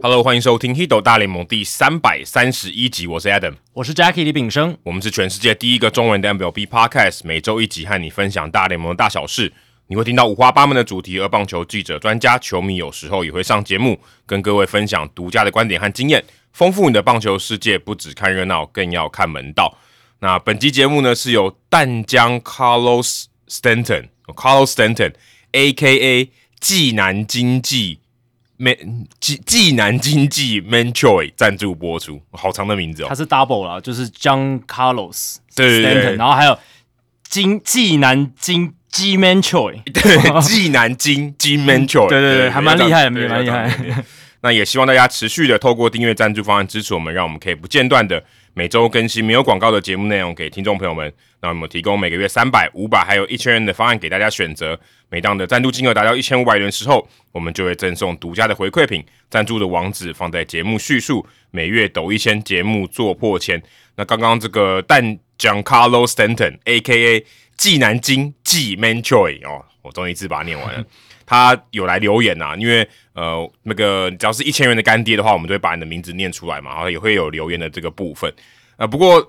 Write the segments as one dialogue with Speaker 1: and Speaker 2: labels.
Speaker 1: Hello，欢迎收听《h i d o 大联盟》第三百三十一集，我是 Adam，
Speaker 2: 我是 Jackie 李炳生。
Speaker 1: 我们是全世界第一个中文的 MLB Podcast，每周一集和你分享大联盟的大小事。你会听到五花八门的主题，而棒球记者、专家、球迷有时候也会上节目，跟各位分享独家的观点和经验，丰富你的棒球世界。不只看热闹，更要看门道。那本期节目呢，是由淡江 Carlos Stanton、Carlos 哦 Stanton A.K.A. 济南经济 Man 济济南经济 Man Choi 赞助播出，好长的名字哦
Speaker 2: 他。是 double 啦，就是 John Carlos
Speaker 1: 对对对
Speaker 2: Stanton，然后还有金济南金 G Man Choi，
Speaker 1: 对，济南金金 Mentor，
Speaker 2: 对对对还蛮厉害的蛮厉。
Speaker 1: 要
Speaker 2: 害
Speaker 1: 这样对要这样 那也希望大家持续的透过订阅赞助方案支持我们，让我们可以不间断的每周更新没有广告的节目内容给听众朋友们。那我们提供每个月三百、五百还有一千元的方案给大家选择。每当的赞助金额达到一千五百元时候，我们就会赠送独家的回馈品。赞助的网址放在节目叙述，每月抖一千，节目做破千。那刚刚这个但 Giancarlo Stanton A.K.A. 纪南京纪 Manchoy 哦，我终于一次把它念完了。他有来留言呐、啊，因为呃，那个只要是一千元的干爹的话，我们就会把你的名字念出来嘛，然后也会有留言的这个部分。呃，不过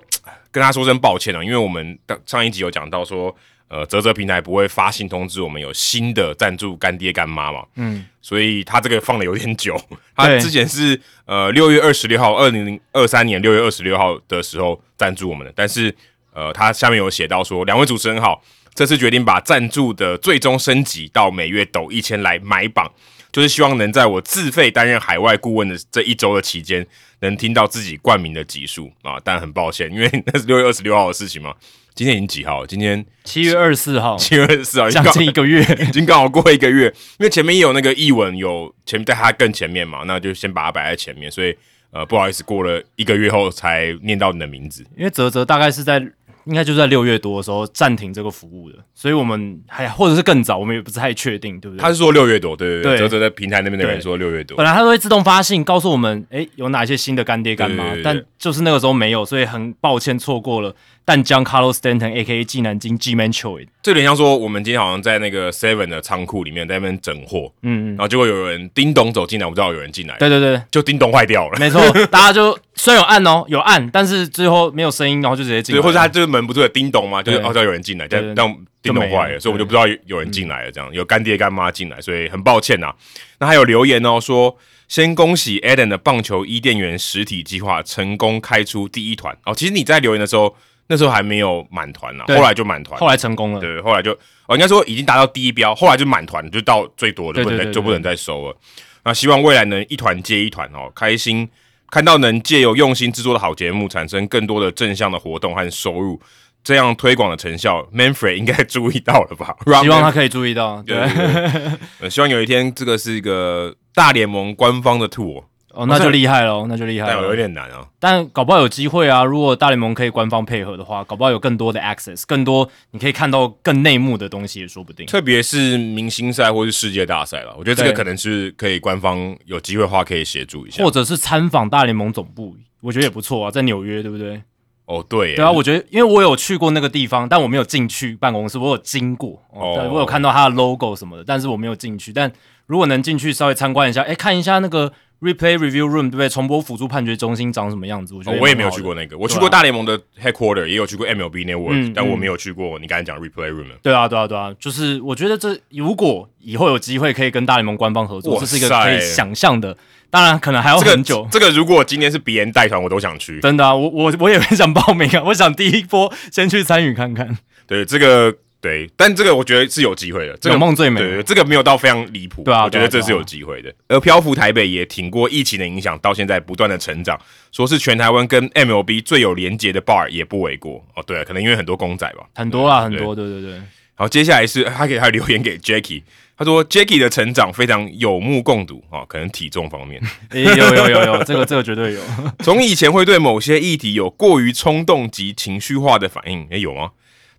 Speaker 1: 跟他说声抱歉了、啊因为我们当上一集有讲到说，呃，泽泽平台不会发信通知我们有新的赞助干爹干妈嘛，嗯，所以他这个放的有点久，他
Speaker 2: 对
Speaker 1: 之前是呃六月二十六号，二零二三年六月二十六号的时候赞助我们的，但是呃，他下面有写到说，两位主持人好，这次决定把赞助的最终升级到每月抖一千来买榜，就是希望能在我自费担任海外顾问的这一周的期间，能听到自己冠名的集数啊。但很抱歉，因为那是六月二十六号的事情嘛。今天已经几号了？今天
Speaker 2: 七月二十四号，
Speaker 1: 七月二十四号，已经
Speaker 2: 将
Speaker 1: 刚
Speaker 2: 近一个月。
Speaker 1: 已经刚好过一个月，因为前面也有那个译文有前在它更前面嘛，那就先把它摆在前面，所以呃不好意思，过了一个月后才念到你的名字。
Speaker 2: 因为泽泽大概是在应该就在六月多的时候暂停这个服务的，所以我们还或者是更早，我们也不是太确定，对不对？
Speaker 1: 他是说六月多，对对对，
Speaker 2: 对
Speaker 1: 泽泽在平台那边的人说六月多
Speaker 2: 本，来他都会自动发信告诉我们，诶，有哪些新的干爹干妈，
Speaker 1: 对对对对
Speaker 2: 但就是那个时候没有，所以很抱歉错过了。但将 Carlos Stanton A.K.A. 纪南京 G Man Choi，
Speaker 1: 这有点像说我们今天好像在那个 Seven 的仓库里面在那边整货，
Speaker 2: 嗯
Speaker 1: 然后结果有人叮咚走进来，我不知道有人进来，
Speaker 2: 对对对，
Speaker 1: 就叮咚坏掉了，
Speaker 2: 没错， 大家就虽然有按哦，有按，但是最后没有声音，然后就直接进
Speaker 1: 对，
Speaker 2: 来，
Speaker 1: 或者他就是门不是有叮咚嘛，就是
Speaker 2: 对
Speaker 1: 哦，知道有人进来，
Speaker 2: 对
Speaker 1: 但
Speaker 2: 对
Speaker 1: 但叮咚坏
Speaker 2: 就没
Speaker 1: 了，
Speaker 2: 了
Speaker 1: 所以我就不知道有有人进来了，这样有干爹干妈进来，所以很抱歉呐、那还有留言哦，说先恭喜 Eden 的棒球伊甸园实体计划成功开出第一团哦。其实你在留言的时候，那时候还没有满团呐，
Speaker 2: 对
Speaker 1: 后来就满团，
Speaker 2: 后来成功了。
Speaker 1: 对，后来就哦，应该说已经达到第一标，后来就满团，就到最多就不能再
Speaker 2: 对对对对
Speaker 1: 就不能再收了。那希望未来能一团接一团哦，开心看到能借由用心制作的好节目，产生更多的正向的活动和收入，这样推广的成效，Manfred 应该 注意到了吧？
Speaker 2: 希望他可以注意到，
Speaker 1: 对
Speaker 2: 对，
Speaker 1: 对对 对呃希望有一天这个是一个大联盟官方的 tour，
Speaker 2: 哦，那就厉害喽，那就厉害
Speaker 1: 但有
Speaker 2: 了。
Speaker 1: 点难啊。
Speaker 2: 但搞不好有机会啊，如果大联盟可以官方配合的话，搞不好有更多的 access，更多你可以看到更内幕的东西也说不定。
Speaker 1: 特别是明星赛或是世界大赛了，我觉得这个
Speaker 2: 对
Speaker 1: 可能是可以官方有机会的话可以协助一下
Speaker 2: 或。者是参访大联盟总部，我觉得也不错啊，在纽约，对不对？
Speaker 1: 哦，对耶，
Speaker 2: 对啊，我觉得因为我有去过那个地方，但我没有进去办公室，我有经过，
Speaker 1: 哦
Speaker 2: 哦，对我有看到它的 logo 什么的，但是我没有进去。但如果能进去稍微参观一下，哎，看一下那个 replay review room，对不对？重播辅助判决中心长什么样子？我觉
Speaker 1: 哦
Speaker 2: 得、
Speaker 1: 我也没有去过。那个，我去过
Speaker 2: 对啊
Speaker 1: 大联盟的 headquarter，也有去过 MLB network，、
Speaker 2: 嗯
Speaker 1: 但我没有去过你刚才讲 replay room 的。
Speaker 2: 对啊，对啊，对啊，就是我觉得这如果以后有机会可以跟大联盟官方合作，
Speaker 1: 哇
Speaker 2: 这
Speaker 1: 塞
Speaker 2: 是一个可以想象的，当然可能还要
Speaker 1: 这个
Speaker 2: 哦很久。
Speaker 1: 这个如果今天是别人带团，我都想去。
Speaker 2: 真的啊，我我我也很想报名啊，我想第一波先去参与看看。
Speaker 1: 对，这个对，但这个我觉得是有机会的。这个
Speaker 2: 有梦最美
Speaker 1: 对，对这个没有到非常离谱。
Speaker 2: 对啊
Speaker 1: 我觉得
Speaker 2: 对
Speaker 1: 这
Speaker 2: 啊
Speaker 1: 是有机会的。而漂浮台北也挺过疫情的影响，到现在不断的成长，说是全台湾跟 MLB 最有连结的 bar 也不为过。哦，对、啊，可能因为很多公仔吧。
Speaker 2: 很多啊，很
Speaker 1: 对
Speaker 2: 多，对对对，
Speaker 1: 然后接下来是 他给他留言给 Jackie，他说 Jackie 的成长非常有目共睹啊、哦，可能体重方面。
Speaker 2: 诶有有有有，这个这个绝对有。
Speaker 1: 从以前会对某些议题有过于冲动及情绪化的反应，诶，有吗？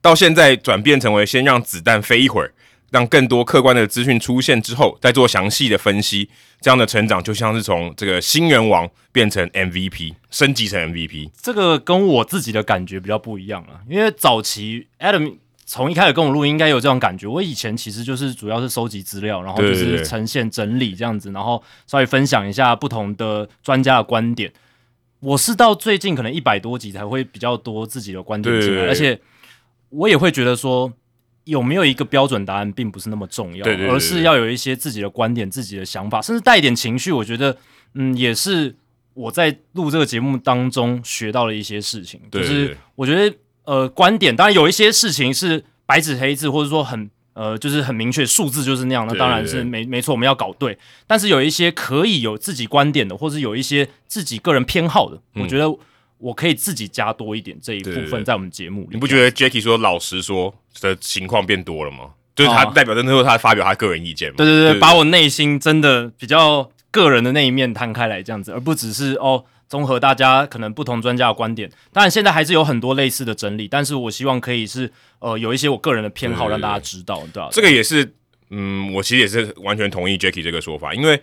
Speaker 1: 到现在转变成为先让子弹飞一会儿，让更多客观的资讯出现之后，再做详细的分析。这样的成长就像是从这个新人王变成 MVP，升级成 MVP。
Speaker 2: 这个跟我自己的感觉比较不一样啊，因为早期 Adam 从一开始跟我录音，应该有这种感觉。我以前其实就是主要是收集资料，然后就
Speaker 1: 对对
Speaker 2: 是
Speaker 1: 对
Speaker 2: 呈现整理这样子，然后稍微分享一下不同的专家的观点。我是到最近可能一百多集才会比较多自己的观点
Speaker 1: 对
Speaker 2: 进
Speaker 1: 对
Speaker 2: 来，
Speaker 1: 对
Speaker 2: 而且我也会觉得说有没有一个标准答案并不是那么重要，
Speaker 1: 对对对对
Speaker 2: 而是要有一些自己的观点、自己的想法，甚至带一点情绪。我觉得，嗯，也是我在录这个节目当中学到了一些事情，
Speaker 1: 对
Speaker 2: 就
Speaker 1: 对
Speaker 2: 是
Speaker 1: 对
Speaker 2: 我觉得呃观点，当然有一些事情是白纸黑字，或者说很呃就是很明确数字就是那样，那
Speaker 1: 对
Speaker 2: 当然
Speaker 1: 对
Speaker 2: 是
Speaker 1: 对
Speaker 2: 没没错，我们要搞对。但是有一些可以有自己观点的，或是有一些自己个人偏好的，我觉得我可以自己加多一点这一部
Speaker 1: 嗯对对
Speaker 2: 分
Speaker 1: 对
Speaker 2: 在我们节目里。
Speaker 1: 你不觉得 Jacky 说老实说的情况变多了吗？就是他
Speaker 2: 哦
Speaker 1: 代表真的说他发表他个人意见嘛？
Speaker 2: 对对对，
Speaker 1: 对
Speaker 2: 把我内心真的比较个人的那一面摊开来，这样子，而不只是哦综合大家可能不同专家的观点。当然，现在还是有很多类似的整理，但是我希望可以是呃有一些我个人的偏好
Speaker 1: 对对
Speaker 2: 让
Speaker 1: 对
Speaker 2: 大家知道，对吧、
Speaker 1: 这个也是，嗯，我其实也是完全同意 Jacky 这个说法，因为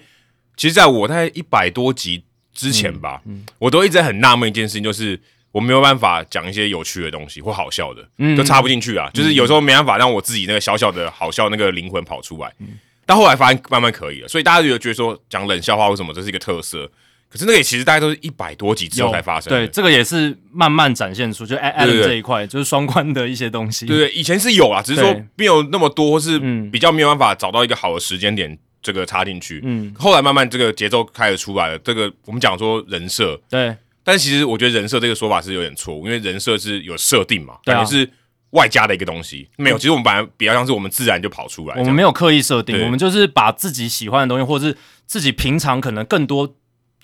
Speaker 1: 其实在我在一百多集之前吧，
Speaker 2: 嗯
Speaker 1: 我都一直在很纳闷一件事情，就是我没有办法讲一些有趣的东西或好笑的，
Speaker 2: 嗯
Speaker 1: 就插不进去啊，就是有时候没办法让我自己那个小小的好笑那个灵魂跑出来。
Speaker 2: 嗯
Speaker 1: 但后来发现慢慢可以了，所以大家就觉得说讲冷笑话或什么这是一个特色，可是那个也其实大家都是一百多集之后才发生的，
Speaker 2: 对，这个也是慢慢展现出，就 a
Speaker 1: 对
Speaker 2: l n
Speaker 1: 对对
Speaker 2: 这一块就是双关的一些东西。
Speaker 1: 对对，以前是有啦，只是说
Speaker 2: 对
Speaker 1: 没有那么多，或是
Speaker 2: 嗯
Speaker 1: 比较没有办法找到一个好的时间点，这个插进去。
Speaker 2: 嗯，
Speaker 1: 后来慢慢这个节奏开始出来了。这个我们讲说人设，
Speaker 2: 对
Speaker 1: 但其实我觉得人设这个说法是有点错误，因为人设是有设定嘛，
Speaker 2: 对啊
Speaker 1: 感觉是外加的一个东西。没有，其实我们本来比较像是我们自然就跑出来这
Speaker 2: 我
Speaker 1: 样，
Speaker 2: 们没有刻意设定，
Speaker 1: 对
Speaker 2: 我们就是把自己喜欢的东西，或者是自己平常可能更多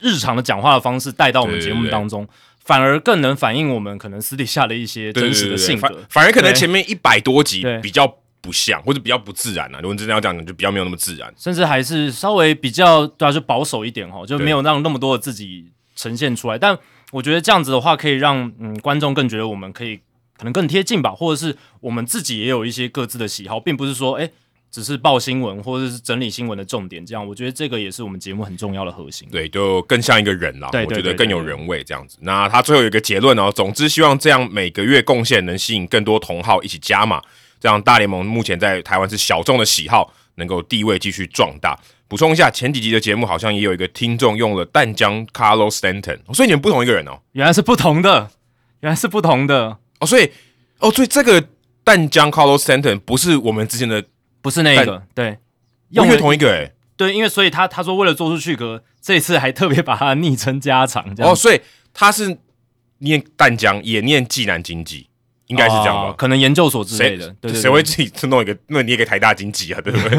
Speaker 2: 日常的讲话的方式带到我们节目当中，反而更能反映我们可能私底下的一些
Speaker 1: 对对
Speaker 2: 真实
Speaker 1: 对
Speaker 2: 的
Speaker 1: 对
Speaker 2: 性格。
Speaker 1: 反反而可能
Speaker 2: 对
Speaker 1: 前面一百多集
Speaker 2: 对
Speaker 1: 比较不像，或者比较不自然啊。如果你真的要这样讲，就比较没有那么自然。啊
Speaker 2: 甚至还是稍微比较对啊，就保守一点哈，就
Speaker 1: 对
Speaker 2: 没有让那么多的自己呈现出来。但我觉得这样子的话，可以让嗯观众更觉得我们可以可能更贴近吧，或者是我们自己也有一些各自的喜好，并不是说哎、诶只是报新闻或者是整理新闻的重点这样。我觉得这个也是我们节目很重要的核心。
Speaker 1: 对，就更像一个人啦，
Speaker 2: 对对
Speaker 1: 我觉
Speaker 2: 对
Speaker 1: 得更
Speaker 2: 对
Speaker 1: 有
Speaker 2: 对
Speaker 1: 人味这样子。那他最后有一个结论哦，总之希望这样每个月贡献能吸引更多同好一起加码，这样大联盟目前在台湾是小众的喜好能够地位继续壮大。补充一下，前几集的节目好像也有一个听众用了淡江 Carlos Stanton，哦所以你们不同一个人哦，
Speaker 2: 原来是不同的，原来是不同的，
Speaker 1: 哦，所以哦，所以这个淡江 Carlos Stanton 不是我们之前的，
Speaker 2: 不是那个对。
Speaker 1: 完
Speaker 2: 用了
Speaker 1: 全同一个哎哦诶、
Speaker 2: 对，因为所以他他说为了做出去格，这一次还特别把他的昵称加长，这样
Speaker 1: 哦，所以他是念淡江，也念暨南经济，应该是这样吧？
Speaker 2: 哦可能研究所之
Speaker 1: 谁
Speaker 2: 类的，对对对
Speaker 1: 谁会自己弄一个 弄一个台大经济啊？对不 对？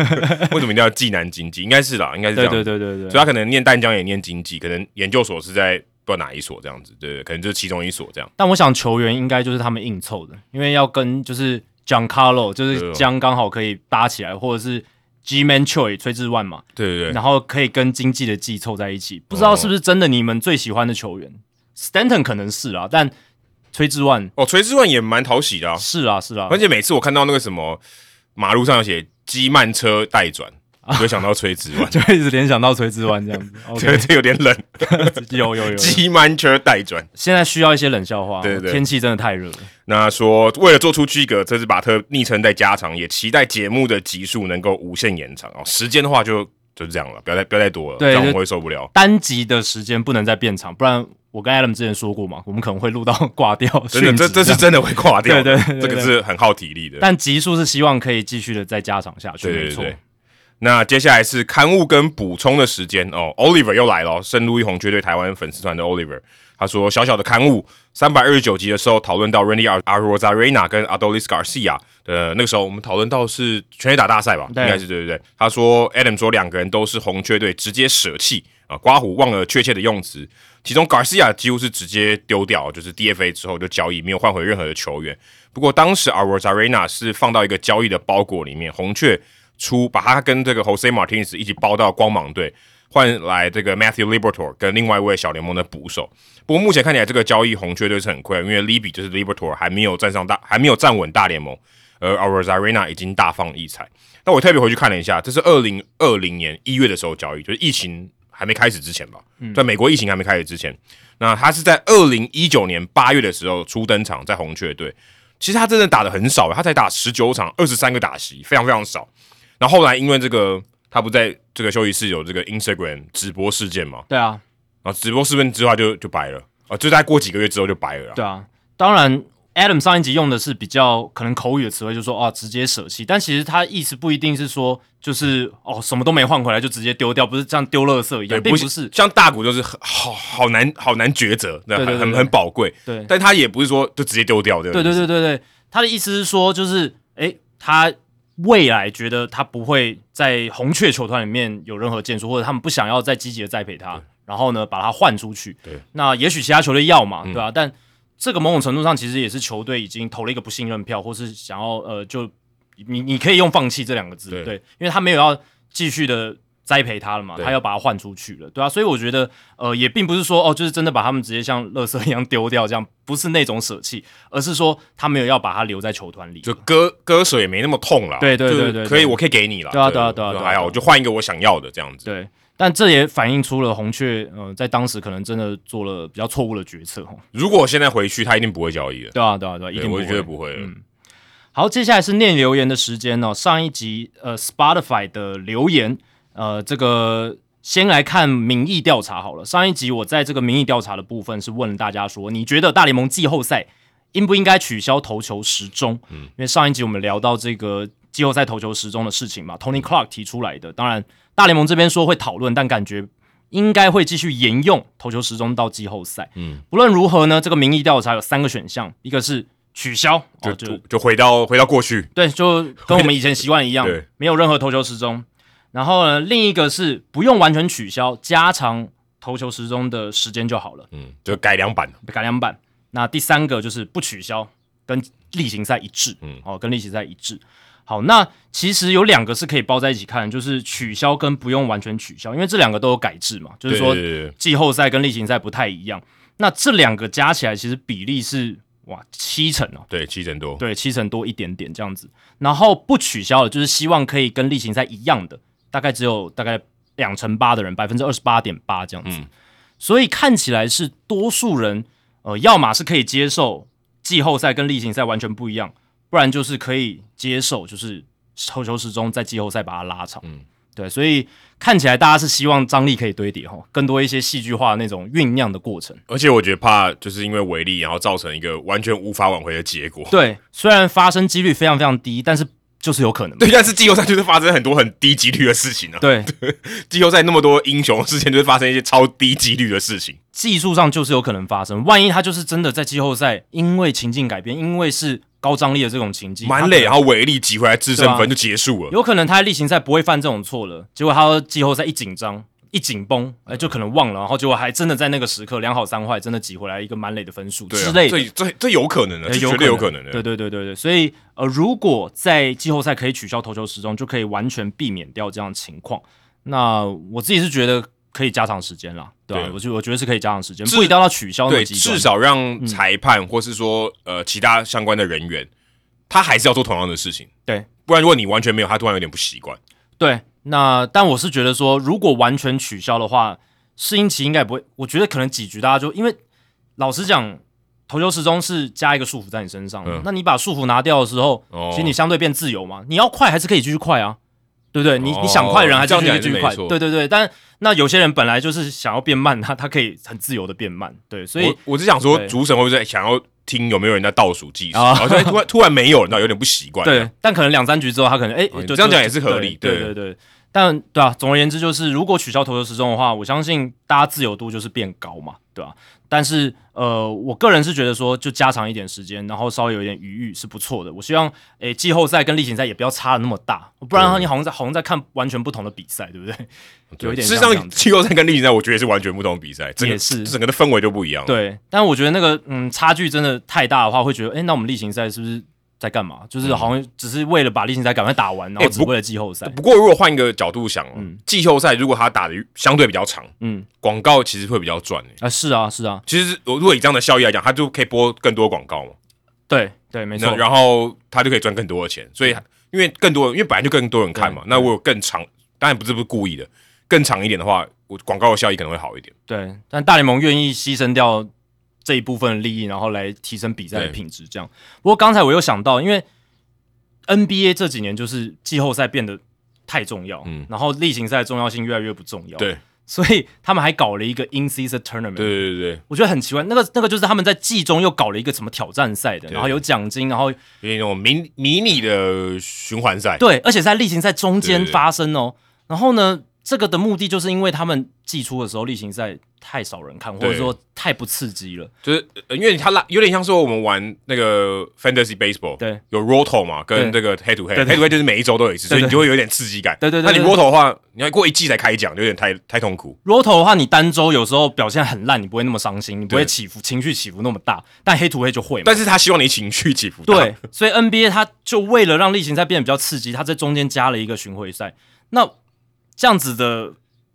Speaker 1: 为什么一定要暨南经济？应该是啦，应该是这
Speaker 2: 对
Speaker 1: 样。
Speaker 2: 对对对对，
Speaker 1: 所以他可能念淡江也念经济，可能研究所是在不知道哪一所这样子，对对，可能就是其中一所这样。
Speaker 2: 但我想球员应该就是他们硬凑的，因为要跟就是 Giancarlo，就是
Speaker 1: 对哦
Speaker 2: 江刚好可以搭起来，或者是 G Man Choi 崔志万嘛，
Speaker 1: 对对对，哦
Speaker 2: 然后可以跟经济的季凑在一起。不知道是不是真的你们最喜欢的球员、s t a n t o n 可能是啦，但崔志万
Speaker 1: 哦，垂之万也蛮讨喜的啊，
Speaker 2: 是啊是啊
Speaker 1: 而，且每次我看到那个什么马路上有写机慢车待
Speaker 2: ，
Speaker 1: 转，我就会想到垂之万
Speaker 2: 就一直联想到崔志万这样子。
Speaker 1: 这
Speaker 2: OK，
Speaker 1: 这有点冷，
Speaker 2: 有有 有有，
Speaker 1: 机慢车待转。
Speaker 2: 现在需要一些冷笑话，
Speaker 1: 对对对
Speaker 2: 天气真的太热了。
Speaker 1: 那说为了做出区隔，这次把特昵称再加长，也期待节目的集数能够无限延长哦。时间的话就就是这样了，不要再不要再多了，
Speaker 2: 对
Speaker 1: 这样
Speaker 2: 就
Speaker 1: 我会受不了。
Speaker 2: 单集的时间不能再变长，不然我跟 Adam 之前说过嘛，我们可能会录到 挂掉。
Speaker 1: 真的，
Speaker 2: 殉
Speaker 1: 这
Speaker 2: 职
Speaker 1: 这
Speaker 2: 样
Speaker 1: 是真的会挂掉的，
Speaker 2: 对对对对
Speaker 1: 这个是很耗体力的。
Speaker 2: 但集数是希望可以继续的再加长下去，
Speaker 1: 对
Speaker 2: 没
Speaker 1: 对
Speaker 2: 错。
Speaker 1: 对。那接下来是刊物跟补充的时间哦。Oliver 又来了哦，圣路易红雀队台湾粉丝团的 Oliver，他说小小的刊物三百二十九集的时候讨论到 Randy Ar Arozarena 跟 Adolis Garcia 的那个时候，我们讨论到是全垒打大赛吧，应
Speaker 2: 对
Speaker 1: 该是对对对。他说 Adam 说两个人都是红雀队直接舍弃啊，刮胡忘了确切的用词，其中 Garcia 几乎是直接丢掉，就是 DFA 之后就交易，没有换回任何的球员。不过当时 a r o z a r e n a 是放到一个交易的包裹里面，红雀出把他跟这个 Jose Martinez 一起包到光芒队，换来这个 Matthew Libertor 跟另外一位小联盟的捕手。不过目前看起来这个交易红雀队是很亏，因为 Libby 就是 Libertor 还没有站上大，还没有站稳大联盟，而 a r o z a r e n a 已经大放异彩。那我特别回去看了一下，这是二零二零年一月的时候交易，就是疫情还没开始之前吧，在美国疫情还没开始之前。那他是在二零一九年八月的时候初登场在红雀队，其实他真的打的很少，他才打十九场，二十三个打席，非常非常少。然后后来因为这个，他不在这个休息室有这个 Instagram 直播事件嘛，
Speaker 2: 对啊，
Speaker 1: 然后直播事件之后他就就白了啊，就在过几个月之后就白了啦。
Speaker 2: 对啊，当然，Adam 上一集用的是比较可能口语的词汇，就说啊直接舍弃，但其实他意思不一定是说就是哦什么都没换回来就直接丢掉，不是像丢垃圾一样，并
Speaker 1: 不
Speaker 2: 不是，
Speaker 1: 像大股就是很好好难好难抉择，对
Speaker 2: 对对
Speaker 1: 很很
Speaker 2: 对
Speaker 1: 很宝贵，
Speaker 2: 对
Speaker 1: 但他也不是说就直接丢掉，对不
Speaker 2: 对对对对对，他的意思是说就是诶，他未来觉得他不会在红雀球团里面有任何建树，或者他们不想要再积极的栽培他，然后呢把他换出去，
Speaker 1: 对，嗯
Speaker 2: 那也许其他球队要嘛，对吧、但这个某种程度上其实也是球队已经投了一个不信任票，或是想要呃，就你你可以用放弃这两个字，
Speaker 1: 对
Speaker 2: 对，因为他没有要继续的栽培他了嘛，
Speaker 1: 对
Speaker 2: 他要把他换出去了，对啊，所以我觉得呃，也并不是说哦，就是真的把他们直接像垃圾一样丢掉，这样不是那种舍弃，而是说他没有要把他留在球团里，
Speaker 1: 就割割舍也没那么痛啦。
Speaker 2: 对对对
Speaker 1: 就是
Speaker 2: 对对
Speaker 1: 可以，我可以给你了。
Speaker 2: 对啊对啊对啊
Speaker 1: 就
Speaker 2: 对啊
Speaker 1: 还好，
Speaker 2: 对啊
Speaker 1: 我就换一个我想要的这样子。
Speaker 2: 对。但这也反映出了红雀，呃，在当时可能真的做了比较错误的决策，吼
Speaker 1: 如果我现在回去，他一定不会交易的，
Speaker 2: 对啊，对啊，对啊，一
Speaker 1: 对
Speaker 2: 定
Speaker 1: 我
Speaker 2: 不会嗯
Speaker 1: 就觉得不会了。
Speaker 2: 好，接下来是念留言的时间哦。上一集呃，Spotify 的留言，呃，这个先来看民意调查好了。上一集我在这个民意调查的部分是问大家说，你觉得大联盟季后赛应不应该取消投球时钟？因为上一集我们聊到这个季后赛投球时钟的事情嘛，Tony Clark 提出来的。当然，大联盟这边说会讨论，但感觉应该会继续沿用投球时钟到季后赛。嗯，不论如何呢，这个民意调查有三个选项，一个是取消，
Speaker 1: 就
Speaker 2: 哦、就
Speaker 1: 就就回到回到过去，
Speaker 2: 对，就跟我们以前习惯一样
Speaker 1: 对，
Speaker 2: 没有任何投球时钟。然后呢，另一个是不用完全取消，加长投球时钟的时间就好了，
Speaker 1: 嗯，就改良版。
Speaker 2: 改良版。那第三个就是不取消，跟例行赛一致，
Speaker 1: 嗯
Speaker 2: 嗯，哦，跟例行赛一致。好，那其实有两个是可以包在一起看，就是取消跟不用完全取消，因为这两个都有改制嘛，就是说
Speaker 1: 对对对对
Speaker 2: 季后赛跟例行赛不太一样。那这两个加起来，其实比例是哇七成哦，
Speaker 1: 对七成多，
Speaker 2: 对，七成多一点点这样子。然后不取消的，就是希望可以跟例行赛一样的，大概只有大概两成八的人，百分之二十八点八这样子。
Speaker 1: 嗯
Speaker 2: 所以看起来是多数人，呃，要么是可以接受季后赛跟例行赛完全不一样，不然就是可以接受，就是投球时钟在季后赛把它拉长。
Speaker 1: 嗯
Speaker 2: 对，所以看起来大家是希望张力可以堆叠哈，更多一些戏剧化的那种酝酿的过程。
Speaker 1: 而且我觉得怕就是因为违例，然后造成一个完全无法挽回的结果。
Speaker 2: 对，虽然发生几率非常非常低，但是就是有可能嘛。
Speaker 1: 对，但是季后赛就是发生很多很低几率的事情啊。
Speaker 2: 对，
Speaker 1: 季后赛那么多英雄的事情，就是发生一些超低几率的事情。
Speaker 2: 技术上就是有可能发生。万一他就是真的在季后赛，因为情境改变，因为是高张力的这种情境，
Speaker 1: 满
Speaker 2: 他
Speaker 1: 垒，然后违例集回来制胜
Speaker 2: 啊对
Speaker 1: 分
Speaker 2: 啊
Speaker 1: 就结束了。
Speaker 2: 有可能他在例行赛不会犯这种错了，结果他到季后赛一紧张。一紧绷，哎、就可能忘了，然后结果还真的在那个时刻两好三坏，真的挤回来一个满垒的分数
Speaker 1: 对
Speaker 2: 之
Speaker 1: 啊，
Speaker 2: 类的，
Speaker 1: 这这这有可能的，
Speaker 2: 哎
Speaker 1: 这绝对有可能的。
Speaker 2: 对对对对对，所以呃，如果在季后赛可以取消投球时钟，就可以完全避免掉这样的情况。那我自己是觉得可以加长时间啦，对吧、
Speaker 1: 对
Speaker 2: 我就我觉得是可以加长时间，
Speaker 1: 至
Speaker 2: 不一定要到取消那么
Speaker 1: 对，
Speaker 2: 极端嗯
Speaker 1: 至少让裁判或是说呃其他相关的人员，他还是要做同样的事情。
Speaker 2: 对，
Speaker 1: 不然如果你完全没有，他突然有点不习惯。
Speaker 2: 对，那但我是觉得说，如果完全取消的话，适应期应该也不会。我觉得可能几局大家就因为老实讲，投球时钟是加一个束缚在你身上的，
Speaker 1: 嗯
Speaker 2: 那你把束缚拿掉的时候，
Speaker 1: 哦
Speaker 2: 其实你相对变自由嘛。你要快还是可以继续快啊，对不对？你、你想
Speaker 1: 哦
Speaker 2: 快人还
Speaker 1: 这
Speaker 2: 是
Speaker 1: 样
Speaker 2: 可以
Speaker 1: 讲
Speaker 2: 继续
Speaker 1: 是
Speaker 2: 快
Speaker 1: 没，错
Speaker 2: 对对对。但那有些人本来就是想要变慢，他他可以很自由的变慢，对，所以
Speaker 1: 我我只想说，
Speaker 2: 对
Speaker 1: 主审会不会想要听有没有人在倒数计时，
Speaker 2: 啊
Speaker 1: 然后突然突然突然没有，那有点不习惯。
Speaker 2: 对，但可能两三局之后，他可能哎、
Speaker 1: 哦你
Speaker 2: 就
Speaker 1: 这样讲
Speaker 2: 就
Speaker 1: 也是合理
Speaker 2: 对
Speaker 1: 对
Speaker 2: 对对。但对啊，总而言之就是，如果取消投球时钟的话，我相信大家自由度就是变高嘛，对吧、但是呃，我个人是觉得说，就加长一点时间，然后稍微有一点余裕是不错的。我希望诶季后赛跟例行赛也不要差的那么大，不然的话你好像在好像在看完全不同的比赛，对不对？
Speaker 1: 哦对，
Speaker 2: 有一点
Speaker 1: 事实
Speaker 2: 像这
Speaker 1: 上，
Speaker 2: 样子
Speaker 1: 季后赛跟例行赛，我觉得是完全不同的比赛，整个
Speaker 2: 也是
Speaker 1: 整个的氛围就不一样。，
Speaker 2: 对，但我觉得那个嗯差距真的太大的话，会觉得诶，那我们例行赛是不是在干嘛？就是好像只是为了把例行赛赶快打完，然后
Speaker 1: 哎嗯
Speaker 2: 只
Speaker 1: 不
Speaker 2: 为了季后赛。
Speaker 1: 不过如果换一个角度想哦
Speaker 2: 嗯，
Speaker 1: 季后赛如果他打的相对比较长，
Speaker 2: 嗯
Speaker 1: 广告其实会比较赚诶。
Speaker 2: 啊、是啊是啊，
Speaker 1: 其实如果以这样的效益来讲，他就可以播更多广告嘛。
Speaker 2: 对对没错嗯
Speaker 1: 那。然后他就可以赚更多的钱。所以因为更多人，因为本来就更多人看嘛，那我有更长，当然不是不是故意的，更长一点的话，我广告的效益可能会好一点。
Speaker 2: 对，但大联盟愿意牺牲掉这一部分的利益，然后来提升比赛的品质。这样。不过刚才我又想到，因为 NBA 这几年就是季后赛变得太重要，
Speaker 1: 嗯
Speaker 2: 然后例行赛的重要性越来越不重要，，
Speaker 1: 对
Speaker 2: 所以他们还搞了一个 in season tournament，
Speaker 1: 对对对，
Speaker 2: 我觉得很奇怪，那个那个就是他们在季中又搞了一个什么挑战赛的，然后有奖金，然后
Speaker 1: 有点那种迷迷你的循环赛，
Speaker 2: 对，而且在例行赛中间
Speaker 1: 对对
Speaker 2: 发生哦。然后呢，这个的目的就是因为他们季初的时候例行赛太少人看，或者说太不刺激了。
Speaker 1: 就是呃因为它拉有点像说我们玩那个 fantasy baseball，
Speaker 2: 对，
Speaker 1: 有 roto 嘛，跟这
Speaker 2: 对
Speaker 1: 个 head to
Speaker 2: 对
Speaker 1: head，head
Speaker 2: 对
Speaker 1: to head 就是每一周都有一次，所以
Speaker 2: 对对
Speaker 1: 你就会有点刺激感。
Speaker 2: 对对对
Speaker 1: 那你
Speaker 2: 对对
Speaker 1: roto 的话，你要过一季才开奖，有点太太痛苦。
Speaker 2: roto 的话，你单周有时候表现很烂，你不会那么伤心，你不会
Speaker 1: 对
Speaker 2: 起伏情绪起伏那么大，但黑土黑就会嘛。
Speaker 1: 但是他希望你情绪起伏大。
Speaker 2: 对，所以 NBA 它就为了让例行赛变得比较刺激，它在中间加了一个巡回赛。那这样子的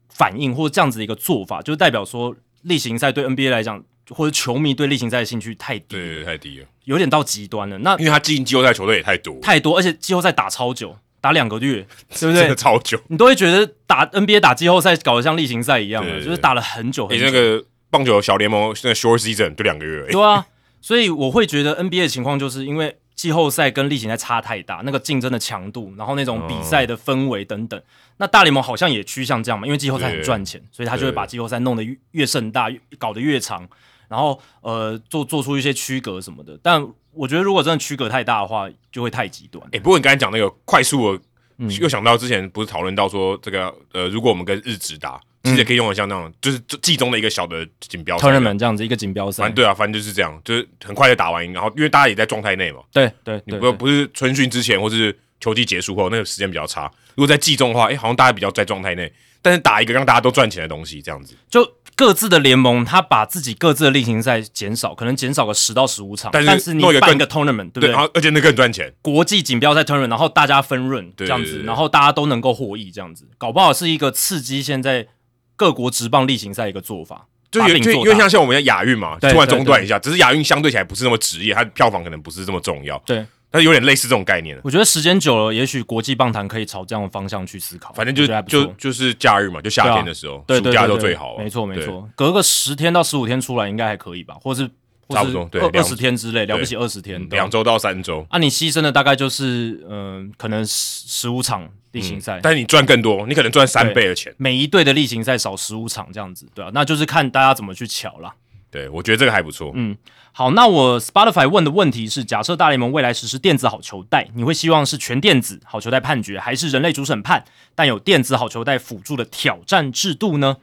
Speaker 2: 反应或者这样子的一个做法，就代表说例行赛对 NBA 来讲，或者球迷对例行赛的兴趣太低
Speaker 1: 对，对对，太低了，
Speaker 2: 有点到极端了。那
Speaker 1: 因为他进季后赛球队也太多，
Speaker 2: 太多，而且季后赛打超久，打两个 月，对不
Speaker 1: 真的
Speaker 2: 对？
Speaker 1: 超久。
Speaker 2: 你都会觉得打 NBA 打季后赛搞得像例行赛一样
Speaker 1: 对
Speaker 2: 了，
Speaker 1: 对
Speaker 2: 就是打了很久很
Speaker 1: 你
Speaker 2: 久。
Speaker 1: 那个棒球小联盟那个 short season 就两个月而已，
Speaker 2: 对啊，所以我会觉得 NBA 的情况就是因为季后赛跟例行赛差太大，那个竞争的强度，然后那种比赛的氛围等等。那大联盟好像也趋向这样嘛，因为季后赛很赚钱，所以他就会把季后赛弄得越越盛大，越搞得越长，然后呃做做出一些区隔什么的。但我觉得如果真的区隔太大的话，就会太极端。
Speaker 1: 哎、不过你刚才讲那个快速的，
Speaker 2: 嗯
Speaker 1: 又想到之前不是讨论到说这个呃，如果我们跟日职打，其实也可以用得像那种，就是季中的一个小的锦标赛。
Speaker 2: 嗯 tournament 这样子一个锦标
Speaker 1: 反
Speaker 2: 赛
Speaker 1: 正，对啊，反正就是这样，就是很快就打完，然后因为大家也在状态内嘛，
Speaker 2: 对对
Speaker 1: 你
Speaker 2: 对，
Speaker 1: 不
Speaker 2: 对
Speaker 1: 不是春训之前或是球季结束后那个时间比较差。如果在季中的话，哎、好像大家比较在状态内，但是打一个让大家都赚钱的东西，这样子，
Speaker 2: 就各自的联盟，他把自己各自的例行赛减少，可能减少个十到十五场，
Speaker 1: 但
Speaker 2: 但
Speaker 1: 是
Speaker 2: 你
Speaker 1: 弄一个
Speaker 2: 办
Speaker 1: 更
Speaker 2: 一个 tournament，对不
Speaker 1: 对，
Speaker 2: 对
Speaker 1: 然？后而且那更赚钱，
Speaker 2: 国际锦标赛 tournament，然后大家分润这
Speaker 1: 对
Speaker 2: 样
Speaker 1: 对
Speaker 2: 子，
Speaker 1: 对
Speaker 2: 然后大家都能够获益这样子，搞不好是一个刺激现在各国职棒例行赛一个做法，
Speaker 1: 就
Speaker 2: 把
Speaker 1: 有
Speaker 2: 饼
Speaker 1: 就
Speaker 2: 做
Speaker 1: 因为
Speaker 2: 大
Speaker 1: 像像我们亚运嘛，突
Speaker 2: 对
Speaker 1: 然
Speaker 2: 对
Speaker 1: 中断一下，只是亚运相对起来不是那么职业，它的票房可能不是这么重要，
Speaker 2: 对
Speaker 1: 但是有点类似这种概念。
Speaker 2: 我觉得时间久了，也许国际棒坛可以朝这样的方向去思考，
Speaker 1: 反正
Speaker 2: 我
Speaker 1: 就
Speaker 2: 觉得还不
Speaker 1: 就
Speaker 2: 错
Speaker 1: 就是假日嘛，就夏天的时候，
Speaker 2: 对
Speaker 1: 暑
Speaker 2: 对
Speaker 1: 假
Speaker 2: 对
Speaker 1: 都
Speaker 2: 对
Speaker 1: 最好啊。
Speaker 2: 没错没
Speaker 1: 对，
Speaker 2: 错，隔个十天到十五天出来应该还可以吧，或是或
Speaker 1: 差
Speaker 2: 是
Speaker 1: 不多对
Speaker 2: 二
Speaker 1: 两嗯
Speaker 2: 十天之类，了不起二十天，对吧
Speaker 1: 两周到三周，
Speaker 2: 啊，你牺牲的大概就是嗯、可能十十五场例行赛，
Speaker 1: 嗯但是你赚更多，你可能赚三倍的钱。
Speaker 2: 每一队的例行赛少十五场这样子，对啊，那就是看大家怎么去瞧啦。
Speaker 1: 对，我觉得这个还不
Speaker 2: 嗯
Speaker 1: 错。
Speaker 2: 好，那我 Spotify 问的问题是：假设大联盟未来实施电子好球带，你会希望是全电子好球带判决，还是人类主审判，但有电子好球带辅助的挑战制度呢？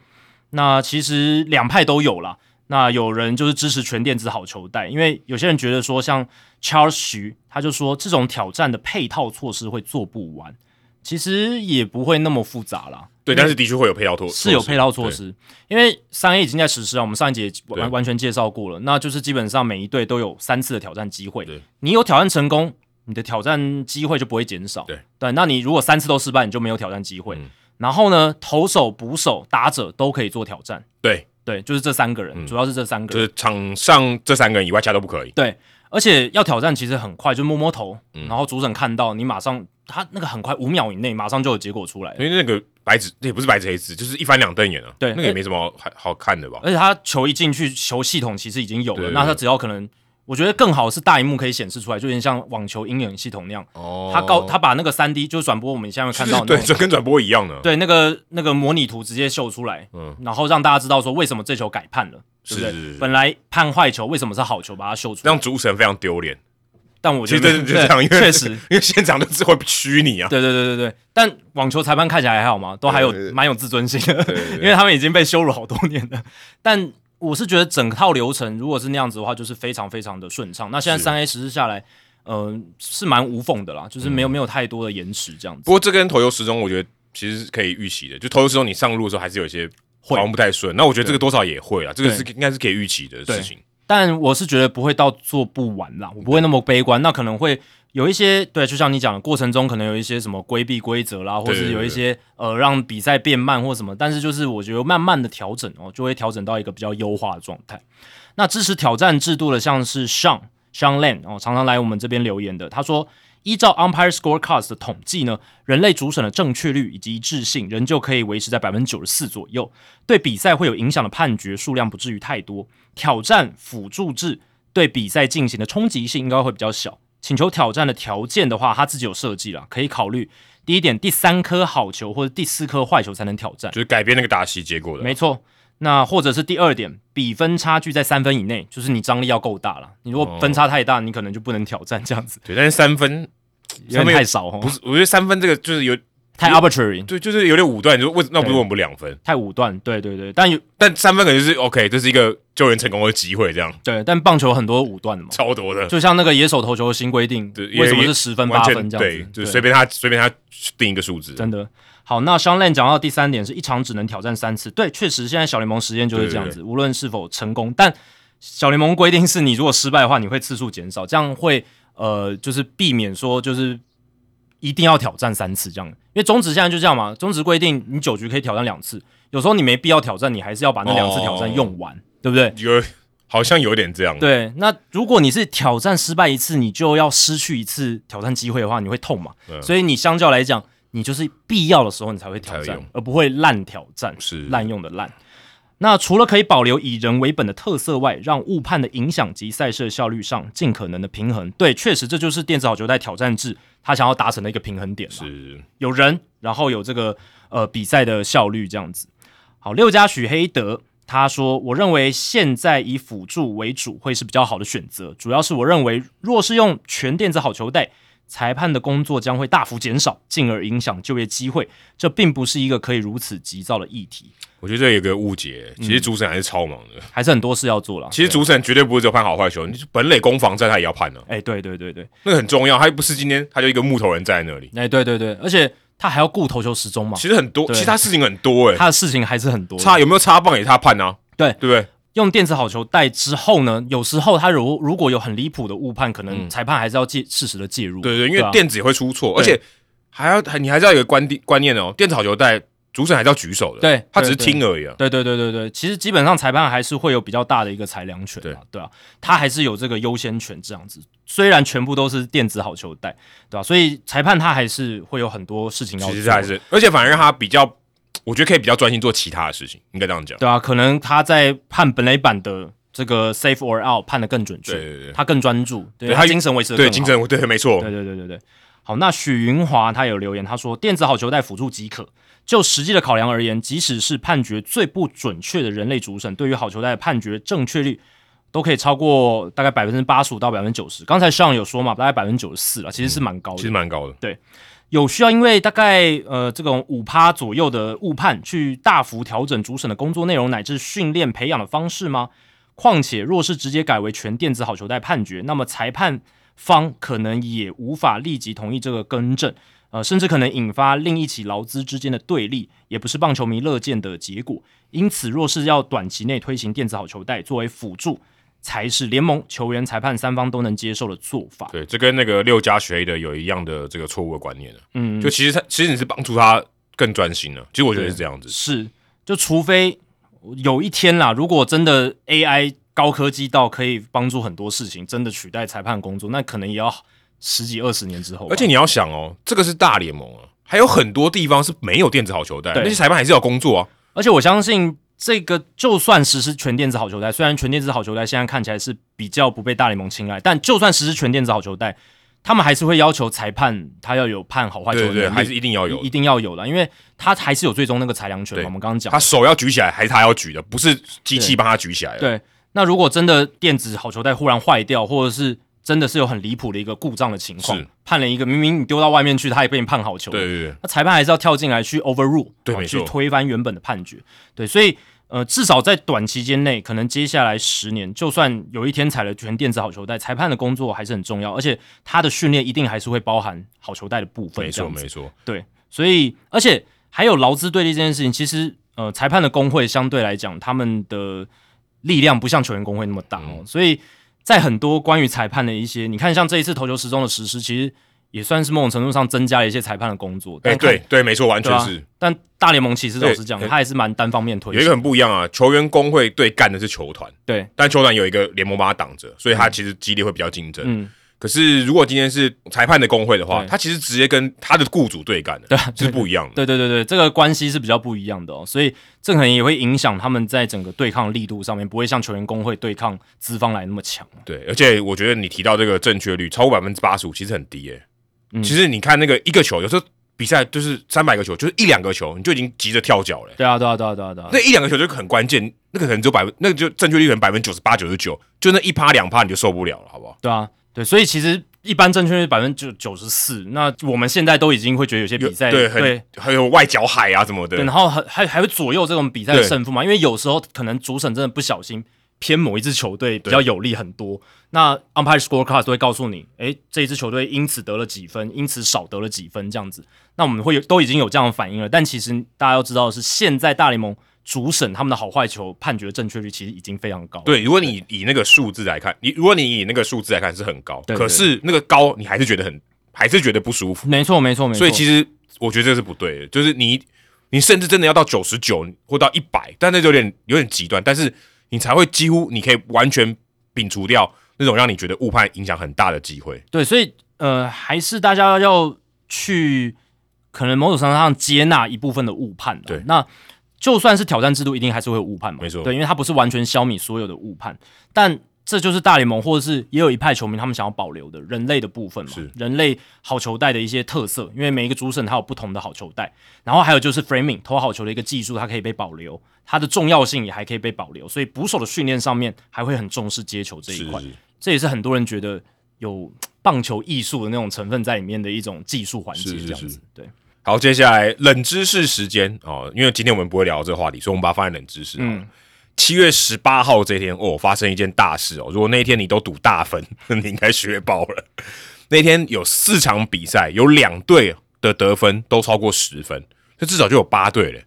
Speaker 2: 那其实两派都有啦。那有人就是支持全电子好球带，因为有些人觉得说，像 Charles 徐他就说这种挑战的配套措施会做不完，其实也不会那么复杂啦。
Speaker 1: 对，但是的确会有配套措，
Speaker 2: 嗯是有配套措
Speaker 1: 对。
Speaker 2: 施，因为三 A 已经在实施啊了，我们上一节完
Speaker 1: 对
Speaker 2: 完全介绍过了，那就是基本上每一队都有三次的挑战机会
Speaker 1: 对，
Speaker 2: 你有挑战成功，你的挑战机会就不会减少，
Speaker 1: 对
Speaker 2: 那你如果三次都失败，你就没有挑战机会。
Speaker 1: 嗯
Speaker 2: 然后呢，投手、捕手、打者都可以做挑战，
Speaker 1: 对，
Speaker 2: 对，就是这三
Speaker 1: 嗯
Speaker 2: 个人，主要是这三个
Speaker 1: 就
Speaker 2: 人，
Speaker 1: 是场上这三个人以外，其他都不可以。
Speaker 2: 对，而且要挑战其实很快，就摸摸头，
Speaker 1: 嗯
Speaker 2: 然后主审看到你马上。他那个很快，五秒以内马上就有结果出来了
Speaker 1: 因，为那个白纸也不是白纸黑字，就是一翻两瞪眼啊。
Speaker 2: 对哎
Speaker 1: 那个也没什么好好看的吧？
Speaker 2: 而且他球一进去，球系统其实已经有了，
Speaker 1: 对
Speaker 2: 那他只要可能，我觉得更好是大荧幕可以显示出来，就有点像网球鹰眼系统那样，
Speaker 1: 哦
Speaker 2: 他高他把那个三 D 就是转播我们现在看到 的
Speaker 1: 对，
Speaker 2: 那种。
Speaker 1: 这跟转播一样的。啊
Speaker 2: 对，那个那个模拟图直接秀出来，
Speaker 1: 嗯
Speaker 2: 然后让大家知道说为什么这球改判了，对不
Speaker 1: 是
Speaker 2: 对？
Speaker 1: 是是
Speaker 2: 本来判坏球，为什么是好球，把它秀出来。
Speaker 1: 让主审非常丢脸。
Speaker 2: 但我
Speaker 1: 其
Speaker 2: 觉
Speaker 1: 实
Speaker 2: 得
Speaker 1: 真的就这样，因为
Speaker 2: 确实，，
Speaker 1: 因为现场就是会虚你啊。
Speaker 2: 对对对对对。但网球裁判看起来还好吗？都还有
Speaker 1: 对对对
Speaker 2: 蛮有自尊心的，
Speaker 1: 对对对
Speaker 2: 因为他们已经被羞辱好多年了。但我是觉得整套流程如果是那样子的话，就是非常非常的顺畅。那现在
Speaker 1: 是
Speaker 2: 三 A 实施下来，呃，是蛮无缝的啦，
Speaker 1: 嗯
Speaker 2: 就是没有、没有太多的延迟这样
Speaker 1: 不
Speaker 2: 子。
Speaker 1: 过这跟投球时钟，我觉得其实是可以预期的。就投球时钟，你上路的时候还是有一些
Speaker 2: 会
Speaker 1: 好像不太顺。那我觉得这个多少也会啊，这个
Speaker 2: 对
Speaker 1: 是应该是可以预期的事情。
Speaker 2: 但我是觉得不会到做不完啦，我不会那么悲观。那可能会有一些对，就像你讲的，过程中可能有一些什么规避规则啦，或
Speaker 1: 对
Speaker 2: 是
Speaker 1: 对对
Speaker 2: 有一些呃让比赛变慢或什么。但是就是我觉得慢慢的调整哦，就会调整到一个比较优化的状态。那支持挑战制度的，像是 Sean Sean Lan 哦，常常来我们这边留言的，他说依照 Umpire Scorecards 的统计呢，人类主审的正确率以及一致性仍旧可以维持在百分之九十四左右，对比赛会有影响的判决数量不至于太多。挑战辅助制对比赛进行的冲击性应该会比较小。请求挑战的条件的话，他自己有设计了，可以考虑第一点，第三颗好球或者第四颗坏球才能挑战。
Speaker 1: 就是改变那个打席结果的。
Speaker 2: 没错。那或者是第二点，比分差距在三分以内，就是你张力要够大了。你如果分差太大，你可能就不能挑战这样子，
Speaker 1: 对，但是三分
Speaker 2: 有点太少哦，
Speaker 1: 不是，我觉得三分这个就是有，
Speaker 2: 太 arbitrary，
Speaker 1: 对，就是有点武断，就为那不如我们两分，
Speaker 2: 太武断。对对对，但有
Speaker 1: 但三分可能就是 OK，这是一个救援成功的机会，这样
Speaker 2: 对，但棒球很多武断的嘛，
Speaker 1: 超多的，
Speaker 2: 哦就像那个野手投球的新规定，
Speaker 1: 对
Speaker 2: 为什么是十分八
Speaker 1: 完
Speaker 2: 分
Speaker 1: 全
Speaker 2: 这样
Speaker 1: 对
Speaker 2: 子？，
Speaker 1: 就
Speaker 2: 对
Speaker 1: 随便他随便他定一个数字，
Speaker 2: 真的。好，那 Sean Lane 讲到第三点是一场只能挑战三次，对，确实现在小联盟实验就是这样子，无论是否成功，但小联盟规定是你如果失败的话，你会次数减少，这样会呃就是避免说就是一定要挑战三次这样，因为中职现在就这样嘛，中职规定你九局可以挑战两次，有时候你没必要挑战，你还是要把那两次挑战用完，对不对？
Speaker 1: 有好像有点这样，
Speaker 2: 对，那如果你是挑战失败一次，你就要失去一次挑战机会的话，你会痛嘛？
Speaker 1: 嗯
Speaker 2: 所以你相较来讲，你就是必要的时候你才会挑
Speaker 1: 才
Speaker 2: 战
Speaker 1: 会用，
Speaker 2: 而不会滥挑战，
Speaker 1: 是
Speaker 2: 滥用的滥。那除了可以保留以人为本的特色外，让误判的影响及赛事的效率上尽可能的平衡。对，确实这就是电子好球带挑战制它想要达成的一个平衡点啦。
Speaker 1: 是
Speaker 2: 有人，然后有这个呃比赛的效率这样子。好，六家许黑德他说，我认为现在以辅助为主会是比较好的选择，主要是我认为若是用全电子好球带。裁判的工作将会大幅减少，进而影响就业机会。这并不是一个可以如此急躁的议题，
Speaker 1: 我觉得这有个误解，其
Speaker 2: 嗯
Speaker 1: 实主审还是超忙的。
Speaker 2: 还是很多事要做了。
Speaker 1: 其实主审绝对不是只有判好坏球，你本垒攻防战他也要判呢、啊，
Speaker 2: 哎、对对对对，
Speaker 1: 那个很重要。他又不是今天他就一个木头人站在那里，
Speaker 2: 哎、对对对，而且他还要顾投球时钟嘛，
Speaker 1: 其实很多，
Speaker 2: 哦对
Speaker 1: 其实他事情很多哎、
Speaker 2: 他的事情还是很多的。
Speaker 1: 插有没有插棒也是他判啊，
Speaker 2: 对
Speaker 1: 对不对？
Speaker 2: 用电子好球带之后呢，有时候他如如果有很离谱的误判，可能
Speaker 1: 嗯
Speaker 2: 裁判还是要介适时的介入。
Speaker 1: 对对，因为
Speaker 2: 啊
Speaker 1: 电子也会出错，
Speaker 2: 对
Speaker 1: 而且还要还你还是要有一个观念观念哦，电子好球带主审还是要举手的，
Speaker 2: 对
Speaker 1: 他只是
Speaker 2: 对对
Speaker 1: 听而已啊。
Speaker 2: 对对对对对，其实基本上裁判还是会有比较大的一个裁量权啊，对啊，他还是有这个优先权这样子。虽然全部都是电子好球带，对啊吧、所以裁判他还是会有很多事情要做，
Speaker 1: 其实他还是，而且反而让他比较，我觉得可以比较专心做其他的事情，应该这样讲。
Speaker 2: 对啊，可能他在判本垒板的这个 safe or out 判的更准确，
Speaker 1: 对对对
Speaker 2: 他更专注，对
Speaker 1: 对
Speaker 2: 他
Speaker 1: 他
Speaker 2: 精神维持的
Speaker 1: 对，精神对，没错，
Speaker 2: 对对对对对。好，那许云华他有留言，他说电子好球带辅助即可。就实际的考量而言，即使是判决最不准确的人类主审，对于好球带的判决正确率都可以超过大概百分之八十五到百分之九十。刚才上有说嘛，大概百分之九十四了，其实是蛮高
Speaker 1: 其
Speaker 2: 的。
Speaker 1: 实蛮高的。
Speaker 2: 有需要因为大概呃这种五趴左右的误判，去大幅调整主审的工作内容乃至训练培养的方式吗？况且，若是直接改为全电子好球带判决，那么裁判方可能也无法立即同意这个更正，呃，甚至可能引发另一起劳资之间的对立，也不是棒球迷乐见的结果。因此，若是要短期内推行电子好球带作为辅助，才是联盟、球员、裁判三方都能接受的做法。
Speaker 1: 对，这跟那个六加学的有一样的这个错误的观念啊。
Speaker 2: 嗯，
Speaker 1: 就其实他，其实你是帮助他更专心了。其实我觉得是这样子。
Speaker 2: 是，就除非有一天啦，如果真的 AI 高科技到可以帮助很多事情，真的取代裁判工作，那可能也要十几二十年之后吧。
Speaker 1: 而且你要想哦，这个是大联盟啊，还有很多地方是没有电子好球带，
Speaker 2: 对
Speaker 1: 那些裁判还是要工作啊。
Speaker 2: 而且我相信这个就算实施全电子好球带，虽然全电子好球带现在看起来是比较不被大联盟青睐，但就算实施全电子好球带，他们还是会要求裁判他要有判好坏球
Speaker 1: 对
Speaker 2: 的
Speaker 1: 对对，
Speaker 2: 能力
Speaker 1: 还是一定要有
Speaker 2: 一。定要有的，因为他还是有最终那个裁量权嘛。
Speaker 1: 对
Speaker 2: 我们刚刚讲
Speaker 1: 他，手要举起来，还是他要举的，不是机器帮他举起来的。啊
Speaker 2: 对，那如果真的电子好球带忽然坏掉，或者是真的是有很离谱的一个故障的情况
Speaker 1: 是，
Speaker 2: 判了一个明明你丢到外面去，他也被你判好球，
Speaker 1: 对对对，
Speaker 2: 那裁判还是要跳进来去 overrule，
Speaker 1: 对
Speaker 2: 啊
Speaker 1: 没
Speaker 2: 去
Speaker 1: 错
Speaker 2: 推翻原本的判决。对，所以呃，至少在短期间内，可能接下来十年，就算有一天踩了全电子好球带，裁判的工作还是很重要，而且他的训练一定还是会包含好球带的部分。
Speaker 1: 没
Speaker 2: 这
Speaker 1: 错
Speaker 2: 样子
Speaker 1: 没错。
Speaker 2: 对，所以而且还有劳资对立这件事情，其实呃，裁判的工会相对来讲，他们的力量不像球员工会那么大
Speaker 1: 嗯
Speaker 2: 哦，所以在很多关于裁判的一些，你看像这一次投球时钟的实施，其实也算是某种程度上增加了一些裁判的工作。
Speaker 1: 哎，
Speaker 2: 但看
Speaker 1: 对，对，没错，完
Speaker 2: 对
Speaker 1: 全
Speaker 2: 啊
Speaker 1: 是，
Speaker 2: 但大联盟其实
Speaker 1: 对
Speaker 2: 老实讲，
Speaker 1: 对
Speaker 2: 他还是蛮单方面推
Speaker 1: 有一
Speaker 2: 行
Speaker 1: 个很不一样啊。球员工会对干的是球团，
Speaker 2: 对，
Speaker 1: 但球团有一个联盟帮他挡着，所以他其实激烈会比较竞争。
Speaker 2: 嗯，
Speaker 1: 可是如果今天是裁判的工会的话，
Speaker 2: 对
Speaker 1: 他其实直接跟他的雇主对干的，这是不一样的。
Speaker 2: 对对对对，这个关系是比较不一样的哦，所以这可能也会影响他们在整个对抗力度上面，不会像球员工会对抗资方来那么强。
Speaker 1: 对，而且我觉得你提到这个正确率超过百分之八十五，其实很低耶、
Speaker 2: 嗯
Speaker 1: 其实你看那个一个球，有时候比赛就是三百个球，就是一两个球，你就已经急着跳脚了耶、
Speaker 2: 对啊，对啊，对啊，对啊，对啊
Speaker 1: 那，一两个球就很关键，那个可能只有百分，那个就正确率可能百分之九十八、九十九，就那一趴两趴你就受不了了，好不好？
Speaker 2: 对啊，对，所以其实一般正确率百分之九十四，那我们现在都已经会觉得有些
Speaker 1: 有
Speaker 2: 比赛
Speaker 1: 对
Speaker 2: 对
Speaker 1: 很还有外脚海啊什么的
Speaker 2: 对，然后还还还会左右这种比赛的
Speaker 1: 对
Speaker 2: 胜负嘛？因为有时候可能主审真的不小心偏某一支球队比较有利很多，那 umpire scorecard 都会告诉你，诶，这一支球队因此得了几分，因此少得了几分这样子。那我们会有都已经有这样的反应了，但其实大家要知道的是，现在大联盟主审他们的好坏球判决正确率其实已经非常高了。
Speaker 1: 对，如果你以那个数字来看，你如果你以那个数字来看是很高，
Speaker 2: 对对
Speaker 1: 可是那个高你还是觉得很，还是觉得不舒服。
Speaker 2: 没错，没错，没错。
Speaker 1: 所以其实我觉得这是不对的，就是你你甚至真的要到九十九或到一百，但那就有点有点极端，但是你才会几乎你可以完全摒除掉那种让你觉得误判影响很大的机会。
Speaker 2: 对，所以呃，还是大家要去可能某种程度上接纳一部分的误判啦啊
Speaker 1: 对
Speaker 2: 那就算是挑战制度，一定还是会有误判嘛，
Speaker 1: 没错
Speaker 2: 对，因为它不是完全消弭所有的误判，但这就是大联盟或者是也有一派球迷他们想要保留的人类的部分嘛
Speaker 1: 是，
Speaker 2: 人类好球带的一些特色，因为每一个主审他有不同的好球带，然后还有就是 framing 投好球的一个技术，它可以被保留，它的重要性也还可以被保留，所以捕手的训练上面还会很重视接球这一块。这也是很多人觉得有棒球艺术的那种成分在里面的一种技术环节，
Speaker 1: 是是
Speaker 2: 这样子。
Speaker 1: 是
Speaker 2: 对，
Speaker 1: 好，接下来冷知识时间哦，因为今天我们不会聊这个话题，所以我们把它放在冷知识好
Speaker 2: 嗯
Speaker 1: 了。七月十八号这天哦，发生一件大事哦。如果那一天你都赌大分， 你应该血爆了。那天有四场比赛，有两队的得分都超过十分，这至少就有八队了，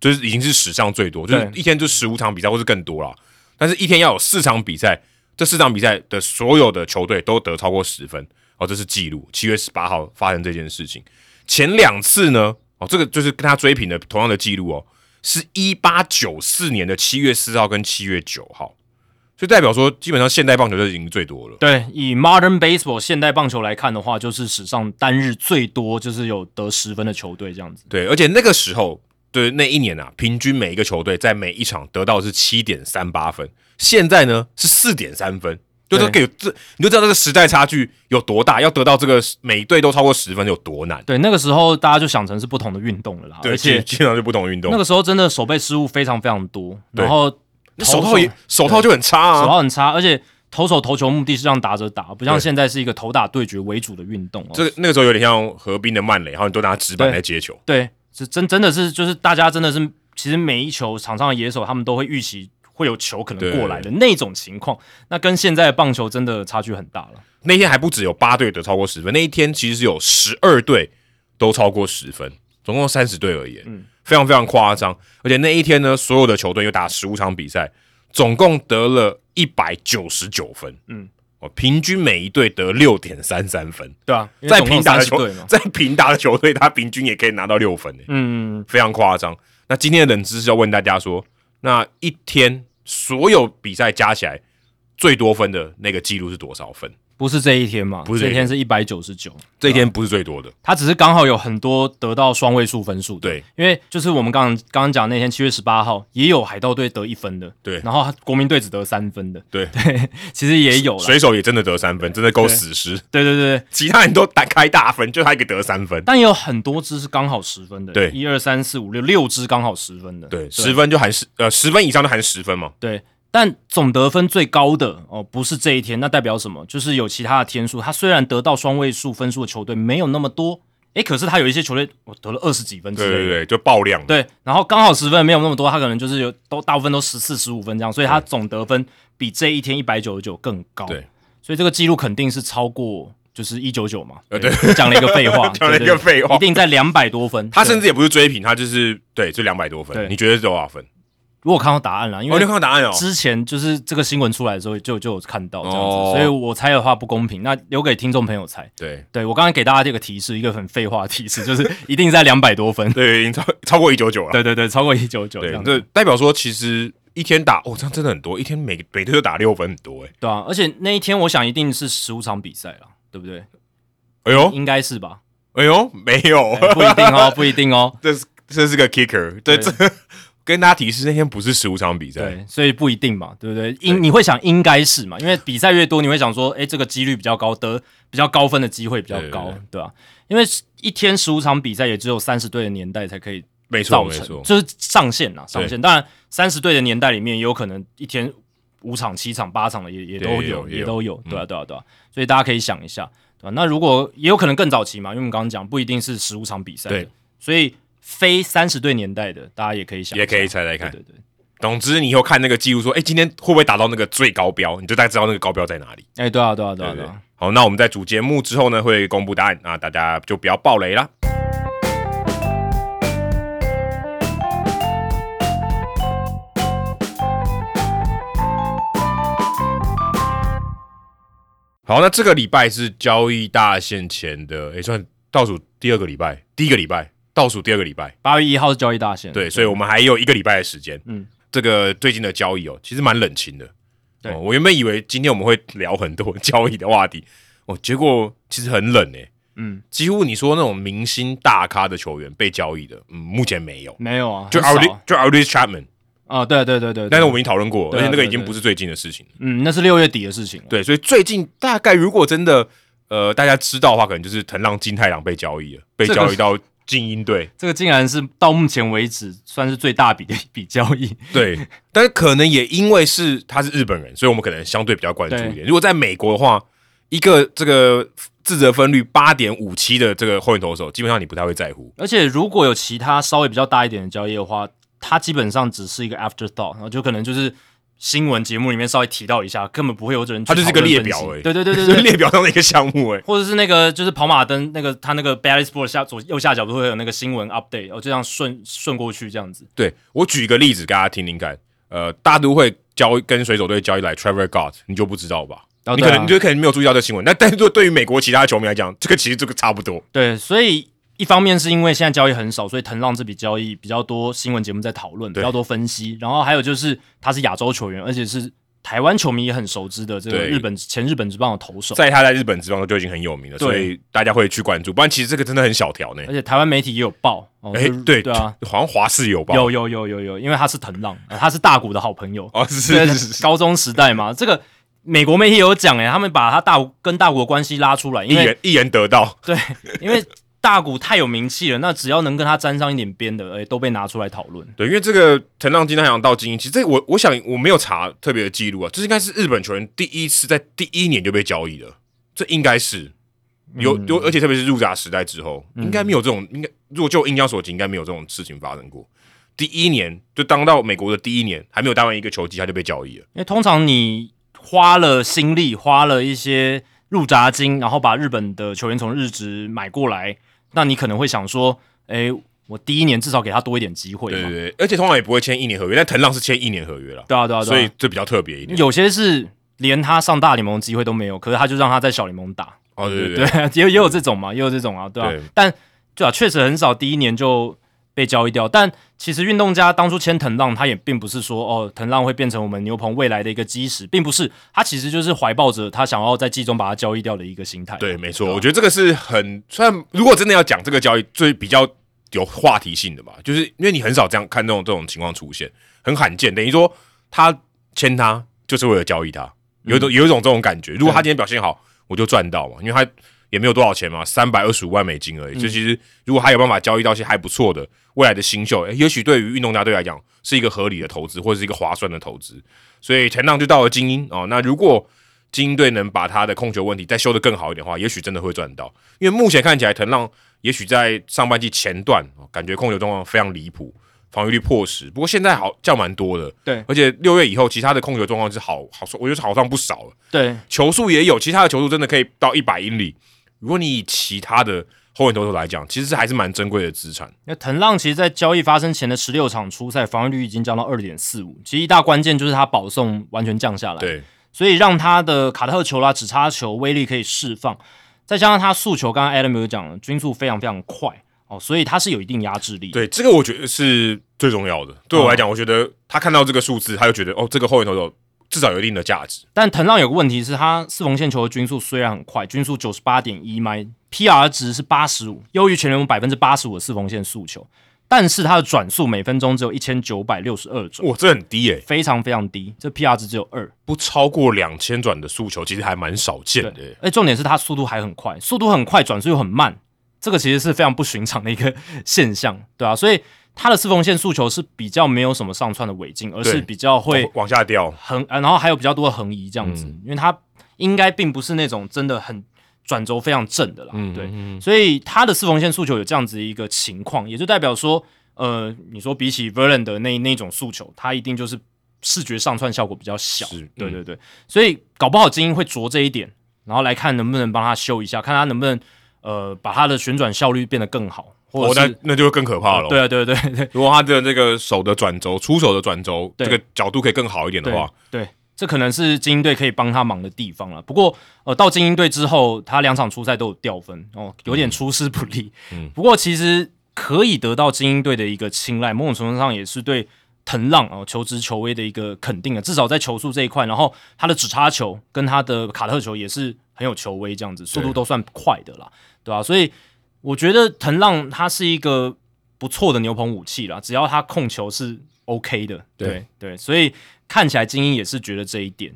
Speaker 1: 就是已经是史上最多，就是
Speaker 2: 对
Speaker 1: 一天就十五场比赛或是更多了。但是一天要有四场比赛，这四场比赛的所有的球队都得超过十分哦，这是记录。七月十八号发生这件事情，前两次呢，哦，这个就是跟他追平的同样的记录哦，是一八九四年的七月四号跟七月九号，所以代表说基本上现代棒球就已经最多了。
Speaker 2: 对，以 modern baseball 现代棒球来看的话，就是史上单日最多就是有得十分的球队这样子。
Speaker 1: 对，而且那个时候，对那一年啊，平均每一个球队在每一场得到的是七点三八分，现在呢是四点三分，就是
Speaker 2: 对
Speaker 1: 给这你就知道这个时代差距有多大，要得到这个每一队都超过十分有多难。
Speaker 2: 对，那个时候大家就想成是不同的运动了啦，
Speaker 1: 对，
Speaker 2: 而
Speaker 1: 基
Speaker 2: 且
Speaker 1: 基本上就不同运动，
Speaker 2: 那个时候真的手背失误非常非常多，
Speaker 1: 对
Speaker 2: 然后
Speaker 1: 那手套也手套就很差
Speaker 2: 手
Speaker 1: 啊。
Speaker 2: 套很差，而且投手投球目的是让打者打，不像
Speaker 1: 对
Speaker 2: 现在是一个投打对决为主的运动哦。
Speaker 1: 这个那个时候有点像河滨的曼雷，然后你都拿纸板
Speaker 2: 对
Speaker 1: 来接球。
Speaker 2: 对，是真真的是就是大家真的是，其实每一球场上的野手他们都会预期会有球可能过来的那种情况，那跟现在的棒球真的差距很大了。
Speaker 1: 那天还不止有八队得超过十分，那一天其实是有十二队都超过十分，总共三十队而言，
Speaker 2: 嗯
Speaker 1: 非常非常夸张。而且那一天呢，所有的球队又打十五场比赛，总共得了一百九十九分，
Speaker 2: 嗯
Speaker 1: 嗯，哦，平均每一队得六点三三分，
Speaker 2: 对啊，
Speaker 1: 在平打的球
Speaker 2: 队嘛，，
Speaker 1: 在平打的球队，他平均也可以拿到六分、欸，
Speaker 2: 嗯，
Speaker 1: 非常夸张。那今天的冷知识要问大家说，那一天所有比赛加起来最多分的那个记录是多少分？
Speaker 2: 不是这一天嘛，
Speaker 1: 不是
Speaker 2: 这
Speaker 1: 这
Speaker 2: 一
Speaker 1: 一
Speaker 2: 天
Speaker 1: 天
Speaker 2: 是一百九十九，
Speaker 1: 这一天不是最多的，
Speaker 2: 他只是刚好有很多得到双位数分数的。
Speaker 1: 对。
Speaker 2: 因为就是我们刚刚刚刚讲那天七月十八号也有海盗队得一分的，
Speaker 1: 对
Speaker 2: 然后国民队只得三分的，
Speaker 1: 对
Speaker 2: 对，其实也有了，
Speaker 1: 水手也真的得三分，真的够死尸。
Speaker 2: 对对对，对
Speaker 1: 其他人都打开大分，就他一个得三分。
Speaker 2: 但也有很多支是刚好十分的，
Speaker 1: 对
Speaker 2: 一二三四五六六支刚好十分的，
Speaker 1: 对，十分就含十呃十分以上就含十分嘛。
Speaker 2: 对，但总得分最高的哦，不是这一天，那代表什么？就是有其他的天数，他虽然得到双位数分数的球队没有那么多，诶，可是他有一些球队我得了二十几分之
Speaker 1: 对
Speaker 2: 类的，
Speaker 1: 对对，就爆量。，
Speaker 2: 对，然后刚好十分没有那么多，他可能就是有都大部分都十四、十五分这样，所以他总得分比这一天一百九十九更高。
Speaker 1: 对，
Speaker 2: 所以这个记录肯定是超过就是一九九嘛。
Speaker 1: 呃
Speaker 2: 讲了一个废话，
Speaker 1: 讲了一
Speaker 2: 对对
Speaker 1: 个废话
Speaker 2: 一定在两百多分。
Speaker 1: 他
Speaker 2: 对
Speaker 1: 甚至也不是追平，他就是对，就两百多分
Speaker 2: 对。
Speaker 1: 你觉得是多少分？
Speaker 2: 如果看到答案了，因
Speaker 1: 哦，
Speaker 2: 为
Speaker 1: 你有看到答案哦，
Speaker 2: 之前就是这个新闻出来的时候就就有看到这样子，
Speaker 1: 哦
Speaker 2: 所以我猜的话不公平，那留给听众朋友猜。
Speaker 1: 对。
Speaker 2: 对我刚才给大家这个提示，一个很废话的提示， 就是一定在两百多分
Speaker 1: 对，已经超超过一九九了。
Speaker 2: 对对对，超过一九九这
Speaker 1: 对，
Speaker 2: 样子
Speaker 1: 这代表说其实一天打哦，这样真的很多，一天每每队都打六分，很多哎、
Speaker 2: 对啊，而且那一天我想一定是十五场比赛了，对不对？
Speaker 1: 哎呦，
Speaker 2: 应该是吧？
Speaker 1: 哎呦，没有，
Speaker 2: 嗯哎不一定哦，不一定哦。
Speaker 1: 这是这是个 kicker，对，这
Speaker 2: 对
Speaker 1: 跟大家提示，那天不是十五场比赛，
Speaker 2: 对，所以不一定嘛，对不对？应你会想应该是嘛，因为比赛越多，你会想说，哎，这个几率比较高，得比较高分的机会比较高，
Speaker 1: 对对
Speaker 2: 对吧、因为一天十五场比赛，也只有三十队的年代才可以
Speaker 1: 没错
Speaker 2: 造
Speaker 1: 没
Speaker 2: 成
Speaker 1: 错，，
Speaker 2: 就是上限啦，上限。当然，三十队的年代里面，也有可能一天五场、七场、八场的也也
Speaker 1: 对
Speaker 2: 都
Speaker 1: 也有嗯
Speaker 2: 有，
Speaker 1: 也
Speaker 2: 也
Speaker 1: 有
Speaker 2: 都有，对啊，对啊，对啊。所以大家可以想一下，对吧、那如果也有可能更早期嘛，因为我们刚刚讲不一定是十五场比赛的
Speaker 1: 对，
Speaker 2: 所以非三十队年代的，大家也可以想一下，
Speaker 1: 也可以猜猜看。
Speaker 2: 对对对。
Speaker 1: 总之，你以后看那个记录说，哎、今天会不会打到那个最高标，你就大概知道那个高标在哪里。
Speaker 2: 哎、对啊，对啊，对啊，
Speaker 1: 对
Speaker 2: 对
Speaker 1: 对
Speaker 2: 啊。
Speaker 1: 好，那我们在主节目之后呢，会公布答案啊，大家就不要爆雷啦。好，那这个礼拜是交易大限前的，也、算倒数第二个礼拜，第一个礼拜倒数第二个礼拜，
Speaker 2: 八月一号是交易大限，
Speaker 1: 对，所以我们还有一个礼拜的时间。
Speaker 2: 嗯
Speaker 1: 嗯，这个最近的交易哦，其实蛮冷清的。
Speaker 2: 对
Speaker 1: 哦我原本以为今天我们会聊很多交易的话题， 哦，结果其实很冷诶、欸
Speaker 2: 嗯，
Speaker 1: 几乎你说那种明星大咖的球员被交易的，嗯，目前没有，
Speaker 2: 没有啊，
Speaker 1: 就
Speaker 2: 很
Speaker 1: a
Speaker 2: 少
Speaker 1: l d i 就 a l d i Chapman，
Speaker 2: 啊，对对对对，对
Speaker 1: 但是我们已经讨论过，
Speaker 2: 对
Speaker 1: 而
Speaker 2: 啊
Speaker 1: 且那个已
Speaker 2: 对
Speaker 1: 经
Speaker 2: 对
Speaker 1: 不是最近的事情了。
Speaker 2: 嗯，那是六月底的事情了，
Speaker 1: 对，所以最近大概如果真的呃大家知道的话，可能就是藤浪金太郎被交易了，被
Speaker 2: 这个
Speaker 1: 交易到精英队。
Speaker 2: 这个竟然是到目前为止算是最大笔的一笔交易，
Speaker 1: 对，但是可能也因为是他是日本人，所以我们可能相对比较关注一
Speaker 2: 对
Speaker 1: 点。如果在美国的话，一个这个自责分率八点五七的这个后援投手，基本上你不太会在 乎。
Speaker 2: 而且如果有其他稍微比较大一点的交易的话，它基本上只是一个 afterthought，然后就可能就是新闻节目里面稍微提到一下，根本不会有人去
Speaker 1: 它就是个
Speaker 2: 讨论
Speaker 1: 列
Speaker 2: 分析
Speaker 1: 表而已
Speaker 2: 对对对对
Speaker 1: 就是
Speaker 2: 对。
Speaker 1: 列表上的一个项目、欸，
Speaker 2: 或者是那个就是跑马灯那个它那个 b a l l y Sport 下左右下角不是会有那个新闻 update，哦就这样顺顺过去这样子。
Speaker 1: 对我举一个例子给大家听听看，呃，大都会交易跟水手队交易来 Trevor Gott，你就不知道吧？
Speaker 2: 然后
Speaker 1: 你可能你就可能没有注意到这个新闻，那 但是对于美国其他球迷来讲，这个其实这个差不多。
Speaker 2: 对，所以一方面是因为现在交易很少，所以藤浪这笔交易比较多新闻节目在讨论，比
Speaker 1: 对
Speaker 2: 较多分析。然后还有就是他是亚洲球员，而且是台湾球迷也很熟知的这个
Speaker 1: 对
Speaker 2: 日本前日本职棒的投手，
Speaker 1: 在他在日本职棒就已经很有名了，
Speaker 2: 对
Speaker 1: 所以大家会去关注。不然其实这个真的很小条呢、
Speaker 2: 而且台湾媒体也有报。哦，
Speaker 1: 哎、
Speaker 2: 就
Speaker 1: 对
Speaker 2: 对啊，，
Speaker 1: 好像华视有吧？
Speaker 2: 有有有有有，因为他是藤浪，呃他是大谷的好朋友。
Speaker 1: 哦，是
Speaker 2: 对
Speaker 1: 是是是，
Speaker 2: 高中时代嘛，这个美国媒体有讲哎、他们把他大谷跟大谷的关系拉出来，
Speaker 1: 一
Speaker 2: 因为
Speaker 1: 言一言得到，
Speaker 2: 对，因为大谷太有名气了，那只要能跟他沾上一点边的，哎、都被拿出来讨论。
Speaker 1: 对，因为这个藤浪金太阳到精英，其实这个我我想我没有查特别的记录啊，这应该是日本球员第一次在第一年就被交易的，这应该是有有，
Speaker 2: 嗯
Speaker 1: 而且特别是入闸时代之后，应该没有这种，应该如果就我印象所及，应该没有这种事情发生过。第一年就当到美国的第一年，还没有打完一个球季，他就被交易了。
Speaker 2: 因为通常你花了心力，花了一些入闸金，然后把日本的球员从日职买过来，那你可能会想说，哎、我第一年至少给他多一点机会
Speaker 1: 对
Speaker 2: 嘛
Speaker 1: 对。对，而且通常也不会签一年合约，但藤浪是签一年合约了，
Speaker 2: 对啊，对啊，
Speaker 1: 所
Speaker 2: 对
Speaker 1: 以
Speaker 2: 啊。
Speaker 1: 这比较特别一点。
Speaker 2: 有些是连他上大联盟的机会都没有，可是他就让他在小联盟打。
Speaker 1: 哦，对对
Speaker 2: 对
Speaker 1: 对，
Speaker 2: 啊，也有也有这种嘛，也有这种啊，对啊。
Speaker 1: 对
Speaker 2: 但对啊，确实很少第一年就被交易掉。但其实运动家当初签藤浪，他也并不是说哦，藤浪会变成我们牛棚未来的一个基石，并不是，他其实就是怀抱着他想要在季中把他交易掉的一个心态。啊
Speaker 1: 对，没错，我觉得这个是很，虽然如果真的要讲这个交易，最比较有话题性的吧，就是因为你很少这样看这种这种情况出现，很罕见。等于说他签他就是为了交易他，有一种、有一种这种感觉。如果他今天表现好，我就赚到嘛，因为他也没有多少钱嘛，三百二十五万美金而已。这、其实如果他有办法交易到一些还不错的未来的新秀，诶也许对于运动家队来讲是一个合理的投资，或者是一个划算的投资。所以前浪就到了精英哦。那如果精英队能把他的控球问题再修得更好一点的话，也许真的会赚到。因为目前看起来，藤浪也许在上半季前段、哦、感觉控球状况非常离谱，防御率破十。不过现在好降蛮多的，
Speaker 2: 对
Speaker 1: 而且六月以后，其他的控球状况是好好，我觉得是好上不少了。
Speaker 2: 对
Speaker 1: 球速也有，其他的球速真的可以到一百英里。如果你以其他的后援投手来讲，其实是还是蛮珍贵的资产。
Speaker 2: 那藤浪其实，在交易发生前的十六场出赛，防御率已经降到二点四五，其实一大关键就是他保送完全降下来，，
Speaker 1: 对，
Speaker 2: 所以让他的卡特球啦、指叉球威力可以释放，再加上他速球，刚刚 Adam 有讲了，均速非常非常快哦，所以他是有一定压制力，，
Speaker 1: 对，这个我觉得是最重要的。对我来讲，我觉得他看到这个数字，他就觉得哦，这个后援投手至少有一定的价值。
Speaker 2: 但藤浪有个问题是，他四缝线球的均速虽然很快，均速九十八点一迈，PR 值是八十五，优于全联盟百分之八十五的四缝线速球，但是他的转速每分钟只有一千九百六十二转，
Speaker 1: 哇，这很低诶、
Speaker 2: 非常非常低，这 PR 值只有二。
Speaker 1: 不超过两千转的速球，其实还蛮少见的、欸。
Speaker 2: 哎，重点是他速度还很快，速度很快，转速又很慢，这个其实是非常不寻常的一个 现象，对啊，所以他的四缝线速球是比较没有什么上窜的尾劲，而是
Speaker 1: 对
Speaker 2: 比较会
Speaker 1: 哦往下掉，
Speaker 2: 横、呃然后还有比较多的横移这样子，因为他应该并不是那种真的很转轴非常正的啦，
Speaker 1: 嗯
Speaker 2: 嗯对，所以他的四缝线诉求有这样子一个情况，也就代表说，呃，你说比起 Verland 的那那种诉求，他一定就是视觉上窜效果比较小
Speaker 1: 是，
Speaker 2: 对
Speaker 1: 嗯
Speaker 2: 对对，所以搞不好精英会着这一点，然后来看能不能帮他修一下，看他能不能呃把他的旋转效率变得更好，
Speaker 1: 哦
Speaker 2: 或，者
Speaker 1: 那
Speaker 2: 是、
Speaker 1: 那就会更可怕了。
Speaker 2: 对啊对对对
Speaker 1: 如果他的这个手的转轴、出手的转轴，
Speaker 2: 对
Speaker 1: 这个角度可以更好一点的话，
Speaker 2: 对，这可能是精英队可以帮他忙的地方了。不过，呃，到精英队之后，他两场初赛都有掉分哦，有点出师不利。
Speaker 1: 嗯
Speaker 2: 不过其实可以得到精英队的一个青睐，某种程度上也是对藤浪哦求职求威的一个肯定啊。至少在球速这一块，然后他的指叉球跟他的卡特球也是很有球威，这样子速度
Speaker 1: 对
Speaker 2: 都算快的啦，对吧、啊所以我觉得藤浪他是一个不错的牛棚武器啦，只要他控球是 OK 的，
Speaker 1: 对
Speaker 2: 对对，所以看起来精英也是觉得这一点，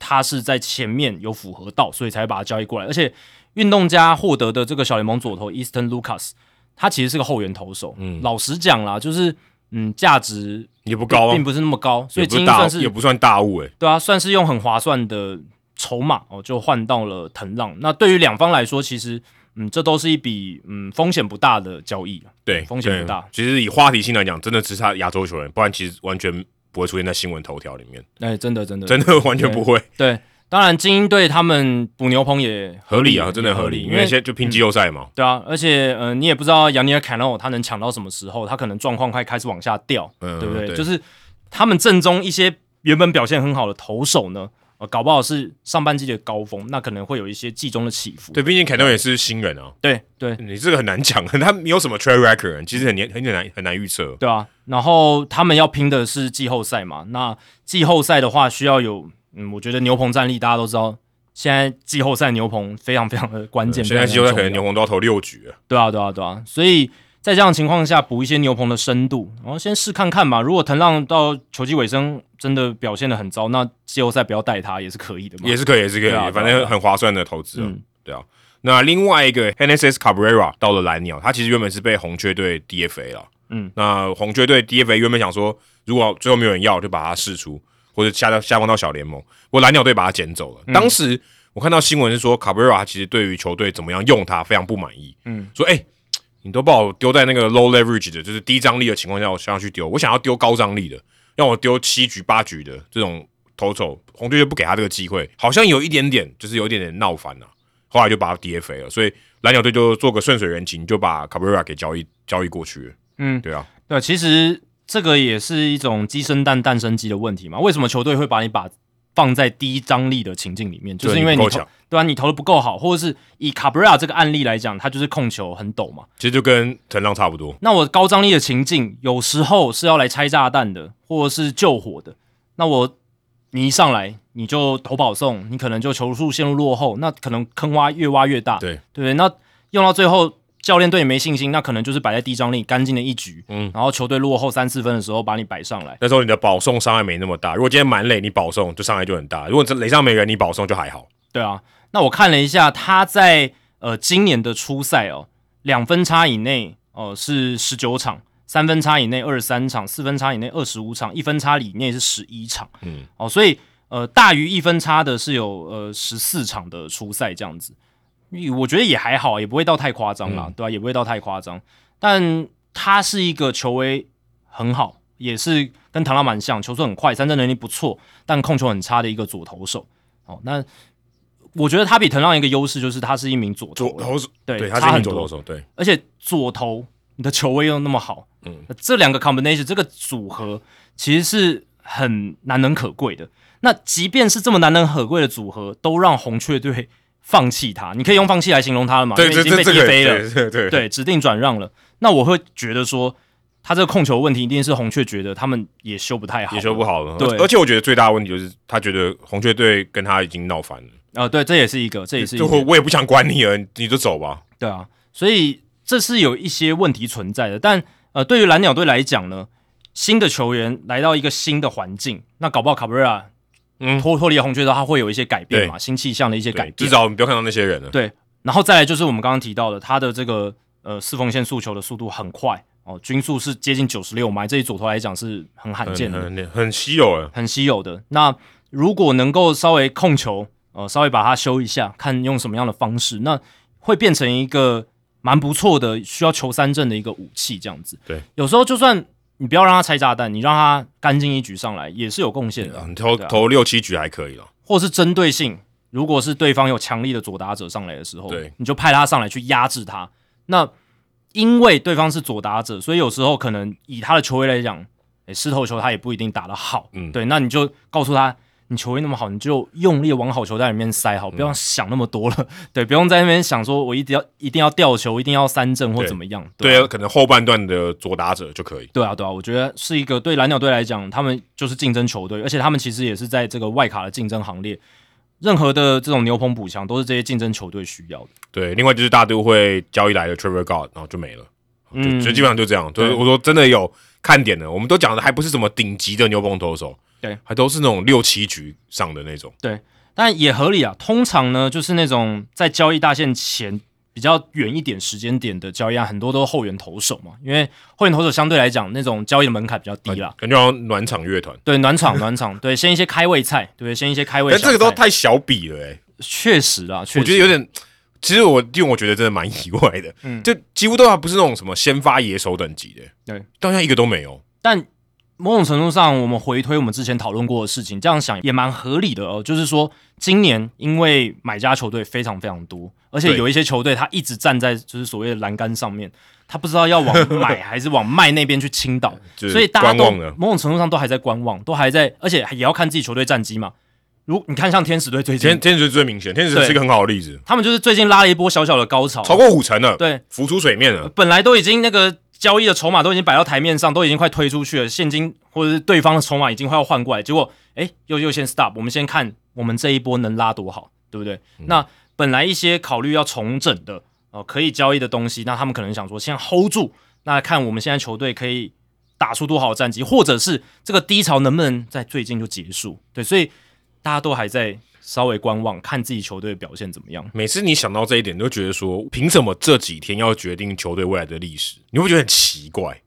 Speaker 2: 他是在前面有符合到，所以才把他交易过来。而且运动家获得的这个小联盟左投 Easton Lucas，他其实是个后援投手，
Speaker 1: 嗯
Speaker 2: 老实讲啦，就是嗯，价值
Speaker 1: 也不高啊，
Speaker 2: 并不是那么高，所
Speaker 1: 也
Speaker 2: 以
Speaker 1: 不
Speaker 2: 精
Speaker 1: 是
Speaker 2: 英
Speaker 1: 大
Speaker 2: 算，是
Speaker 1: 也不算大物诶、欸。
Speaker 2: 对啊，算是用很划算的筹码哦，就换到了藤浪。那对于两方来说，其实嗯，这都是一笔嗯风险不大的交易。啊
Speaker 1: 对，
Speaker 2: 风险不
Speaker 1: 对
Speaker 2: 大
Speaker 1: 其实以话题性来讲，真的只差亚洲球员，不然其实完全不会出现在新闻头条里面，
Speaker 2: 哎、真的真的
Speaker 1: 真的完全不会
Speaker 2: 对。当然，精英队他们补牛棚也
Speaker 1: 合理啊，
Speaker 2: 也
Speaker 1: 真的合
Speaker 2: 合
Speaker 1: 理，因
Speaker 2: 因
Speaker 1: 为
Speaker 2: 为
Speaker 1: 现在就拼季后赛嘛，
Speaker 2: 对啊，而且呃，你也不知道杨尼尔坎诺他能抢到什么时候，他可能状况快开始往下掉，
Speaker 1: 嗯，
Speaker 2: 对不对？
Speaker 1: 对？
Speaker 2: 就是他们正中一些原本表现很好的投手呢，呃，搞不好是上半季的高峰，那可能会有一些季中的起伏。
Speaker 1: 对，毕竟凯顿也是新人啊，
Speaker 2: 对对
Speaker 1: 你这个很难讲， 他没有什么 track record，其实很难很难很难预测。
Speaker 2: 对啊，然后他们要拼的是季后赛嘛。那季后赛的话，需要有，嗯，我觉得牛棚战力大家都知道，现在季后赛牛棚非常非常的关键。
Speaker 1: 现在
Speaker 2: 非
Speaker 1: 季
Speaker 2: 常
Speaker 1: 后
Speaker 2: 非
Speaker 1: 赛
Speaker 2: 常
Speaker 1: 可能
Speaker 2: 重
Speaker 1: 牛
Speaker 2: 要
Speaker 1: 棚都要投六局了，
Speaker 2: 对啊，对啊，对啊，所以在这样的情况下补一些牛棚的深度，然后先试看看吧。如果藤浪到球季尾声真的表现的很糟，那季后赛不要带他也是可以的嘛。
Speaker 1: 也是可以，也是可
Speaker 2: 对啊对
Speaker 1: 以，
Speaker 2: 啊
Speaker 1: 反正很划算的投资啊
Speaker 2: 嗯，
Speaker 1: 对啊。那另外一个 Hennesses Cabrera 到了蓝鸟，他其实原本是被红雀队 DFA 了，
Speaker 2: 嗯，
Speaker 1: 那红雀队 DFA 原本想说，如果最后没有人要，就把他释出，或者下到下放到小联盟。不过蓝鸟队把他捡走了。
Speaker 2: 嗯
Speaker 1: 当时我看到新闻是说，Cabrera 他其实对于球队怎么样用他非常不满意，
Speaker 2: 嗯，
Speaker 1: 说哎、你都把我丢在那个 low leverage 的，就是低张力的情况下，我想要去丢，我想要丢高张力的，让我丢七局八局的这种投手，红队就不给他这个机会，好像有一点点，就是有一点点闹翻了、后来就把他 DFA 了，所以蓝鸟队就做个顺水人情，就把 Cabrera 给交易交易过去了。
Speaker 2: 嗯
Speaker 1: 对啊，
Speaker 2: 对，其实这个也是一种鸡生蛋，蛋生鸡的问题嘛。为什么球队会把你把放在低张力的情境里面？就是因为
Speaker 1: 你不
Speaker 2: 你
Speaker 1: 够
Speaker 2: 投
Speaker 1: 强
Speaker 2: 对啊，你投的不够好，或者是以卡布瑞拉这个案例来讲，他就是控球很抖嘛。
Speaker 1: 其实就跟藤浪差不多。
Speaker 2: 那我高张力的情境，有时候是要来拆炸弹的，或者是救火的。那我你一上来你就投保送，你可能就球速陷入落后，那可能坑挖越挖越大，
Speaker 1: 对
Speaker 2: 对不对？那用到最后，教练对你没信心，那可能就是摆在低张力干净的一局，
Speaker 1: 嗯
Speaker 2: 嗯，然后球队落后三四分的时候把你摆上来。
Speaker 1: 那时候你的保送伤害没那么大。如果今天满垒，你保送就伤害就很大；如果这垒上没人，你保送就还好。
Speaker 2: 对啊，那我看了一下，他在呃今年的初赛哦，两分差以内哦、呃是十九场，三分差以内二十三场，四分差以内二十五场，一分差以内是十一场，
Speaker 1: 嗯
Speaker 2: 嗯，哦，所以呃大于一分差的是有呃十四场的初赛这样子，我觉得也还好，也不会到太夸张啦，
Speaker 1: 嗯
Speaker 2: 对吧、啊也不会到太夸张，但他是一个球威很好，也是跟唐拉蛮像，球速很快，三振能力不错，但控球很差的一个左投手。哦，那我觉得他比藤浪一个优势就是他是一名左投
Speaker 1: 左，投手，
Speaker 2: 对
Speaker 1: 对，
Speaker 2: 差
Speaker 1: 他是一名
Speaker 2: 很
Speaker 1: 左
Speaker 2: 多
Speaker 1: 投手，对，
Speaker 2: 而且左投你的球位又那么好，
Speaker 1: 嗯
Speaker 2: 嗯，这两个 combination 这个组合其实是很难能可贵的。那即便是这么难能可贵的组合，都让红雀队放弃他，你可以用放弃来形容他了嘛？
Speaker 1: 对，
Speaker 2: 因为
Speaker 1: 这
Speaker 2: 已经
Speaker 1: 这
Speaker 2: 被
Speaker 1: 这
Speaker 2: 踢
Speaker 1: 个
Speaker 2: 飞了，
Speaker 1: 对对对，
Speaker 2: 对，指定转让了。那我会觉得说，他这个控球问题一定是红雀觉得他们也修不太好，
Speaker 1: 也修不好了。
Speaker 2: 对
Speaker 1: 而而且我觉得最大的问题就是他觉得红雀队跟他已经闹翻了，
Speaker 2: 啊、对，这也是一个，这也是一
Speaker 1: 就
Speaker 2: 个，
Speaker 1: 我我也不想管你了，你你就走吧。
Speaker 2: 对啊，所以这是有一些问题存在的。但呃，对于蓝鸟队来讲呢，新的球员来到一个新的环境，那搞不好卡布瑞拉
Speaker 1: 嗯
Speaker 2: 脱脱离红雀之后，他会有一些改变嘛，新气象的一些改
Speaker 1: 对，
Speaker 2: 变。
Speaker 1: 至少我们不要看到那些人了。
Speaker 2: 对，然后再来就是我们刚刚提到的，他的这个呃四缝线速球的速度很快哦，均速是接近九十六迈，这一左投来讲是很罕
Speaker 1: 很
Speaker 2: 见的，
Speaker 1: 很很稀有了。
Speaker 2: 很稀有的。那如果能够稍微控球，呃，稍微把它修一下，看用什么样的方式，那会变成一个蛮不错的需要球三振的一个武器，这样子。
Speaker 1: 对，
Speaker 2: 有时候就算你不要让他拆炸弹，你让他干净一局上来也是有贡献的，
Speaker 1: 啊你投
Speaker 2: 对啊
Speaker 1: 投六七局还可以了，
Speaker 2: 或是针对性。如果是对方有强力的左打者上来的时候，
Speaker 1: 对
Speaker 2: 你就派他上来去压制他。那因为对方是左打者，所以有时候可能以他的球威来讲，诶，石头球他也不一定打得好。
Speaker 1: 嗯
Speaker 2: 对，那你就告诉他，你球威那么好，你就用力地往好球袋里面塞
Speaker 1: 嗯
Speaker 2: 好，不要想那么多了。 对，不用在那边想说我一定要一定要吊球，一定要三振或
Speaker 1: 对
Speaker 2: 怎么样。对啊
Speaker 1: 对，可能后半段的左打者就可以。
Speaker 2: 对啊，对啊，我觉得是一个对蓝鸟队来讲，他们就是竞争球队，而且他们其实也是在这个外卡的竞争行列。任何的这种牛棚补强都是这些竞争球队需要的。
Speaker 1: 对，另外就是大都会交易来的 Trevor God，然后就没了，就
Speaker 2: 嗯
Speaker 1: 就基本上就这样。就是
Speaker 2: 对
Speaker 1: 我说真的有看点的，我们都讲的还不是什么顶级的牛棚投手，
Speaker 2: 对，
Speaker 1: 还都是那种六七局上的那种。
Speaker 2: 但也合理啊。通常呢，就是那种在交易大限前比较远一点时间点的交易案，啊很多都是后援投手嘛，因为后援投手相对来讲，那种交易的门槛比较低啦。
Speaker 1: 感觉好像暖场乐团，
Speaker 2: 对，暖场，暖场，对，先一些开胃菜，对不对，先一些开胃
Speaker 1: 但
Speaker 2: 小菜。
Speaker 1: 这个都太小笔了哎、欸
Speaker 2: 确实啦，确实
Speaker 1: 我觉得有点。其实我因为我觉得真的蛮意外的，
Speaker 2: 嗯
Speaker 1: 就几乎都还不是那种什么先发野手等级的，
Speaker 2: 对，
Speaker 1: 到现在一个都没有。
Speaker 2: 但某种程度上，我们回推我们之前讨论过的事情，这样想也蛮合理的哦。就是说，今年因为买家球队非常非常多，而且
Speaker 1: 对
Speaker 2: 有一些球队他一直站在就是所谓的栏杆上面，他不知道要往买还是往卖那边去倾倒，
Speaker 1: 就是
Speaker 2: 所以大家都嗯
Speaker 1: 观望了
Speaker 2: 某种程度上都还在观望，都还在，而且也要看自己球队战绩嘛。如你看，像天使队最
Speaker 1: 天
Speaker 2: 近，
Speaker 1: 天使最明显，天使
Speaker 2: 对
Speaker 1: 是一个很好的例子，
Speaker 2: 他们就是最近拉了一波小小的高潮，
Speaker 1: 超过五成了，
Speaker 2: 对，
Speaker 1: 浮出水面了。
Speaker 2: 本来都已经那个交易的筹码都已经摆到台面上，都已经快推出去了，现金或者是对方的筹码已经快要换过来，结果哎、诶又又先 stop，我们先看我们这一波能拉多好，对不对？那本来一些考虑要重整的呃可以交易的东西，那他们可能想说先 hold 住，那看我们现在球队可以打出多好的战绩，或者是这个低潮能不能在最近就结束？对，所以大家都还在稍微观望，看自己球队的表现怎么样。
Speaker 1: 每次你想到这一点，你就觉得说，凭什么这几天要决定球队未来的历史？你会不会觉得很奇怪。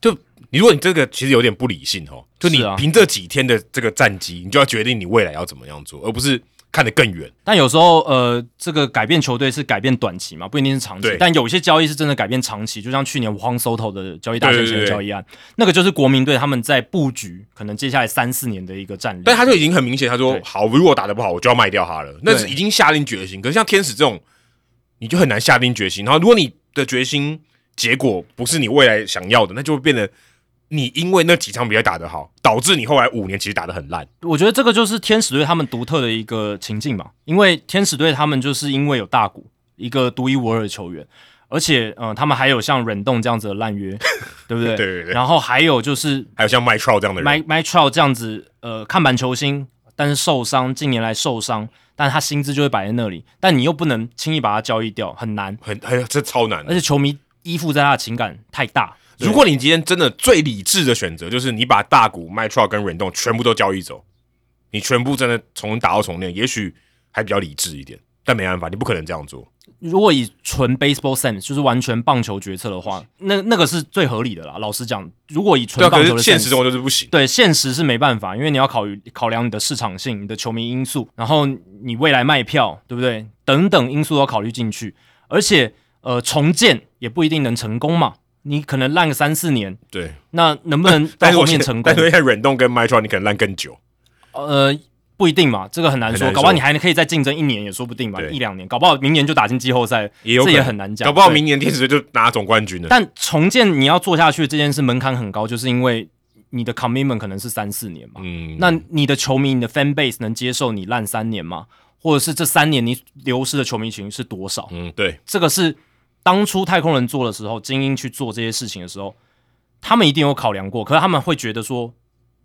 Speaker 1: 就你如果你这个其实有点不理性哦，就你
Speaker 2: 是啊
Speaker 1: 凭这几天的这个战绩，你就要决定你未来要怎么样做，而不是看得更远。
Speaker 2: 但有时候，呃，这个改变球队是改变短期嘛，不一定是长期
Speaker 1: 对。
Speaker 2: 但有些交易是真的改变长期，就像去年荒 Soto 的交易大限
Speaker 1: 对对
Speaker 2: 前
Speaker 1: 对
Speaker 2: 的交易案，那个就是国民队他们在布局可能接下来三四年的一个战略。
Speaker 1: 但他就已经很明显，他说
Speaker 2: 对
Speaker 1: 好，如果打得不好，我就要卖掉他了，那是已经下定决心。可是像天使这种，你就很难下定决心。然后如果你的决心结果不是你未来想要的，那就会变得你因为那几场比赛打得好，导致你后来五年其实打得很烂。
Speaker 2: 我觉得这个就是天使队他们独特的一个情境嘛，因为天使队他们就是因为有大谷一个独一无二的球员，而且，呃，他们还有像忍动这样子的烂约，对不 对？
Speaker 1: 对对对
Speaker 2: 然后还有就是
Speaker 1: 还有像 m i t r o 这样的人，
Speaker 2: Mike Mike Trout 这样子，呃，看板球星，但是受伤，近年来受伤，但他薪资就会摆在那里，但你又不能轻易把他交易掉，很难，
Speaker 1: 很很这超难
Speaker 2: 而
Speaker 1: 的。
Speaker 2: 且球迷依附在他的情感太大。
Speaker 1: 如果你今天真的最理智的选择，就是你把大股、麦trout 跟忍动全部都交易走，你全部真的从打到重练，也许还比较理智一点。但没办法，你不可能这样做。
Speaker 2: 如果以纯 baseball sense，就是完全棒球决策的话，那那个是最合理的啦。老实讲，如果以
Speaker 1: 对
Speaker 2: 纯
Speaker 1: 啊，可
Speaker 2: 棒球
Speaker 1: 是
Speaker 2: 的
Speaker 1: 现
Speaker 2: sense
Speaker 1: 实中就是不行。
Speaker 2: 对，现实是没办法，因为你要考虑考量你的市场性、你的球迷因素，然后你未来卖票，对不对？等等因素都要考虑进去，而且呃，重建也不一定能成功嘛，你可能烂个三四年，
Speaker 1: 对，
Speaker 2: 那能不能到
Speaker 1: 但是
Speaker 2: 后
Speaker 1: 我现
Speaker 2: 面
Speaker 1: 在
Speaker 2: 成功
Speaker 1: 但是？现在忍动跟 m i t r o 你可能烂更久。
Speaker 2: 呃，不一定嘛，这个很难
Speaker 1: 很
Speaker 2: 说，
Speaker 1: 难
Speaker 2: 搞不好
Speaker 1: 说
Speaker 2: 你还可以再竞争一年也说不定嘛，
Speaker 1: 对
Speaker 2: 一两年，搞不好明年就打进季后赛，
Speaker 1: 也有
Speaker 2: 这
Speaker 1: 可
Speaker 2: 也
Speaker 1: 能
Speaker 2: 很难讲，
Speaker 1: 搞不好
Speaker 2: 对
Speaker 1: 明年天使队就拿总冠军了。
Speaker 2: 但重建你要做下去这件事门槛很高，就是因为你的 commitment 可能是三四年嘛。
Speaker 1: 嗯，
Speaker 2: 那你的球迷、你的 fan base 能接受你烂三年吗？或者是这三年你流失的球迷群是多少？
Speaker 1: 嗯，对，
Speaker 2: 这个是当初太空人做的时候，精英去做这些事情的时候，他们一定有考量过，可是他们会觉得说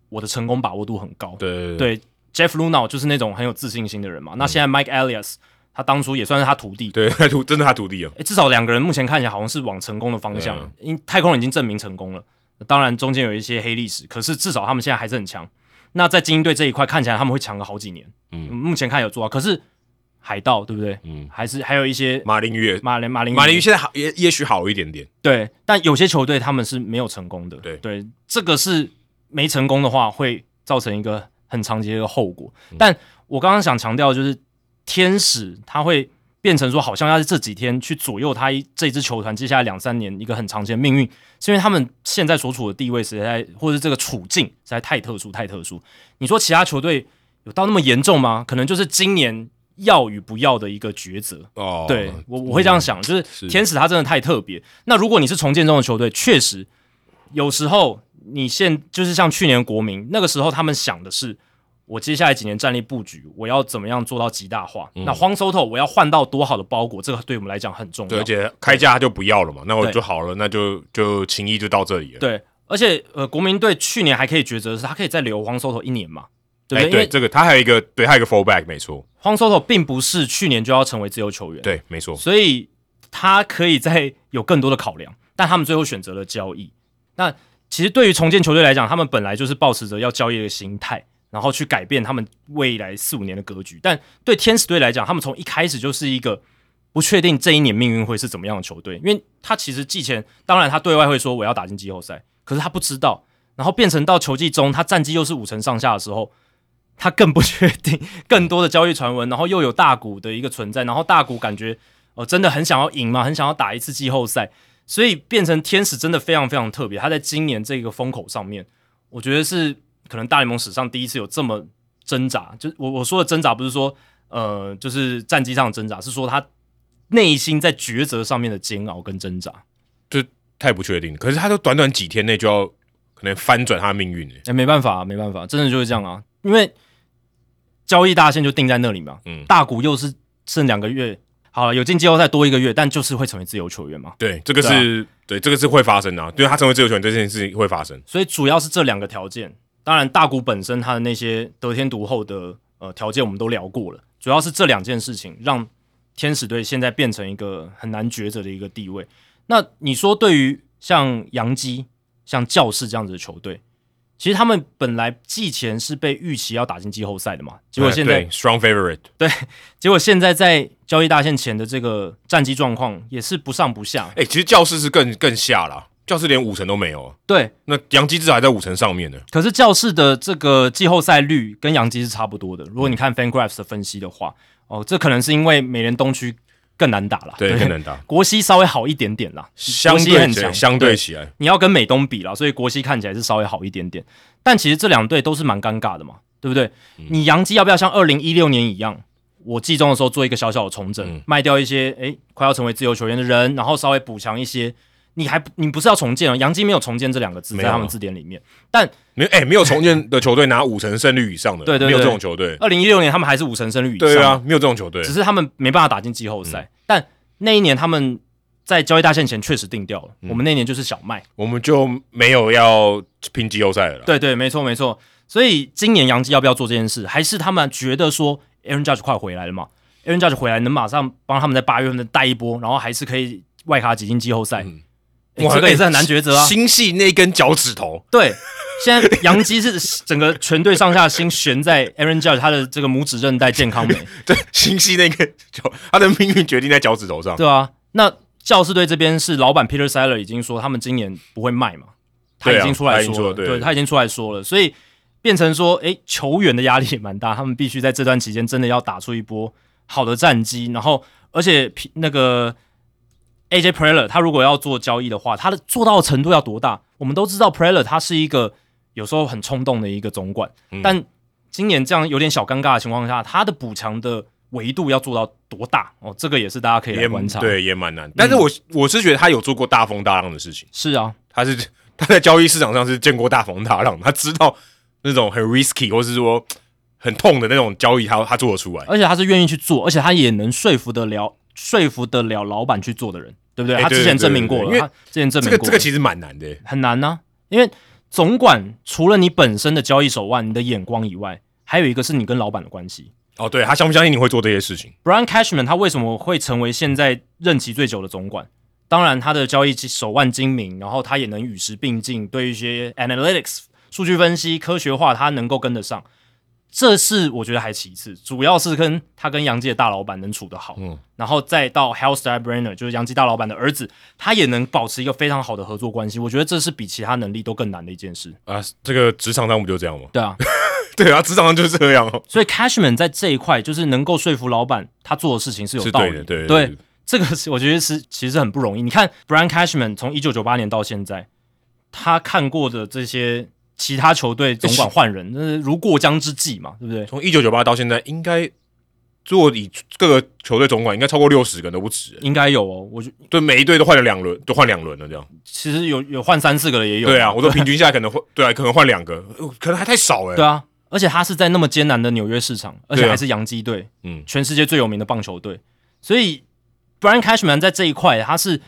Speaker 2: 我的成功把握度很高。
Speaker 1: 对对
Speaker 2: 对 Jeff Luno 就是那种很有自信心的人嘛。那现在 Mike Elias 他当初也算是他徒弟，
Speaker 1: 对， 对真的他徒弟哦。
Speaker 2: 诶至少两个人目前看起来好像是往成功的方向，
Speaker 1: 对啊
Speaker 2: 因太空人已经证明成功了。当然中间有一些黑历史，可是至少他们现在还是很强。那在精英队这一块看起来他们会强个好几年，
Speaker 1: 嗯
Speaker 2: 目前看有做到。可是海盗对不对？
Speaker 1: 嗯，
Speaker 2: 还是还有一些
Speaker 1: 马林鱼也，
Speaker 2: 马林马林鱼
Speaker 1: 马林鱼现在好也也许好一点点。
Speaker 2: 对，但有些球队他们是没有成功的。
Speaker 1: 对
Speaker 2: 这个是没成功的话，会造成一个很长期的一个后果。但我刚刚想强调，的就是天使他会变成说，好像要是这几天去左右他一这支球团接下来两三年一个很长期的命运，是因为他们现在所处的地位实在，或者是这个处境实在太特殊，太特殊。你说其他球队有到那么严重吗？可能就是今年要与不要的一个抉择。
Speaker 1: 哦，
Speaker 2: 对我我会这样想，就是是天使他真的太特别。那如果你是重建中的球队，确实有时候你现就是像去年国民那个时候，他们想的是我接下来几年战力布局，我要怎么样做到极大化。
Speaker 1: 嗯
Speaker 2: 那荒收透我要换到多好的包裹，这个对我们来讲很重
Speaker 1: 对，
Speaker 2: 要
Speaker 1: 而。且开价他就不要了嘛，那我
Speaker 2: 对
Speaker 1: 就好了，那就就情谊就到这里了。
Speaker 2: 对，而且呃，国民队去年还可以抉择的是，他可以再留荒收头一年嘛，对不
Speaker 1: 哎
Speaker 2: 对？因为
Speaker 1: 这个他还有一个，对，他有一个 fallback，没错，
Speaker 2: 荒收头并不是去年就要成为自由球员，
Speaker 1: 对，没错，
Speaker 2: 所以他可以再有更多的考量，但他们最后选择了交易。那其实对于重建球队来讲，他们本来就是抱持着要交易的心态，然后去改变他们未来四五年的格局。但对天使队来讲，他们从一开始就是一个不确定这一年命运会是怎么样的球队，因为他其实季前当然他对外会说我要打进季后赛，可是他不知道，然后变成到球季中他战绩又是五成上下的时候，他更不确定，更多的交易传闻，然后又有大股的一个存在，然后大股感觉呃真的很想要赢嘛，很想要打一次季后赛，所以变成天使真的非常非常特别。他在今年这个风口上面，我觉得是可能大联盟史上第一次有这么挣扎。就是我我说的挣扎，不是说呃就是战绩上的挣扎，是说他内心在抉择上面的煎熬跟挣扎。
Speaker 1: 就太不确定了。可是他都短短几天内就要可能翻转他的命运了。
Speaker 2: 哎、没办法、没办法，真的就是这样啊，因为交易大限就定在那里嘛。
Speaker 1: 嗯
Speaker 2: 大股又是剩两个月，好了，有进季后赛多一个月，但就是会成为自由球员嘛。
Speaker 1: 对，这个是对，这个是会发生的、啊，对他成为自由球员这件事情会发生。
Speaker 2: 所以主要是这两个条件。当然，大谷本身他的那些得天独厚的呃条件，我们都聊过了。主要是这两件事情让天使队现在变成一个很难抉择的一个地位。那你说，对于像洋基、像教士这样子的球队，其实他们本来季前是被预期要打进季后赛的嘛，结果现在
Speaker 1: 哎对 strong favorite，
Speaker 2: 结果现在在交易大限前的这个战绩状况也是不上不下。
Speaker 1: 哎、其实教室是更更下啦，教室连五成都没有啊、
Speaker 2: 对，
Speaker 1: 那杨基至少还在五成上面呢。
Speaker 2: 可是教室的这个季后赛率跟洋基是差不多的。如
Speaker 1: 嗯
Speaker 2: 果你看 FanGraphs 的分析的话，哦，这可能是因为美联东区更难打啦，
Speaker 1: 对，更难打，
Speaker 2: 国西稍微好一点点啦，
Speaker 1: 相
Speaker 2: 国西
Speaker 1: 对
Speaker 2: 很
Speaker 1: 起来
Speaker 2: 强，
Speaker 1: 相对起来，
Speaker 2: 你要跟美东比啦，所以国西看起来是稍微好一点点。但其实这两队都是蛮尴尬的嘛，对不对？
Speaker 1: 嗯
Speaker 2: 你洋基要不要像二零一六年一样，我季中的时候做一个小小的重整，
Speaker 1: 嗯
Speaker 2: 卖掉一些诶快要成为自由球员的人，然后稍微补强一些。你还不你不是要重建啊？洋基没有重建这两个字
Speaker 1: 没
Speaker 2: 在
Speaker 1: 有啊
Speaker 2: 他们字典里面，但
Speaker 1: 没有哎、没有重建的球队拿五成胜率以上的，
Speaker 2: 对对对
Speaker 1: 没有这种球队。
Speaker 2: 二零一六年他们还是五成胜率以上，
Speaker 1: 对嗯啊，没有这种球队
Speaker 2: 只。是他们没办法打进季后赛。但那一年他们在交易大限前确实定掉了，
Speaker 1: 嗯
Speaker 2: 我们那年就是小麦。
Speaker 1: 我们就没有要拼季后赛了啦。
Speaker 2: 对对，没错没错。所以今年杨基要不要做这件事，还是他们觉得说 Aaron Judge 快回来了嘛？Aaron Judge 回来能马上帮他们在八月份带一波，然后还是可以外卡挤进季后赛。
Speaker 1: 嗯
Speaker 2: 诶这个也是很难
Speaker 1: 哎
Speaker 2: 抉择啊。
Speaker 1: 心系那根脚趾头，
Speaker 2: 对，现在杨基是整个全队上下心悬在 Aaron Judge 他的这个拇指韧带健康没。
Speaker 1: 对，心系那根脚，他的命运决定在脚趾头上。
Speaker 2: 对啊，那教士队这边是老板 Peter Seller 已经说他们今年不会卖嘛，他
Speaker 1: 对啊
Speaker 2: 已经出来
Speaker 1: 他已经
Speaker 2: 说了，
Speaker 1: 说对
Speaker 2: 他已经出来说了，所以变成说，诶，球员的压力也蛮大，他们必须在这段期间真的要打出一波好的战绩，然后而且皮那个 AJ Preller 他如果要做交易的话，他的做到的程度
Speaker 1: 嗯
Speaker 2: 要多大？我们都知道 Preller 他是一个有时候很冲动的一个总管，但今年这样有点小尴尬的情况下，他的补强的维度要做到多大哦？这个也是大家可以来
Speaker 1: 也
Speaker 2: 观察。，
Speaker 1: 对也蛮难。但是我我是觉得他有做过大风大浪的事情，
Speaker 2: 是啊，
Speaker 1: 他是 他在交易市场上是见过大风大浪，他知道那种很 risky 或是说很痛的那种交易，他他做得出来。
Speaker 2: 而且他是愿意去做，而且他也能说服得了说服得了老板去做的人，对不对？
Speaker 1: 哎
Speaker 2: 他
Speaker 1: 对
Speaker 2: 之前
Speaker 1: 对对
Speaker 2: 证明过
Speaker 1: 对
Speaker 2: 了，
Speaker 1: 对因为
Speaker 2: 他之前证
Speaker 1: 这
Speaker 2: 明
Speaker 1: 个
Speaker 2: 过
Speaker 1: 这个
Speaker 2: 了
Speaker 1: 其实蛮难的、
Speaker 2: 很难呐、因为总管除了你本身的交易手腕、你的眼光以外，还有一个是你跟老板的关系。
Speaker 1: 哦，对他相不相信你会做这些事情？
Speaker 2: Brian Cashman 他为什么会成为现在任期最久的总管？当然，他的交易手腕精明，然后他也能与时并进，对一些 analytics 数据分析、科学化，他能够跟得上。这是我觉得还其次，主要是跟他跟杨记的大老板能处得好，
Speaker 1: 嗯
Speaker 2: 然后再到 h e l s t e r Brenner，就是杨记大老板的儿子，他也能保持一个非常好的合作关系。我觉得这是比其他能力都更难的一件事。
Speaker 1: 啊，这个职场上不就这样吗？
Speaker 2: 对啊，
Speaker 1: 对啊，职场上就是这样哦，
Speaker 2: 所以 Cashman 在这一块就是能够说服老板，他做的事情是有
Speaker 1: 是
Speaker 2: 道
Speaker 1: 对
Speaker 2: 理
Speaker 1: 的，
Speaker 2: 的。
Speaker 1: 对
Speaker 2: 对这个是我觉得是其实很不容易。你看 Brian Cashman 从一九九八年到现在，他看过的这些其他球队总管换人，那是如过江之鲫嘛，对不对？
Speaker 1: 从一九九八到现在，应该做以各个球队总管应该超过六十个都不止，
Speaker 2: 应该有哦，我就
Speaker 1: 对，每一队都换了两轮，都换两轮了这样。
Speaker 2: 其实有有换三四个的也有。
Speaker 1: 对啊，我说平均下来可能会，对啊，可能换两个，呃可能还太少哎、
Speaker 2: 对啊，而且他是在那么艰难的纽约市场，而且还是洋基队，
Speaker 1: 嗯
Speaker 2: 全世界最有名的棒球队，所以 Brian Cashman 在这一块他是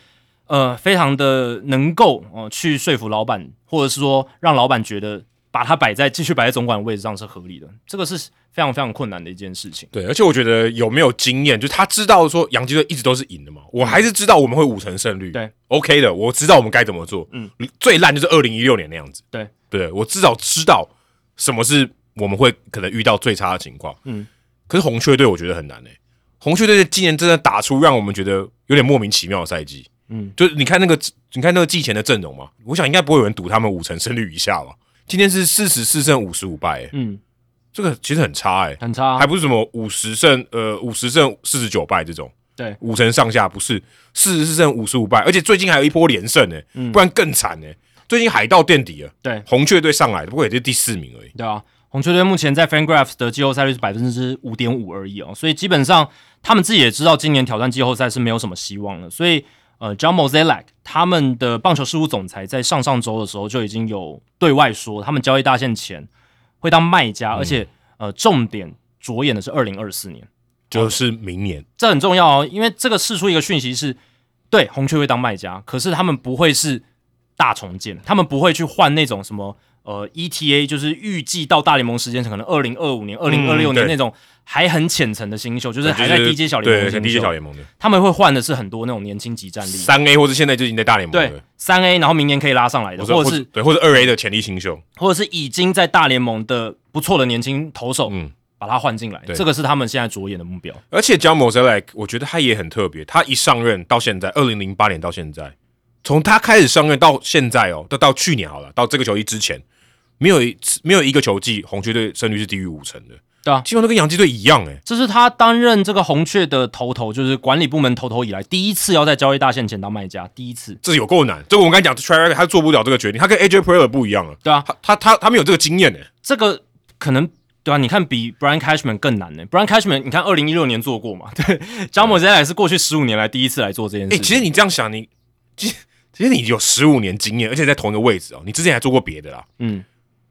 Speaker 2: 呃非常的能够呃去说服老板，或者是说让老板觉得把他摆在继续摆在总管的位置上是合理的，这个是非常非常困难的一件事情。
Speaker 1: 对，而且我觉得有没有经验，就是他知道说洋基队一直都是赢的嘛，我还是知道我们会五成胜率，
Speaker 2: 对
Speaker 1: ，OK 的，我知道我们该怎么做，
Speaker 2: 嗯，
Speaker 1: 最烂就是二零一六年那样子，
Speaker 2: 对，
Speaker 1: 对我至少知道什么是我们会可能遇到最差的情况，
Speaker 2: 嗯，
Speaker 1: 可是红雀队我觉得很难诶、红雀队今年真的打出让我们觉得有点莫名其妙的赛季，
Speaker 2: 嗯，
Speaker 1: 就是你看那个你看那个季前的阵容嘛，我想应该不会有人赌他们五成胜率以下吧，今天是四十四胜五十五败、欸，
Speaker 2: 嗯，
Speaker 1: 这个其实很差欸诶、
Speaker 2: 很差、啊
Speaker 1: 还不是什么五十胜呃五十胜四十九败这种，
Speaker 2: 对
Speaker 1: 五成上下不是四十四胜五十五败，而且最近还有一波连胜呢、
Speaker 2: 嗯
Speaker 1: 不然更惨呢、最近海盗垫底了，
Speaker 2: 对
Speaker 1: 红雀队上来的，不过也就第四名而已。
Speaker 2: 对啊，红雀队目前在 FanGraphs 的季后赛率是百分之五点五而已哦，所以基本上他们自己也知道今年挑战季后赛是没有什么希望了。所以呃，John Mozeliak 他们的棒球事务总裁在上上周的时候就已经有对外说，他们交易大限前会当卖家，而且呃，重点着眼的是二零二四年。
Speaker 1: 就是明年，
Speaker 2: 这很重要哦，因为这个释出一个讯息是，对红雀会当卖家，可是他们不会是大重建，他们不会去换那种什么呃 ETA，就是预计到大联盟时间可能二零二五年、二零二六
Speaker 1: 嗯对
Speaker 2: 年那种还很浅层的新秀，就是还在
Speaker 1: 就是
Speaker 2: DJ 小联盟的
Speaker 1: 对，跟
Speaker 2: 新
Speaker 1: DJ 小
Speaker 2: 秀，
Speaker 1: 联盟的
Speaker 2: 他们会换的是很多那种年轻级战力，
Speaker 1: 三 A 或者现在就已经在大联盟
Speaker 2: 对
Speaker 1: 了，
Speaker 2: 三 A，然后明年可以拉上来的，
Speaker 1: 或
Speaker 2: 或
Speaker 1: 者
Speaker 2: 者
Speaker 1: 或
Speaker 2: 是
Speaker 1: 对或者二 A 的潜力新秀，
Speaker 2: 或者是已经在大联盟的不错的年轻投手，
Speaker 1: 嗯
Speaker 2: 把他换进来，
Speaker 1: 对
Speaker 2: 这个是他们现在着眼的目标。
Speaker 1: 而且 John Mozeliak，我觉得他也很特别。他一上任到现在，二零零八年到现在，从他开始上任到现在哦，到到去年好了，到这个球季之前，没有一次没有一个球季红雀队胜率是低于五成的。
Speaker 2: 对啊
Speaker 1: 基本上都跟洋基队一样哎、
Speaker 2: 这是他担任这个红雀的头头，就是管理部门头头以来第一次要在交易大限前当卖家，第一次，
Speaker 1: 这有够难。这个我们刚才讲 t r a 他做不了这个决定，他跟 AJ p r e l e r 不一样啊，
Speaker 2: 对啊，
Speaker 1: 他他他他们有这个经验哎、
Speaker 2: 这个可能对啊，你看比 Brian Cashman 更难呢、Brian Cashman，你看二零一六年做过嘛？ 对，詹姆斯也是过去十五年来第一次来做这件
Speaker 1: 哎、
Speaker 2: 事
Speaker 1: 其
Speaker 2: 情。
Speaker 1: 实你这样想，你其实其实你有十五年经验，而且在同一个位置哦，你之前还做过别的啦，
Speaker 2: 嗯，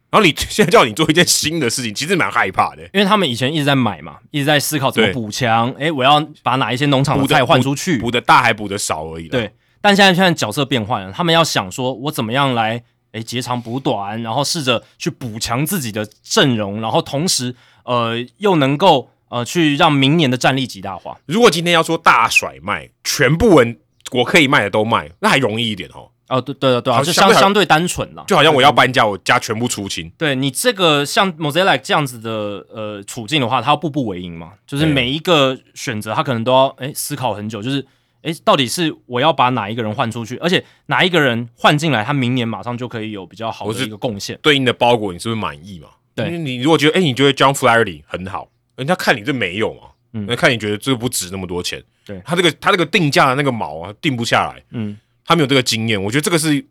Speaker 1: 然后你现在叫你做一件新的事情，其实蛮害怕的、
Speaker 2: 因为他们以前一直在买嘛，一直在思考怎么
Speaker 1: 对
Speaker 2: 补强，诶，我要把哪一些农场的
Speaker 1: 补的
Speaker 2: 菜换出去，
Speaker 1: 补的大还补的少而已啦。
Speaker 2: 对，但现在现在角色变换了，他们要想说我怎么样来诶截长补短，然后试着去补强自己的阵容，然后同时呃又能够呃去让明年的战力极大化。
Speaker 1: 如果今天要说大甩卖，全部人我可以卖的都卖，那还容易一点哦。
Speaker 2: 哦，对对对对啊，
Speaker 1: 好
Speaker 2: 就
Speaker 1: 相
Speaker 2: 相
Speaker 1: 对
Speaker 2: 相对单纯啦。
Speaker 1: 就好像我要搬家，我家全部出清，
Speaker 2: 对你这个像 Mozilla 这样子的呃处境的话，他要步步为营嘛，就是
Speaker 1: 对
Speaker 2: 每一个选择他可能都要诶思考很久，就是诶到底是我要把哪一个人换出去，而且哪一个人换进来，他明年马上就可以有比较好
Speaker 1: 我
Speaker 2: 的
Speaker 1: 是
Speaker 2: 一个贡献。
Speaker 1: 对应的包裹你是不是满意嘛？
Speaker 2: 对
Speaker 1: 因为你如果觉得，哎、你觉得 John Flaherty 很好，人家看你这没有嘛，
Speaker 2: 嗯
Speaker 1: 那看你觉得这个不值那么多钱，
Speaker 2: 对
Speaker 1: 他这个他这个定价的那个毛啊，定不下来，
Speaker 2: 嗯，
Speaker 1: 他没有这个经验，我觉得这个是，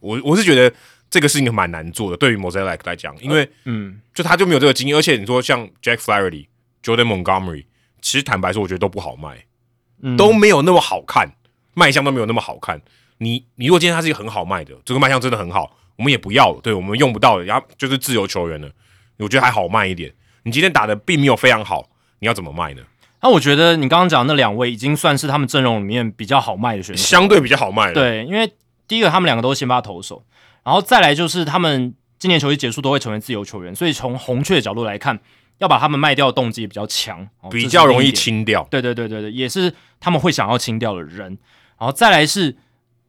Speaker 1: 我我是觉得这个是一个蛮难做的，对于 Mosaic 来讲，因为
Speaker 2: 嗯，
Speaker 1: 就他就没有这个经验，而且你说像 Jack Flaherty、Jordan Montgomery，其实坦白说，我觉得都不好卖，
Speaker 2: 嗯
Speaker 1: 都没有那么好看，卖相都没有那么好看。你你如果今天他是一个很好卖的，这个卖相真的很好，我们也不要了，对我们用不到了，然后就是自由球员了，我觉得还好卖一点。你今天打的并没有非常好，你要怎么卖呢？
Speaker 2: 那我觉得你刚刚讲的那两位已经算是他们阵容里面比较好卖的选手。
Speaker 1: 相对比较好卖了，
Speaker 2: 嗯对，因为第一个他们两个都是先发投手，然后再来就是他们今年球季结束都会成为自由球员，所以从红雀的角度来看，要把他们卖掉的动机也比较强，哦
Speaker 1: 比较容易。
Speaker 2: 这是第一点
Speaker 1: 清掉。
Speaker 2: 对对对对对，也是他们会想要清掉的人。然后再来是，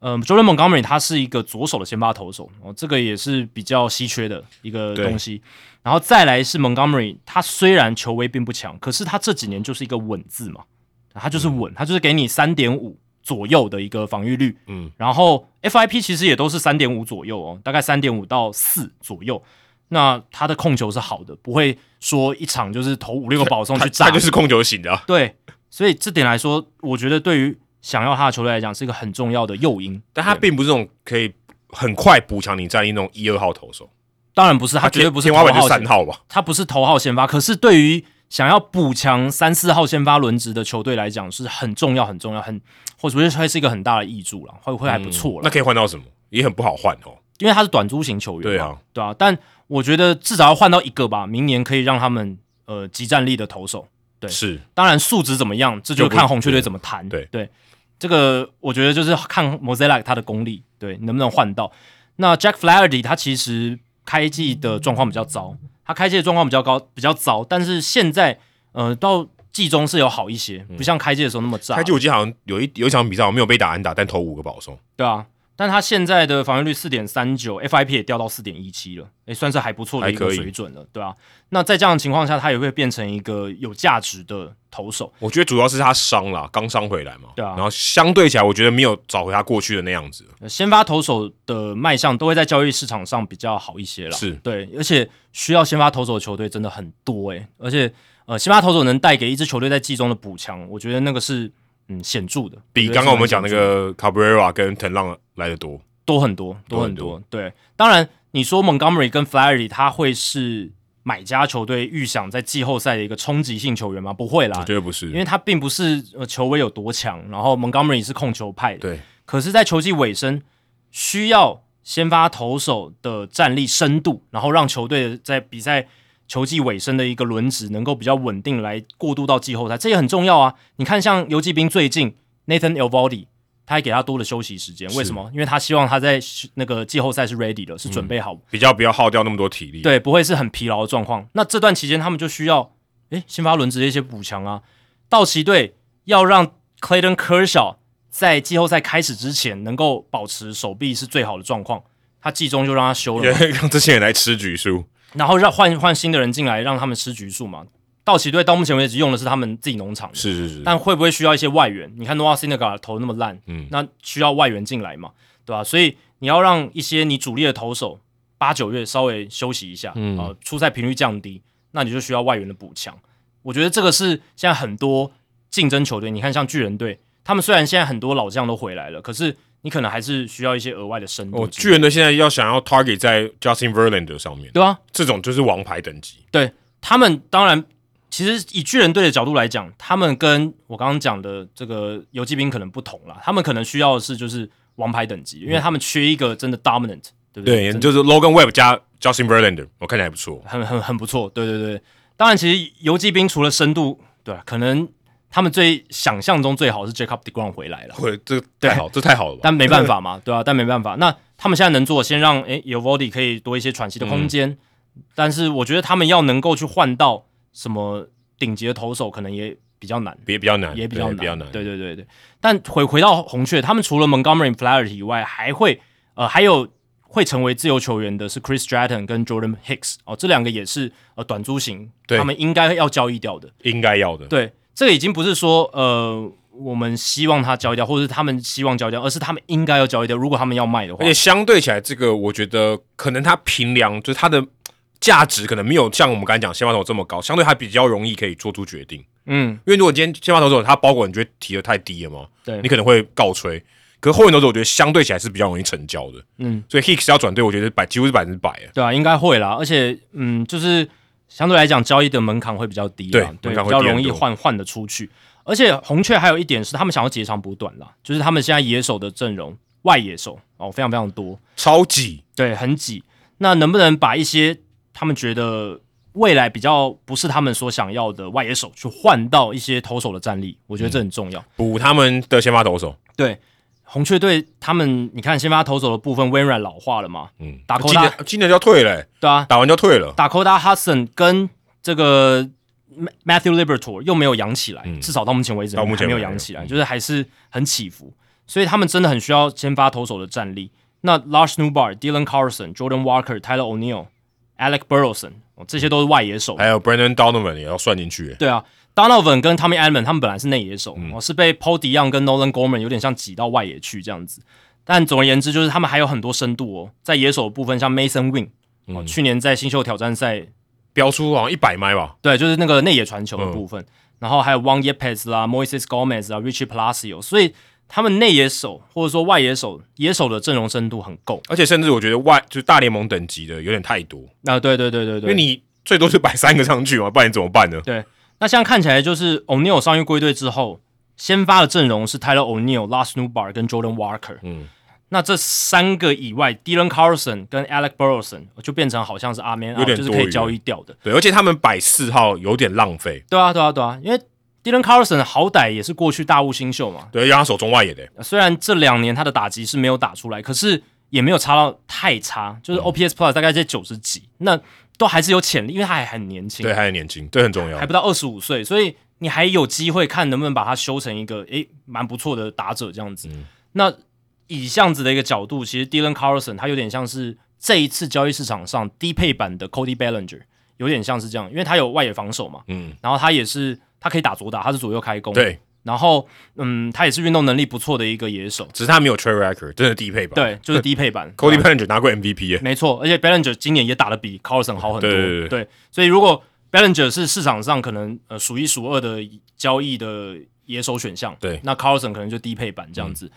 Speaker 2: 嗯、j o r d a n Montgomery 他是一个左手的先发投手，哦，这个也是比较稀缺的一个
Speaker 1: 对
Speaker 2: 东西。然后再来是 Montgomery，他虽然球威并不强，可是他这几年就是一个稳字嘛，他就是
Speaker 1: 嗯
Speaker 2: 稳，他就是给你三点五左右的一个防御率，
Speaker 1: 嗯，
Speaker 2: 然后 FIP 其实也都是三点五左右哦，大概三点五到四左右。那他的控球是好的，不会说一场就是投五六个保送
Speaker 1: 他
Speaker 2: 去炸
Speaker 1: 他就是控球型的、啊，
Speaker 2: 对，所以这点来说，我觉得对于想要他的球队来讲，是一个很重要的诱因。
Speaker 1: 但他
Speaker 2: 对
Speaker 1: 并不是那种可以很快补强你战力那种一二号投手，
Speaker 2: 当然不是，他绝对不是
Speaker 1: 啊天花
Speaker 2: 头
Speaker 1: 板就
Speaker 2: 号
Speaker 1: 是三
Speaker 2: 先，
Speaker 1: 号吧？
Speaker 2: 他不是头号先发。可是对于想要补强三四号先发轮值的球队来讲，是很重要、很重要、很，或者说会是一个很大的益助了，会会还不错
Speaker 1: 嗯
Speaker 2: 了、
Speaker 1: 那可以换到什么？也很不好换哦。
Speaker 2: 因为他是短租型球员嘛，
Speaker 1: 对啊，
Speaker 2: 对啊。但我觉得至少要换到一个吧，明年可以让他们呃集战力的投手。对
Speaker 1: 是，
Speaker 2: 当然数值怎么样，这就看红雀队怎么谈。
Speaker 1: 对
Speaker 2: 对，这个我觉得就是看 Mozilla 他的功力，对能不能换到。那 Jack Flaherty 他其实开季的状况比较糟，他开季的状况比较高，比较糟，但是现在呃到季中是有好一些，不像开季的时候那么
Speaker 1: 嗯
Speaker 2: 炸。
Speaker 1: 开季我记得好像有一有一场比赛我没有被打安打，但投五个保送，
Speaker 2: 对啊，但他现在的防御率四点三九，FIP 也掉到四点一七了，也算是还不错的一
Speaker 1: 还
Speaker 2: 个
Speaker 1: 可以
Speaker 2: 水准了，对啊。那在这样的情况下，他也会变成一个有价值的投手。
Speaker 1: 我觉得主要是他伤啦，刚伤回来嘛。
Speaker 2: 对啊
Speaker 1: 然后相对起来，我觉得没有找回他过去的那样子。
Speaker 2: 先发投手的卖相都会在交易市场上比较好一些啦。
Speaker 1: 是
Speaker 2: 对，而且需要先发投手的球队真的很多诶、而且呃，先发投手能带给一支球队在季中的补强，我觉得那个是嗯显著的，
Speaker 1: 比
Speaker 2: 我觉得是
Speaker 1: 刚刚我们讲那
Speaker 2: 蛮显著的
Speaker 1: 个 Cabrera 跟藤浪来的多，
Speaker 2: 多很多，
Speaker 1: 多
Speaker 2: 多
Speaker 1: 很
Speaker 2: 很
Speaker 1: 多
Speaker 2: 多。对，当然你说 Montgomery 跟 Flaherty 他会是买家球队预想在季后赛的一个冲击性球员吗？不会
Speaker 1: 我
Speaker 2: 啦，
Speaker 1: 觉得不是，
Speaker 2: 因为他并不是呃球威有多强，然后 Montgomery 是控球派的。
Speaker 1: 对
Speaker 2: 可是，在球季尾声，需要先发投手的战力深度，然后让球队在比赛球季尾声的一个轮值能够比较稳定来过渡到季后赛，这也很重要啊。你看，像游击兵最近 Nathan Elvaldi，他还给他多的休息时间，为什么？因为他希望他在那个季后赛是 ready 的，是准备好，
Speaker 1: 比较不要耗掉那么多体力。，
Speaker 2: 对，不会是很疲劳的状况。那这段期间，他们就需要诶先发轮值的一些补强啊。道奇队要让 Clayton Kershaw 在季后赛开始之前能够保持手臂是最好的状况，他季中就让他休了嘛，
Speaker 1: 让这些人来吃局数。
Speaker 2: 然后让换换新的人进来，让他们吃局数嘛。道奇队到目前为止用的是他们自己农场的，
Speaker 1: 是是是，
Speaker 2: 但会不会需要一些外援？你看 Noah Syndergaard 投那么烂，
Speaker 1: 嗯
Speaker 2: 那需要外援进来嘛，对吧、所以你要让一些你主力的投手八九月稍微休息一下，
Speaker 1: 嗯
Speaker 2: 啊、出赛频率降低，那你就需要外援的补强。我觉得这个是现在很多竞争球队，你看像巨人队，他们虽然现在很多老将都回来了，可是你可能还是需要一些额外的深度
Speaker 1: 哦，
Speaker 2: 进来。
Speaker 1: 巨人队现在要想要 target 在 Justin Verlander 上面，
Speaker 2: 对啊，
Speaker 1: 这种就是王牌等级。
Speaker 2: 对他们当然，其实以巨人队的角度来讲，他们跟我刚刚讲的这个游击兵可能不同啦，他们可能需要的是就是王牌等级，因为他们缺一个真的 dominant，对不
Speaker 1: 嗯对，
Speaker 2: 真的
Speaker 1: 就是 Logan Webb 加 Justin Verlander，我看起来还不错。
Speaker 2: 很很很不错，对对对。当然，其实游击兵除了深度，对啊，可能他们最想象中最好是 Jacob Degrom 回来了，
Speaker 1: 会，这太好，这太好了吧？
Speaker 2: 但没 办法嘛，对啊，但没办法。那他们现在能做，先让诶 e v o d y 可以多一些喘息的
Speaker 1: 嗯
Speaker 2: 空间，但是我觉得他们要能够去换到什么顶级的投手，可能也比较难。
Speaker 1: 也比较难，
Speaker 2: 也比较
Speaker 1: 对
Speaker 2: 难，
Speaker 1: 比较难。
Speaker 2: 对对对对。但回回到红雀，他们除了 Montgomery、Flaherty 以外，还会呃还有会成为自由球员的是 Chris Stratton 跟 Jordan Hicks 哦，这两个也是呃短租型，
Speaker 1: 对
Speaker 2: 他们应该要交易掉的。
Speaker 1: 应该要的。
Speaker 2: 对，这个已经不是说呃我们希望他交易掉，或者是他们希望交易掉，而是他们应该要交易掉。如果他们要卖的
Speaker 1: 而，
Speaker 2: 话
Speaker 1: 且相对起来，这个我觉得可能它平量就是它的价值可能没有像我们刚才讲先发投手这么高，相对它比较容易可以做出决定。
Speaker 2: 嗯，
Speaker 1: 因为如果今天先发投手他包裹你觉得提的太低了嘛，
Speaker 2: 对
Speaker 1: 你可能会告吹。可是后援投手我觉得相对起来是比较容易成交的，
Speaker 2: 嗯，
Speaker 1: 所以 Hicks 要转队，我觉得百几乎是百分之百啊。
Speaker 2: 对啊，应该会啦。而且，嗯，就是相对来讲，交易的门槛会比较低啦，
Speaker 1: 对
Speaker 2: 对，
Speaker 1: 门槛会
Speaker 2: 比较
Speaker 1: 低很
Speaker 2: 容易
Speaker 1: 多
Speaker 2: 换换得出去。而且红雀还有一点是，他们想要截长补短啦，就是他们现在野手的阵容，外野手哦，非常非常多，
Speaker 1: 超级
Speaker 2: 对，很挤。那能不能把一些他们觉得未来比较不是他们所想要的外野手，去换到一些投手的战力？我觉得这很重要。
Speaker 1: 补他们的先发投手，
Speaker 2: 对，红雀队他们，你看先发投手的部分，微软老化了嘛？
Speaker 1: 嗯，
Speaker 2: 打扣
Speaker 1: 今
Speaker 2: 打
Speaker 1: 年今年就要退了欸、
Speaker 2: 对啊，
Speaker 1: 打完就退了。
Speaker 2: 打 a k o t a Hudson 跟这个 Ma- Matthew Libertor 又没有养起来，
Speaker 1: 嗯
Speaker 2: 至少到目前为止
Speaker 1: 到目前
Speaker 2: 还没有
Speaker 1: 为止
Speaker 2: 养起来，
Speaker 1: 嗯
Speaker 2: 就是还是很起伏，所以他们真的很需要先发投手的战力。那 Lars Newbar、Dylan Carlson、Jordan Walker、Tyler O'Neill、Alec Burleson，、哦、这些都是外野手。
Speaker 1: 还有 Brandon Donovan 也要算进去欸、
Speaker 2: 对啊，Donovan 跟 Tommy Edman 他们本来是内野手，
Speaker 1: 嗯
Speaker 2: 哦、是被 p o d i o n 跟 Nolan Gorman 有点像挤到外野去这样子。但总而言之，就是他们还有很多深度哦，在野手的部分，像 Mason Win，、哦，
Speaker 1: 嗯
Speaker 2: 去年在新秀挑战赛
Speaker 1: 标出好像一百迈吧，
Speaker 2: 对，就是那个内野传球的部分，然后还有 Wang Yepes 啦、Moises Gomez 啊、Richie Palacio，所以他们内野手或者说外野手、野手的阵容深度很够。
Speaker 1: 而且甚至我觉得外就是大联盟等级的有点太多，
Speaker 2: 啊，对对对对
Speaker 1: 因
Speaker 2: 对，
Speaker 1: 为你最多就摆三个上去嘛，不然你怎么办呢？
Speaker 2: 对，那现在看起来就是 O'Neal 伤愈归队之后，先发的阵容是 Tyler O'Neal、Lars Newbar 跟 Jordan Walker。
Speaker 1: 嗯，
Speaker 2: 那这三个以外，Dylan Carlson 跟 Alec Burleson 就变成好像是阿 Man，
Speaker 1: 有点
Speaker 2: 就是可
Speaker 1: 多余
Speaker 2: 以交易掉的。
Speaker 1: 对，而且他们摆四号有点浪费，
Speaker 2: 对啊，对啊，对啊，因为 Dylan Carlson 好歹也是过去大物新秀嘛，
Speaker 1: 对，让他守中外野的、
Speaker 2: 虽然这两年他的打击是没有打出来，可是也没有差到太差，就是
Speaker 1: 嗯
Speaker 2: OPS Plus 大概在九十几，那都还是有潜力，因为他还很年轻，
Speaker 1: 对，还啊很年轻，这很重要
Speaker 2: 还。不到二十五岁，所以你还有机会看能不能把他修成一个诶蛮不错的打者这样子。
Speaker 1: 嗯
Speaker 2: 那以这样子的一个角度，其实 Dylan Carlson 他有点像是这一次交易市场上低配版的 Cody Bellinger，有点像是这样，因为他有外野防守嘛，
Speaker 1: 嗯，
Speaker 2: 然后他也是他可以打左打，他是左右开弓，。
Speaker 1: 对，
Speaker 2: 然后，嗯，他也是运动能力不错的一个野手，
Speaker 1: 只是他没有 t r a i record，真的低配吧？
Speaker 2: 对，就是低配 版。
Speaker 1: ，Cody
Speaker 2: 对
Speaker 1: Bellinger 拿过 MVP 耶、
Speaker 2: 没错，而且 Bellinger 今年也打的比 Carlson 好很多，
Speaker 1: 对对对
Speaker 2: 所以如果 Bellinger 是市场上可能呃数一数二的交易的野手选项，
Speaker 1: 对嗯
Speaker 2: 那 Carlson 可能就低配版这样子，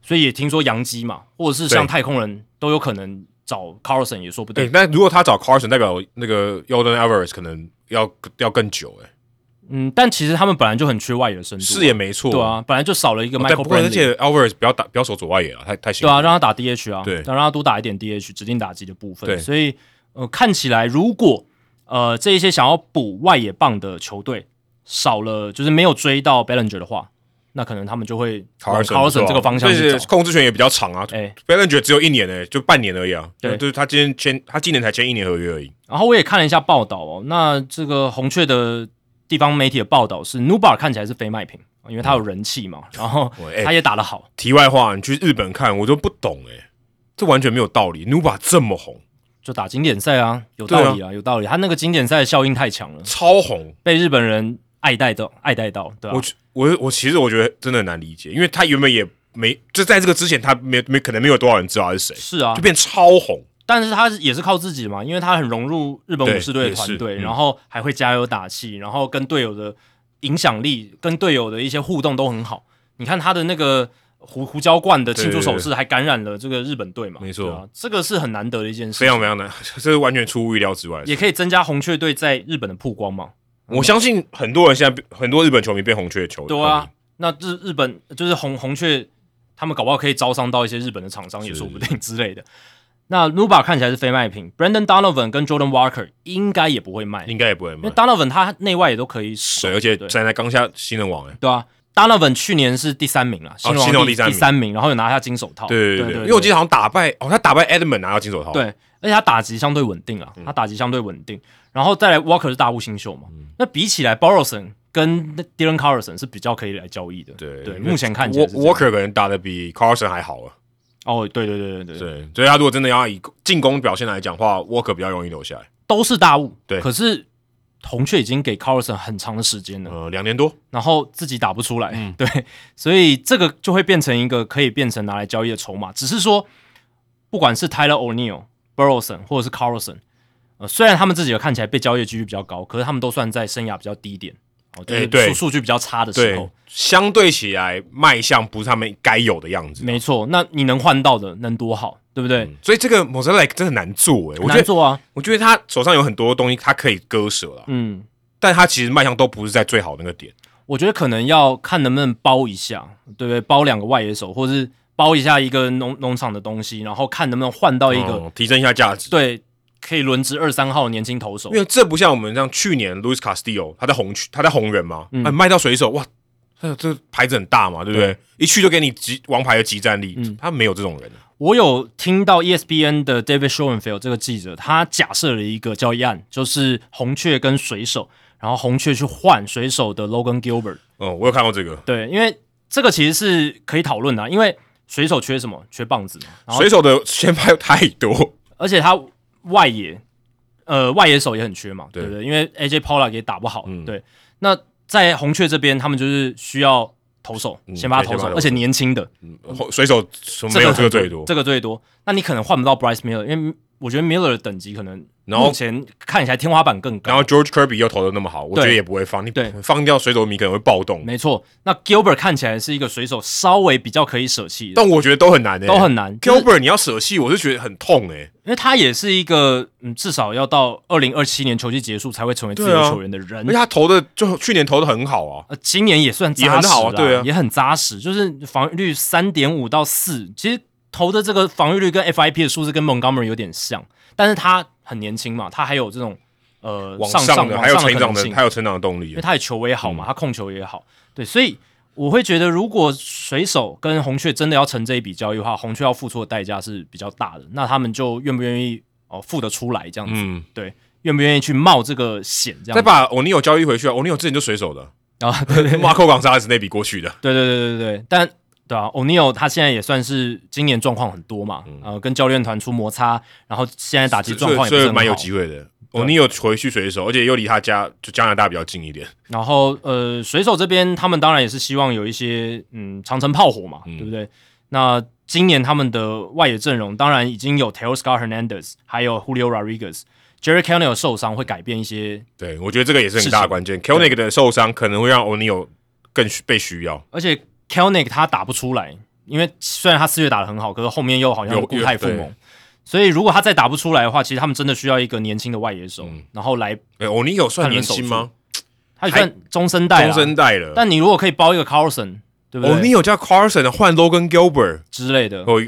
Speaker 2: 所以也听说洋基嘛，或者是像
Speaker 1: 对
Speaker 2: 太空人都有可能找 Carlson 也说不
Speaker 1: 对，
Speaker 2: 定，
Speaker 1: 那如果他找 Carson，代表那个 Jordan Alvarez 可能要要更久哎、
Speaker 2: 嗯，但其实他们本来就很缺外野的深度，
Speaker 1: 是也没错，
Speaker 2: 对，啊，本来就少了一个
Speaker 1: 哦但不
Speaker 2: Michael
Speaker 1: 过而
Speaker 2: Brantley，、
Speaker 1: 且 Alvarez 不要打不要守左外野了，太太辛
Speaker 2: 对
Speaker 1: 苦
Speaker 2: 啊，
Speaker 1: 了
Speaker 2: 让他打 DH 啊，
Speaker 1: 对
Speaker 2: 让他多打一点 DH 指定打击的部分，
Speaker 1: 对
Speaker 2: 所以呃看起来如果呃这一些想要补外野棒的球队少了，就是没有追到 Bellinger 的话，那可能他们就会
Speaker 1: Carlson
Speaker 2: 往
Speaker 1: 不错
Speaker 2: Carlson
Speaker 1: 啊
Speaker 2: 这个方向去
Speaker 1: 对
Speaker 2: 找
Speaker 1: 对，控制权也比较长啊。
Speaker 2: 哎、
Speaker 1: Bellinger 只有一年呢、欸就半年而已啊。
Speaker 2: 对
Speaker 1: 就是他今天签，他今年才签一年合约而已。
Speaker 2: 然后我也看了一下报道哦，那这个红雀的地方媒体的报道是 Nubar 看起来是非卖品，因为他有人气嘛，然后
Speaker 1: 喂哎
Speaker 2: 他也打得好。
Speaker 1: 题外话，你去日本看，我都不懂哎、这完全没有道理。Nuba 这么红，
Speaker 2: 就打经典赛啊，有道理啊，有道理。他那个经典赛的效应太强了，
Speaker 1: 超红，
Speaker 2: 被日本人爱戴到，爱戴到，对吧、啊
Speaker 1: 我我我其实我觉得真的很难理解，因为他原本也没就在这个之前，他没没可能没有多少人知道他是谁，
Speaker 2: 是啊
Speaker 1: 就，变超红。
Speaker 2: 但是他也是靠自己嘛，因为他很融入日本武士队的团
Speaker 1: 对
Speaker 2: 队，
Speaker 1: 也是嗯
Speaker 2: 然后还会加油打气，然后跟队友的影响力、跟队友的一些互动都很好。你看他的那个胡胡椒罐的庆祝手势，还感染了这个日本队嘛？
Speaker 1: 没错
Speaker 2: 对啊，这个是很难得的一件事
Speaker 1: 非，常非常难， 这是完全出乎意料之外的事。
Speaker 2: 也可以增加红雀队在日本的曝光嘛。
Speaker 1: 我相信很多人现在很多日本球迷变红雀球，
Speaker 2: 对啊，那日日本就是红红雀，他们搞不好可以招商到一些日本的厂商也说不定之类的。那 Nuba 看起来是非卖品，Brandon Donovan 跟 Jordan Walker 应该也不会卖
Speaker 1: 红，，应该也不会
Speaker 2: 因为
Speaker 1: 买。
Speaker 2: Donovan 他内外也都可以守，
Speaker 1: 对，而且
Speaker 2: 对
Speaker 1: 站在刚下新人王哎、
Speaker 2: 对啊，Donovan 去年是第三名啦，新
Speaker 1: 哦新人王
Speaker 2: 第
Speaker 1: 第三名
Speaker 2: 三名，然后有拿下金手套，
Speaker 1: 对
Speaker 2: 对
Speaker 1: 对
Speaker 2: 对，
Speaker 1: 因为我记得好像打败哦，他打败 Edmond 拿到金手套，
Speaker 2: 对，而且他打击相对稳定
Speaker 1: 嗯
Speaker 2: 啊，他打击相对稳定，然后再来 Walker 是大物新秀嘛，
Speaker 1: 嗯
Speaker 2: 那比起来 Borison 跟 Dylan Carlson 是比较可以来交易的，
Speaker 1: 对
Speaker 2: 对，
Speaker 1: 那
Speaker 2: 目前看起来
Speaker 1: Wa-
Speaker 2: 是这样
Speaker 1: Walker 可能打的比 Carson 还好啊。
Speaker 2: 哦，对对对对对，
Speaker 1: 对，所以他如果真的要以进攻表现来讲话，Walker 比较容易留下来。
Speaker 2: 都是大物，
Speaker 1: 对
Speaker 2: 可是红雀已经给 Carlson 很长的时间了，
Speaker 1: 呃，两年多，
Speaker 2: 然后自己打不出来，
Speaker 1: 嗯
Speaker 2: 对，所以这个就会变成一个可以变成拿来交易的筹码。只是说，不管是 Tyler O'Neill、Burleson 或者是 Carlson，呃，虽然他们自己有看起来被交易的几率比较高，可是他们都算在生涯比较低点，哦，就
Speaker 1: 哎
Speaker 2: 是
Speaker 1: 对
Speaker 2: 数数据比较差的时
Speaker 1: 对
Speaker 2: 候。，
Speaker 1: 相对起来卖相不是他们该有的样子。
Speaker 2: 没错，那你能换到的能多好，对不对？
Speaker 1: 所以这个 m o s a i c 真的很难做嗯哎、我觉
Speaker 2: 难
Speaker 1: 得
Speaker 2: 做啊，
Speaker 1: 我觉得他手上有很多东西，他可以割舍了，
Speaker 2: 嗯，
Speaker 1: 但他其实卖相都不是在最好那个点。
Speaker 2: 我觉得可能要看能不能包一下，对不对？包两个外野手，或是包一下一个农农场的东西，然后看能不能换到一个、
Speaker 1: 嗯提升一下价值。
Speaker 2: 对可以轮值二三号的年轻投手
Speaker 1: 因。为这不像我们像去年 Luis Castillo，他在红区，他在红人嘛，
Speaker 2: 嗯
Speaker 1: 啊卖到水手，哇，这这牌子很大嘛，对不对？一去就给你集王牌的集战力，
Speaker 2: 嗯
Speaker 1: 他没有这种人。啊
Speaker 2: 我有听到 E ESPN 的 David Schoenfeld 这个记者，他假设了一个交易案，就是红雀跟水手，然后红雀去换水手的 Logan Gilbert。
Speaker 1: 嗯，我有看到这个
Speaker 2: 对，因为这个其实是可以讨论的啊、因为水手缺什么？缺棒子嘛。然后
Speaker 1: 水手的先拍太多，
Speaker 2: 而且他外野，呃，外野手也很缺嘛，
Speaker 1: 对
Speaker 2: 对不对？因为 AJ Pola 也打不好，
Speaker 1: 嗯
Speaker 2: 对。那在红雀这边，他们就是需要投手，
Speaker 1: 嗯
Speaker 2: 先发
Speaker 1: 对
Speaker 2: 投
Speaker 1: 先发
Speaker 2: 手，
Speaker 1: 投手
Speaker 2: 而且年轻的，
Speaker 1: 水手没有这个
Speaker 2: 很
Speaker 1: 最多。
Speaker 2: 嗯这个最多。那你可能换不到 Bryce Miller，因为我觉得 Miller 的等级可能
Speaker 1: 然后
Speaker 2: 目前看起来天花板更高。
Speaker 1: 然后 George Kirby 又投的那么好，我觉
Speaker 2: 对
Speaker 1: 得也不会放，你
Speaker 2: 对
Speaker 1: 放掉水手迷可能会暴动，
Speaker 2: 没错，那 Gilbert 看起来是一个水手，稍微比较可以舍弃的，
Speaker 1: 但我觉得都很难诶、欸
Speaker 2: 都很难。就是
Speaker 1: Gilbert 你要舍弃，我是觉得很痛诶、欸
Speaker 2: 因为他也是一个，嗯，至少要到二零二七年球季结束才会成为自
Speaker 1: 对
Speaker 2: 由
Speaker 1: 啊
Speaker 2: 球员的人
Speaker 1: 而且。他投的就去年投的很好啊，
Speaker 2: 呃，今年也算扎实
Speaker 1: 也很好啊
Speaker 2: 啦
Speaker 1: 对啊
Speaker 2: 也很扎实，就是防御率三点五到四，其实投的这个防御率跟 FIP 的数字跟 Montgomery 有点像，但是他很年轻嘛，他还有这种呃
Speaker 1: 往
Speaker 2: 上
Speaker 1: 上的
Speaker 2: 往
Speaker 1: 还有
Speaker 2: 上
Speaker 1: 成
Speaker 2: 可
Speaker 1: 长
Speaker 2: 能
Speaker 1: 的嗯
Speaker 2: 性，
Speaker 1: 还有成长的动力啊
Speaker 2: 因为，他的球也好嘛，他控球也好，对，所以我会觉得，如果水手跟红雀真的要成这一笔交易的话，红雀要付出的代价是比较大的，那他们就愿不愿意哦付得出来这样子，
Speaker 1: 嗯。
Speaker 2: 对，愿不愿意去冒这个险这
Speaker 1: 再
Speaker 2: 样子
Speaker 1: 把欧尼尔交易回去啊！欧尼尔之前就水手的，
Speaker 2: 啊？ 对对对
Speaker 1: 马扣港沙是那笔过去的，
Speaker 2: 对对对对对，但对啊，O'Neal 他现在也算是今年状况很多嘛，呃，跟教练团出摩擦，然后现在打击状况也
Speaker 1: 嗯
Speaker 2: 不
Speaker 1: 所
Speaker 2: 是
Speaker 1: 以
Speaker 2: 很好啊
Speaker 1: 蛮有机会的。欧尼尔回去水手，而且又离他家就加拿大比较近一点，
Speaker 2: 然后呃，水手这边他们当然也是希望有一些嗯长城炮火嘛，对不对？那今年他们的外野阵容当然已经有 Taylor Scott Hernandez，还有 Julio Rodriguez。Jerry c a n n e l 受伤会改变一些，
Speaker 1: 对我觉得这个也是很大的关键。k e l n i c 的受伤可能会让欧尼尔更需被需要，
Speaker 2: 而且 k e l n i c 他打不出来，因为虽然他四月打得很好，可是后面又好像
Speaker 1: 有
Speaker 2: 固态
Speaker 1: 有
Speaker 2: 复
Speaker 1: 对
Speaker 2: 萌，所以如果他再打不出来的话，其实他们真的需要一个年轻的外野手，然后来
Speaker 1: 哎，欧尼尔算年轻吗？
Speaker 2: 他也算中生代
Speaker 1: 中
Speaker 2: 啦
Speaker 1: 生代了。
Speaker 2: 啊但你如果可以包一个 Carlson，对不
Speaker 1: 欧尼
Speaker 2: 对？
Speaker 1: 尔加 Carson 换 Logan Gilbert，
Speaker 2: 之类的，
Speaker 1: 哦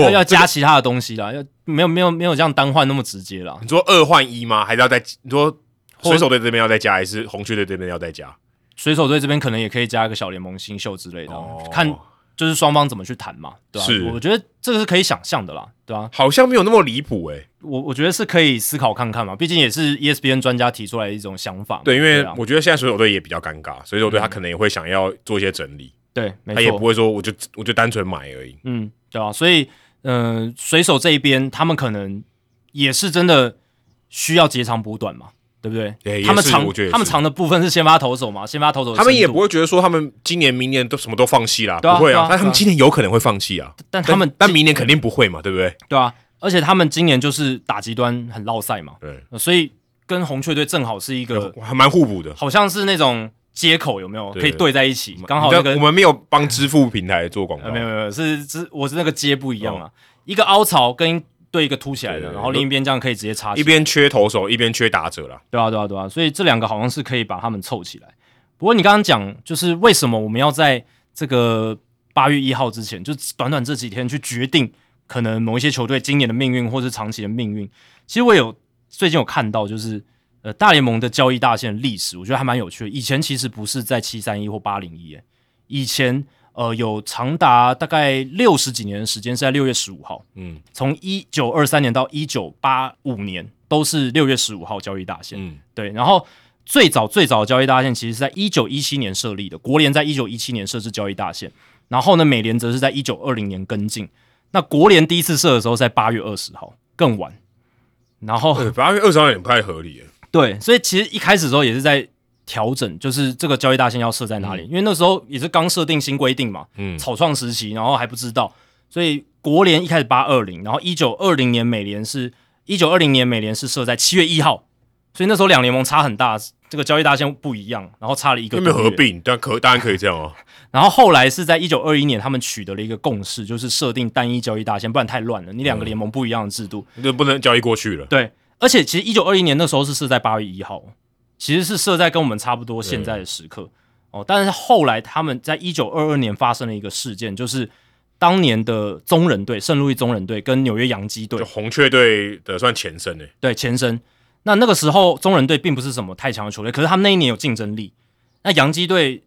Speaker 2: 要要
Speaker 1: 哦，
Speaker 2: 加其他的东西啦，要没有没有没有这样单换那么直接啦。
Speaker 1: 你说二换一吗？还是要再你说水手队这边要再加，还是红雀队这边要再加？
Speaker 2: 水手队这边可能也可以加一个小联盟新秀之类的啊，
Speaker 1: 哦
Speaker 2: 看就是双方怎么去谈嘛，对吧、
Speaker 1: 是
Speaker 2: 我觉得这个是可以想象的啦，对吧、
Speaker 1: 好像没有那么离谱哎。
Speaker 2: 我我觉得是可以思考看看嘛，毕竟也是 E ESPN 专家提出来的一种想法嘛。
Speaker 1: 对，因为
Speaker 2: 啊
Speaker 1: 我觉得现在水手队也比较尴尬，水手队他可能也会想要做一些整理。
Speaker 2: 对，嗯没
Speaker 1: 他
Speaker 2: 错，
Speaker 1: 也不会说我就我就单纯买而已。
Speaker 2: 嗯，对啊，所以，嗯、水手这一边他们可能也是真的需要截长补短嘛，对不对？
Speaker 1: 对
Speaker 2: 他们
Speaker 1: 也是
Speaker 2: 长
Speaker 1: 我觉得也是
Speaker 2: 他们长的部分是先发投手嘛，先发投手的
Speaker 1: 他们也
Speaker 2: 深度
Speaker 1: 不，会觉得说他们今年、明年都什么都放弃啦，
Speaker 2: 哦对啊
Speaker 1: 不会
Speaker 2: 对啊
Speaker 1: 但他
Speaker 2: 对
Speaker 1: 们
Speaker 2: 啊
Speaker 1: 今年有可能会放弃啊。
Speaker 2: 但他们
Speaker 1: 但但明年肯定不会嘛，对不对？
Speaker 2: 对啊，而且他们今年就是打极端很落赛嘛、
Speaker 1: 对，
Speaker 2: 呃所以跟红雀队正好是一个，
Speaker 1: 还蛮互补的。
Speaker 2: 好像是那种接口有没有
Speaker 1: 对
Speaker 2: 可以对在一起，刚好
Speaker 1: 你
Speaker 2: 那
Speaker 1: 看
Speaker 2: 个
Speaker 1: 我们没有帮支付平台做广告
Speaker 2: 呃，没有没有没有是是我是那个接不一样啊，一个凹槽跟对一个凸起来
Speaker 1: 对
Speaker 2: 的，
Speaker 1: 对
Speaker 2: 然后另一边这样可以直接插起来
Speaker 1: 一边缺投手，一边缺打者啦。
Speaker 2: 对啊，对啊，对啊，所以这两个好像是可以把他们凑起来。不过你刚刚讲，就是为什么我们要在这个八月一号之前，就短短这几天去决定可能某一些球队今年的命运或是长期的命运？其实我有最近有看到，就是呃大联盟的交易大线历史，我觉得还蛮有趣的。以前其实不是在七三一或八零一，以前呃有长达大概六十几年的时间是在六月十五号，
Speaker 1: 嗯
Speaker 2: 从一九二三年到一九八五年都是六月十五号交易大线。
Speaker 1: 嗯，
Speaker 2: 对，然后最早最早的交易大线其实是在一九一七年设立的，国联在一九一七年设置交易大线，然后呢，美联则是在一九二零年跟进。那国联第一次设的时候是在八月二十号，更晚。然后、
Speaker 1: 对，八月二十号有点不太合理耶。
Speaker 2: 对，所以其实一开始的时候也是在调整，就是这个交易大线要设在哪里，因为那时候也是刚设定新规定嘛，
Speaker 1: 嗯
Speaker 2: 草创时期，然后还不知道，所以国联一开始八二零，然后一九二零年美联是一九二零年美联是设在七月一号，所以那时候两联盟差很大，这个交易大限不一样，然后差了一个
Speaker 1: 有
Speaker 2: 多
Speaker 1: 没
Speaker 2: 月。
Speaker 1: 有合并？但可当然可以这样 啊。
Speaker 2: 然后后来是在一九二一年，他们取得了一个共识，就是设定单一交易大限，不然太乱了。你两个联盟不一样的制度，
Speaker 1: 这不能交易过去了。
Speaker 2: 对。而且其实一九二一年那时候是设在八月一号，其实是设在跟我们差不多现在的时刻哦。但是后来他们在一九二二年发生了一个事件，就是当年的中人队圣路易中人队跟纽约洋基队
Speaker 1: 就红雀队的算前身呢、
Speaker 2: 对前身。那那个时候中人队并不是什么太强的球队，可是他们那一年有竞争力。那洋基队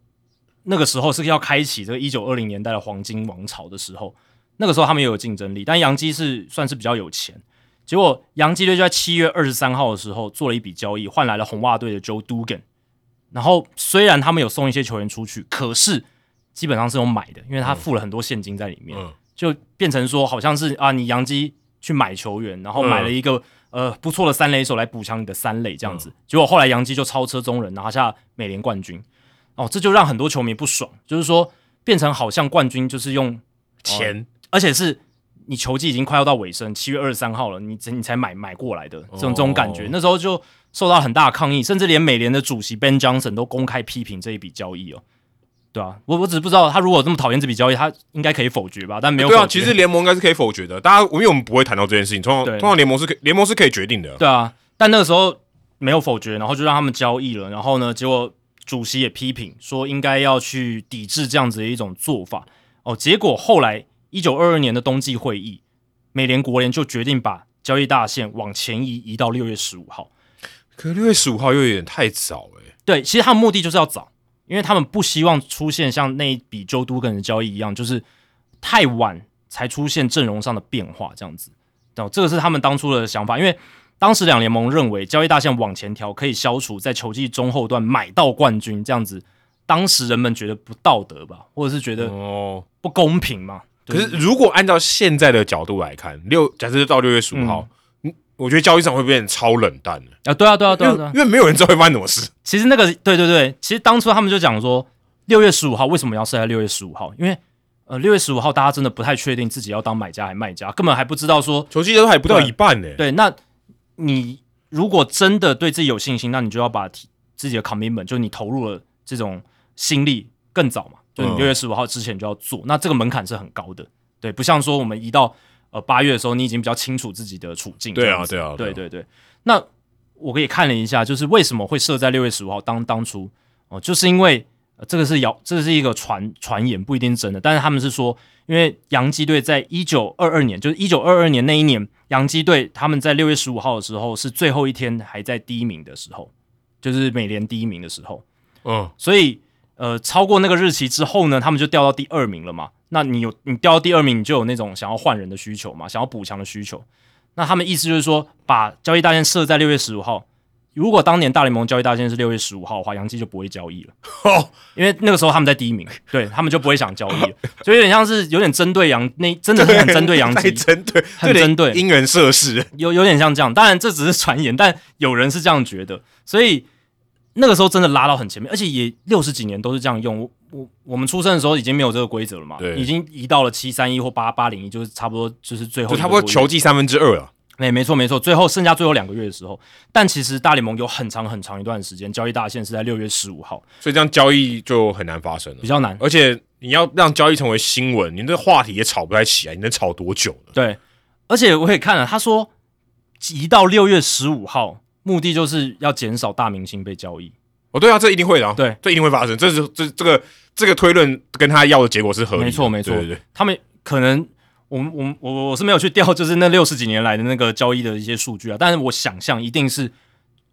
Speaker 2: 那个时候是要开启这个一九二零年代的黄金王朝的时候，那个时候他们也有竞争力，但洋基是算是比较有钱。结果洋基队就在七月二十三号的时候做了一笔交易，换来了红袜队的 Joe Dugan。然后虽然他们有送一些球员出去，可是基本上是有买的，因为他付了很多现金在里面。
Speaker 1: 嗯，
Speaker 2: 就变成说好像是啊，你洋基去买球员，然后买
Speaker 1: 嗯
Speaker 2: 了一个、呃不错的三垒手来补强你的三垒这样子。结果后来洋基就超车中人，拿下美联冠军。哦，这就让很多球迷不爽，就是说变成好像冠军就是用，
Speaker 1: 前
Speaker 2: 而且是你球季已经快要到尾声，七月二十三号了，你才你才买买过来的这种这种感觉。
Speaker 1: 哦
Speaker 2: 那时候就受到很大的抗议，甚至连美联的主席 Ben Johnson 都公开批评这一笔交易哦。对啊，我我只是不知道他如果这么讨厌这笔交易，他应该可以否决吧？但没有否
Speaker 1: 对
Speaker 2: 决。
Speaker 1: 啊，其实联盟应该是可以否决的。大家，因为我们不会谈到这件事情，通常
Speaker 2: 对
Speaker 1: 通常联盟是可以联盟是可以决定的。
Speaker 2: 对啊，但那个时候没有否决，然后就让他们交易了。然后呢，结果主席也批评说应该要去抵制这样子的一种做法。哦，结果后来一九二二年的冬季会议，美联国联就决定把交易大限往前移，移到六月十五号。
Speaker 1: 可六月十五号又有点太早哎、
Speaker 2: 对，其实他们目的就是要早，因为他们不希望出现像那一笔周都跟的交易一样，就是太晚才出现阵容上的变化这样子。哦，这个是他们当初的想法，因为当时两联盟认为交易大线往前调可以消除在球季中后段买到冠军这样子，当时人们觉得不道德吧，或者是觉得
Speaker 1: 哦，
Speaker 2: 不公平嘛。就
Speaker 1: 可是如果按照现在的角度来看，六假设到六月十五号，嗯，我觉得交易上会变得超冷淡的、
Speaker 2: 啊，对啊，对啊，对啊，
Speaker 1: 因
Speaker 2: 对啊
Speaker 1: 为。因为没有人知道会发生什么事。
Speaker 2: 其实那个对对对，其实当初他们就讲说，六月十五号为什么要设在六月十五号？因为呃，六月十五号大家真的不太确定自己要当买家还卖家，根本还不知道说，
Speaker 1: 球季都还不到一半呢、
Speaker 2: 对，那你如果真的对自己有信心，那你就要把提自己的 commitment，就是你投入了这种心力更早嘛，就你
Speaker 1: 嗯
Speaker 2: 六月十五号之前就要做，那这个门槛是很高的，对，不像说我们一到呃八月的时候，你已经比较清楚自己的处境，
Speaker 1: 对
Speaker 2: 这
Speaker 1: 啊
Speaker 2: 样子
Speaker 1: 对啊对
Speaker 2: 对
Speaker 1: 啊
Speaker 2: 对对。那我也看了一下，就是为什么会设在六月十五号当当初哦、就是因为、呃这个是谣，这是一个传传言，不一定是真的，但是他们是说，因为洋基队在一九二二年，就是一九二二年那一年，洋基队他们在六月十五号的时候是最后一天还在第一名的时候，就是美联第一名的时候，
Speaker 1: 嗯，
Speaker 2: 所以呃，超过那个日期之后呢，他们就掉到第二名了嘛。那你有你掉到第二名，你就有那种想要换人的需求嘛，想要补强的需求。那他们意思就是说，把交易大限设在六月十五号。如果当年大联盟交易大限是六月十五号的话，杨基就不会交易了，
Speaker 1: 哦，
Speaker 2: 因为那个时候他们在第一名，对他们就不会想交易了，所以有点像是有点针对杨，那真的是很针对 杨
Speaker 1: 太
Speaker 2: 基，
Speaker 1: 针对，
Speaker 2: 很针对
Speaker 1: 这点因人设事。
Speaker 2: 有有点像这样，当然这只是传言，但有人是这样觉得，所以那个时候真的拉到很前面，而且也六十几年都是这样用。我我我们出生的时候已经没有这个规则了嘛，
Speaker 1: 对
Speaker 2: 已经移到了七三一或八八零一，就是差不多就是最后
Speaker 1: 就
Speaker 2: 一个
Speaker 1: 差不多
Speaker 2: 多月
Speaker 1: 球季三分之二了。
Speaker 2: 没没错没错，最后剩下最后两个月的时候，但其实大联盟有很长很长一段时间交易大限是在六月十五号，
Speaker 1: 所以这样交易就很难发生了
Speaker 2: 比。较难。
Speaker 1: 而且你要让交易成为新闻，你这话题也吵不太起来，你能吵多久呢？
Speaker 2: 对，而且我也看了，他说移到六月十五号，目的就是要减少大明星被交易。
Speaker 1: 哦，对啊，这一定会的、啊，
Speaker 2: 对，
Speaker 1: 这一定会发生。这是这这个这个推论跟他要的结果是合理的，
Speaker 2: 没错没错
Speaker 1: 对对对，
Speaker 2: 他们可能我们我们我我我是没有去调，就是那六十几年来的那个交易的一些数据啊，但是我想象一定是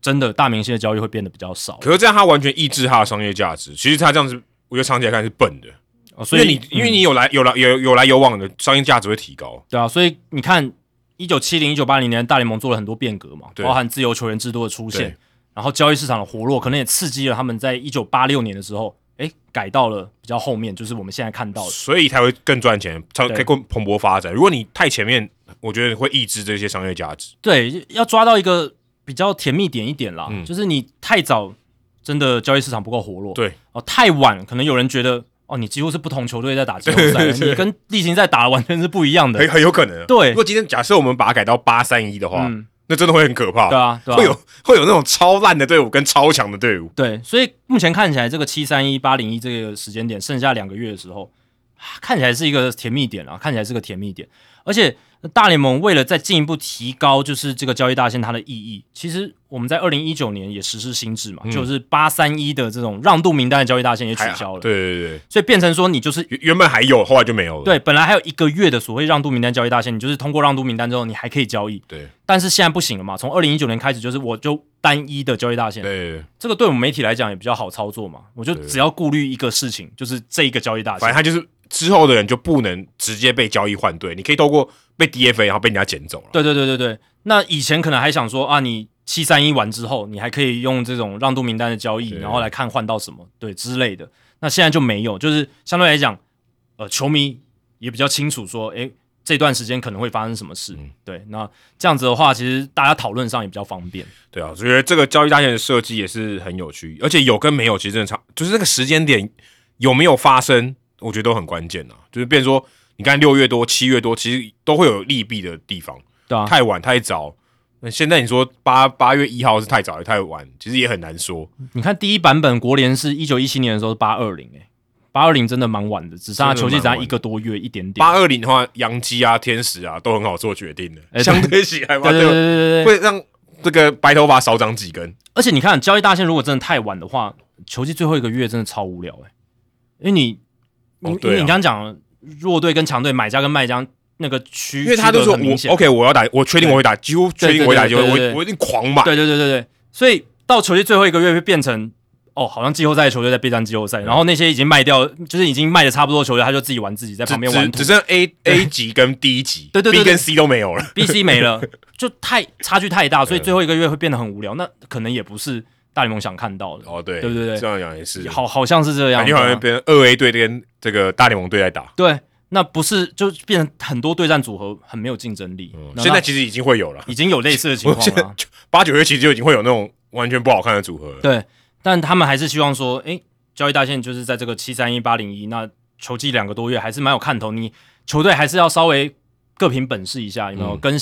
Speaker 2: 真的大明星的交易会变得比较少，
Speaker 1: 可是这样他完全抑制他的商业价值。其实他这样子，我觉得长期来看是笨的，
Speaker 2: 哦所
Speaker 1: 因
Speaker 2: 以
Speaker 1: 为你、因为
Speaker 2: 嗯
Speaker 1: 你有来有来有有来有往的商业价值会提高。
Speaker 2: 对啊，所以你看一九七零一九八零年大联盟做了很多变革嘛，
Speaker 1: 对
Speaker 2: 包含自由球员制度的出现
Speaker 1: 对，
Speaker 2: 然后交易市场的活络，可能也刺激了他们在一九八六年的时候，哎，改到了比较后面，就是我们现在看到的。
Speaker 1: 所以才会更赚钱，才
Speaker 2: 对
Speaker 1: 可以更蓬勃发展。如果你太前面，我觉得会抑制这些商业价值。
Speaker 2: 对，要抓到一个比较甜蜜点一点啦，
Speaker 1: 嗯
Speaker 2: 就是你太早真的交易市场不够活络，
Speaker 1: 对
Speaker 2: 哦，太晚可能有人觉得哦，你几乎是不同球队在打季后赛
Speaker 1: 对
Speaker 2: 了，
Speaker 1: 对对
Speaker 2: 你跟例行赛打的完全是不一样的
Speaker 1: 很，很有可能啊。
Speaker 2: 对
Speaker 1: 如果今天假设我们把它改到八三一的话，
Speaker 2: 嗯，
Speaker 1: 那真的会很可怕。
Speaker 2: 对啊，对啊，
Speaker 1: 会有会有那种超烂的队伍跟超强的队伍，
Speaker 2: 对，所以目前看起来这个七三一八零一这个时间点，剩下两个月的时候，啊看起来是一个甜蜜点啊，看起来是个甜蜜点。而且大联盟为了再进一步提高，就是这个交易大限它的意义，其实我们在二零一九年也实施新制嘛，就是八三一的这种让渡名单的交易大限也
Speaker 1: 嗯
Speaker 2: 取
Speaker 1: 还啊
Speaker 2: 消了，
Speaker 1: 对对对对，
Speaker 2: 所以变成说你就是。
Speaker 1: 原原本还有，后来就没有了。
Speaker 2: 对，本来还有一个月的所谓让渡名单交易大限，你就是通过让渡名单之后，你还可以交易，
Speaker 1: 对
Speaker 2: 但是现在不行了嘛。从二零一九年开始，就是我就单一的交易大限
Speaker 1: 对，对对，
Speaker 2: 这个对我们媒体来讲也比较好操作嘛。我就只要顾虑一个事情，就是这一个交易大
Speaker 1: 反正
Speaker 2: 限。
Speaker 1: 他就是之后的人就不能直接被交易换队，你可以透过被 DFA 然后被人家捡走了。
Speaker 2: 对对对对对。那以前可能还想说啊，你七三一完之后，你还可以用这种让渡名单的交易，
Speaker 1: 对
Speaker 2: 然后来看换到什么，对之类的。那现在就没有，就是相对来讲，呃，球迷也比较清楚说，诶，这段时间可能会发生什么事。
Speaker 1: 嗯
Speaker 2: 对，那这样子的话，其实大家讨论上也比较方便。
Speaker 1: 对啊，我觉得这个交易大限的设计也是很有趣，而且有跟没有其实真的差，就是那个时间点有没有发生，我觉得都很关键啊。就是变成说，你看六月多、七月多，其实都会有利弊的地方。
Speaker 2: 对啊，
Speaker 1: 太晚太早，那现在你说八八月一号是太早还是太晚，其实也很难说。
Speaker 2: 你看第一版本国联是一九一七年的时候是八二零，哎，八二零真的蛮晚的，只剩下球季
Speaker 1: 真的蛮
Speaker 2: 只剩
Speaker 1: 晚
Speaker 2: 下一个多月一点点。
Speaker 1: 八二零的话，洋基啊、天使啊都很好做决定的，
Speaker 2: 哎对
Speaker 1: 相对起来嘛，
Speaker 2: 对对对
Speaker 1: 吧
Speaker 2: 对对对，
Speaker 1: 会让这个白头发少长几根。
Speaker 2: 而且你看交易大限如果真的太晚的话，球季最后一个月真的超无聊哎、因为你，
Speaker 1: 哦
Speaker 2: 你因
Speaker 1: 对啊
Speaker 2: 为你刚刚讲了弱队跟强队买家跟卖家那个区，
Speaker 1: 因为他都
Speaker 2: 区
Speaker 1: 说
Speaker 2: 隔很明
Speaker 1: 我
Speaker 2: 显
Speaker 1: OK，我要打，我确定我会打，几乎确定我会打，
Speaker 2: 对
Speaker 1: 就
Speaker 2: 对
Speaker 1: 会
Speaker 2: 对对对
Speaker 1: 我我一定狂买。
Speaker 2: 对对对对对，所以到球季最后一个月会变成哦，好像季后赛的球队在备战季后赛，然后那些已经卖掉，就是已经卖的差不多的球队，他就自己玩自己在旁边
Speaker 1: 只
Speaker 2: 玩
Speaker 1: 只剩 A A 级跟 D 级，
Speaker 2: 对对对
Speaker 1: b 跟
Speaker 2: 对
Speaker 1: C 都没有了。
Speaker 2: B、C 没了，就太差距太大，所以最后一个月会变得很无聊。那可能也不是大联盟想看到的，
Speaker 1: 哦，对
Speaker 2: 对对对
Speaker 1: 这样讲也是，
Speaker 2: 好好像是这样
Speaker 1: 感
Speaker 2: 对
Speaker 1: 觉
Speaker 2: 啊，
Speaker 1: 好像变成二 A 队跟这个大联盟队在打。
Speaker 2: 对，那不是就变成很多对战组合很没有竞争力。那
Speaker 1: 嗯现在
Speaker 2: 那
Speaker 1: 其实已经会有了，
Speaker 2: 已经有类似的 情
Speaker 1: 我现
Speaker 2: 况
Speaker 1: 在
Speaker 2: 了，
Speaker 1: 就八九月其实就已经会有那种完全不好看的组合了。
Speaker 2: 对，但他们还是希望说，诶，交易大限就是在这个七三一八零一，那球季两个多月还是蛮有看头，你球队还是要稍微。各凭本事一下，有没有、
Speaker 1: 嗯
Speaker 2: 跟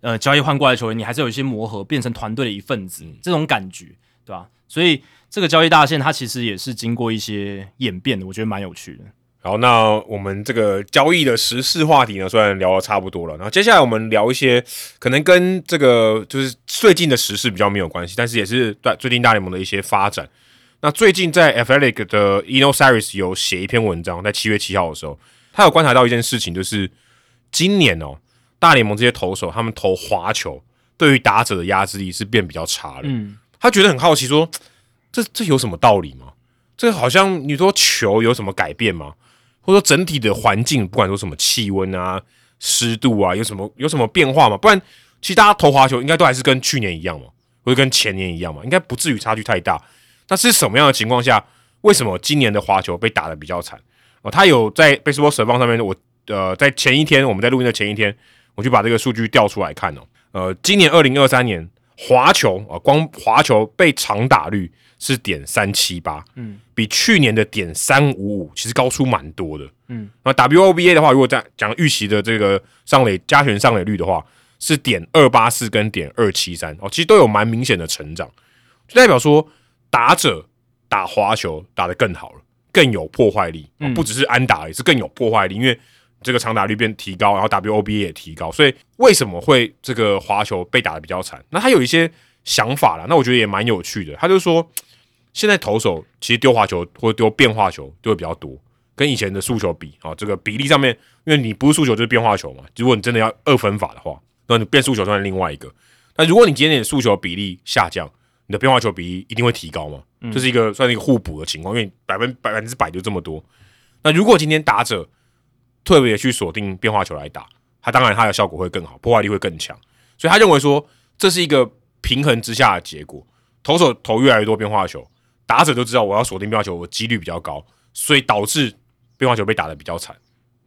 Speaker 2: 呃交易换过来的球员，你还是有一些磨合，变成团队的一份子，这种感觉，对吧、所以这个交易大限它其实也是经过一些演变的，我觉得蛮有趣的。
Speaker 1: 好，那我们这个交易的时事话题呢，虽然聊的差不多了，然后接下来我们聊一些可能跟这个就是最近的时事比较没有关系，但是也是对最近大联盟的一些发展。那最近在 Athletic 的 Eno Saris 有写一篇文章，在七月七号的时候，他有观察到一件事情，就是今年哦，大联盟这些投手他们投滑球，对于打者的压制力是变比较差了。
Speaker 2: 嗯，
Speaker 1: 他觉得很好奇说，这这有什么道理吗？这好像你说球有什么改变吗？或者说整体的环境，不管说什么气温啊、湿度啊，有什么有什么变化吗？不然，其实大家投滑球应该都还是跟去年一样嘛，或者跟前年一样嘛，应该不至于差距太大。那是什么样的情况下，为什么今年的滑球被打得比较惨？哦，他有在 Baseball 神棒上面，我呃，在前一天我们在录音的前一天，我就把这个数据调出来看哦。呃，今年二零二三年滑球啊、呃光滑球被长打率是点三七八，
Speaker 2: 嗯，
Speaker 1: 比去年的点三五五其实高出蛮多的，
Speaker 2: 嗯。
Speaker 1: 那 WOBA 的话，如果在讲预期的这个上垒加权上垒率的话，是点二八四跟点二七三哦，其实都有蛮明显的成长，就代表说打者打滑球打得更好了，更有破坏力、哦
Speaker 2: 嗯
Speaker 1: 不只是安打而已，是更有破坏力，因为这个长打率变提高，然后 WOBA 也提高，所以为什么会这个滑球被打得比较惨？那他有一些想法啦，那我觉得也蛮有趣的，他就说。现在投手其实丢滑球或者丢变化球丢的比较多，跟以前的速球比啊、这个比例上面，因为你不是速球就是变化球嘛。如果你真的要二分法的话，那你变速球算是另外一个。那如果你今天你的速球比例下降，你的变化球比例一定会提高嘛？这是一个算是一个互补的情况，因为百分百分之百就这么多。那如果今天打者特别去锁定变化球来打，他当然他的效果会更好，破坏力会更强。所以他认为说这是一个平衡之下的结果，投手投越来越多变化球，打者就知道我要锁定变化球，我几率比较高，所以导致变化球被打得比较惨，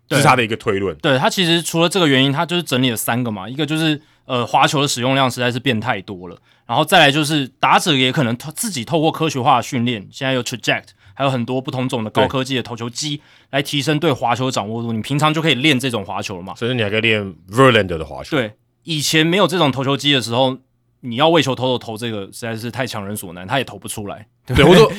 Speaker 1: 这
Speaker 2: 对
Speaker 1: 是他的一个推论。
Speaker 2: 对他其实除了这个原因，他就是整理了三个嘛，一个就是呃滑球的使用量实在是变太多了，然后再来就是打者也可能透自己透过科学化的训练，现在有 Traject，还有很多不同种的高科技的投球机来提升对滑球的掌握度，你平常就可以练这种滑球了嘛。
Speaker 1: 甚至你还可以练 Verlander 的滑球，
Speaker 2: 对，以前没有这种投球机的时候，你要为球投手投这个实在是太强人所难，他也投不出来，
Speaker 1: 对，我说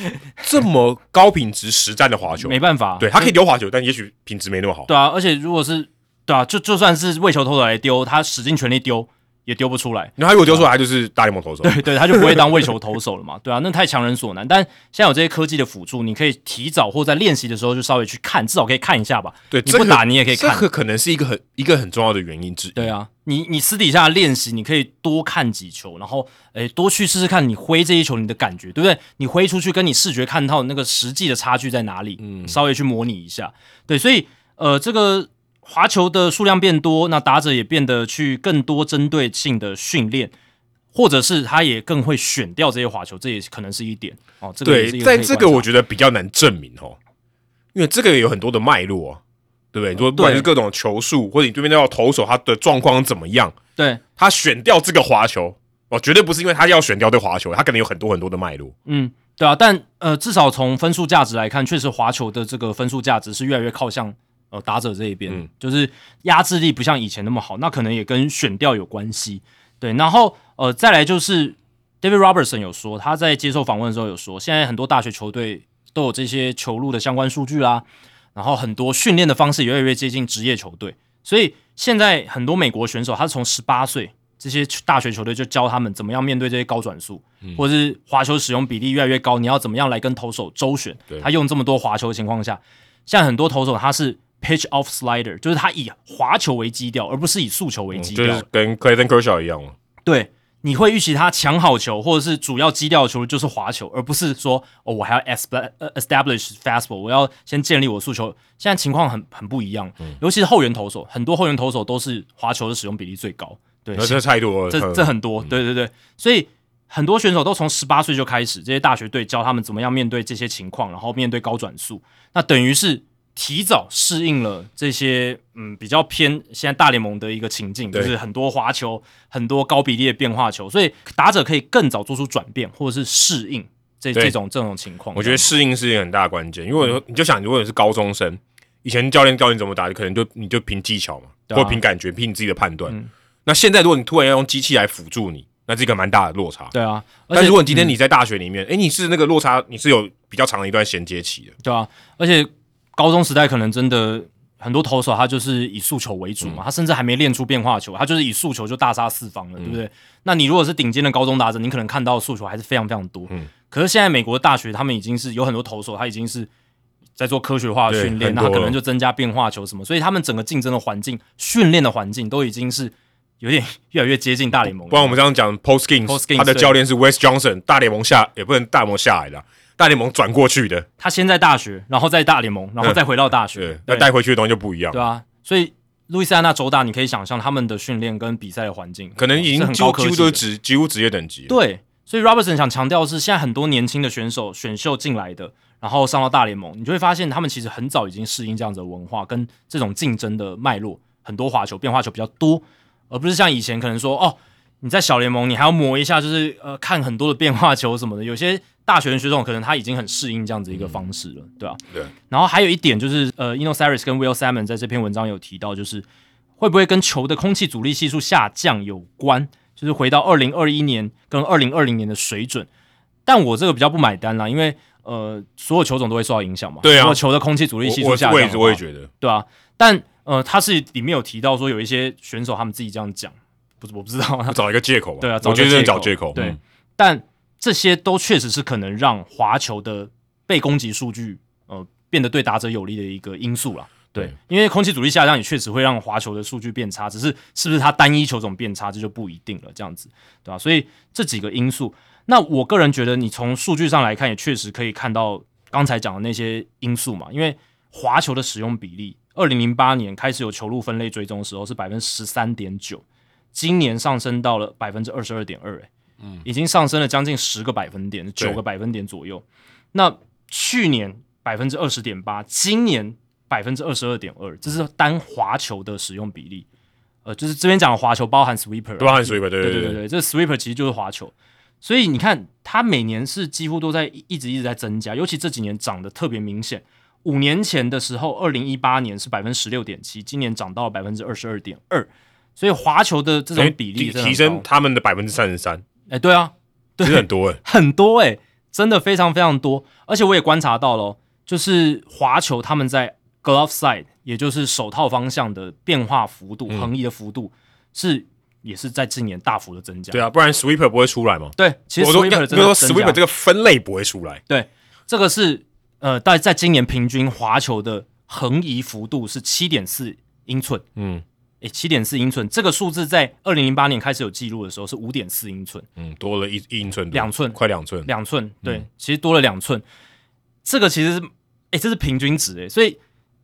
Speaker 1: 这么高品质实战的滑球，
Speaker 2: 没办法。
Speaker 1: 对他可以丢滑球，但也许品质没那么好。
Speaker 2: 对啊，而且如果是对啊，就就算是为球投手来丢，他使尽全力丢也丢不出来。
Speaker 1: 然后他如果丢出来，他就是大联盟投手。
Speaker 2: 对对，他就不会当为球投手了嘛，对啊，那太强人所难。但现在有这些科技的辅助，你可以提早或在练习的时候就稍微去看，至少可以看一下吧。
Speaker 1: 对，
Speaker 2: 你
Speaker 1: 这
Speaker 2: 不
Speaker 1: 个
Speaker 2: 打你也可以看
Speaker 1: 这。个可能是一个很一个很重要的原因之一。
Speaker 2: 对啊，你你私底下练习，你可以多看几球，然后诶多去试试看你挥这一球你的感觉，对不对？你挥出去跟你视觉看到那个实际的差距在哪里，嗯，稍微去模拟一下。对，所以呃，这个滑球的数量变多，那打者也变得去更多针对性的训练。或者是他也更会选掉这些滑球，这也可能是一点哦。这个也是一
Speaker 1: 对，在
Speaker 2: 可以
Speaker 1: 这
Speaker 2: 观
Speaker 1: 个
Speaker 2: 察
Speaker 1: 我觉得比较难证明哦，因为这个有很多的脉络、啊，对不对？你说不管是各种球速，或者你对面那个投手他的状况怎么样，
Speaker 2: 对，
Speaker 1: 他选掉这个滑球，哦，绝对不是因为他要选掉这个滑球，他可能有很多很多的脉络。
Speaker 2: 嗯，对啊，但呃，至少从分数价值来看，确实滑球的这个分数价值是越来越靠向呃打者这一边，
Speaker 1: 嗯
Speaker 2: 就是压制力不像以前那么好，那可能也跟选调有关系。对，然后呃，再来就是 David Robertson 有说，他在接受访问的时候有说，现在很多大学球队都有这些球路的相关数据啦，然后很多训练的方式也越来越接近职业球队，所以现在很多美国选手，他是从十八岁这些大学球队就教他们怎么样面对这些高转速，或者是滑球使用比例越来越高，你要怎么样来跟投手周旋
Speaker 1: 对？
Speaker 2: 他用这么多滑球的情况下，像很多投手他是 pitch off slider，就是他以滑球为基调，而不是以速球为基
Speaker 1: 嗯就
Speaker 2: 调。
Speaker 1: 是跟 Clayton Kershaw 一样嘛，
Speaker 2: 对，你会预期他抢好球，或者是主要基调的球就是滑球，而不是说哦，我还要 espa- 呃 establish fastball，我要先建立我的诉求。现在情况很很不一样，尤其是后援投手，很多后援投手都是滑球的使用比例最高。对，
Speaker 1: 那这太多了。
Speaker 2: 这
Speaker 1: 嗯
Speaker 2: 这很多，对对对，所以很多选手都从十八岁就开始，这些大学队教他们怎么样面对这些情况，然后面对高转速，那等于是提早适应了这些嗯比较偏现在大联盟的一个情境，就
Speaker 1: 对
Speaker 2: 是很多滑球，很多高比例的变化球，所以打者可以更早做出转变或者是适应这
Speaker 1: 对
Speaker 2: 这种这种情况。
Speaker 1: 我觉得适应是一个很大的关键，因为我你就想，如果你是高中生，以前教练教你怎么打，可能就你就凭技巧嘛，
Speaker 2: 对啊
Speaker 1: 或凭感觉，凭你自己的判断。那现在如果你突然要用机器来辅助你，那是一个蛮大的落差。
Speaker 2: 对啊，而
Speaker 1: 但
Speaker 2: 且
Speaker 1: 如果你今天你在大学里面，哎、你是那个落差，你是有比较长的一段衔接期的，
Speaker 2: 对啊，而且高中时代可能真的很多投手他就是以速球为主
Speaker 1: 嗯
Speaker 2: 嘛，他甚至还没练出变化球，他就是以速球就大杀四方了，
Speaker 1: 嗯
Speaker 2: 对不对？那你如果是顶尖的高中打者，你可能看到速球还是非常非常多。
Speaker 1: 嗯
Speaker 2: 可是现在美国的大学他们已经是有很多投手，他已经是在做科学化的
Speaker 1: 对
Speaker 2: 训练，
Speaker 1: 很
Speaker 2: 那
Speaker 1: 多
Speaker 2: 他可
Speaker 1: 了
Speaker 2: 能就增加变化球什么，所以他们整个竞争的环境、训练的环境都已经是有点越来越接近大联盟了。
Speaker 1: 不然我们这样讲，Post Games,
Speaker 2: Post Gaines，
Speaker 1: 他的
Speaker 2: 对
Speaker 1: 教练是 West Johnson，大联盟下也不能大联盟下来的啊、大联盟转过去的，
Speaker 2: 他先在大学，然后在大联盟，然后再回到大
Speaker 1: 嗯
Speaker 2: 学，
Speaker 1: 对，那带回去的东西就不一样
Speaker 2: 对。啊，所以路易斯安那州大，你可以想象他们的训练跟比赛的环境，
Speaker 1: 可能已
Speaker 2: 是
Speaker 1: 经
Speaker 2: 很
Speaker 1: 几
Speaker 2: 高
Speaker 1: 乎
Speaker 2: 科
Speaker 1: 几
Speaker 2: 技
Speaker 1: 乎都是
Speaker 2: 的
Speaker 1: 职几乎职业等级了。
Speaker 2: 对。所以 Robertson 想强调的是，现在很多年轻的选手选秀进来的，然后上到大联盟，你就会发现他们其实很早已经适应这样子的文化跟这种竞争的脉络，很多滑球变化球比较多，而不是像以前可能说哦，你在小联盟你还要磨一下，就是呃看很多的变化球什么的。有些大学的选手可能他已经很适应这样子一个方式了，对吧、啊
Speaker 1: 对。
Speaker 2: 然后还有一点就是，呃 i n o s a r i s 跟 Will Salmon 在这篇文章有提到，就是会不会跟球的空气阻力系数下降有关，就是回到二零二一年跟二零二零年的水准。但我这个比较不买单啦，因为呃，所有球种都会受到影响嘛。
Speaker 1: 对啊
Speaker 2: 所有球的空气阻力系
Speaker 1: 我
Speaker 2: 数
Speaker 1: 我
Speaker 2: 下降
Speaker 1: 我也
Speaker 2: 的话
Speaker 1: 我也觉得，
Speaker 2: 对啊，但呃，他是里面有提到说有一些选手他们自己这样讲，不是我不知道他，
Speaker 1: 找一个借口吧。
Speaker 2: 对啊找
Speaker 1: 我
Speaker 2: 一个
Speaker 1: 觉得是
Speaker 2: 借口
Speaker 1: 找借口。
Speaker 2: 对
Speaker 1: 嗯
Speaker 2: 但这些都确实是可能让滑球的被攻击数据呃变得对打者有利的一个因素啦。
Speaker 1: 对，
Speaker 2: 因为空气阻力下降也确实会让滑球的数据变差，只是是不是它单一球种变差，这就不一定了，这样子，对吧、所以这几个因素，那我个人觉得，你从数据上来看，也确实可以看到刚才讲的那些因素嘛，因为滑球的使用比例，二零零八年开始有球路分类追踪的时候是百分之十三点九，今年上升到了百分之二十二点二，哎，嗯，已经上升了将近十个百分点，九个百分点左右。那去年百分之二十点八，今年百分之二十二点二，这是单滑球的使用比例。呃，就是这边讲的滑球包含 sweeper，啊
Speaker 1: 多汗水吧，对
Speaker 2: 对
Speaker 1: 对
Speaker 2: 对对，这 sweeper 其实就是滑球，所以你看它每年是几乎都在一一直一直在增加，尤其这几年涨得特别明显。五年前的时候，二零一八年是百分之十六点七，今年涨到了百分之二十二点二。所以滑球的这
Speaker 1: 等于
Speaker 2: 种比例
Speaker 1: 提
Speaker 2: 真的
Speaker 1: 提
Speaker 2: 很
Speaker 1: 升
Speaker 2: 高，
Speaker 1: 他们的百分之三十三，
Speaker 2: 哎、对啊，
Speaker 1: 其
Speaker 2: 对，
Speaker 1: 实很多哎、
Speaker 2: 很多哎、真的非常非常多。而且我也观察到了哦，就是滑球他们在 glove side，也就是手套方向的变化幅
Speaker 1: 嗯
Speaker 2: 度、横移的幅度是也是在近年大幅的增加。
Speaker 1: 对啊，不然 sweeper 不会出来嘛。
Speaker 2: 对，其实
Speaker 1: 我都
Speaker 2: sweeper
Speaker 1: 跟
Speaker 2: 真的
Speaker 1: 就说
Speaker 2: 增
Speaker 1: sweeper
Speaker 2: 加
Speaker 1: 这个分类不会出来，
Speaker 2: 对，这个是呃，在在今年平均滑球的横移幅度是七点四英寸，
Speaker 1: 嗯
Speaker 2: 诶，七点四英寸，这个数字在二零零八年开始有记录的时候是五点四英寸，
Speaker 1: 嗯，多了一一英寸多，
Speaker 2: 两寸
Speaker 1: 快两寸，
Speaker 2: 两寸，对，
Speaker 1: 嗯
Speaker 2: 其实多了两寸，这个其实是诶，这是平均值诶，所以。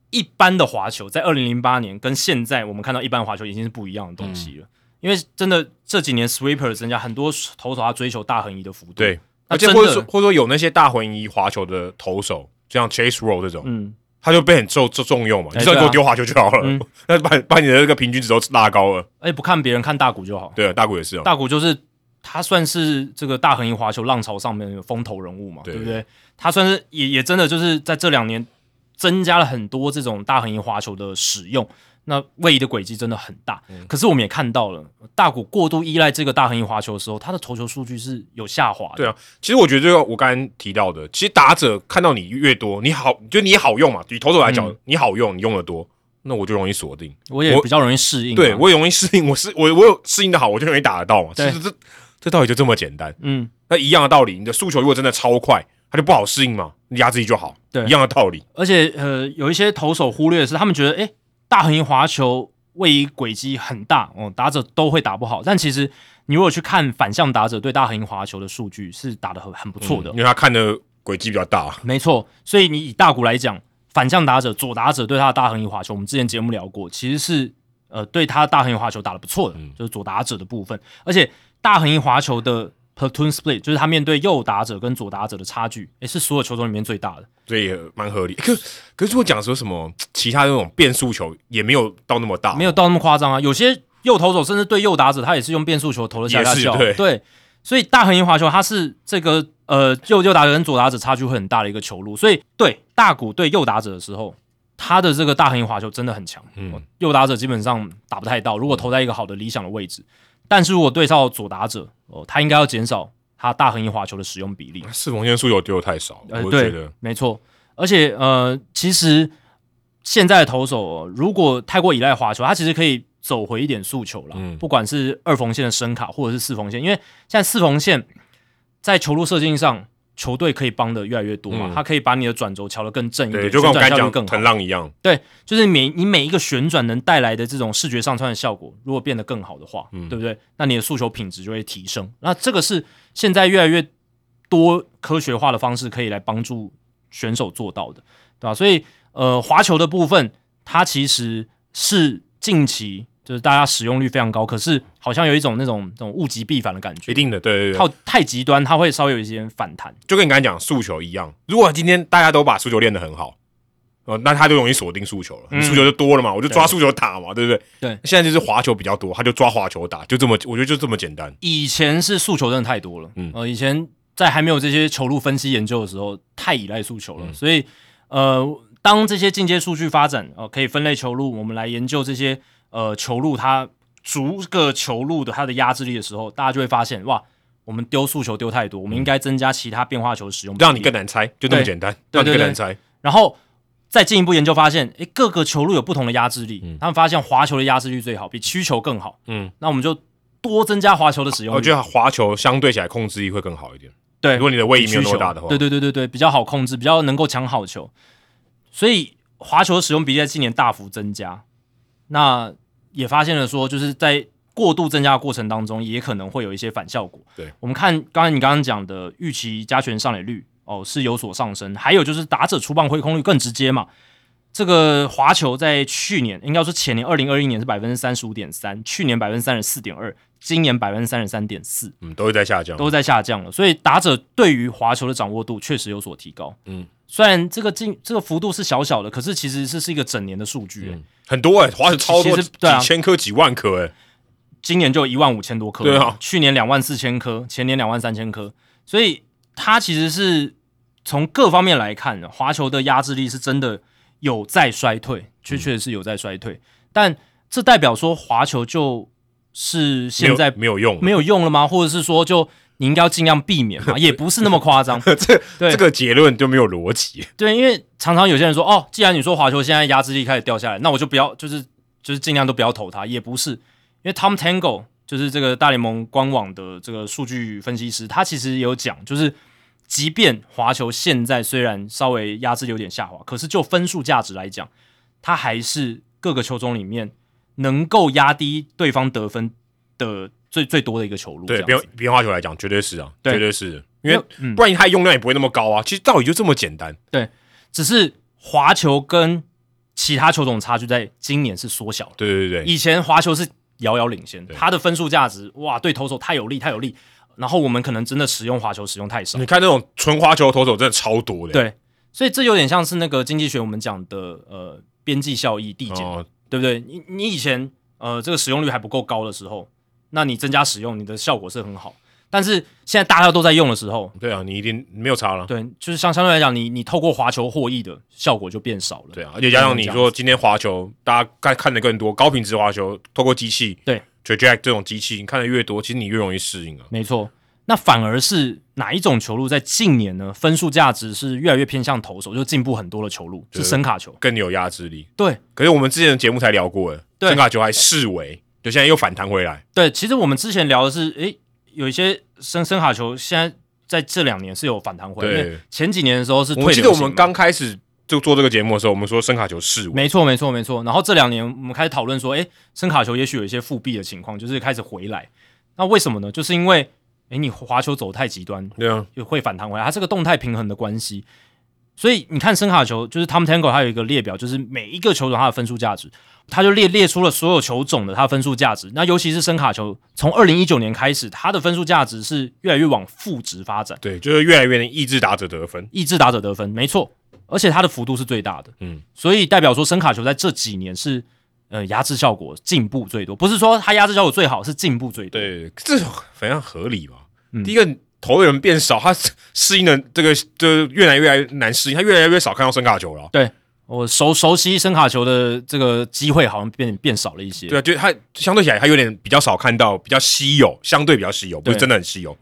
Speaker 2: 一般的滑球在二零零八年跟现在我们看到一般滑球已经是不一样的东西了，
Speaker 1: 嗯
Speaker 2: 因为真的这几年 sweeper 的增加，很多投手他追求大横移的幅度，
Speaker 1: 对，
Speaker 2: 那
Speaker 1: 而且
Speaker 2: 真
Speaker 1: 或
Speaker 2: 的
Speaker 1: 者说或者说有那些大混一滑球的投手，就像 Chase Roll 这种，
Speaker 2: 嗯，
Speaker 1: 他就被很重重重用嘛，
Speaker 2: 哎
Speaker 1: 你只要给
Speaker 2: 对
Speaker 1: 我
Speaker 2: 啊
Speaker 1: 丢滑球就好了
Speaker 2: 嗯，
Speaker 1: 那把把你的这个平均值都拉高了。
Speaker 2: 而且不看别人看大股就好，
Speaker 1: 对，大谷也是哦，
Speaker 2: 大谷就是他算是这个大横移滑球浪潮上面的风头人物嘛，
Speaker 1: 对
Speaker 2: 对不对？他算是也也真的就是在这两年增加了很多这种大横移滑球的使用，那位移的轨迹真的很大。
Speaker 1: 嗯
Speaker 2: 可是我们也看到了，大谷过度依赖这个大横移滑球的时候，他的投球数据是有下滑的。
Speaker 1: 对啊，其实我觉得这个我刚刚提到的，其实打者看到你越多，你好就你好用嘛，以投手来讲，
Speaker 2: 嗯
Speaker 1: 你好用，你用的多，那我就容易锁定，
Speaker 2: 我也
Speaker 1: 我
Speaker 2: 比较容易适应啊、
Speaker 1: 对我也容易适应，我是我我有适应的好，我就容易打得到嘛。其
Speaker 2: 对
Speaker 1: 实这这道理就这么简单。
Speaker 2: 嗯，
Speaker 1: 那一样的道理，你的诉求如果真的超快，它就不好适应嘛，你压制力就好，
Speaker 2: 对
Speaker 1: 一样的道理。
Speaker 2: 而且呃，有一些投手忽略的是，他们觉得诶，大横移滑球位移轨迹很大哦，打者都会打不好。但其实你如果去看反向打者对大横移滑球的数据，是打得很很不错的，
Speaker 1: 嗯因为他看的轨迹比较大，
Speaker 2: 没错。所以你以大股来讲，反向打者左打者对他的大横移滑球，我们之前节目聊过，其实是呃对他的大横移滑球打得不错的，就是左打者的部分，而且大横移滑球的。Platoon split 就是他面对右打者跟左打者的差距，诶，是所有球种里面最大的。
Speaker 1: 所以也蛮合理。可可是如果讲说什么其他那种变速球，也没有到那么大，
Speaker 2: 没有到那么夸张啊。有些右投手甚至对右打者，他也是用变速球投的下下
Speaker 1: 也
Speaker 2: 效，
Speaker 1: 是对
Speaker 2: 所以大横移滑球它是这个呃右右打者跟左打者差距会很大的一个球路，所以对大谷对右打者的时候，他的这个大横移滑球真的很强，
Speaker 1: 嗯
Speaker 2: 右打者基本上打不太到，如果投在一个好的理想的位置，但是如果对照左打者，哦、他应该要减少他大横移滑球的使用比例。
Speaker 1: 四缝线诉求丢的太少，
Speaker 2: 呃，
Speaker 1: 我就觉
Speaker 2: 对
Speaker 1: 得，
Speaker 2: 没错。而且呃，其实现在的投手、哦、如果太过依赖滑球，他其实可以走回一点速球啦，
Speaker 1: 嗯
Speaker 2: 不管是二缝线的深卡或者是四缝线，因为现在四缝线在球路设计上，球队可以帮的越来越多嘛，
Speaker 1: 嗯
Speaker 2: 他可以把你的转轴调得更正一
Speaker 1: 对，
Speaker 2: 点，
Speaker 1: 就跟我刚
Speaker 2: 旋
Speaker 1: 才
Speaker 2: 转效
Speaker 1: 讲
Speaker 2: 率更
Speaker 1: 藤
Speaker 2: 好。
Speaker 1: 浪一样，
Speaker 2: 对，就是每你每一个旋转能带来的这种视觉上穿的效果，如果变得更好的话，
Speaker 1: 嗯
Speaker 2: 对不对？那你的诉求品质就会提升。那这个是现在越来越多科学化的方式可以来帮助选手做到的，对吧？所以呃，滑球的部分，它其实是近期就是大家使用率非常高，可是好像有一种那种那种物极必反的感觉
Speaker 1: 一。定的，对对对，
Speaker 2: 靠太极端，它会稍微有一些反弹。
Speaker 1: 就跟你刚才讲诉求一样。如果今天大家都把诉求练得很好，呃，那他就容易锁定诉求了，
Speaker 2: 嗯
Speaker 1: 你诉求就多了嘛，我就抓诉求打嘛，对不对？
Speaker 2: 对
Speaker 1: 现在就是滑球比较多，他就抓滑球打，就这么，我觉得就这么简单。
Speaker 2: 以前是诉求真的太多了，
Speaker 1: 嗯
Speaker 2: 嗯，呃，以前在还没有这些球路分析研究的时候，太依赖诉
Speaker 1: 嗯
Speaker 2: 求了，所以呃，当这些进阶数据发展，哦、可以分类球路，我们来研究这些呃球路它逐个球路的它的压制力的时候，大家就会发现哇，我们丢诉求丢太多，我们应该增加其他变化球的使用比
Speaker 1: 嗯
Speaker 2: 例，
Speaker 1: 让你更难猜，就这么
Speaker 2: 对
Speaker 1: 简单，
Speaker 2: 对
Speaker 1: 让你
Speaker 2: 对
Speaker 1: 更
Speaker 2: 对
Speaker 1: 难猜。
Speaker 2: 然后再进一步研究发现，诶，各个球路有不同的压制力，他们发现滑球的压制力最好，比曲球更好，
Speaker 1: 嗯哦
Speaker 2: 嗯，那我们就多增加滑球的使用率
Speaker 1: 我觉得滑球相对起来控制力会更好一点。
Speaker 2: 对，
Speaker 1: 如果你的位移没有那
Speaker 2: 需
Speaker 1: 么
Speaker 2: 求
Speaker 1: 大的话，
Speaker 2: 对对对对对，比较好控制，比较能够抢好球，所以滑球的使用比例在今年大幅增加。那也发现了说，就是在过度增加的过程当中，也可能会有一些反效果。
Speaker 1: 对，
Speaker 2: 我们看刚才你刚刚讲的预期加权上垒率哦是有所上升，还有就是打者出棒挥空率更直接嘛。这个滑球在去年，应该说前年二零二一年是百分之三十五点三，去年百分之三十四点二，今年百分之三十三点四。
Speaker 1: 嗯，都会在下降。
Speaker 2: 都在下降了，所以打者对于滑球的掌握度确实有所提高。
Speaker 1: 嗯
Speaker 2: 嗯，虽然这个进这个幅度是小小的，可是其实这是一个整年的数据、
Speaker 1: 嗯很多哎、滑球超多，
Speaker 2: 其实对啊
Speaker 1: 几千颗、几万颗哎、
Speaker 2: 今年就一万五千多颗，
Speaker 1: 对啊
Speaker 2: 去年两万四千颗，前年两万三千颗，所以它其实是从各方面来看，
Speaker 1: 嗯
Speaker 2: 滑球的压制力是真的有在衰退，确确实是有在衰退。但这代表说滑球就是现在
Speaker 1: 没有没有用，
Speaker 2: 没有用了吗？或者是说就你应该要尽量避免嘛？也不是那么夸张，
Speaker 1: 这
Speaker 2: 对
Speaker 1: 这个结论就没有逻辑。
Speaker 2: 对，因为常常有些人说，哦，既然你说滑球现在压制力开始掉下来，那我就不要，就是就是尽量都不要投它，也不是，因为 Tom Tango 就是这个大联盟官网的这个数据分析师，他其实也有讲，就是即便滑球现在虽然稍微压制有点下滑，可是就分数价值来讲，它还是各个球种里面能够压低对方得分的最最多的一个球路。
Speaker 1: 对，
Speaker 2: 不
Speaker 1: 比
Speaker 2: 要
Speaker 1: 用比用花球来讲，绝对是啊，
Speaker 2: 对
Speaker 1: 绝对是，因为
Speaker 2: 嗯
Speaker 1: 不然它用量也不会那么高啊。其实道理就这么简单。
Speaker 2: 只是滑球跟其他球种差距在今年是缩小了。
Speaker 1: 对对对，
Speaker 2: 以前滑球是遥遥领先，
Speaker 1: 对
Speaker 2: 他的分数价值哇，对投手太有利，太有利。然后我们可能真的使用滑球使用太少
Speaker 1: 你，看那种纯花球投手真的超多的。欸
Speaker 2: 对，所以这有点像是那个经济学我们讲的呃边际效益递减，
Speaker 1: 哦，
Speaker 2: 对不对？你你以前呃这个使用率还不够高的时候，那你增加使用，你的效果是很好。但是现在大家都在用的时候，
Speaker 1: 对啊，你一定没有差了。
Speaker 2: 对，就是相相对来讲，你你透过滑球获益的效果就变少了。
Speaker 1: 对啊，而且加上你
Speaker 2: 这样
Speaker 1: 说今天滑球，大家看看的更多，高品质滑球透过机器，
Speaker 2: 对
Speaker 1: j Jack 这种机器，你看的越多，其实你越容易适应啊。
Speaker 2: 没错，那反而是哪一种球路在近年呢？分数价值是越来越偏向投手，就进步很多的球路
Speaker 1: 对
Speaker 2: 是声卡球。
Speaker 1: 更有压制力。
Speaker 2: 对
Speaker 1: 可是我们之前的节目才聊过了，
Speaker 2: 对
Speaker 1: 圣卡球还视为，就现在又反弹回来。
Speaker 2: 对，其实我们之前聊的是，诶，有一些声声卡球现在在这两年是有反弹回来，
Speaker 1: 对
Speaker 2: 因为前几年的时候是退
Speaker 1: 我记得
Speaker 2: 流
Speaker 1: 我
Speaker 2: 行
Speaker 1: 们
Speaker 2: 嘛
Speaker 1: 刚开始就做这个节目的时候，我们说圣卡球视为，
Speaker 2: 没错没错没错，然后这两年我们开始讨论说，诶，声卡球也许有一些复辟的情况，就是开始回来。那为什么呢？就是因为诶，你滑球走太极端，
Speaker 1: 对啊，
Speaker 2: 就会反弹回来，它是个动态平衡的关系。所以你看声卡球，就是 Tom Tango 它有一个列表，就是每一个球种它的分数价值，它就列列出了所有球种的它的分数价值。那尤其是声卡球，从二零一九年开始，它的分数价值是越来越往负值发展，
Speaker 1: 对，就是越来越能抑制打者得分。
Speaker 2: 抑制打者得分，没错，而且它的幅度是最大的。
Speaker 1: 嗯，
Speaker 2: 所以代表说声卡球在这几年是呃压制效果进步最多，不是说它压制效果最好，是进步最多。
Speaker 1: 对，这非常合理吧？
Speaker 2: 嗯
Speaker 1: 第一个投的人变少，他 适适应的这个就是越来越来越难适应，他越来越少看到圣卡球了。
Speaker 2: 我熟熟悉声卡球的这个机会好像变变少了一些。
Speaker 1: 对啊，就是他相对起来，他有点比较少看到，比较稀有，相对比较稀有，不是
Speaker 2: 对
Speaker 1: 真的很稀有。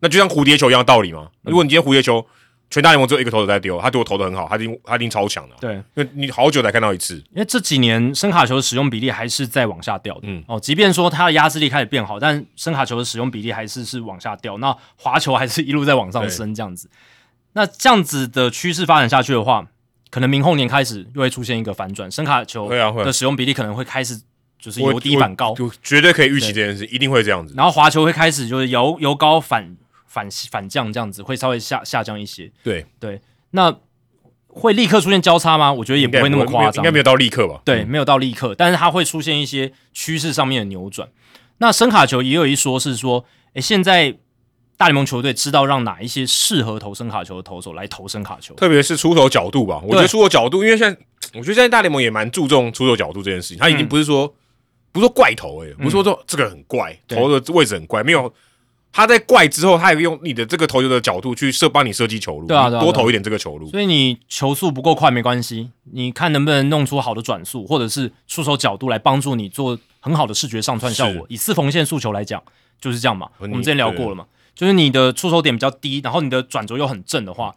Speaker 1: 那就像蝴蝶球一样的道理嘛。如果你今天蝴蝶球全大联盟只有一个投手在丢，他对我投的很好，他一定他一定超强的啊、
Speaker 2: 对，
Speaker 1: 因为你好久才看到一次。
Speaker 2: 因为这几年声卡球的使用比例还是在往下掉的，
Speaker 1: 嗯
Speaker 2: 哦，即便说它的压制力开始变好，但声卡球的使用比例还是是往下掉，那滑球还是一路在往上升这样子。那这样子的趋势发展下去的话，可能明后年开始又会出现一个反转，声卡球
Speaker 1: 会啊会啊
Speaker 2: 的使用比例可能会开始就是
Speaker 1: 我
Speaker 2: 由低反高，
Speaker 1: 就绝对可以预期这件事，一定会这样子。
Speaker 2: 然后滑球会开始就是由由高反反反降这样子，会稍微下下降一些。
Speaker 1: 对，
Speaker 2: 对，那会立刻出现交叉吗？我觉得也
Speaker 1: 应该
Speaker 2: 不会那么夸张，
Speaker 1: 应该没有到立刻吧？嗯
Speaker 2: 对，没有到立刻，但是它会出现一些趋势上面的扭转。那声卡球也有一说是说，诶，现在大联盟球队知道让哪一些适合投声卡球的投手来投声卡球，
Speaker 1: 特别是出手角度吧，我觉得出手角度，因为现在我觉得现在大联盟也蛮注重出手角度这件事情，他已
Speaker 2: 嗯
Speaker 1: 经不是说、不是说怪头哎、欸，不是说说这个很怪，
Speaker 2: 对
Speaker 1: 投的位置很怪，没有他在怪之后，他也用你的这个投球的角度去设帮你设计球路，
Speaker 2: 对啊
Speaker 1: 你
Speaker 2: 对啊
Speaker 1: 多
Speaker 2: 对啊
Speaker 1: 投一点这个球路，
Speaker 2: 所以你球速不够快没关系，你看能不能弄出好的转速，或者是出手角度来帮助你做很好的视觉上窜效
Speaker 1: 是哦
Speaker 2: 果。以四缝线速球来讲，就是这样嘛。我
Speaker 1: 你
Speaker 2: 们之前聊过了嘛，就是你的出手点比较低，然后你的转轴又很正的话，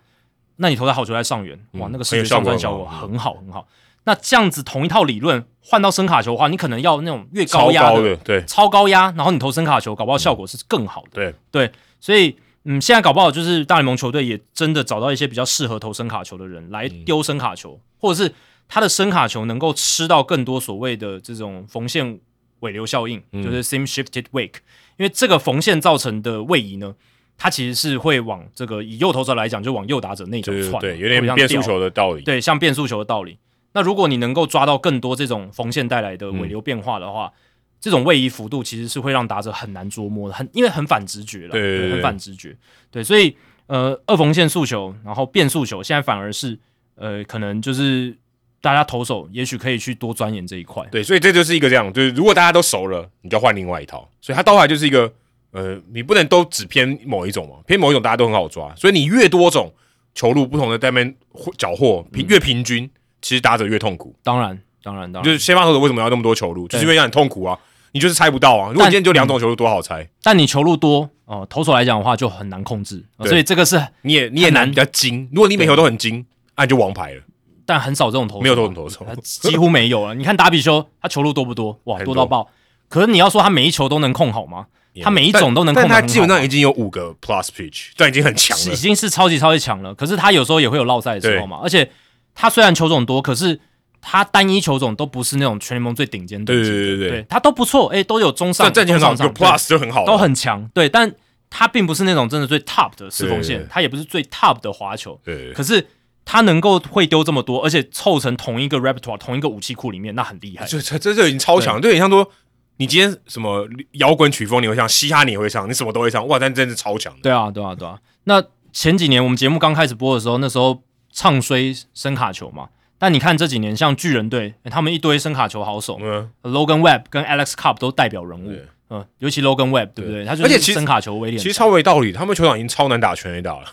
Speaker 2: 那你投在好球在上缘，哇，
Speaker 1: 嗯
Speaker 2: 那个视觉上窜效果很好很好。那这样子同一套理论换到声卡球的话，你可能要那种越
Speaker 1: 超
Speaker 2: 高压
Speaker 1: 高的，对
Speaker 2: 超高压，然后你投声卡球，搞不好效果是更好的。
Speaker 1: 对
Speaker 2: 对，所以嗯，现在搞不好就是大联盟球队也真的找到一些比较适合投声卡球的人来丢声卡
Speaker 1: 嗯
Speaker 2: 球，或者是他的声卡球能够吃到更多所谓的这种缝线尾流效应，
Speaker 1: 嗯
Speaker 2: 就是 seam shifted wake，因为这个缝线造成的位移呢。它其实是会往这个以右投手来讲，就往右打者内角
Speaker 1: 对对
Speaker 2: 窜嘛，
Speaker 1: 对，有
Speaker 2: 会
Speaker 1: 点
Speaker 2: 让
Speaker 1: 变速
Speaker 2: 掉
Speaker 1: 球的道理，
Speaker 2: 对，像变速球的道理。那如果你能够抓到更多这种缝线带来的
Speaker 1: 嗯
Speaker 2: 尾流变化的话，这种位移幅度其实是会让打者很难捉摸的，很因为很反直觉了，
Speaker 1: 对对对
Speaker 2: 很反直觉。对，所以呃，二缝线速球，然后变速球，现在反而是呃，可能就是大家投手也许可以去多钻研这一块。
Speaker 1: 对，所以这就是一个这样，就是如果大家都熟了，你就要换另外一套。所以它到后来就是一个，呃，你不能都只偏某一种嘛，偏某一种大家都很好抓。所以你越多种
Speaker 2: 嗯
Speaker 1: 球路不同的在那边搅和，平越平均，其实打者越痛苦。
Speaker 2: 当然，当然当
Speaker 1: 就
Speaker 2: 然。
Speaker 1: 是先发投手为什么要那么多球路？就是
Speaker 2: 对
Speaker 1: 因为让你痛苦啊，你就是猜不到啊。如果
Speaker 2: 但嗯
Speaker 1: 今天就两种球路，多好猜，
Speaker 2: 但你球路多哦、呃投手来讲的话就很难控制、呃
Speaker 1: 对
Speaker 2: 所以这个是，
Speaker 1: 你也你也
Speaker 2: 很难
Speaker 1: 难比较精。如果你每球都很精，那你就王牌了，
Speaker 2: 但很少这种投手
Speaker 1: 没有这种投 手
Speaker 2: 呃几乎没有了。你看达比修，他球路多不多？哇，
Speaker 1: 很
Speaker 2: 多
Speaker 1: 多
Speaker 2: 到爆！可是你要说他每一球都能控好吗？他每一种都能
Speaker 1: 但但
Speaker 2: 控得很
Speaker 1: 他
Speaker 2: 好
Speaker 1: 基本上已经有五个 plus pitch，但已经很强
Speaker 2: 是
Speaker 1: 了
Speaker 2: 已。经是超级超级强了。可是他有时候也会有落赛的时候嘛，而且他虽然球种多，可是他单一球种都不是那种全联盟最顶尖的
Speaker 1: 对，对对对对，
Speaker 2: 对他都不错，哎、都有中
Speaker 1: 这
Speaker 2: 上，
Speaker 1: 这已经很好，
Speaker 2: 中上
Speaker 1: 有 plus 就很好
Speaker 2: 对
Speaker 1: 了，
Speaker 2: 都很强，对，但他并不是那种真的最 top 的四缝
Speaker 1: 对
Speaker 2: 线
Speaker 1: 对，对
Speaker 2: 他也不是最 top 的滑球，
Speaker 1: 对对对
Speaker 2: 可是他能够会丢这么多，而且凑成同一个 repertoire 同一个武器库里面，那很厉害。
Speaker 1: 就这这就已经超强了，就有点像说你今天什么摇滚曲风你会唱，嘻哈你也会唱，你什么都会唱，哇，但真的是超强的。
Speaker 2: 对啊，对啊，对啊。那前几年我们节目刚开始播的时候，那时候唱衰声卡球嘛。但你看这几年，像巨人队，诶他们一堆声卡球好手、
Speaker 1: 嗯，
Speaker 2: l o g a n Webb 跟 Alex Cobb 都代表人物
Speaker 1: 对。
Speaker 2: 嗯，尤其 Logan Webb，对不对？他就
Speaker 1: 而且
Speaker 2: 是
Speaker 1: 其实
Speaker 2: 声卡球威廉
Speaker 1: 其。实超没道理，他们球场已经超难打全垒打了，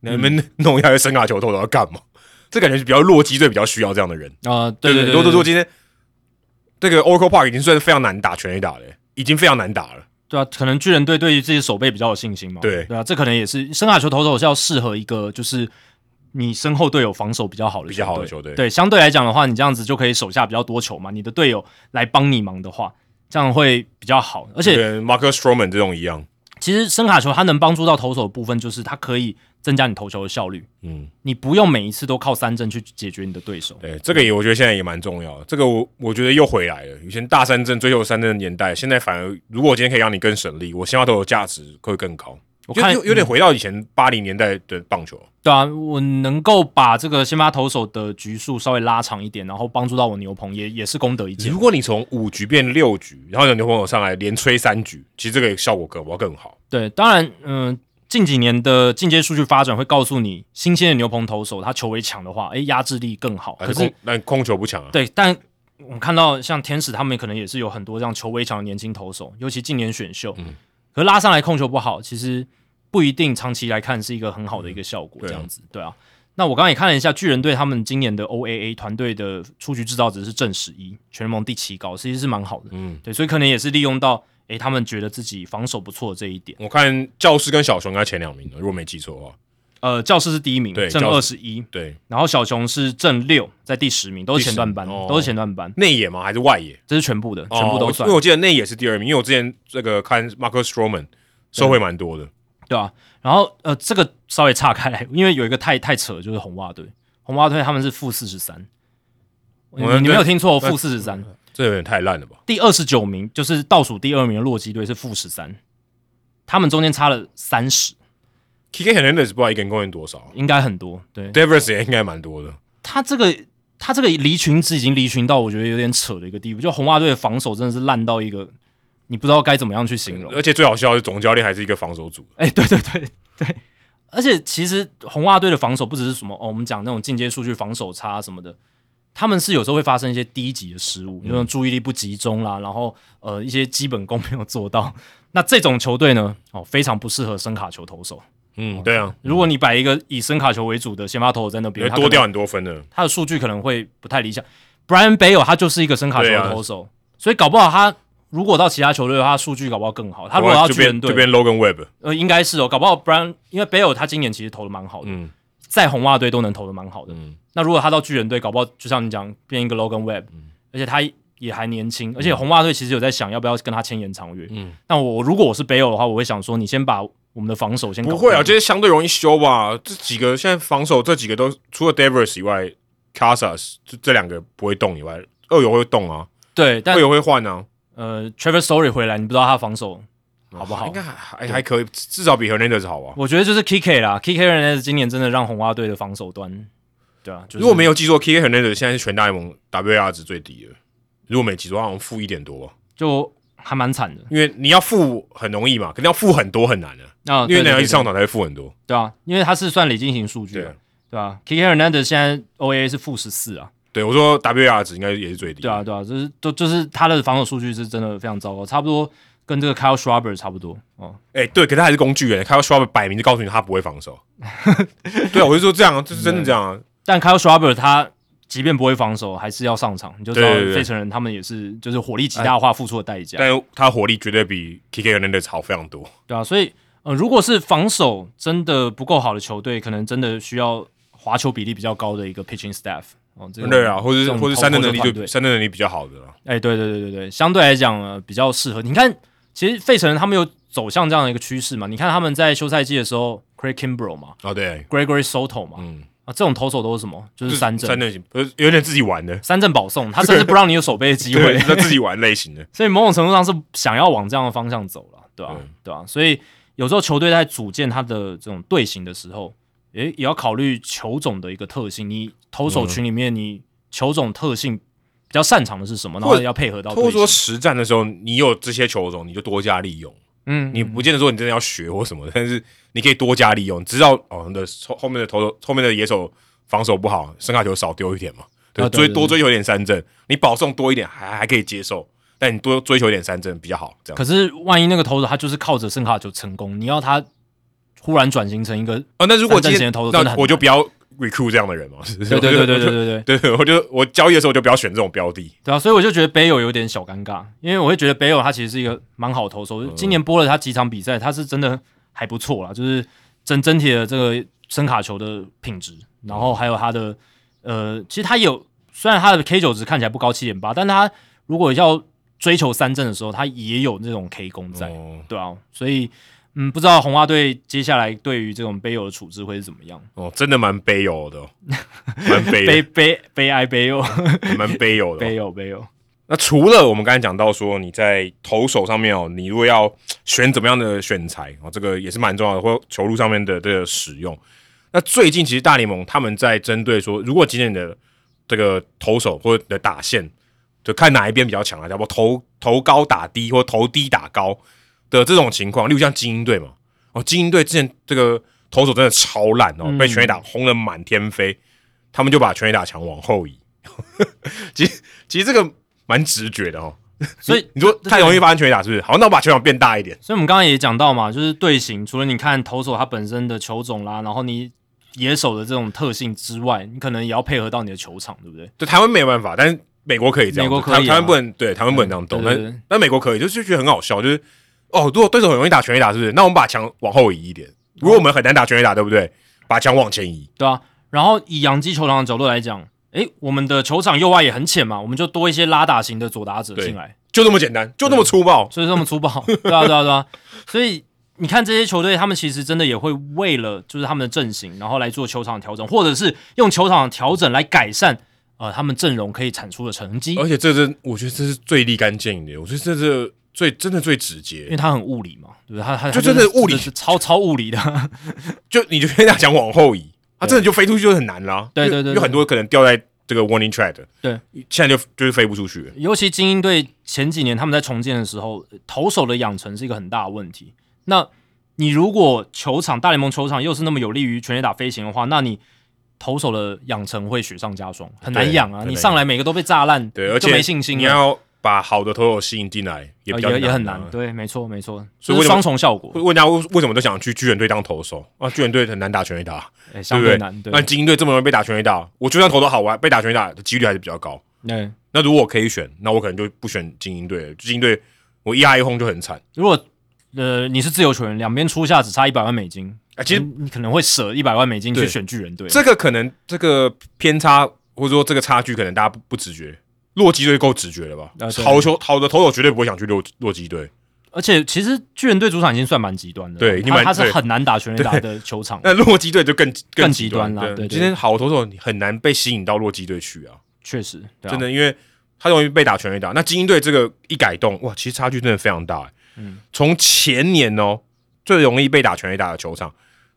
Speaker 1: 你
Speaker 2: 嗯
Speaker 1: 们 弄一下声卡球投手要干嘛？这感觉是比较弱鸡队比较需要这样的人。
Speaker 2: 啊、对
Speaker 1: 对
Speaker 2: 对，
Speaker 1: 多多说
Speaker 2: 对，
Speaker 1: 今天这个 Oracle Park 已经算是非常难打全垒打了，已经非常难打了。
Speaker 2: 对啊，可能巨人队对于自己手背比较有信心嘛。
Speaker 1: 对
Speaker 2: 对啊，这可能也是声卡球投手是要适合一个就是你身后队友防守比较好的
Speaker 1: 比较好的球队
Speaker 2: 对，相对来讲的话，你这样子就可以手下比较多球嘛，你的队友来帮你忙的话，这样会比较好。而且
Speaker 1: 跟 Marcus Stroman 这种一样，
Speaker 2: 其实声卡球它能帮助到投手的部分，就是它可以增加你投球的效率，
Speaker 1: 嗯，
Speaker 2: 你不用每一次都靠三振去解决你的对手。
Speaker 1: 对，这个也我觉得现在也蛮重要的。这个我我觉得又回来了，以前大三阵追求三阵的年代，现在反而如果我今天可以让你更省力，我先发投的价值会更高。
Speaker 2: 我
Speaker 1: 就
Speaker 2: 看
Speaker 1: 有有点回到以前八零年代的棒球，
Speaker 2: 对啊，我能够把这个先发投手的局数稍微拉长一点，然后帮助到我牛棚，也也是功德一件
Speaker 1: 如。果你从五局变六局，然后有牛朋友上来连吹三局，其实这个效果更要更好。
Speaker 2: 对，当然，嗯、近几年的进阶数据发展会告诉你，新鲜的牛棚投手他球威强的话，哎，压制力更好。可
Speaker 1: 但
Speaker 2: 是
Speaker 1: 空但控球不强啊，
Speaker 2: 对，但我们看到像天使他们可能也是有很多这样球威强的年轻投手，尤其今年选秀，
Speaker 1: 嗯
Speaker 2: 可是拉上来控球不好，其实不一定长期来看是一个很好的一个效果，
Speaker 1: 对啊
Speaker 2: 这样子，对啊。那我刚刚也看了一下巨人队他们今年的 OAA 团队的出局制造值是正十一，全联盟第七高，其实是蛮好的，
Speaker 1: 嗯，
Speaker 2: 对，所以可能也是利用到诶、他们觉得自己防守不错这一点。
Speaker 1: 我看教师跟小熊应该前两名的，如果没记错的话，
Speaker 2: 呃，教室是第一名，
Speaker 1: 对
Speaker 2: 正
Speaker 1: 教
Speaker 2: 二
Speaker 1: 室
Speaker 2: 十一，
Speaker 1: 对，
Speaker 2: 然后小熊是正六，在第十名，都是前段班，
Speaker 1: 第十名哦
Speaker 2: 都是前段班，
Speaker 1: 内野吗？还是外野？
Speaker 2: 这是全部的，全部都
Speaker 1: 哦
Speaker 2: 算
Speaker 1: 因为。我记得内野是第二名，因为我之前这个看 Marcus Stroman 收回蛮多的，
Speaker 2: 对啊，然后呃，这个稍微岔开来，因为有一个太太扯，就是红袜队，红袜队他们是负四十三，你
Speaker 1: 我们
Speaker 2: 你没
Speaker 1: 对
Speaker 2: 有听错，负四十三。
Speaker 1: 这有点太烂了吧？
Speaker 2: 第二十九名就是倒数第二名的洛基队是负十三，他们中间差了三十，
Speaker 1: K K Hernandez 不知道一个人贡献多少啊
Speaker 2: 应该很多。对
Speaker 1: ，Devers 也应该蛮多的。
Speaker 2: 他这个他这个离群值已经离群到我觉得有点扯的一个地步，就红袜队的防守真的是烂到一个你不知道该怎么样去形容。
Speaker 1: 而且最好笑的是，总教练还是一个防守组，
Speaker 2: 哎、对对对对，而且其实红袜队的防守不只是什么哦，我们讲那种进阶数据防守差什么的，他们是有时候会发生一些低级的失误，那
Speaker 1: 嗯
Speaker 2: 种注意力不集中啦，然后呃一些基本功没有做到。那这种球队呢，哦非常不适合声卡球投手。
Speaker 1: 嗯，对啊，
Speaker 2: 如果你摆一个以声卡球为主的先发投手在那
Speaker 1: 也
Speaker 2: 边，他
Speaker 1: 多
Speaker 2: 可能
Speaker 1: 掉很多分的。
Speaker 2: 他的数据可能会不太理想。Brian b a l e 他就是一个声卡球
Speaker 1: 对
Speaker 2: 的
Speaker 1: 啊
Speaker 2: 投手，所以搞不好他如果到其他球队的话，他数据搞不好更好。他如果
Speaker 1: 哇
Speaker 2: 到
Speaker 1: 这
Speaker 2: 巨人
Speaker 1: 边
Speaker 2: 队
Speaker 1: 这，边 Logan Webb，
Speaker 2: 呃，应该是哦，搞不好 Brown，因为 Bell 他今年其实投的蛮好的，
Speaker 1: 嗯
Speaker 2: 在红袜队都能投的蛮好的。
Speaker 1: 嗯，
Speaker 2: 那如果他到巨人队，搞不好就像你讲变一个 Logan Webb，、而
Speaker 1: 嗯
Speaker 2: 且他也还年轻，而且红袜队其实有在想要不要跟他签延长约。
Speaker 1: 嗯，
Speaker 2: 那我如果我是 Bell 的话，我会想说你先把我们的防守先搞
Speaker 1: 不会啊，
Speaker 2: 定
Speaker 1: 这些相对容易修吧？这几个现在防守这几个都除了 Devers 以外，Casas 这这两个不会动以外，二游会动啊，
Speaker 2: 对，但
Speaker 1: 二游会换啊，
Speaker 2: 呃 Trevor Story 回来，你不知道他防守好不好？
Speaker 1: 应该还还还可以，至少比 Hernandez 好啊。
Speaker 2: 我觉得就是 KK 啦，KK 人今年真的让红袜队的防守端，对啊，就是、
Speaker 1: 如果没有记错，K K Hernandez 现在是全大联盟 WAR 值最低的。如果没记错，好像负一点多啊吧。
Speaker 2: 就还蛮惨的。
Speaker 1: 因为你要负很容易嘛，肯定要负很多很难的、啊
Speaker 2: 那、
Speaker 1: 因为你
Speaker 2: 啊对对
Speaker 1: 要一
Speaker 2: 对
Speaker 1: 上场才会负很多。
Speaker 2: 对啊，因为它是算累进型数据
Speaker 1: 对
Speaker 2: 嘛
Speaker 1: 啊，
Speaker 2: 对啊 k k Hernandez 现在 OAA 是负十四啊，
Speaker 1: 对我说 WAR 值应该也是最低。
Speaker 2: 对啊，，对啊，就是都就是他的防守数据是真的非常糟糕，差不多跟这个 Kyle Schwarber 差不不多哦。
Speaker 1: 哎、对，可他还是工具人，开到 s h r a b 摆明就 告诉你他不会防守。对啊，我就说这样啊，就是真的这样啊。
Speaker 2: 嗯但 Kyle Schwarber 他即便不会防守，还是要上场。你就知道
Speaker 1: 对对对哎
Speaker 2: 费城人他们也是就是火力极大化付出的代价。
Speaker 1: 但他火力绝对比 KK 和 n a n d e 好非常多。
Speaker 2: 对啊，所以呃，如果是防守真的不够好的球队，可能真的需要滑球比例比较高的一个 pitching staff 哦，这个
Speaker 1: 对啊，或者
Speaker 2: 这
Speaker 1: 是
Speaker 2: 种
Speaker 1: 或者
Speaker 2: 投
Speaker 1: 三振能
Speaker 2: 投手
Speaker 1: 力
Speaker 2: 团
Speaker 1: 就
Speaker 2: 队
Speaker 1: 三振能力比较好的啊了。
Speaker 2: 哎，对对对对对，相对来讲呃比较适合。你看，其实费城人他们有走向这样的一个趋势嘛？你看他们在休赛季的时候，Craig Kimbrel 嘛
Speaker 1: 哦，对，
Speaker 2: ，Gregory Soto 嘛，
Speaker 1: 嗯
Speaker 2: 啊，这种投手都是什么？就是三振
Speaker 1: 三，振型，不是有点自己玩的，
Speaker 2: 三振保送，他甚至不让你有守备的机会
Speaker 1: 对，。是自己玩类型的。
Speaker 2: 所以某种程度上是想要往这样的方向走了，对吧、
Speaker 1: 嗯
Speaker 2: 对吧、所以有时候球队在组建他的这种队形的时候，也也要考虑球种的一个特性。你投
Speaker 1: 嗯
Speaker 2: 手群里面，你球种特性比较擅长的是什么，然
Speaker 1: 或
Speaker 2: 后
Speaker 1: 者
Speaker 2: 要配合到
Speaker 1: 或者
Speaker 2: 队
Speaker 1: 说
Speaker 2: 形。
Speaker 1: 实战的时候，你有这些球种，你就多加利用。
Speaker 2: 嗯，
Speaker 1: 你不见得说你真的要学或什么，但是你可以多加利用。你知道哦，你的后后面的投手后面的野手防守不好，伸卡球少丢一点嘛，对，
Speaker 2: 啊对
Speaker 1: 追
Speaker 2: 对
Speaker 1: 多追求一点三振，你保送多一点还还可以接受，但你多追求一点三振比较好。这样
Speaker 2: 可是万一那个投手他就是靠着圣卡球成功，你要他忽然转型成一个，
Speaker 1: 哦，那如果
Speaker 2: 三振
Speaker 1: 今
Speaker 2: 型
Speaker 1: 天
Speaker 2: 的投手真的
Speaker 1: 那
Speaker 2: 很
Speaker 1: 我就不要 recruit 这样的人嘛。是不是
Speaker 2: 对对对对
Speaker 1: 我
Speaker 2: 对
Speaker 1: 就
Speaker 2: 对对
Speaker 1: 对，我就我交易的时候就不要选这种标的。
Speaker 2: 对啊，所以我就觉得北友有点小尴尬，因为我会觉得北友他其实是一个蛮好的投手，今年播了他几场比赛，他是真的还不错啦，就是整整体的这个声卡球的品质，然后还有他的呃，其实他有虽然他的 K 九值看起来不高七点八，但他如果要追求三振的时候，他也有那种 K 功在，
Speaker 1: 哦
Speaker 2: 对啊，所以嗯，不知道红袜队接下来对于这种北友的处置会是怎么样，
Speaker 1: 哦，真的蛮悲友的哦， 蛮悲
Speaker 2: 悲
Speaker 1: 的
Speaker 2: 悲悲哀北哎友
Speaker 1: 蛮悲友的哦。
Speaker 2: 北友北友，
Speaker 1: 那除了我们刚才讲到说你在投手上面哦，你如果要选怎么样的选材哦，这个也是蛮重要的，或球路上面的这个使用。那最近其实大联盟他们在针对说，如果今天你的这个投手或者你的打线，就看哪一边比较强啊，叫不投投高打低或投低打高的这种情况，例如像精英队嘛，哦，精英队之前这个投手真的超烂哦，
Speaker 2: 嗯
Speaker 1: 被全垒打轰得满天飞，他们就把全垒打墙往后移。 其实其实这个蛮直觉的哦，
Speaker 2: 所以
Speaker 1: 你说太容易发生全垒打是不是？好，那我把球场变大一点，
Speaker 2: 所以我们刚刚也讲到嘛，就是队形，除了你看投手他本身的球种啦，然后你野手的这种特性之外，你可能也要配合到你的球场，对不对？
Speaker 1: 对台湾没有办法，但是美国可以这样子，
Speaker 2: 美国可以啊嗯
Speaker 1: 台台湾不能，对台湾不能这样动，
Speaker 2: 对对对
Speaker 1: 但但美国可以，就是觉得很好笑，就是哦，如果对手很容易打全垒打，是不是？那我们把墙往后移一点，如果我们很难打全垒打，对不
Speaker 2: 哦
Speaker 1: 对？把墙往前移，
Speaker 2: 对啊。然后以洋基球场的角度来讲，诶，我们的球场右外也很浅嘛，我们就多一些拉打型的左打者
Speaker 1: 对
Speaker 2: 进来，
Speaker 1: 就这么简单，就这么粗暴，
Speaker 2: 所以这么粗 暴，对啊，对啊，对啊。所以你看这些球队，他们其实真的也会为了就是他们的阵型，然后来做球场调整，或者是用球场的调整来改善呃他们阵容可以产出的成绩，
Speaker 1: 而且这是我觉得这是最立竿见影的，我觉得这是最真的最直
Speaker 2: 因
Speaker 1: 接
Speaker 2: 为，他很物理嘛，对不对？他他
Speaker 1: 就
Speaker 2: 他
Speaker 1: 真的物理
Speaker 2: 是超超物理的，
Speaker 1: 就你就全垒打墙往后移，它真的就飞出去就很难啦，
Speaker 2: 对
Speaker 1: 因为
Speaker 2: 对对对
Speaker 1: 有很多可能掉在这个 warning track，的
Speaker 2: 对，
Speaker 1: 现在就就是飞不出去了。
Speaker 2: 尤其精英队前几年他们在重建的时候，呃投手的养成是一个很大的问题。那你如果球场大联盟球场又是那么有利于全垒打飞行的话，那你投手的养成会雪上加霜，很难养啊！
Speaker 1: 对
Speaker 2: 你上来每个都被炸烂，
Speaker 1: 对，而
Speaker 2: 就
Speaker 1: 且
Speaker 2: 没信心
Speaker 1: 你
Speaker 2: 了，
Speaker 1: 要把好的投手吸引进来，也
Speaker 2: 呃
Speaker 1: 比较
Speaker 2: 也也很
Speaker 1: 难
Speaker 2: 难
Speaker 1: 啊。。
Speaker 2: 对，没错没错，
Speaker 1: 所以为
Speaker 2: 这
Speaker 1: 什
Speaker 2: 是
Speaker 1: 么
Speaker 2: 双重效果
Speaker 1: 会，问大家为为什么都想去巨人队当投手啊？巨人队很难打全垒打，
Speaker 2: 哎，相
Speaker 1: 对
Speaker 2: 对
Speaker 1: 不
Speaker 2: 难。对
Speaker 1: 那，精英队这么容易被打全垒打，我就算投的好，我还被打全垒打的几率还是比较高。
Speaker 2: 对，
Speaker 1: 那如果我可以选，那我可能就不选精英队了，精英队我一压一轰就很惨。
Speaker 2: 如果呃你是自由球员，两边出价只差一百万美金，
Speaker 1: 啊其实
Speaker 2: 嗯你可能会舍一百万美金去
Speaker 1: 对
Speaker 2: 选巨人队。
Speaker 1: 这个可能这个偏差或者说这个差距，可能大家不不直觉。洛基队够直觉了吧
Speaker 2: 啊？对
Speaker 1: 好球好的投手绝对不会想去洛洛基队。
Speaker 2: 而且其实巨人队主场已经算蛮极端的，
Speaker 1: 对已经
Speaker 2: 他
Speaker 1: 蛮
Speaker 2: 他是
Speaker 1: 对
Speaker 2: 很难打全垒打的球场，
Speaker 1: 那洛基队就更
Speaker 2: 更
Speaker 1: 极
Speaker 2: 极端啦对对
Speaker 1: 今天好投手你很难被吸引到洛基队去啊。
Speaker 2: 确实，对啊
Speaker 1: 真的，因为他容易被打全垒打。那精英队这个一改动，哇，其实差距真的非常大、欸。
Speaker 2: 嗯
Speaker 1: 从前年哦最容易被打全垒打的球场，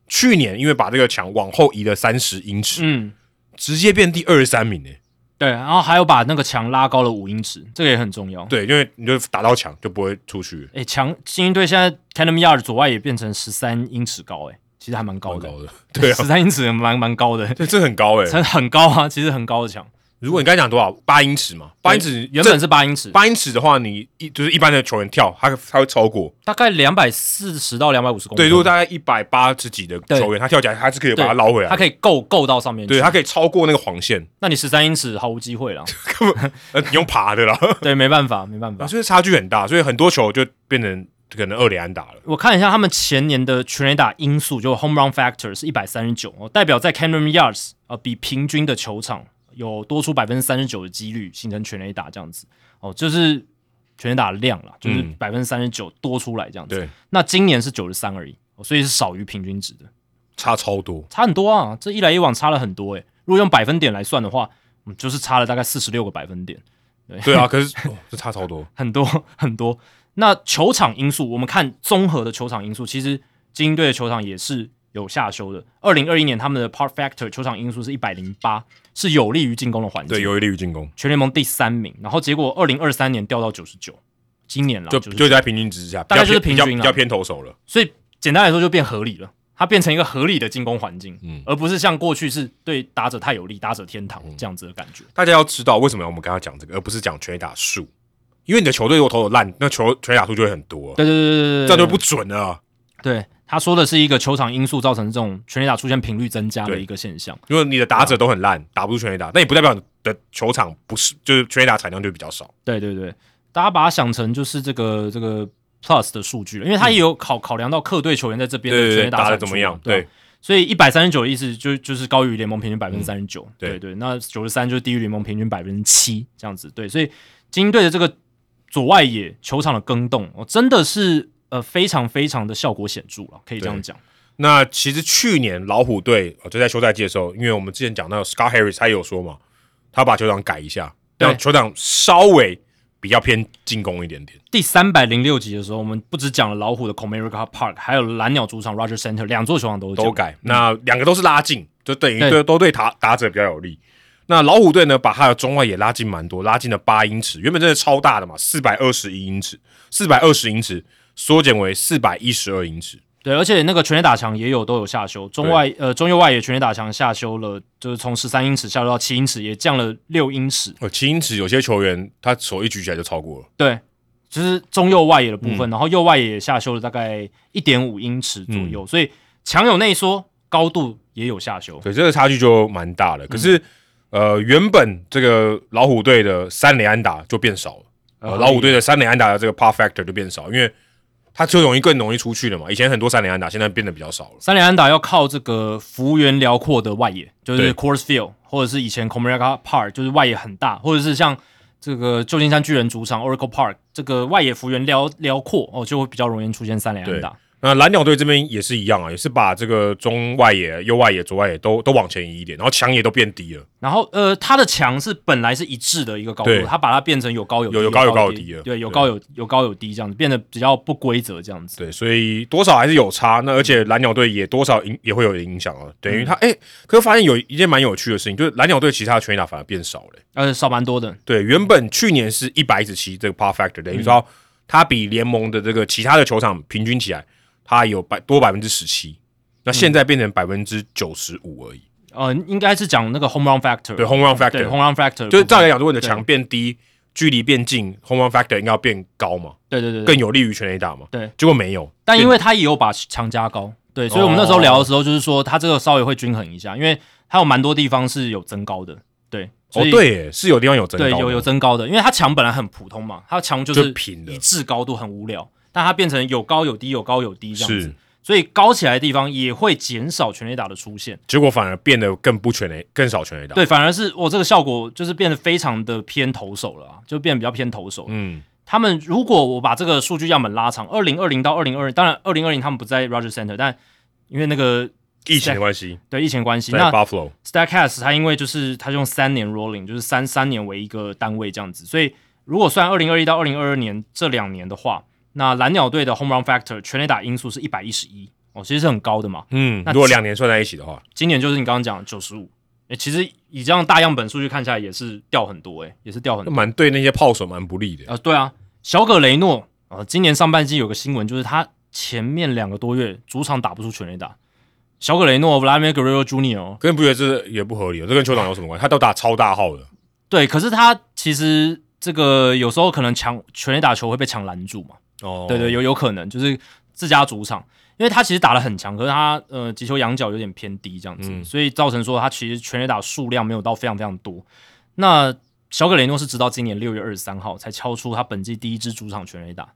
Speaker 1: 去年因为把这个墙往后移了三十英尺，
Speaker 2: 嗯，
Speaker 1: 直接变第二十三名欸诶、
Speaker 2: 对，然后还有把那个墙拉高了五英尺，这个也很重要。，
Speaker 1: 对，因为你就打到墙就不会出去，
Speaker 2: 哎，墙精英队现在 c a n a m Yard 左外也变成十三英尺高，哎，其实还蛮高
Speaker 1: 蛮
Speaker 2: 的，
Speaker 1: 高的。对啊，
Speaker 2: 十三英尺蛮蛮高的，
Speaker 1: 对，这很高诶、欸
Speaker 2: 很很高啊，其实很高的墙。
Speaker 1: 如果你刚才讲多少八英尺嘛，八英尺
Speaker 2: 原本是八英尺，
Speaker 1: 八英尺的话，你一就是一般的球员跳，他他会超过。
Speaker 2: 大概两百四十到两百五十公分。
Speaker 1: 对，如果大概一百八十几的球员，他跳起来，他是可以
Speaker 2: 哦对
Speaker 1: 把他捞回来的。
Speaker 2: 它可以够够到上面去。
Speaker 1: 对，他可以超过那个黄线，
Speaker 2: 那你十三英尺毫无 机会了。
Speaker 1: 呃，你用爬的啦，
Speaker 2: 对，没办法，没办法。
Speaker 1: 所以差距很大，所以很多球就变成可能二连安打了。
Speaker 2: 我看一下他们前年的全垒打因素，就 home run factor 是一百三十九，哦，代表在 Cameron Yards 呃比平均的球场有多出百分之三十九的几率形成全垒打这样子哦，就是全垒打的量啦，就是
Speaker 1: 嗯
Speaker 2: 百分之三十九多出来这样子。
Speaker 1: 对，
Speaker 2: 那今年是九十三而已、哦所以是少于平均值的，
Speaker 1: 差超 多。
Speaker 2: 差很多啊，这一来一往差了很多诶、如果用百分点来算的话，嗯，就是差了大概四十六个百分点。
Speaker 1: 对啊，可是、哦、这差超 多。
Speaker 2: 很多很多。那球场因素，我们看综合的球场因素，其实精英队的球场也是有下修的。二零二一年他们的 Part Factor 球场因素是一百零八，是有利于进攻的环境，
Speaker 1: 对，有利于进攻，
Speaker 2: 全联盟第三名。然后结果二零二三年掉到九十九，今年了
Speaker 1: 就
Speaker 2: 99
Speaker 1: 就在平均值之下，
Speaker 2: 啊大概
Speaker 1: 比较
Speaker 2: 就是
Speaker 1: 偏
Speaker 2: 平均
Speaker 1: 比较
Speaker 2: 啊
Speaker 1: 比较偏投手了。
Speaker 2: 所以简单来说就变合理了，它变成一个合理的进攻环境，
Speaker 1: 嗯
Speaker 2: 而不是像过去是对打者太有利，打者天堂这样子的感觉。
Speaker 1: 大家要知道为什么我们刚刚讲这个，而不是讲全垒打数，因为你的球队如果投手烂，那球全垒打数就会很多，啊
Speaker 2: 对对对对对对，
Speaker 1: 这样就不准啊了。
Speaker 2: 对。他说的是一个球场因素造成这种全垒打出现频率增加的
Speaker 1: 对
Speaker 2: 一个现象。
Speaker 1: 如果你的打者都很烂，打不出全垒打，那也不代表你的球场不是就是全垒打产量就比较少。
Speaker 2: 对对对，大家把它想成就是这个这个 Plus 的数据了，因为它也有考、考量到客队球员在这边的
Speaker 1: 嗯对
Speaker 2: 全
Speaker 1: 对，
Speaker 2: 垒打
Speaker 1: 打的
Speaker 2: 产
Speaker 1: 怎
Speaker 2: 出
Speaker 1: 么
Speaker 2: 嘛
Speaker 1: 样？
Speaker 2: 对啊
Speaker 1: 对，嗯
Speaker 2: 所以一百三十九的意思就就是高于联盟平均百分之三十九，
Speaker 1: 对
Speaker 2: 对对，那九十三就是低于联盟平均百分之七这样子，对，所以精英队的这个左外野球场的更动，哦，真的是呃非常非常的效果显著了，可以这样
Speaker 1: 对
Speaker 2: 讲，
Speaker 1: 那其实去年老虎队呃就在休赛季的时候，因为我们之前讲到 Scott Harris，他也有说嘛，他把球场改一下，
Speaker 2: 对
Speaker 1: 让球场稍微比较偏进攻一点点。
Speaker 2: 第三百零六集的时候，我们不只讲了老虎的 Comerica Park，还有蓝鸟主场 Roger Center 两座球场都有
Speaker 1: 都
Speaker 2: 讲
Speaker 1: 改，那两个都是拉近，就等于
Speaker 2: 嗯对
Speaker 1: 对都对打打者比较有利。那老虎队呢，把他的中外也拉近蛮多，拉近了八英尺，原本真的超大的嘛，四百二十一英尺，四百二十英尺缩减为四百一十二英尺，
Speaker 2: 对，而且那个全垒打墙也有都有下修，中外呃中右外野全垒打墙下修了，就是从十三英尺下修到七英尺，也降了六英尺。
Speaker 1: 呃，七英尺有些球员他手一举起来就超过了，
Speaker 2: 对，就是中右外野的部
Speaker 1: 嗯
Speaker 2: 分，然后右外野也下修了大概一点五英尺左右，
Speaker 1: 嗯
Speaker 2: 所以墙有内缩，高度也有下修。
Speaker 1: 对，这个差距就蛮大了。可是，呃，原本这个老虎队的三连安打就变少了，呃，
Speaker 2: 呃
Speaker 1: 老虎队的三连安打的这个 par factor 就变少，因为他就容易更容易出去了嘛。以前很多三连安打，现在变得比较少了。
Speaker 2: 三连安打要靠这个幅员辽阔的外野，就是 Coors Field，或者是以前 Comerica Park，就是外野很大，或者是像这个旧金山巨人主场 Oracle Park，这个外野幅员辽辽阔哦，就会比较容易出现三连安
Speaker 1: 对
Speaker 2: 打。
Speaker 1: 那蓝鸟队这边也是一样啊，也是把这个中外野、右外野、左外野都都往前移一点，然后墙也都变低了，
Speaker 2: 然后呃，它的墙是本来是一致的一个高度
Speaker 1: 对，
Speaker 2: 它把它变成有高有低
Speaker 1: 有有
Speaker 2: 有
Speaker 1: 高有高有
Speaker 2: 低
Speaker 1: 低了
Speaker 2: 对，有
Speaker 1: 对
Speaker 2: 高有有高有低这样子，变得比较不规则这样子。
Speaker 1: 对，所以多少还是有差。那而且蓝鸟队也多少影也会有影响啊，等于他哎、可是发现有一件蛮有趣的事情，就是蓝鸟队其实他的全垒打反而变少了、
Speaker 2: 呃，少蛮多的，
Speaker 1: 对，原本去年是一百一十七这个 par factor，等于
Speaker 2: 嗯
Speaker 1: 说它比联盟的这个其他的球场平均起来，它有百多百分之十七，
Speaker 2: 嗯
Speaker 1: 那现在变成百分之九十五而已。
Speaker 2: 呃，应该是讲那个 home run factor，
Speaker 1: 对，home run factor，
Speaker 2: 对 home run factor，
Speaker 1: 就是照来讲，如果你的
Speaker 2: 对
Speaker 1: 墙变低，距离变近，home run factor 应该要变高嘛，
Speaker 2: 对对对对
Speaker 1: 更，有利于全垒打嘛。
Speaker 2: 对，
Speaker 1: 结果没有，
Speaker 2: 但因为它也有把墙加高，对，
Speaker 1: 哦
Speaker 2: 所以我们那时候聊的时候就是说，它这个稍微会均衡一下，因为它有蛮多地方是有增高的，对，
Speaker 1: 哦
Speaker 2: 所以
Speaker 1: 对耶，是有地方有增高
Speaker 2: 对
Speaker 1: 的，
Speaker 2: 有有增高的，因为它墙本来很普通嘛，它墙就是
Speaker 1: 就平的
Speaker 2: 一致高度很无聊，但它变成有高有低，有高有低这样子
Speaker 1: 是。，
Speaker 2: 所以高起来的地方也会减少全垒打的出现。
Speaker 1: 结果反而变得更不全垒，更少全垒打。，
Speaker 2: 对，啊反而是我、这个效果就是变得非常的偏投手了、啊，就变得比较偏投手。
Speaker 1: 嗯，
Speaker 2: 他们如果我把这个数据样本拉长，二零二零到二零二，当然二零二零他们不在 Roger Center，但因为那个
Speaker 1: 疫情的关系，
Speaker 2: 对疫情关系，
Speaker 1: 在
Speaker 2: 那
Speaker 1: Buffalo，
Speaker 2: Stacks 它因为就是它用三年 rolling，就是三三年为一个单位这样子，所以如果算二零二一到二零二二年这两年的话，那蓝鸟队的 home run factor 全垒打因素是一百一十一哦，其实是很高的嘛。
Speaker 1: 嗯，
Speaker 2: 那
Speaker 1: 如果两年算在一起的话，
Speaker 2: 今年就是你刚刚讲九十五，诶其实以这样大样本数据看下来也是掉很多、诶也是掉很
Speaker 1: 那
Speaker 2: 多。
Speaker 1: 蛮对那些炮手蛮不利的。
Speaker 2: 啊，对啊，小葛雷诺啊、呃今年上半季有个新闻，就是他前面两个多月主场打不出全垒打。小葛雷诺 Vladimir Guerrero Jr.
Speaker 1: 个人不觉得这也不合理哦，这跟球场有什么关系？他都打超大号的，
Speaker 2: 对，可是他其实这个有时候可能抢全垒打球会被抢拦住嘛，
Speaker 1: 哦
Speaker 2: 对对，有有可能就是自家主场，因为他其实打得很强，可是他呃击球仰角有点偏低这样子，
Speaker 1: 嗯
Speaker 2: 所以造成说他其实全垒打数量没有到非常非常多。那小葛雷诺是直到今年六月二十三号才敲出他本季第一支主场全垒打，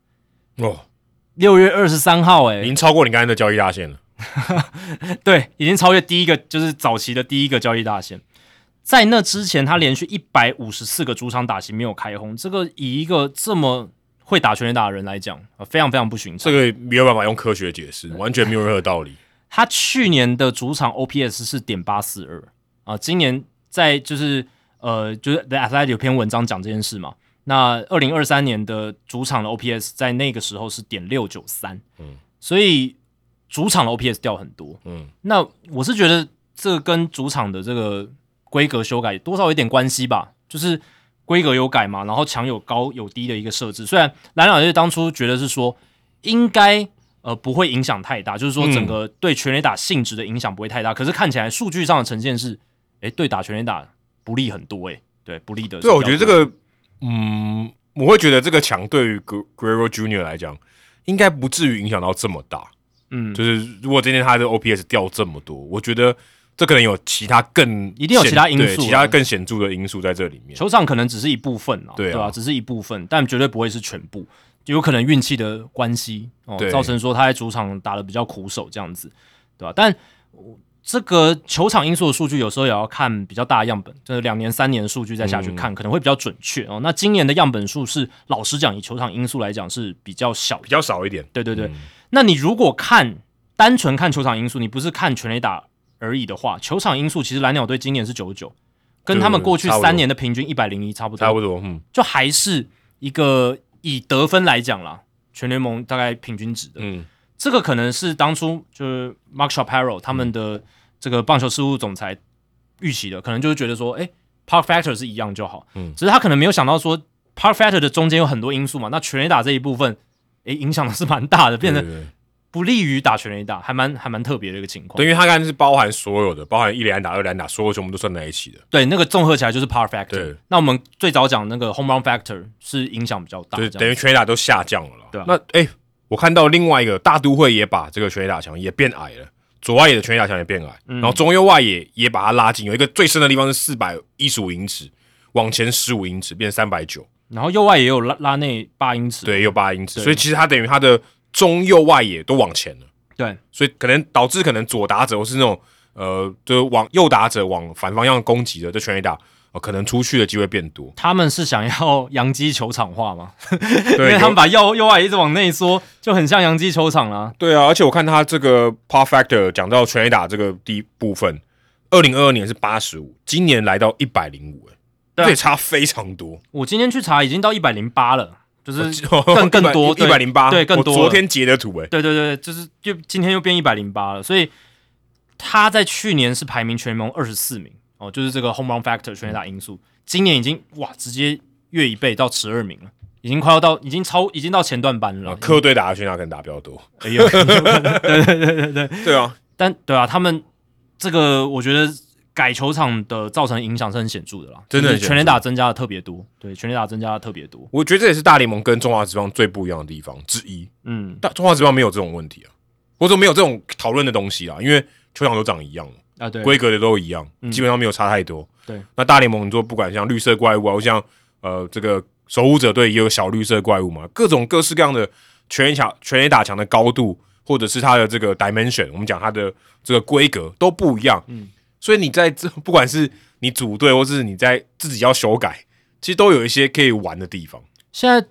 Speaker 1: 哦，
Speaker 2: 六月二十三号、
Speaker 1: 已
Speaker 2: 哎，
Speaker 1: 经超过你刚才的交易大线了。
Speaker 2: 对，已经超越第一个就是早期的第一个交易大线。在那之前，他连续一百五十四个主场打席没有开轰，这个以一个这么会打全垒打的人来讲，呃非常非常不寻
Speaker 1: 这
Speaker 2: 常。
Speaker 1: 个没有办法用科学解释，
Speaker 2: 嗯
Speaker 1: 完全没有任何道理。
Speaker 2: 他去年的主场 OPS 是点八四二啊，今年在就是呃，就是 The Athletic 有篇文章讲这件事嘛。那二零二三年的主场的 OPS 在那个时候是点六九三，
Speaker 1: 嗯
Speaker 2: 嗯，所以主场的 OPS 掉很多。
Speaker 1: 嗯，
Speaker 2: 那我是觉得这跟主场的这个规格修改多少有点关系吧，就是规格有改嘛，然后强有高有低的一个设置。虽然蓝鸟队当初觉得是说应该呃不会影响太大，就是说
Speaker 1: 嗯
Speaker 2: 整个对全垒打性质的影响不会太大，可是看起来数据上的呈现是，诶、对打全垒打不利很多、诶，对不利的是比
Speaker 1: 对，啊
Speaker 2: 较
Speaker 1: 我觉
Speaker 2: 多。
Speaker 1: 得这个，嗯，我会觉得这个墙对于 Gr- Guerrero Junior 来讲，应该不至于影响到这么大。
Speaker 2: 嗯
Speaker 1: 就是如果今天他的 OPS 掉这么多，我觉得这可能有其他更
Speaker 2: 一定有
Speaker 1: 显
Speaker 2: 其他因素啊
Speaker 1: 对其他更显著的因素在这里面。
Speaker 2: 球场可能只是一部分啊，
Speaker 1: 对啊
Speaker 2: 吧、只是一部分，但绝对不会是全部，有可能运气的关系哦
Speaker 1: 对，
Speaker 2: 造成说他在主场打的比较苦手这样子，对吧、但我这个球场因素的数据有时候也要看比较大的样本，就是两年、三年的数据再下
Speaker 1: 嗯
Speaker 2: 去看，可能会比较准确哦。那今年的样本数是，老实讲，以球场因素来讲是比较小的
Speaker 1: 比，较少一点，
Speaker 2: 对对对。那你如果看单纯看球场因素，你不是看全垒打而已的话，球场因素其实蓝鸟队今年是九九，跟他们过去
Speaker 1: 对对对
Speaker 2: 三年的平均一百零一差不多，
Speaker 1: 差不多，嗯
Speaker 2: 就还是一个以得分来讲啦，全联盟大概平均值的。
Speaker 1: 嗯，
Speaker 2: 这个可能是当初就是 Mark Shapiro 他们的这个棒球事务总裁预期的，可能就是觉得说，哎、p a r k Factor 是一样就好，
Speaker 1: 嗯
Speaker 2: 只是他可能没有想到说 Park Factor 的中间有很多因素嘛，那全垒打这一部分，哎、影响的是蛮大的，变
Speaker 1: 对
Speaker 2: 成
Speaker 1: 对对
Speaker 2: 不利于打全垒打，还蛮还蛮特别的一个情况。
Speaker 1: 对，因为他刚才是包含所有的，包含一连打、二连打，所有全部都算在一起的，
Speaker 2: 对，那个综合起来就是 Par Factor
Speaker 1: 对。
Speaker 2: 那我们最早讲那个 Home Run Factor 是影响比较大，
Speaker 1: 就是
Speaker 2: 这样
Speaker 1: 等于全垒打都下降了啦。
Speaker 2: 对啊
Speaker 1: 那哎、我看到另外一个大都会也把这个全垒打墙也变矮了。左外野的全垒打墙也变矮，
Speaker 2: 嗯
Speaker 1: 然后中右外野也把它拉近，有一个最深的地方是四百一十五英尺，往前十五英尺变三百九，
Speaker 2: 然后右外也有拉拉内八英尺，
Speaker 1: 对，有八英尺，
Speaker 2: 对
Speaker 1: 所以其实它等于它的中右外野都往前了，
Speaker 2: 对，
Speaker 1: 所以可能导致可能左打者或是那种呃，就是往右打者往反方向攻击的这全垒打、呃可能出去的机会变多
Speaker 2: 他们是想要洋基球场化嘛？因
Speaker 1: 对，
Speaker 2: 为他们
Speaker 1: 有
Speaker 2: 把右右外一直往内缩，就很像洋基球场啦、
Speaker 1: 对啊，而且我看他这个 par factor 讲到全垒打这个第一部分，二零二二年是八十五，今年来到一百零五，哎，
Speaker 2: 对啊
Speaker 1: 这也差非常多，
Speaker 2: 我今天去查，已经到一百零八了，就是更更多，
Speaker 1: 一百零八，
Speaker 2: 对更多
Speaker 1: 我
Speaker 2: 了
Speaker 1: 昨天截的图，哎，
Speaker 2: 对对对，就是就今天又变一百零八了，所以他在去年是排名全联盟二十四名哦，就是这个 home run factor 全垒打因素，今年已经哇直接越一倍到十二名了，已经快要到已经超已经到前段班了
Speaker 1: 啊，，科队打的全垒打可能打比较多，
Speaker 2: 哎呦，
Speaker 1: 对啊，
Speaker 2: 但 对啊，他们这个我觉得改球场的造成影响是很显著的啦，
Speaker 1: 真的很显
Speaker 2: 就是
Speaker 1: 著
Speaker 2: 全垒打增加的特别多，对，全垒打增加的特别多，
Speaker 1: 我觉得这也是大联盟跟中华职棒最不一样的地方之一。
Speaker 2: 嗯，
Speaker 1: 大中华职棒没有这种问题啊，或者说没有这种讨论的东西啊，因为球场都长一样，
Speaker 2: 啊对，嗯
Speaker 1: 规格的都一样，基本上没有差太多。
Speaker 2: 对，
Speaker 1: 那大联盟你说不管像绿色怪物啊，或像呃这个守护者队也有小绿色怪物嘛，各种各式各样的全垒墙、全垒打墙的高度，或者是它的这个 dimension，我们讲它的这个规格都不一样。嗯，所以你在这 不管是你组队，或是你在自己要修改，其实都有一些可以玩的地方。
Speaker 2: 现在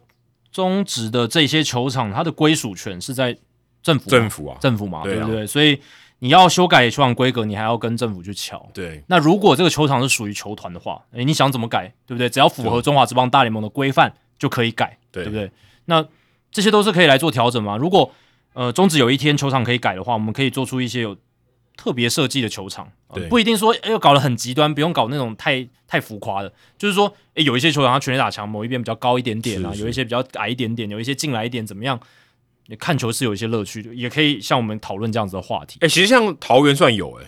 Speaker 2: 中职的这些球场，它的归属权是在政府嘛，
Speaker 1: 政府啊，
Speaker 2: 政府嘛，
Speaker 1: 对
Speaker 2: 对
Speaker 1: 啊
Speaker 2: 不对？所以你要修改球场规格，你还要跟政府去瞧。
Speaker 1: 对，
Speaker 2: 那如果这个球场是属于球团的话，诶，你想怎么改，对不对？只要符合中华职棒大联盟的规范就可以改，
Speaker 1: 对
Speaker 2: 对不对？那这些都是可以来做调整嘛。如果呃中止有一天球场可以改的话，我们可以做出一些有特别设计的球场，呃
Speaker 1: 对
Speaker 2: 不一定说哎、要搞得很极端，不用搞那种太太浮夸的。就是说，哎、有一些球场它全垒打墙某一边比较高一点点啊，
Speaker 1: 是是
Speaker 2: 有一些比较矮一点点，有一些进来一点怎么样？你看球是有一些乐趣的，也可以像我们讨论这样子的话题。
Speaker 1: 哎、其实像桃园算有哎、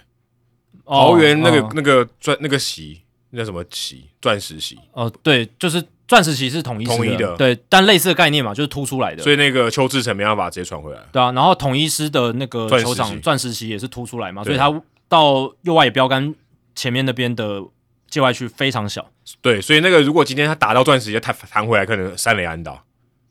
Speaker 2: 哦
Speaker 1: 桃园那个、
Speaker 2: 嗯
Speaker 1: 那个专那个席，那什么席，钻石席，
Speaker 2: 哦、对，就是钻石旗是统一师
Speaker 1: 统一的
Speaker 2: 对，但类似的概念嘛，就是突出来的。
Speaker 1: 所以那个邱志成没办法直接传回来。
Speaker 2: 对啊，然后统一师的那个
Speaker 1: 钻石
Speaker 2: 球场
Speaker 1: 旗
Speaker 2: 钻石旗也是突出来嘛，所
Speaker 1: 对
Speaker 2: 以他到右外野标杆前面那边的界外区非常小。
Speaker 1: 对，所以那个如果今天他打到钻石，他弹回来可能三垒安打，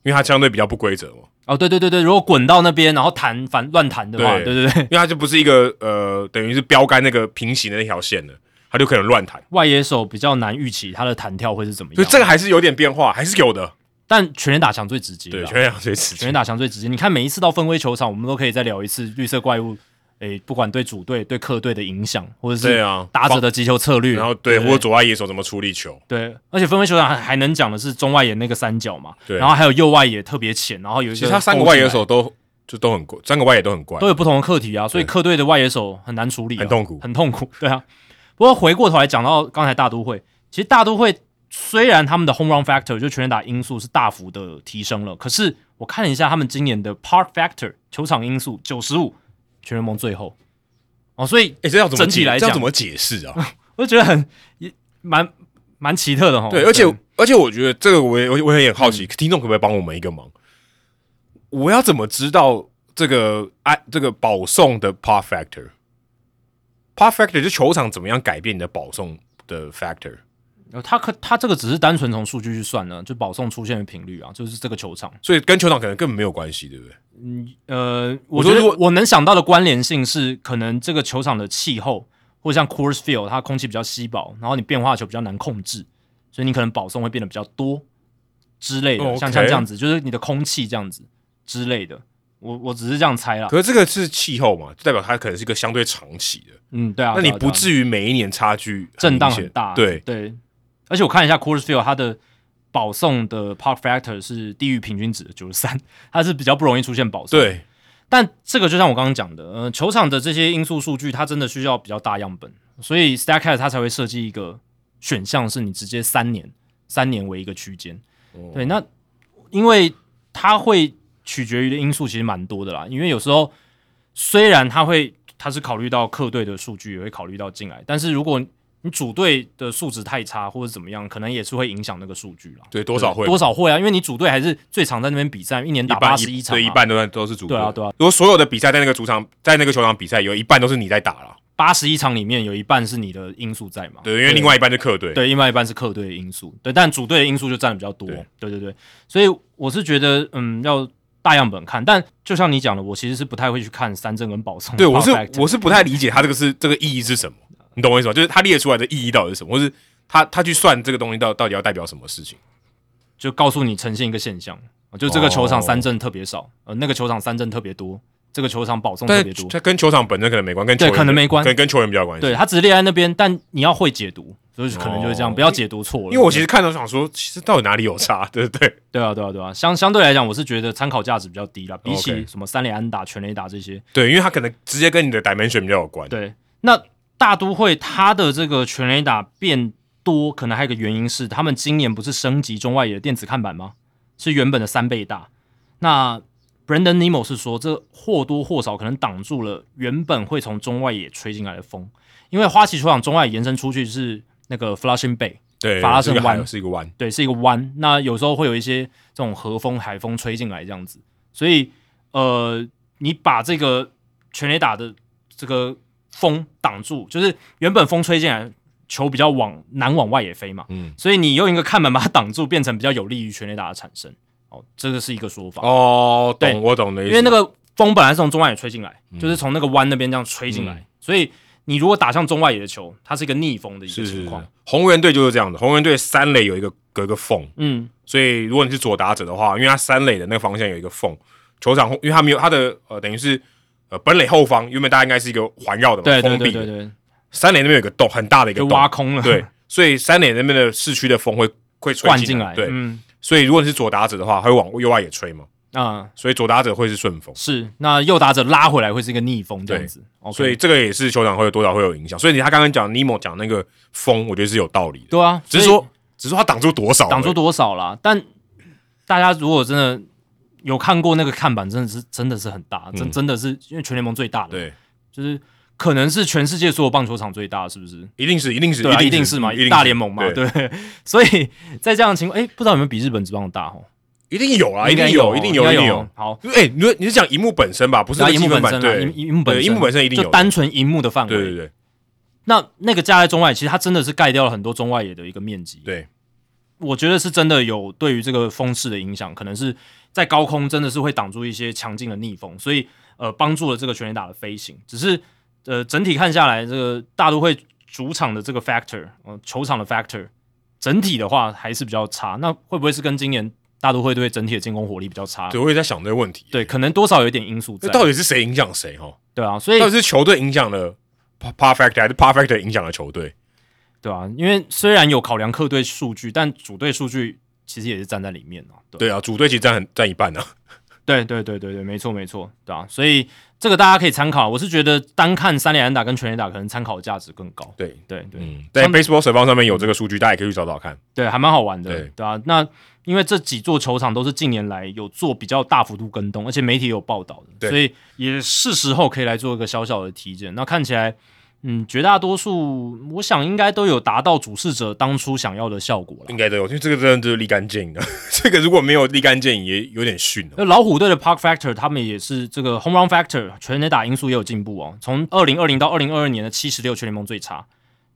Speaker 1: 因为他相对比较不规则嘛，
Speaker 2: 哦，对对对对，如果滚到那边然后弹反乱弹的话，
Speaker 1: 对
Speaker 2: 对对对，
Speaker 1: 因为他就不是一个呃，等于是标杆那个平行的那条线了，他就可能乱弹，
Speaker 2: 外野手比较难预期他的弹跳会是怎么
Speaker 1: 所
Speaker 2: 样
Speaker 1: 以。这个还是有点变化，还是有的。
Speaker 2: 但全垒打墙最直接
Speaker 1: 对，
Speaker 2: 啦，
Speaker 1: 全垒打最刺
Speaker 2: 全
Speaker 1: 激
Speaker 2: 垒。打墙最直接。你看每一次到分威球场，我们都可以再聊一次绿色怪物，诶、不管对主队对客队的影响，或者
Speaker 1: 对
Speaker 2: 是
Speaker 1: 啊，
Speaker 2: 打者的击球策略，
Speaker 1: 然后对，
Speaker 2: 不
Speaker 1: 或
Speaker 2: 对
Speaker 1: 者左外野手怎么处理球，
Speaker 2: 对，而且分威球场还还能讲的是中外野那个三角嘛，
Speaker 1: 对
Speaker 2: 然后还有右外野特别浅，然后有一
Speaker 1: 其
Speaker 2: 个
Speaker 1: 实他三个
Speaker 2: 勾
Speaker 1: 外
Speaker 2: 起来
Speaker 1: 野手都就都很怪，三个外野都很怪
Speaker 2: 都。有不同的课题啊，所以
Speaker 1: 对
Speaker 2: 客队的外野手很难处理、啊，
Speaker 1: 很痛苦
Speaker 2: 很痛苦。对啊，不过回过头来讲到刚才大都会，其实大都会虽然他们的 home run factor 就全垒打因素是大幅的提升了，可是我看了一下他们今年的 park factor 球场因素九十五，全联盟最后哦，所以
Speaker 1: 哎，这要怎么
Speaker 2: 整体
Speaker 1: 解
Speaker 2: 来
Speaker 1: 这要
Speaker 2: 讲
Speaker 1: 怎么解释啊？
Speaker 2: 我就觉得很也蛮蛮奇特的哦哈。
Speaker 1: 对，而且而且我觉得这个我也我也我也很好
Speaker 2: 嗯
Speaker 1: 奇，听众可不可以帮我们一个忙？我要怎么知道这个啊这个保送的 par factor？par factor 就是球场怎么样改变你的保送的 factor？
Speaker 2: 呃他可他这个只是单纯从数据去算呢，就保送出现的频率啊，就是这个球场。
Speaker 1: 所以跟球场可能根本没有关系，对不对？
Speaker 2: 啊呃，
Speaker 1: 我
Speaker 2: 我
Speaker 1: 说
Speaker 2: 觉
Speaker 1: 如
Speaker 2: 得
Speaker 1: 果
Speaker 2: 我能想到的关联性是，可能这个球场的气候，或者像 Coors Field，它空气比较稀薄，然后你变化球比较难控制，所以你可能保送会变得比较多之类的，
Speaker 1: 哦
Speaker 2: 像
Speaker 1: OK
Speaker 2: 像这样子，就是你的空气这样子之类的。我我只是这样猜啦
Speaker 1: 可，是这个是气候嘛，就代表它可能是一个相对长期的，
Speaker 2: 嗯，对啊，
Speaker 1: 那你
Speaker 2: 对啊
Speaker 1: 不
Speaker 2: 对啊
Speaker 1: 至于每一年差距
Speaker 2: 震荡
Speaker 1: 明显
Speaker 2: 很大，
Speaker 1: 对，
Speaker 2: 对。而且我看了一下 Coors Field，它的保送的 Park Factor 是低于平均值的九十三，它是比较不容易出现保送。
Speaker 1: 对，
Speaker 2: 但这个就像我刚刚讲的，呃，球场的这些因素数据，它真的需要比较大样本，所以 Statcast 它才会设计一个选项，是你直接三年，三年为一个区间。
Speaker 1: 哦
Speaker 2: 对，那因为它会取决于的因素其实蛮多的啦，因为有时候虽然它会它是考虑到客队的数据，也会考虑到进来，但是如果你主队的素质太差或者怎么样，可能也是会影响那个数据啦。
Speaker 1: 对，多少会
Speaker 2: 多少会啊，因为你主队还是最常在那边比赛，一年
Speaker 1: 一
Speaker 2: 打八
Speaker 1: 半
Speaker 2: 十一场、啊，
Speaker 1: 对，一半都在都是主
Speaker 2: 对啊
Speaker 1: 队
Speaker 2: 对啊。
Speaker 1: 如果所有的比赛在那个主场，在那个球场比赛，有一半都是你在打了，
Speaker 2: 八十一场里面有一半是你的因素在嘛？
Speaker 1: 对，因为另外一半是客队，
Speaker 2: 对，另外一半是客队的因素，对，但主队的因素就占的比较多
Speaker 1: 对。
Speaker 2: 对对对，所以我是觉得，嗯，要大样本看。但就像你讲的，我其实是不太会去看三振跟保送。
Speaker 1: 对，我是
Speaker 2: Power Factor
Speaker 1: 我是不太理解他这个是这个意义是什么，你懂我意思吗？就是他列出来的意义到底是什么，或是他他去算这个东西到到底要代表什么事情？
Speaker 2: 就告诉你呈现一个现象，就这个球场
Speaker 1: 哦
Speaker 2: 三振特别少，呃，那个球场三振特别多，这个球场保送特
Speaker 1: 但
Speaker 2: 别多。
Speaker 1: 它跟球场本身可能没关，跟球
Speaker 2: 对
Speaker 1: 员
Speaker 2: 可能没关
Speaker 1: 跟跟球员比较有关系。
Speaker 2: 对，，他只是列在那边，但你要会解读，所以可能就是这样，
Speaker 1: 哦
Speaker 2: 不要解读错了。
Speaker 1: 因为我其实看到想说，其实到底哪里有差， 对不对？
Speaker 2: 对啊，对啊，对啊，相相对来讲，我是觉得参考价值比较低啦，比起
Speaker 1: OK
Speaker 2: 什么三连安打、全垒打这些，
Speaker 1: 对，因为他可能直接跟你的 dimension 比较有关。
Speaker 2: 对，那大都会它的这个全垒打变多，可能还有一个原因是，他们今年不是升级中外野的电子看板吗？是原本的三倍大。那 Brandon Nemo 是说，这或多或少可能挡住了原本会从中外野吹进来的风，因为花旗球场中外野延伸出去是那个 Flushing Bay，
Speaker 1: 对，
Speaker 2: 法拉盛
Speaker 1: 这个
Speaker 2: 湾
Speaker 1: 还有是一个弯，
Speaker 2: 对，是一个湾。那有时候会有一些这种和风、海风吹进来这样子，所以呃，你把这个全垒打的这个风挡住，就是原本风吹进来，球比较往难往外野飞嘛，
Speaker 1: 嗯，
Speaker 2: 所以你用一个看板把它挡住，变成比较有利于全垒打的产生。哦，这个是一个说法，
Speaker 1: 哦，
Speaker 2: 对
Speaker 1: 懂，我懂的意思。
Speaker 2: 因为那个风本来是从中外野吹进
Speaker 1: 嗯
Speaker 2: 来，就是从那个湾那边这样吹进来，所以你如果打向中外野的球，它是一个逆风的一
Speaker 1: 是
Speaker 2: 个
Speaker 1: 是是
Speaker 2: 情况。
Speaker 1: 是红人队就是这样的，红人队三垒有一个有一个缝，
Speaker 2: 嗯，
Speaker 1: 所以如果你是左打者的话，因为他三垒的那个方向有一个缝，球场后因为他没有他的呃等于是呃本垒后方原本大家应该是一个环绕的嘛，
Speaker 2: 对对
Speaker 1: 封
Speaker 2: 对
Speaker 1: 闭
Speaker 2: 对
Speaker 1: 的，
Speaker 2: 对，
Speaker 1: 三垒那边有一个洞，很大的一个
Speaker 2: 就
Speaker 1: 洞，
Speaker 2: 挖空了，
Speaker 1: 对，，所以三垒那边的市区的风会会吹
Speaker 2: 灌
Speaker 1: 进
Speaker 2: 进来，
Speaker 1: 对，
Speaker 2: 嗯。
Speaker 1: 所以如果你是左打者的话，它会往右外野吹嘛，
Speaker 2: 啊、
Speaker 1: 所以左打者会是顺风，
Speaker 2: 是那右打者拉回来会是一个逆风这样子，OK，
Speaker 1: 所以这个也是球场会有多少会有影响，所以你他刚刚讲尼莫讲那个风，我觉得是有道理的，
Speaker 2: 对啊，
Speaker 1: 只是
Speaker 2: 所以
Speaker 1: 说只是说他挡住多少而已，
Speaker 2: 挡住多少啦，但大家如果真的有看过那个看板，真的是真的是很大，真、真的是因为全联盟最大的，
Speaker 1: 对。
Speaker 2: 就是可能是全世界所有棒球场最大，是不是？
Speaker 1: 一定是，一定是，
Speaker 2: 对、啊，
Speaker 1: 一
Speaker 2: 一
Speaker 1: 定
Speaker 2: 定是嘛，
Speaker 1: 一定
Speaker 2: 大联盟嘛，
Speaker 1: 对，
Speaker 2: 对。 所以在这样的情况，哎、不知道有没有比日本职棒大哦？
Speaker 1: 一定有啊，一
Speaker 2: 应
Speaker 1: 定
Speaker 2: 该
Speaker 1: 有，
Speaker 2: 有，
Speaker 1: 一定
Speaker 2: 应
Speaker 1: 有，
Speaker 2: 该
Speaker 1: 一定
Speaker 2: 有
Speaker 1: 有。。
Speaker 2: 好，
Speaker 1: 哎，你说你是讲荧幕本身吧？不是
Speaker 2: 然后
Speaker 1: 那
Speaker 2: 荧
Speaker 1: 个
Speaker 2: 幕
Speaker 1: 积分
Speaker 2: 本
Speaker 1: 版
Speaker 2: 身啊，
Speaker 1: 对，
Speaker 2: 荧荧幕本
Speaker 1: 对，
Speaker 2: 身，
Speaker 1: 荧幕本身一定有
Speaker 2: 就
Speaker 1: 的，
Speaker 2: 单纯荧幕的范围。
Speaker 1: 对对对
Speaker 2: 那那个加在中外，其实它真的是盖掉了很多中外野的一个面积。
Speaker 1: 对，
Speaker 2: 我觉得是真的有对于这个风势的影响，可能是在高空真的是会挡住一些强劲的逆风，所以呃帮助了这个全垒打的飞行。只是呃整体看下来，这个大都会主场的这个 factor，呃球场的 factor，整体的话还是比较差。那会不会是跟今年大都会队整体的进攻火力比较差？
Speaker 1: 对，我也在想这个问题，
Speaker 2: 啊对，可能多少有一点因素在
Speaker 1: 那。到底是谁影响谁哈？
Speaker 2: 对啊，所以
Speaker 1: 到底是球队影响了 Pa- Perfect，还是 Perfect 影响了球队？
Speaker 2: 对啊，因为虽然有考量客队数据，但主队数据其实也是站在里面哦、对
Speaker 1: 对啊，主队其实占很占一半啊。
Speaker 2: 对对对对对，没错没错，对啊，所以这个大家可以参考。我是觉得单看三连安打跟全垒打，可能参考价值更高。
Speaker 1: 对，
Speaker 2: 对对、
Speaker 1: 嗯，在 Baseball 手棒上面有这个数据，大家也可以去找找看。
Speaker 2: 对，还蛮好玩的，
Speaker 1: 对
Speaker 2: 对啊。那因为这几座球场都是近年来有做比较大幅度跟动，而且媒体也有报道的，
Speaker 1: 对
Speaker 2: 所以也是时候可以来做一个小小的体检。那看起来，嗯，绝大多数我想应该都有达到主事者当初想要的效果了。
Speaker 1: 应该都有，因为这个真的就是立竿见影的。啊 这个如果没有立竿见影，也有点逊哦。
Speaker 2: 那老虎队的 Park Factor 他们也是这个 Home Run Factor 全垒打因素也有进步哦，从二零二零到二零二二年的七十六全联盟最差，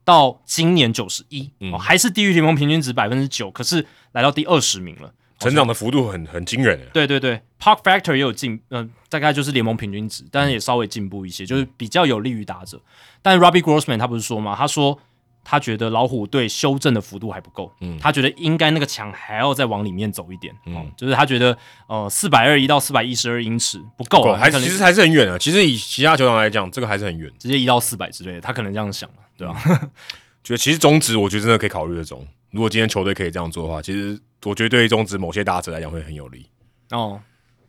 Speaker 2: 到今年九十一，哦还是低于联盟平均值百分之九，可是来到第二十名了。
Speaker 1: 成长的幅度很很惊人。啊
Speaker 2: 对对对，Park Factor 也有进，嗯、大概就是联盟平均值，但是也稍微进步一些，就是比较有利于打者。但 Robbie Grossman 他不是说吗？他说他觉得老虎队修正的幅度还不够，
Speaker 1: 嗯
Speaker 2: 他觉得应该那个墙还要再往里面走一点，嗯，就是他觉得呃四百二移到四百一十二英尺不够
Speaker 1: 够，
Speaker 2: 啊，
Speaker 1: 哦
Speaker 2: 他
Speaker 1: 还
Speaker 2: 可
Speaker 1: 其
Speaker 2: 能
Speaker 1: 实还是很远啊。其实以其他球场来讲，这个还是很远。
Speaker 2: 直接移到四百之类的，他可能这样想了，对吧、
Speaker 1: 觉得其实中职，我觉得真的可以考虑这种。如果今天球队可以这样做的话，其实我觉得对于中职某些打者来讲会很有利。
Speaker 2: 哦，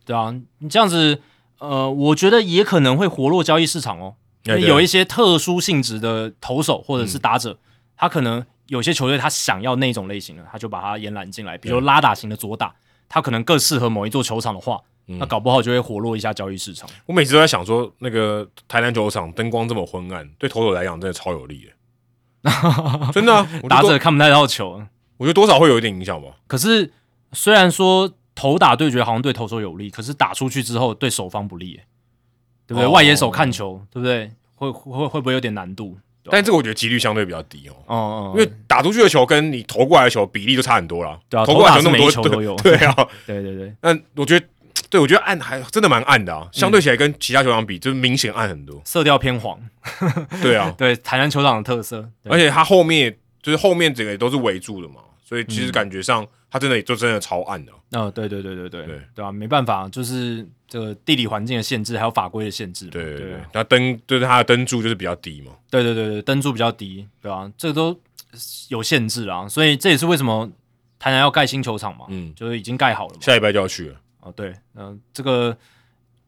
Speaker 2: 对啊，你这样子，呃，我觉得也可能会活络交易市场哦。因
Speaker 1: 哎
Speaker 2: 为
Speaker 1: 对啊
Speaker 2: 有一些特殊性质的投手或者是打者，他可能有些球队他想要那种类型的，他就把他延揽进来，比如拉打型的左打，他可能更适合某一座球场的话，那搞不好就会活络一下交易市场。
Speaker 1: 我每次都在想说，那个台南球场灯光这么昏暗，对投手来讲真的超有利 的，真的、啊。我觉得
Speaker 2: 打
Speaker 1: 多
Speaker 2: 者，看不太到球，
Speaker 1: 我觉得多少会有一点影响吧。
Speaker 2: 可是虽然说投打对决好像对投手有利，可是打出去之后对手方不利耶，对不对？
Speaker 1: 哦
Speaker 2: 外野手看球，对不对？会会会不会有点难度？对吧啊
Speaker 1: 但这个我觉得几率相对比较低哦，
Speaker 2: 哦、嗯，嗯
Speaker 1: 因为打出去的球跟你投过来的球比例就差很多啦。
Speaker 2: 对啊
Speaker 1: 投过来
Speaker 2: 投打
Speaker 1: 那么多，
Speaker 2: 是每一球都有
Speaker 1: 对对啊。
Speaker 2: 对对对，
Speaker 1: 那我觉得，对我觉得暗还真的蛮暗的啊，相对起来跟其他球场比，就是明显暗很多。
Speaker 2: 色调偏黄，
Speaker 1: 对啊，
Speaker 2: 对台南球场的特色。对
Speaker 1: 而且它后面就是后面整个也都是围住的嘛，所以其实感觉上它真的就真的超暗的啊、
Speaker 2: 嗯，对对对对对
Speaker 1: 对
Speaker 2: 对啊，没办法，就是这个地理环境的限制，还有法规的限制嘛。
Speaker 1: 对对对
Speaker 2: 对啊，
Speaker 1: 那灯就是它的灯柱就是比较低嘛。
Speaker 2: 对对对对，灯柱比较低，对啊，这个都有限制啊，所以这也是为什么台南要盖新球场嘛，
Speaker 1: 嗯
Speaker 2: 就是已经盖好了嘛。
Speaker 1: 下礼拜就要去了。
Speaker 2: 哦，对，嗯、这个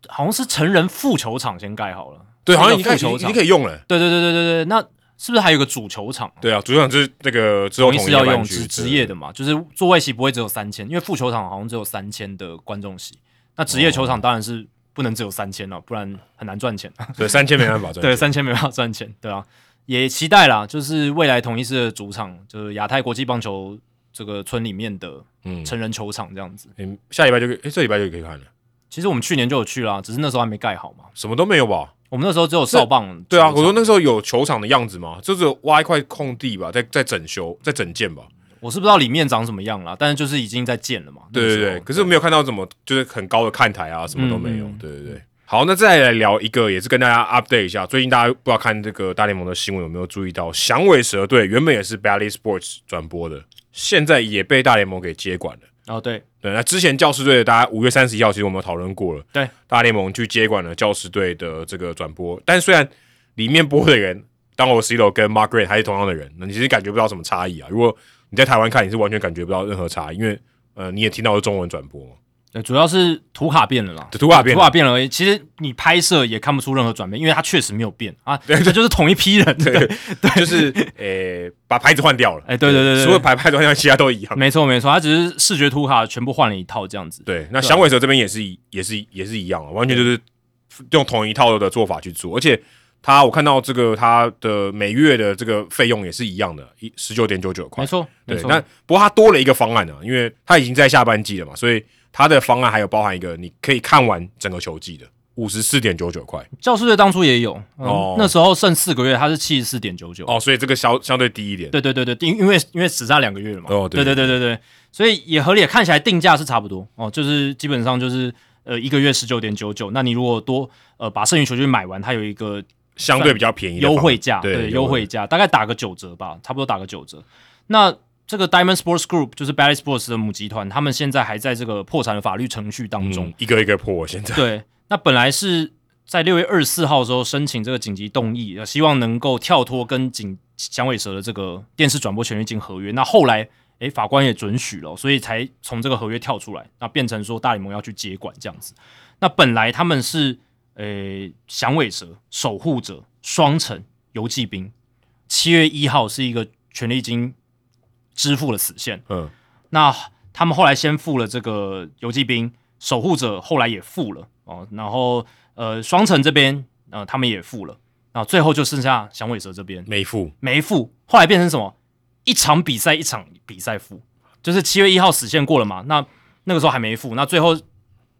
Speaker 2: 好像是成人副球场先盖好了。
Speaker 1: 对，好像
Speaker 2: 一
Speaker 1: 你
Speaker 2: 个
Speaker 1: 看
Speaker 2: 副
Speaker 1: 已经
Speaker 2: 球
Speaker 1: 已经
Speaker 2: 场。
Speaker 1: 可以用了。
Speaker 2: 对对对对对对，那是不是还有一个主球场？
Speaker 1: 对啊，主场就是那个之后
Speaker 2: 统一
Speaker 1: 统
Speaker 2: 是
Speaker 1: 一
Speaker 2: 要用
Speaker 1: 搬去
Speaker 2: 职
Speaker 1: 对
Speaker 2: 职业的嘛，就是座位席不会只有三千，因为副球场好像只有三千的观众席，那职业球
Speaker 1: 哦
Speaker 2: 场当然是不能只有三千了，不然很难赚钱。啊
Speaker 1: 对三千没办法赚。
Speaker 2: 对，，三千没办法赚钱，对啊，也期待啦，就是未来统一是的主场，就是亚太国际棒球这个村里面的
Speaker 1: 嗯，
Speaker 2: 成人球场这样子。
Speaker 1: 嗯下礼拜就可以，哎，这礼拜就可以看了，
Speaker 2: 其实我们去年就有去啦，只是那时候还没盖好嘛。
Speaker 1: 什么都没有吧？
Speaker 2: 我们那时候只有少棒。
Speaker 1: 对啊，我说那时候有球场的样子嘛，就是挖一块空地吧，在在整修，在整建吧。
Speaker 2: 我是不知道里面长什么样啦，但是就是已经在建了嘛。那
Speaker 1: 对
Speaker 2: 个
Speaker 1: 对
Speaker 2: 时候
Speaker 1: 对，可是没有看到怎么就是很高的看台啊，什么都没有。
Speaker 2: 嗯嗯
Speaker 1: 对对对，好，那再来聊一个，也是跟大家 update 一下，最近大家不知道看这个大联盟的新闻有没有注意到，响尾蛇队原本也是 Bally Sports 转播的，现在也被大联盟给接管了。
Speaker 2: 哦对，
Speaker 1: 对，那之前教师队的大家五月三十一号，其实我们有讨论过了，
Speaker 2: 对，
Speaker 1: 大联盟去接管了教师队的这个转播，但虽然里面播的人，当我 C 罗跟 Margaret 还是同样的人，那你其实感觉不到什么差异啊。如果你在台湾看，你是完全感觉不到任何差异，因为呃你也听到是中文转播嘛，
Speaker 2: 对，主要是图卡变了啦。
Speaker 1: 图瓦变
Speaker 2: 图法变了而已。其实你拍摄也看不出任何转变，因为它确实没有变啊，这就是同一批人。对，
Speaker 1: 就是呃把牌子换掉了，
Speaker 2: 哎对对对对对
Speaker 1: 所有牌牌子换掉，其他都一样。
Speaker 2: 没错没错，它只是视觉图卡全部换了一套这样子。
Speaker 1: 对，那啊响尾蛇这边也是一也是也是一样啊，完全就是用同一套的做法去做，而且它我看到这个它的每月的这个费用也是一样的，一十九点九九块
Speaker 2: 没。错，没
Speaker 1: 对，
Speaker 2: 错。
Speaker 1: 那不过它多了一个方案呢、啊，因为它已经在下半季了嘛，所以它的方案还有包含一个你可以看完整个球季的五十四点九九块
Speaker 2: 教师队当初也有，嗯
Speaker 1: 哦
Speaker 2: 那时候剩四个月，他是七十四点九九。
Speaker 1: 哦，所以这个相相对低一点。
Speaker 2: 对对对对，因因为因为只差两个月了嘛。
Speaker 1: 哦对
Speaker 2: 对对对对对，所以也合理，看起来定价是差不多哦，就是基本上就是呃一个月十九点九九，那你如果多呃把剩余球去买完，它有一个
Speaker 1: 相对比较便宜的方
Speaker 2: 优
Speaker 1: 案
Speaker 2: 惠价，
Speaker 1: 对
Speaker 2: 对
Speaker 1: 优
Speaker 2: 优
Speaker 1: 惠
Speaker 2: 惠价，大概打个九折吧，差不多打个九折。那这个 Diamond Sports Group 就是 Bally Sports 的母集团，他们现在还在这个破产的法律程序当中
Speaker 1: 嗯。，一个一个破，现在
Speaker 2: 对，那本来是在六月二十四号的时候申请这个紧急动议，呃希望能够跳脱跟警响尾蛇的这个电视转播权利金合约。那后来，诶，法官也准许了，所以才从这个合约跳出来，那变成说大联盟要去接管这样子。那本来他们是诶响尾蛇、守护者、双城、游骑兵，七月一号是一个权利金支付的死线。
Speaker 1: 嗯，
Speaker 2: 那他们后来先付了这个游击兵，守护者后来也付了哦，然后呃双城这边呃他们也付了，然后最后就剩下响尾蛇这边
Speaker 1: 没付，
Speaker 2: 没付，后来变成什么？一场比赛一场比赛付，就是七月一号死线过了嘛，那那个时候还没付，那最后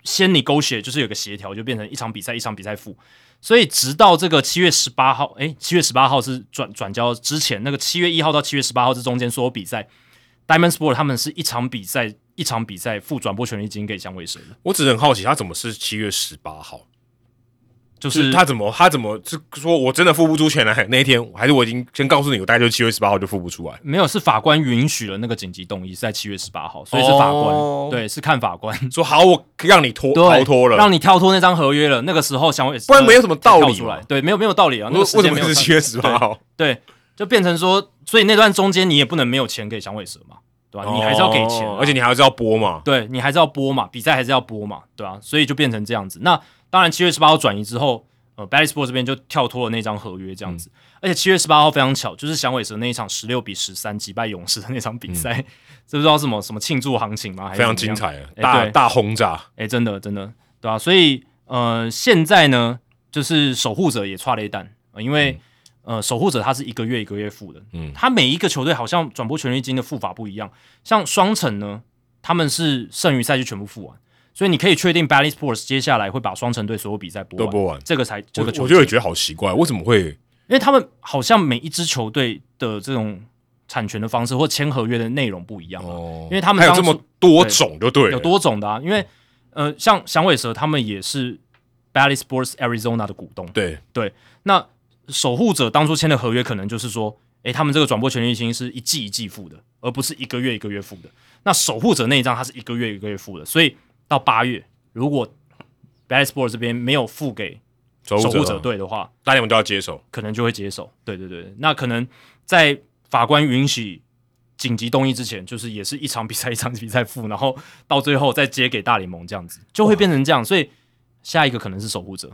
Speaker 2: 先你勾血就是有个协调，就变成一场比赛一场比赛付，所以直到这个七月十八号，诶，七月十八号是转转交之前，那个七月一号到七月十八号这中间所有比赛，Diamond Sport 他们是一场比赛一场比赛付转播权利金给响尾蛇的，
Speaker 1: 我只是很好奇，他怎么是七月十八号？
Speaker 2: 就
Speaker 1: 就是
Speaker 2: 是
Speaker 1: 他怎么他怎么是说我真的付不出钱来那一天，还是我已经先告诉你，我大概就是七月十八号就付不出来，
Speaker 2: 没有是法官允许了那个紧急动议是在七月十八号，所以是法官，
Speaker 1: 哦
Speaker 2: 对，是看法官。
Speaker 1: 说好我让你脱
Speaker 2: 对
Speaker 1: 逃脱了，
Speaker 2: 让你跳脱那张合约了。那个时候想，呃
Speaker 1: 不然没有什么道
Speaker 2: 跳
Speaker 1: 理
Speaker 2: 出
Speaker 1: 嘛
Speaker 2: 来，。对，没有没有道理啊。那
Speaker 1: 我说
Speaker 2: 个时
Speaker 1: 为
Speaker 2: 间
Speaker 1: 什
Speaker 2: 没
Speaker 1: 么
Speaker 2: 有
Speaker 1: 是七月十八号？
Speaker 2: 对，就变成说，所以那段中间你也不能没有钱给响尾蛇嘛，对吧、你还是要给钱啊、
Speaker 1: 哦而且你还是要播嘛。
Speaker 2: 对你还是要播嘛，比赛还是要播嘛，对啊，所以就变成这样子。那当然，七月十八号转移之后，呃 b a l l y Sport 这边就跳脱了那张合约这样
Speaker 1: 嗯
Speaker 2: 子。而且七月十八号非常巧，就是响尾蛇那一场十六比十三击败勇士的那场比赛， 这不知道什么什么庆祝行情吗？还是
Speaker 1: 嗯非常
Speaker 2: 怎
Speaker 1: 精
Speaker 2: 么样
Speaker 1: 彩啊，
Speaker 2: 哎
Speaker 1: 大
Speaker 2: 对
Speaker 1: 大轰炸，
Speaker 2: 哎、真的真的，对啊，所以呃，现在呢，就是守护者也差了一蛋，呃因为、呃，守护者他是一个月一个月付的，
Speaker 1: 嗯
Speaker 2: 嗯，他每一个球队好像转播权利金的付法不一样，像双城呢，他们是剩余赛季全部付完，所以你可以确定 Bally Sports 接下来会把双城队所有比赛播
Speaker 1: 都
Speaker 2: 完，
Speaker 1: 播完。
Speaker 2: 这个才这
Speaker 1: 我
Speaker 2: 个球
Speaker 1: 我就
Speaker 2: 季
Speaker 1: 会觉得好奇怪，为什么会
Speaker 2: 因为他们好像每一支球队的这种产权的方式或签合约的内容不一样啊，
Speaker 1: 哦？
Speaker 2: 因为他们
Speaker 1: 还有
Speaker 2: 当
Speaker 1: 这
Speaker 2: 初
Speaker 1: 么多种，就对了，
Speaker 2: 有多种的啊，因为呃，像响尾蛇他们也是 Bally Sports Arizona 的股东。
Speaker 1: 对
Speaker 2: 那守护者当初签的合约可能就是说，诶，他们这个转播权利金是一季一季付的，而不是一个月一个月付的。那守护者那一张它是一个月一个月付的，所以到八月如果 Bally Sports 这边没有付给
Speaker 1: 守
Speaker 2: 守护
Speaker 1: 护
Speaker 2: 者，队的话，
Speaker 1: 大联盟都要接手。
Speaker 2: 可能就会接手。对对对，那可能在法官允许紧急动议之前，就是也是一场比赛一场比赛付，然后到最后再接给大联盟这样子，就会变成这样。所以下一个可能是守护者，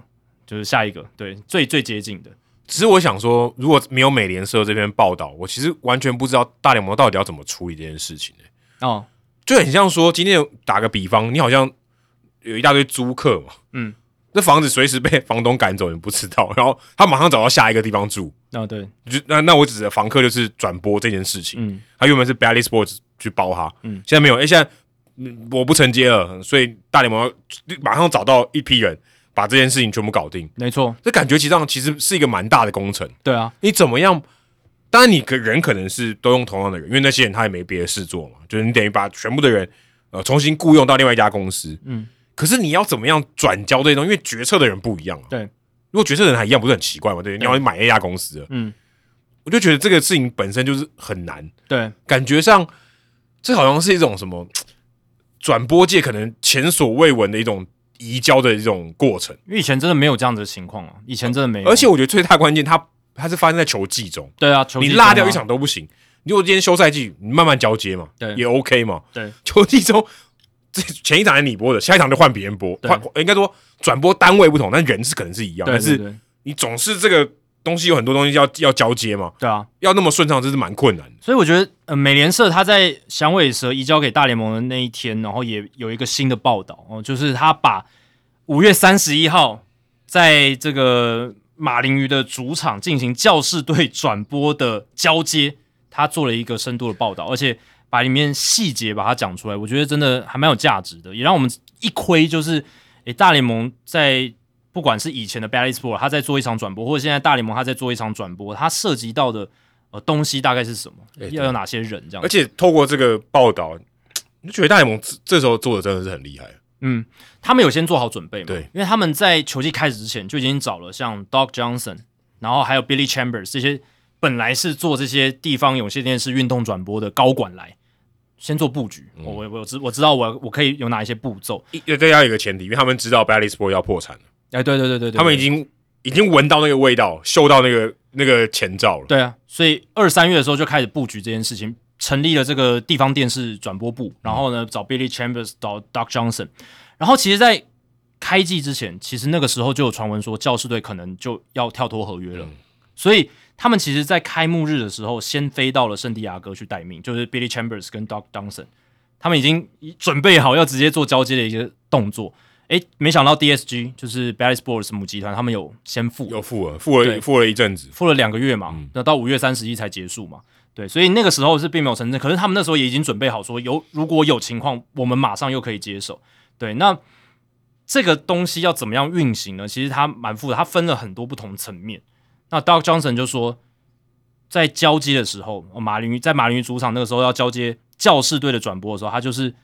Speaker 2: 就是下一个
Speaker 1: 哦
Speaker 2: 对最最接近的。
Speaker 1: 只是我想说，如果没有美联社这篇报道，我其实完全不知道大联盟到底要怎么处理这件事情、欸
Speaker 2: 哦，
Speaker 1: 就很像说，今天打个比方，你好像有一大堆租客嘛，
Speaker 2: 嗯，
Speaker 1: 那房子随时被房东赶走，你不知道，然后他马上找到下一个地方住，
Speaker 2: 那、对，
Speaker 1: 就那那我指的房客就是转播这件事情，
Speaker 2: 嗯，
Speaker 1: 他原本是 Bally Sports 去包他，
Speaker 2: 嗯
Speaker 1: 现在没有，哎、现在嗯我不承接了，所以大联盟要马上找到一批人把这件事情全部搞定，
Speaker 2: 没错，
Speaker 1: 这感觉其实上其实是一个蛮大的工程。
Speaker 2: 对啊，
Speaker 1: 你怎么样？当然，你可人可能是都用同样的人，因为那些人他也没别的事做嘛，就是你等于把全部的人呃重新雇佣到另外一家公司。
Speaker 2: 嗯，
Speaker 1: 可是你要怎么样转交这些东西？因为决策的人不一样啊。
Speaker 2: 对
Speaker 1: 如果决策的人还一样，不是很奇怪吗？对，你要去买那家公司了，
Speaker 2: 嗯，
Speaker 1: 我就觉得这个事情本身就是很难，
Speaker 2: 对，
Speaker 1: 感觉上这好像是一种什么转播界可能前所未闻的一种移交的一种过程。
Speaker 2: 因为以前真的没有这样子的情况啊，以前真的没有，
Speaker 1: 而且我觉得最大关键，它它是发生在球季中。
Speaker 2: 对啊，球季
Speaker 1: 你
Speaker 2: 中
Speaker 1: 落
Speaker 2: 啊
Speaker 1: 掉一，场都不行。你如果今天休赛季，你慢慢交接嘛，
Speaker 2: 对
Speaker 1: 也 OK 嘛。
Speaker 2: 对，
Speaker 1: 球季中，这前一场是你播的，下一场就换别人播，
Speaker 2: 对
Speaker 1: 换呃应该说转播单位不同，但人是可能是一样，
Speaker 2: 对对
Speaker 1: 但是
Speaker 2: 对，
Speaker 1: 你总是这个东西有很多东西要要交接嘛，
Speaker 2: 对啊，
Speaker 1: 要那么顺畅，这是蛮困难的。
Speaker 2: 所以我觉得，呃，美联社他在响尾蛇移交给大联盟的那一天，然后也有一个新的报道哦，就是他把五月三十一号在这个马林鱼的主场进行教士队转播的交接，他做了一个深度的报道，而且把里面细节把它讲出来，我觉得真的还蛮有价值的，也让我们一窥就是，诶、大联盟在不管是以前的 Bally Sport 他在做一场转播，或者现在大联盟他在做一场转播，它涉及到的呃东西大概是什么，要有哪些人这样
Speaker 1: 而，且透过这个报道，你就觉得大联盟这这时候做的真的是很厉害。啊
Speaker 2: 嗯，他们有先做好准备嘛？
Speaker 1: 对
Speaker 2: 因为他们在球季开始之前就已经找了像 Doc Johnson，然后还有 Billy Chambers 这些本来是做这些地方有线电视运动转播的高管来，先做布局。
Speaker 1: 嗯
Speaker 2: 我我我知我知道我我可以有哪一些步骤。
Speaker 1: 一这要有一个前提，因为他们知道 Bally Sport 要破产了，
Speaker 2: 哎，对对对对对，
Speaker 1: 他们已经已经闻到那个味道，嗅到那个那个前兆了。
Speaker 2: 对啊，所以二三月的时候就开始布局这件事情，成立了这个地方电视转播部，然后呢找 Billy Chambers 找 Doc Johnson，然后其实，在开季之前，其实那个时候就有传闻说教士队可能就要跳脱合约了，所以他们其实，在开幕日的时候先飞到了圣地亚哥去待命，就是 Billy Chambers 跟 Doc Johnson，他们已经准备好要直接做交接的一些动作。诶，没想到 DSG 就是 Bally Sports 母集团，他们有先付
Speaker 1: 又复了，复了，
Speaker 2: 对
Speaker 1: 复了一阵子。
Speaker 2: 付了两个月嘛，那、到五月三十一才结束嘛。对，所以那个时候是并没有成真，可是他们那时候也已经准备好说有如果有情况，我们马上又可以接手。对，那这个东西要怎么样运行呢？其实它蛮复杂，它分了很多不同层面。那 Doc Johnson 就说，在交接的时候，哦马林鱼在马林鱼主场那个时候要交接教士队的转播的时候，他就是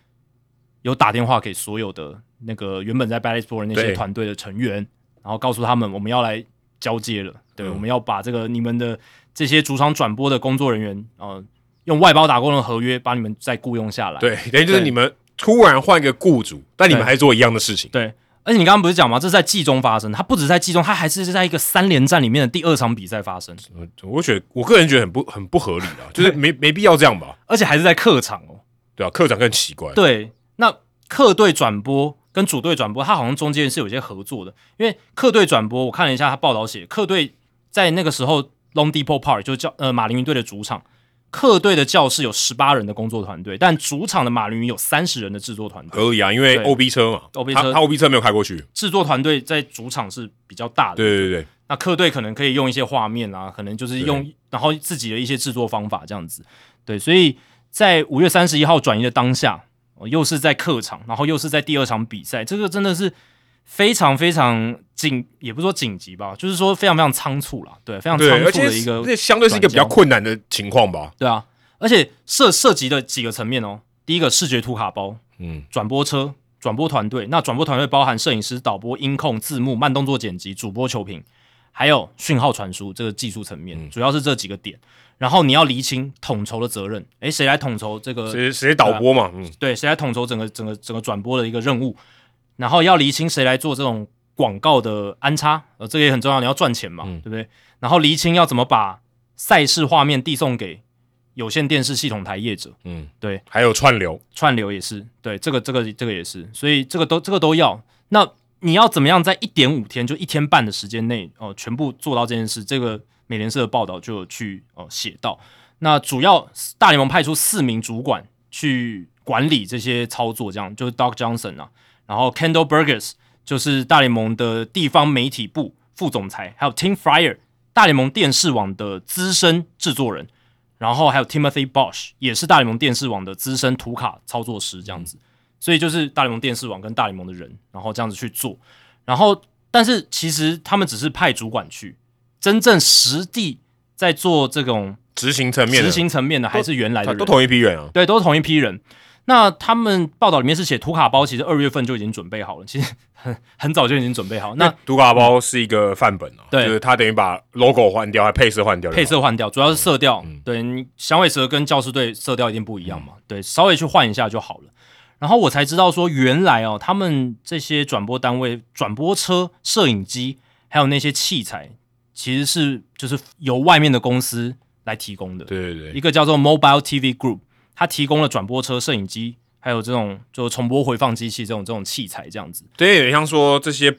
Speaker 2: 有打电话给所有的那个原本在 b a l l y s p o r t 那些
Speaker 1: 对
Speaker 2: 团队的成员，然后告诉他们我们要来交接了，对，
Speaker 1: 嗯
Speaker 2: 我们要把这个你们的这些主场转播的工作人员，呃，用外包打工的合约把你们再雇佣下来，
Speaker 1: 对，等于就是
Speaker 2: 对
Speaker 1: 你们突然换一个雇主，但你们
Speaker 2: 对
Speaker 1: 还做一样的事情。
Speaker 2: 对，而且你刚刚不是讲吗？这是在季中发生，它不止在季中，它还是在一个三连战里面的第二场比赛发生，
Speaker 1: 我我觉得我个人觉得很不很不合理啊，就是没没必要这样吧？
Speaker 2: 而且还是在客场哦。
Speaker 1: 对啊，科长更奇怪。
Speaker 2: 对，那客队转播跟主队转播，它好像中间是有一些合作的，因为客队转播，我看了一下他报道写，客队在那个时候 Long Depot Park 就是教呃马林鱼队的主场。客队的教室有十八人的工作团队，但主场的马林鱼有三十人的制作团队。
Speaker 1: 合理啊，因为
Speaker 2: 对
Speaker 1: O B 车嘛
Speaker 2: OB
Speaker 1: 他
Speaker 2: 车
Speaker 1: 他 O B 车没有开过去，
Speaker 2: 制作团队在主场是比较大的，
Speaker 1: 对对对
Speaker 2: 那客队可能可以用一些画面啊，可能就是用然后自己的一些制作方法这样子。对，所以在五月三十一号转移的当下，哦又是在客场，然后又是在第二场比赛，这个真的是非常非常紧，也不是说紧急吧，就是说非常非常仓促啦，对，非常
Speaker 1: 对，
Speaker 2: 仓
Speaker 1: 对而
Speaker 2: 促的
Speaker 1: 且
Speaker 2: 一个
Speaker 1: 这相对是一个比较困难的情况吧，
Speaker 2: 对啊，而且涉涉及的几个层面哦，第一个视觉图卡包，
Speaker 1: 嗯，
Speaker 2: 转播车、转播团队，那转播团队包含摄影师、导播、音控、字幕、慢动作剪辑、主播、球评，还有讯号传输这个技术层面，主要是这几个点。然后你要厘清统筹的责任，诶，谁来统筹这个
Speaker 1: 谁谁导播嘛，嗯，
Speaker 2: 对，谁来统筹整个整个整个转播的一个任务，然后要厘清谁来做这种广告的安插，呃，这个也很重要，你要赚钱嘛，对不对？然后厘清要怎么把赛事画面递送给有线电视系统台业者，
Speaker 1: 嗯，
Speaker 2: 对，
Speaker 1: 还有串流，
Speaker 2: 串流也是，对，这个这个这个也是，所以这个都这个都要。那你要怎么样在一点五天，就一天半的时间内，哦、全部做到这件事？这个美联社的报道就有去哦写到。那主要大联盟派出四名主管去管理这些操作，这样就是 Doc Johnson 啊，然后 Kendall Burgess 就是大联盟的地方媒体部副总裁，还有 Tim Fryer 大联盟电视网的资深制作人，然后还有 Timothy Bosch 也是大联盟电视网的资深图卡操作师这样子，所以就是大联盟电视网跟大联盟的人，然后这样子去做，然后但是其实他们只是派主管去，真正实地在做这种
Speaker 1: 执行层面的
Speaker 2: 执行层面的还是原来的
Speaker 1: 他
Speaker 2: 人
Speaker 1: 都同一批人啊，
Speaker 2: 对，都是同一批人。那他们报道里面是写图卡包，其实二月份就已经准备好了，其实很很早就已经准备好。那
Speaker 1: 杜卡包是一个范本啊，
Speaker 2: 对
Speaker 1: 就是他等于把 logo 换掉，还配色换掉了，
Speaker 2: 配色换掉，主要是色调。对你响尾蛇跟教师队色调一定不一样嘛，对，稍微去换一下就好了。然后我才知道说，原来哦，他们这些转播单位、转播车、摄影机，还有那些器材，其实是就是由外面的公司来提供的。
Speaker 1: 对对
Speaker 2: 一
Speaker 1: 对，
Speaker 2: 个叫做 Mobile TV Group，它提供了转播车、摄影机，还有这种就重播回放机器这种这种器材这样子。
Speaker 1: 对，有点像说这些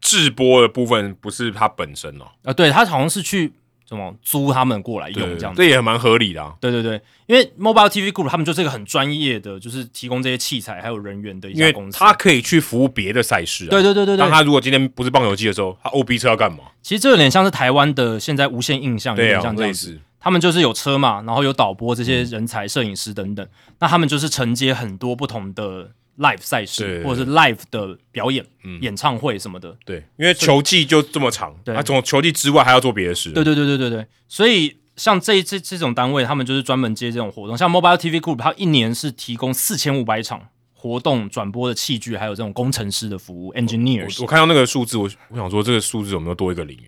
Speaker 1: 制播的部分不是他本身哦、
Speaker 2: 啊、对，它好像是去什么租他们过来用这样子。
Speaker 1: 这也蛮合理的、啊。
Speaker 2: 对对对，因为 Mobile TV Group 他们就是一个很专业的，就是提供这些器材还有人员的一
Speaker 1: 因
Speaker 2: 家
Speaker 1: 为
Speaker 2: 公司。啊
Speaker 1: 他可以去服务别的赛事、啊。
Speaker 2: 对对对对
Speaker 1: 当
Speaker 2: 对，
Speaker 1: 他如果今天不是棒球季的时候，他 OB 车要干嘛？
Speaker 2: 其实这有点像是台湾的现在无限印哦象，有
Speaker 1: 对
Speaker 2: 点
Speaker 1: 啊，
Speaker 2: 像这
Speaker 1: 类
Speaker 2: 样子。
Speaker 1: 似。嗯
Speaker 2: 他们就是有车嘛，然后有导播这些人才、摄影师等等，那他们就是承接很多不同的 live 赛
Speaker 1: 对
Speaker 2: 事
Speaker 1: 对嗯
Speaker 2: 或者是 live 的表演、演唱会什么的。
Speaker 1: 对，因为球季就这么长，
Speaker 2: 对
Speaker 1: 他从球季之外还要做别的事。
Speaker 2: 对对对对对对，所以像这这这种单位，他们就是专门接这种活动，像 Mobile TV Group，它一年是提供四千五百场活动转播的器具，还有这种工程师的服务
Speaker 1: 我
Speaker 2: engineers。
Speaker 1: 哦我看到那个数字，我我想说这个数字有没有多一个零、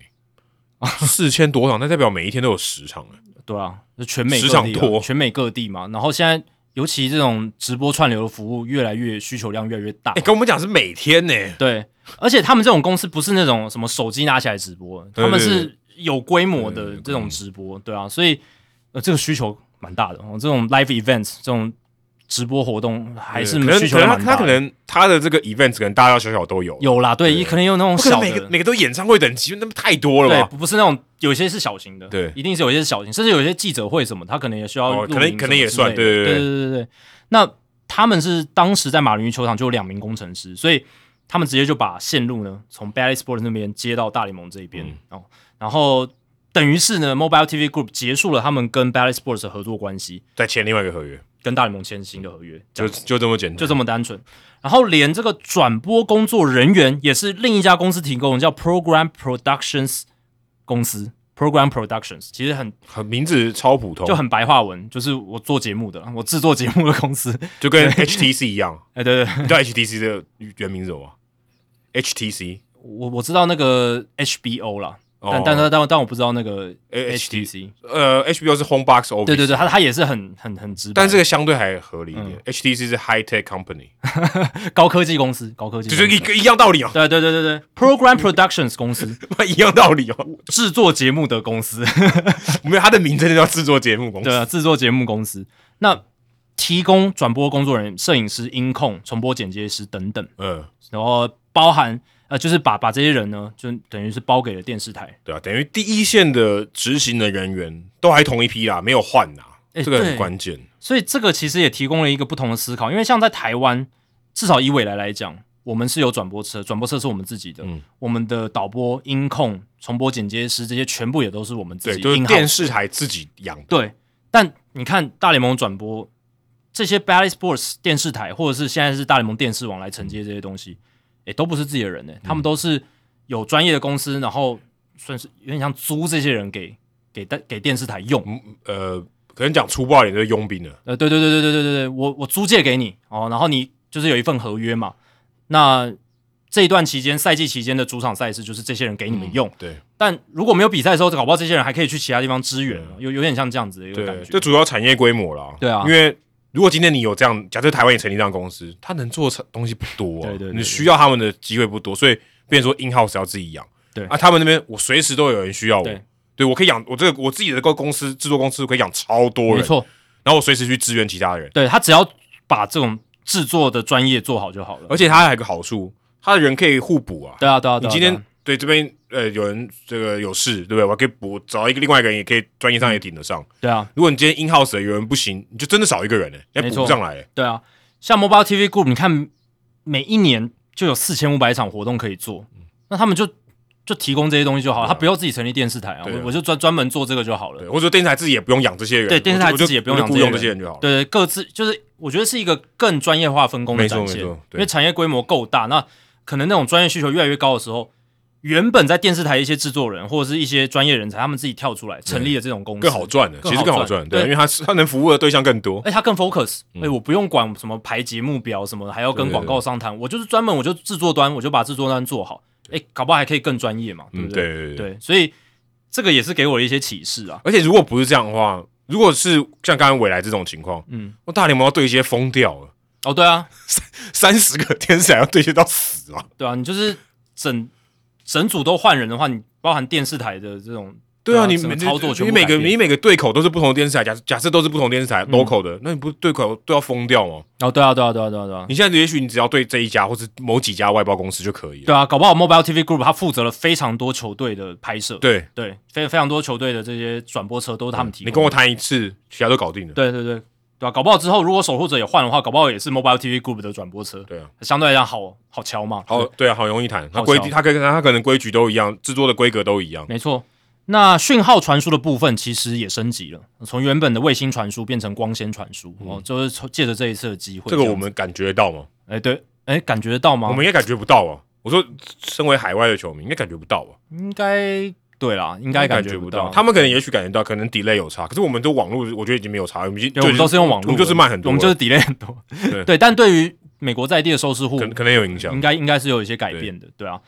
Speaker 1: 欸？四千多场，那代表每一天都有十场、欸，
Speaker 2: 对啊，就全美
Speaker 1: 时
Speaker 2: 各
Speaker 1: 常
Speaker 2: 地啊、
Speaker 1: 拖
Speaker 2: 全美各地嘛。然后现在尤其这种直播串流的服务越来越需求量越来越大。
Speaker 1: 哎、跟我们讲是每天欸呢、
Speaker 2: 对，而且他们这种公司不是那种什么手机拿起来直播，
Speaker 1: 对
Speaker 2: 他们
Speaker 1: 对
Speaker 2: 是有规模
Speaker 1: 对对
Speaker 2: 的
Speaker 1: 对
Speaker 2: 这种直播，对啊，所以呃，这个需求蛮大的。哦、这种 live events 这种直播活动还是
Speaker 1: 对可能
Speaker 2: 需求
Speaker 1: 可
Speaker 2: 量
Speaker 1: 能
Speaker 2: 蛮
Speaker 1: 他他
Speaker 2: 大
Speaker 1: 可
Speaker 2: 的。
Speaker 1: 能他的这个 event 可能大大小小都有，
Speaker 2: 有啦，对，也可能有那种
Speaker 1: 不可
Speaker 2: 小
Speaker 1: 能每个
Speaker 2: 的，
Speaker 1: 每个都演唱会等级，那么太多了
Speaker 2: 对，
Speaker 1: 吧？
Speaker 2: 不是那种，有些是小型的，
Speaker 1: 啊对
Speaker 2: 一定是有些是小型，甚至有些记者会什么，他可能也需要
Speaker 1: 哦
Speaker 2: 录
Speaker 1: 可能
Speaker 2: 影
Speaker 1: 可能也
Speaker 2: 什么
Speaker 1: 算
Speaker 2: 之类
Speaker 1: 对对
Speaker 2: 的对
Speaker 1: 对
Speaker 2: 对对对。那他们是当时在马林鱼球场就有两名工程师，所以他们直接就把线路呢从 Bally Sport 那边接到大联盟这一边、
Speaker 1: 嗯
Speaker 2: 哦，然后等于是呢 Mobile TV Group 结束了他们跟 Bally Sports 的合作关系，
Speaker 1: 再签另外一个合约，
Speaker 2: 跟大联盟签新的合约，
Speaker 1: 就
Speaker 2: 这样
Speaker 1: 就这么简单，
Speaker 2: 就这么单纯。然后连这个转播工作人员也是另一家公司提供的，叫 Program Productions 公司。Program Productions 其实很
Speaker 1: 很名字超普通，
Speaker 2: 就
Speaker 1: 就
Speaker 2: 很白话文，就是我做节目的，我制作节目的公司。
Speaker 1: 跟 HTC 一样。
Speaker 2: 哎，对对对，
Speaker 1: 你知道 HTC 的原名是什么吗？HTC
Speaker 2: 我我知道那个 HBO 啦，
Speaker 1: 哦
Speaker 2: 但但但但但我不知道那个
Speaker 1: A-
Speaker 2: HTC。
Speaker 1: 呃 HBO 是 Home Box Office，
Speaker 2: 对对对，他他也是很很很直白，
Speaker 1: 但这个相对还合理一点。HTC 是 High Tech Company，
Speaker 2: 高科技公司，高科技
Speaker 1: 就
Speaker 2: 公
Speaker 1: 是
Speaker 2: 司
Speaker 1: 一个一样道理哦，
Speaker 2: 对对对对对，Program Productions 公司
Speaker 1: 一样道理哦。
Speaker 2: 制作节目的公司，
Speaker 1: 没有它的名称就叫制作节目公
Speaker 2: 对
Speaker 1: 司，
Speaker 2: 啊，制作节目公司，那提供转播工作人员、摄影师、音控、重播剪接师等等，
Speaker 1: 嗯，
Speaker 2: 然后包含呃，就是把把这些人呢，就等于是包给了电视台，
Speaker 1: 对啊，等于第一线的执行的人员都还同一批啦，没有换啦，
Speaker 2: 哎
Speaker 1: 这个很
Speaker 2: 对
Speaker 1: 关键。
Speaker 2: 所以这个其实也提供了一个不同的思考，因为像在台湾，至少以未来来讲，我们是有转播车，转播车是我们自己的，
Speaker 1: 嗯
Speaker 2: 我们的导播、音控、重播剪接师这些全部也都是我们自
Speaker 1: 对，
Speaker 2: 己
Speaker 1: 就是
Speaker 2: 音
Speaker 1: 电视台自己养的，
Speaker 2: 对，但你看大联盟转播这些 Bally Sports 电视台，或者是现在是大联盟电视网来承接这些东西，也、都不是自己的人呢、
Speaker 1: 嗯
Speaker 2: 他们都是有专业的公司，然后算是有点像租这些人给给大给电视台用。
Speaker 1: 呃，可能讲粗暴一点就是佣兵了，
Speaker 2: 呃，对对对对对对对对，我我租借给你哦，然后你就是有一份合约嘛。那这一段期间，赛季期间的主场赛事就是这些人给你们用，
Speaker 1: 对
Speaker 2: 但如果没有比赛的时候，搞不好这些人还可以去其他地方支援，有有点像这样子的一个感
Speaker 1: 啊对，
Speaker 2: 觉。
Speaker 1: 这主要产业规模啦，
Speaker 2: 对啊
Speaker 1: 因为。如果今天你有这样，假设台湾也成立这样的公司，它能做的东西不多、啊，
Speaker 2: 对对对对
Speaker 1: 你需要他们的机会不多，所以变成说 in house 要自己养，
Speaker 2: 对
Speaker 1: 啊，他们那边我随时都有人需要我，
Speaker 2: 对
Speaker 1: 对我可以养我这个我自己的个公司制作公司可以养超多人，
Speaker 2: 没，错，
Speaker 1: 然后我随时去支援其他人，
Speaker 2: 对他只要把这种制作的专业做好就好了。
Speaker 1: 而且它还有一个好处，它的人可以互补啊，
Speaker 2: 对啊，对啊，
Speaker 1: 你
Speaker 2: 对啊。
Speaker 1: 今
Speaker 2: 对啊
Speaker 1: 天对这边呃有人这个有事，对不对？我可以补找一个另外一个人，也可以专业上也顶得上。
Speaker 2: 对啊，
Speaker 1: 如果你今天 in house 的有人不行，你就真的少一个人了，要
Speaker 2: 没
Speaker 1: 补
Speaker 2: 错
Speaker 1: 上来欸。
Speaker 2: 对啊，像 Mobile TV Group，你看每一年就有四千五百场活动可以做，那他们就就提供这些东西就好了，
Speaker 1: 嗯对啊
Speaker 2: 他不用自己成立电视台啊，
Speaker 1: 对啊
Speaker 2: 我我就专专门做这个就好了
Speaker 1: 对，。啊或者说电视台自己也不用养这些人，
Speaker 2: 对电视台自己也不用
Speaker 1: 我就
Speaker 2: 养
Speaker 1: 我就雇佣
Speaker 2: 这
Speaker 1: 这
Speaker 2: 些
Speaker 1: 些人就好了。
Speaker 2: 对对，各自就是我觉得是一个更专业化分工的
Speaker 1: 没错
Speaker 2: 展现，
Speaker 1: 没错对
Speaker 2: 因为产业规模够大，那可能那种专业需求越来越高的时候。原本在电视台一些制作人或者是一些专业人才，他们自己跳出来成立了这种公司，
Speaker 1: 更好赚的，
Speaker 2: 更
Speaker 1: 其实更
Speaker 2: 好
Speaker 1: 好
Speaker 2: 赚
Speaker 1: 赚，对，
Speaker 2: 对
Speaker 1: 因为他他能服务的对象更多，
Speaker 2: 哎、他更 focus，哎、
Speaker 1: 嗯
Speaker 2: 我不用管什么排节目表什么的，还要跟
Speaker 1: 对对
Speaker 2: 广告商谈，我就是专门我就制作端，我就把制作端做好，哎、搞不好还可以更专业 嘛，对
Speaker 1: 嗯，
Speaker 2: 不
Speaker 1: 对
Speaker 2: 对？
Speaker 1: 对对。
Speaker 2: 对，所以这个也是给我一些启示啊。
Speaker 1: 而且如果不是这样的话，如果是像刚刚未来这种情况，
Speaker 2: 嗯
Speaker 1: 嗯，我大联盟要对接疯掉了，
Speaker 2: 哦，对啊，
Speaker 1: 三十个电视台要对接到死啊！
Speaker 2: 对啊，你就是整整组都换人的话，你包含电视台的这种
Speaker 1: 对啊，
Speaker 2: 那
Speaker 1: 你
Speaker 2: 整
Speaker 1: 每
Speaker 2: 个操作全
Speaker 1: 你
Speaker 2: 部
Speaker 1: 每
Speaker 2: 改
Speaker 1: 个
Speaker 2: 变嗯
Speaker 1: 你每个对口都是不同的电视台，假假设都是不同电视台 local 的，那你不是对口都要疯掉吗？
Speaker 2: 哦，对啊，对啊，对啊，对啊，对啊，
Speaker 1: 你现在也许你只要对这一家或是某几家外包公司就可以了。
Speaker 2: 对啊，搞不好 Mobile TV Group 它负责了非常多球队的拍摄，
Speaker 1: 对，
Speaker 2: 对，非非常多球队的这些转播车都是他们提供
Speaker 1: 嗯
Speaker 2: 的。
Speaker 1: 你跟我谈一次，其他都搞定了。
Speaker 2: 对对对对啊，搞不好之后如果守护者也换的话，搞不好也是 Mobile TV Group 的转播车，
Speaker 1: 对啊，
Speaker 2: 相对来讲好好瞧嘛。
Speaker 1: 好，
Speaker 2: 对，
Speaker 1: 对啊，好容易谈。他
Speaker 2: 好
Speaker 1: 规
Speaker 2: 笑
Speaker 1: 定，他跟他可能规矩都一样，制作的规格都一样。
Speaker 2: 没错。那讯号传输的部分其实也升级了，从原本的卫星传输变成光纤传输，哦，就是从借着这一次的机会
Speaker 1: 嗯这
Speaker 2: 样子。
Speaker 1: 个我们感觉得到吗？
Speaker 2: 哎、对哎、感觉得到吗？
Speaker 1: 我们应该感觉不到啊。我说，身为海外的球迷，应该感觉不到吧？
Speaker 2: 应该对啦，应
Speaker 1: 应
Speaker 2: 该
Speaker 1: 感
Speaker 2: 觉
Speaker 1: 不
Speaker 2: 到。
Speaker 1: 他们可能也许感觉到，可能 delay 有差，可是我们的网络，我觉得已经没有差，我们已经
Speaker 2: 对我们
Speaker 1: 就
Speaker 2: 都是用网
Speaker 1: 我
Speaker 2: 络的，
Speaker 1: 们就是慢很多
Speaker 2: 我
Speaker 1: 了，
Speaker 2: 们就是 delay 很多。
Speaker 1: 对
Speaker 2: 对，但对于美国在地的收视户嗯
Speaker 1: 可，能可能有影响
Speaker 2: 应。该应该是有一些改变的，对啊。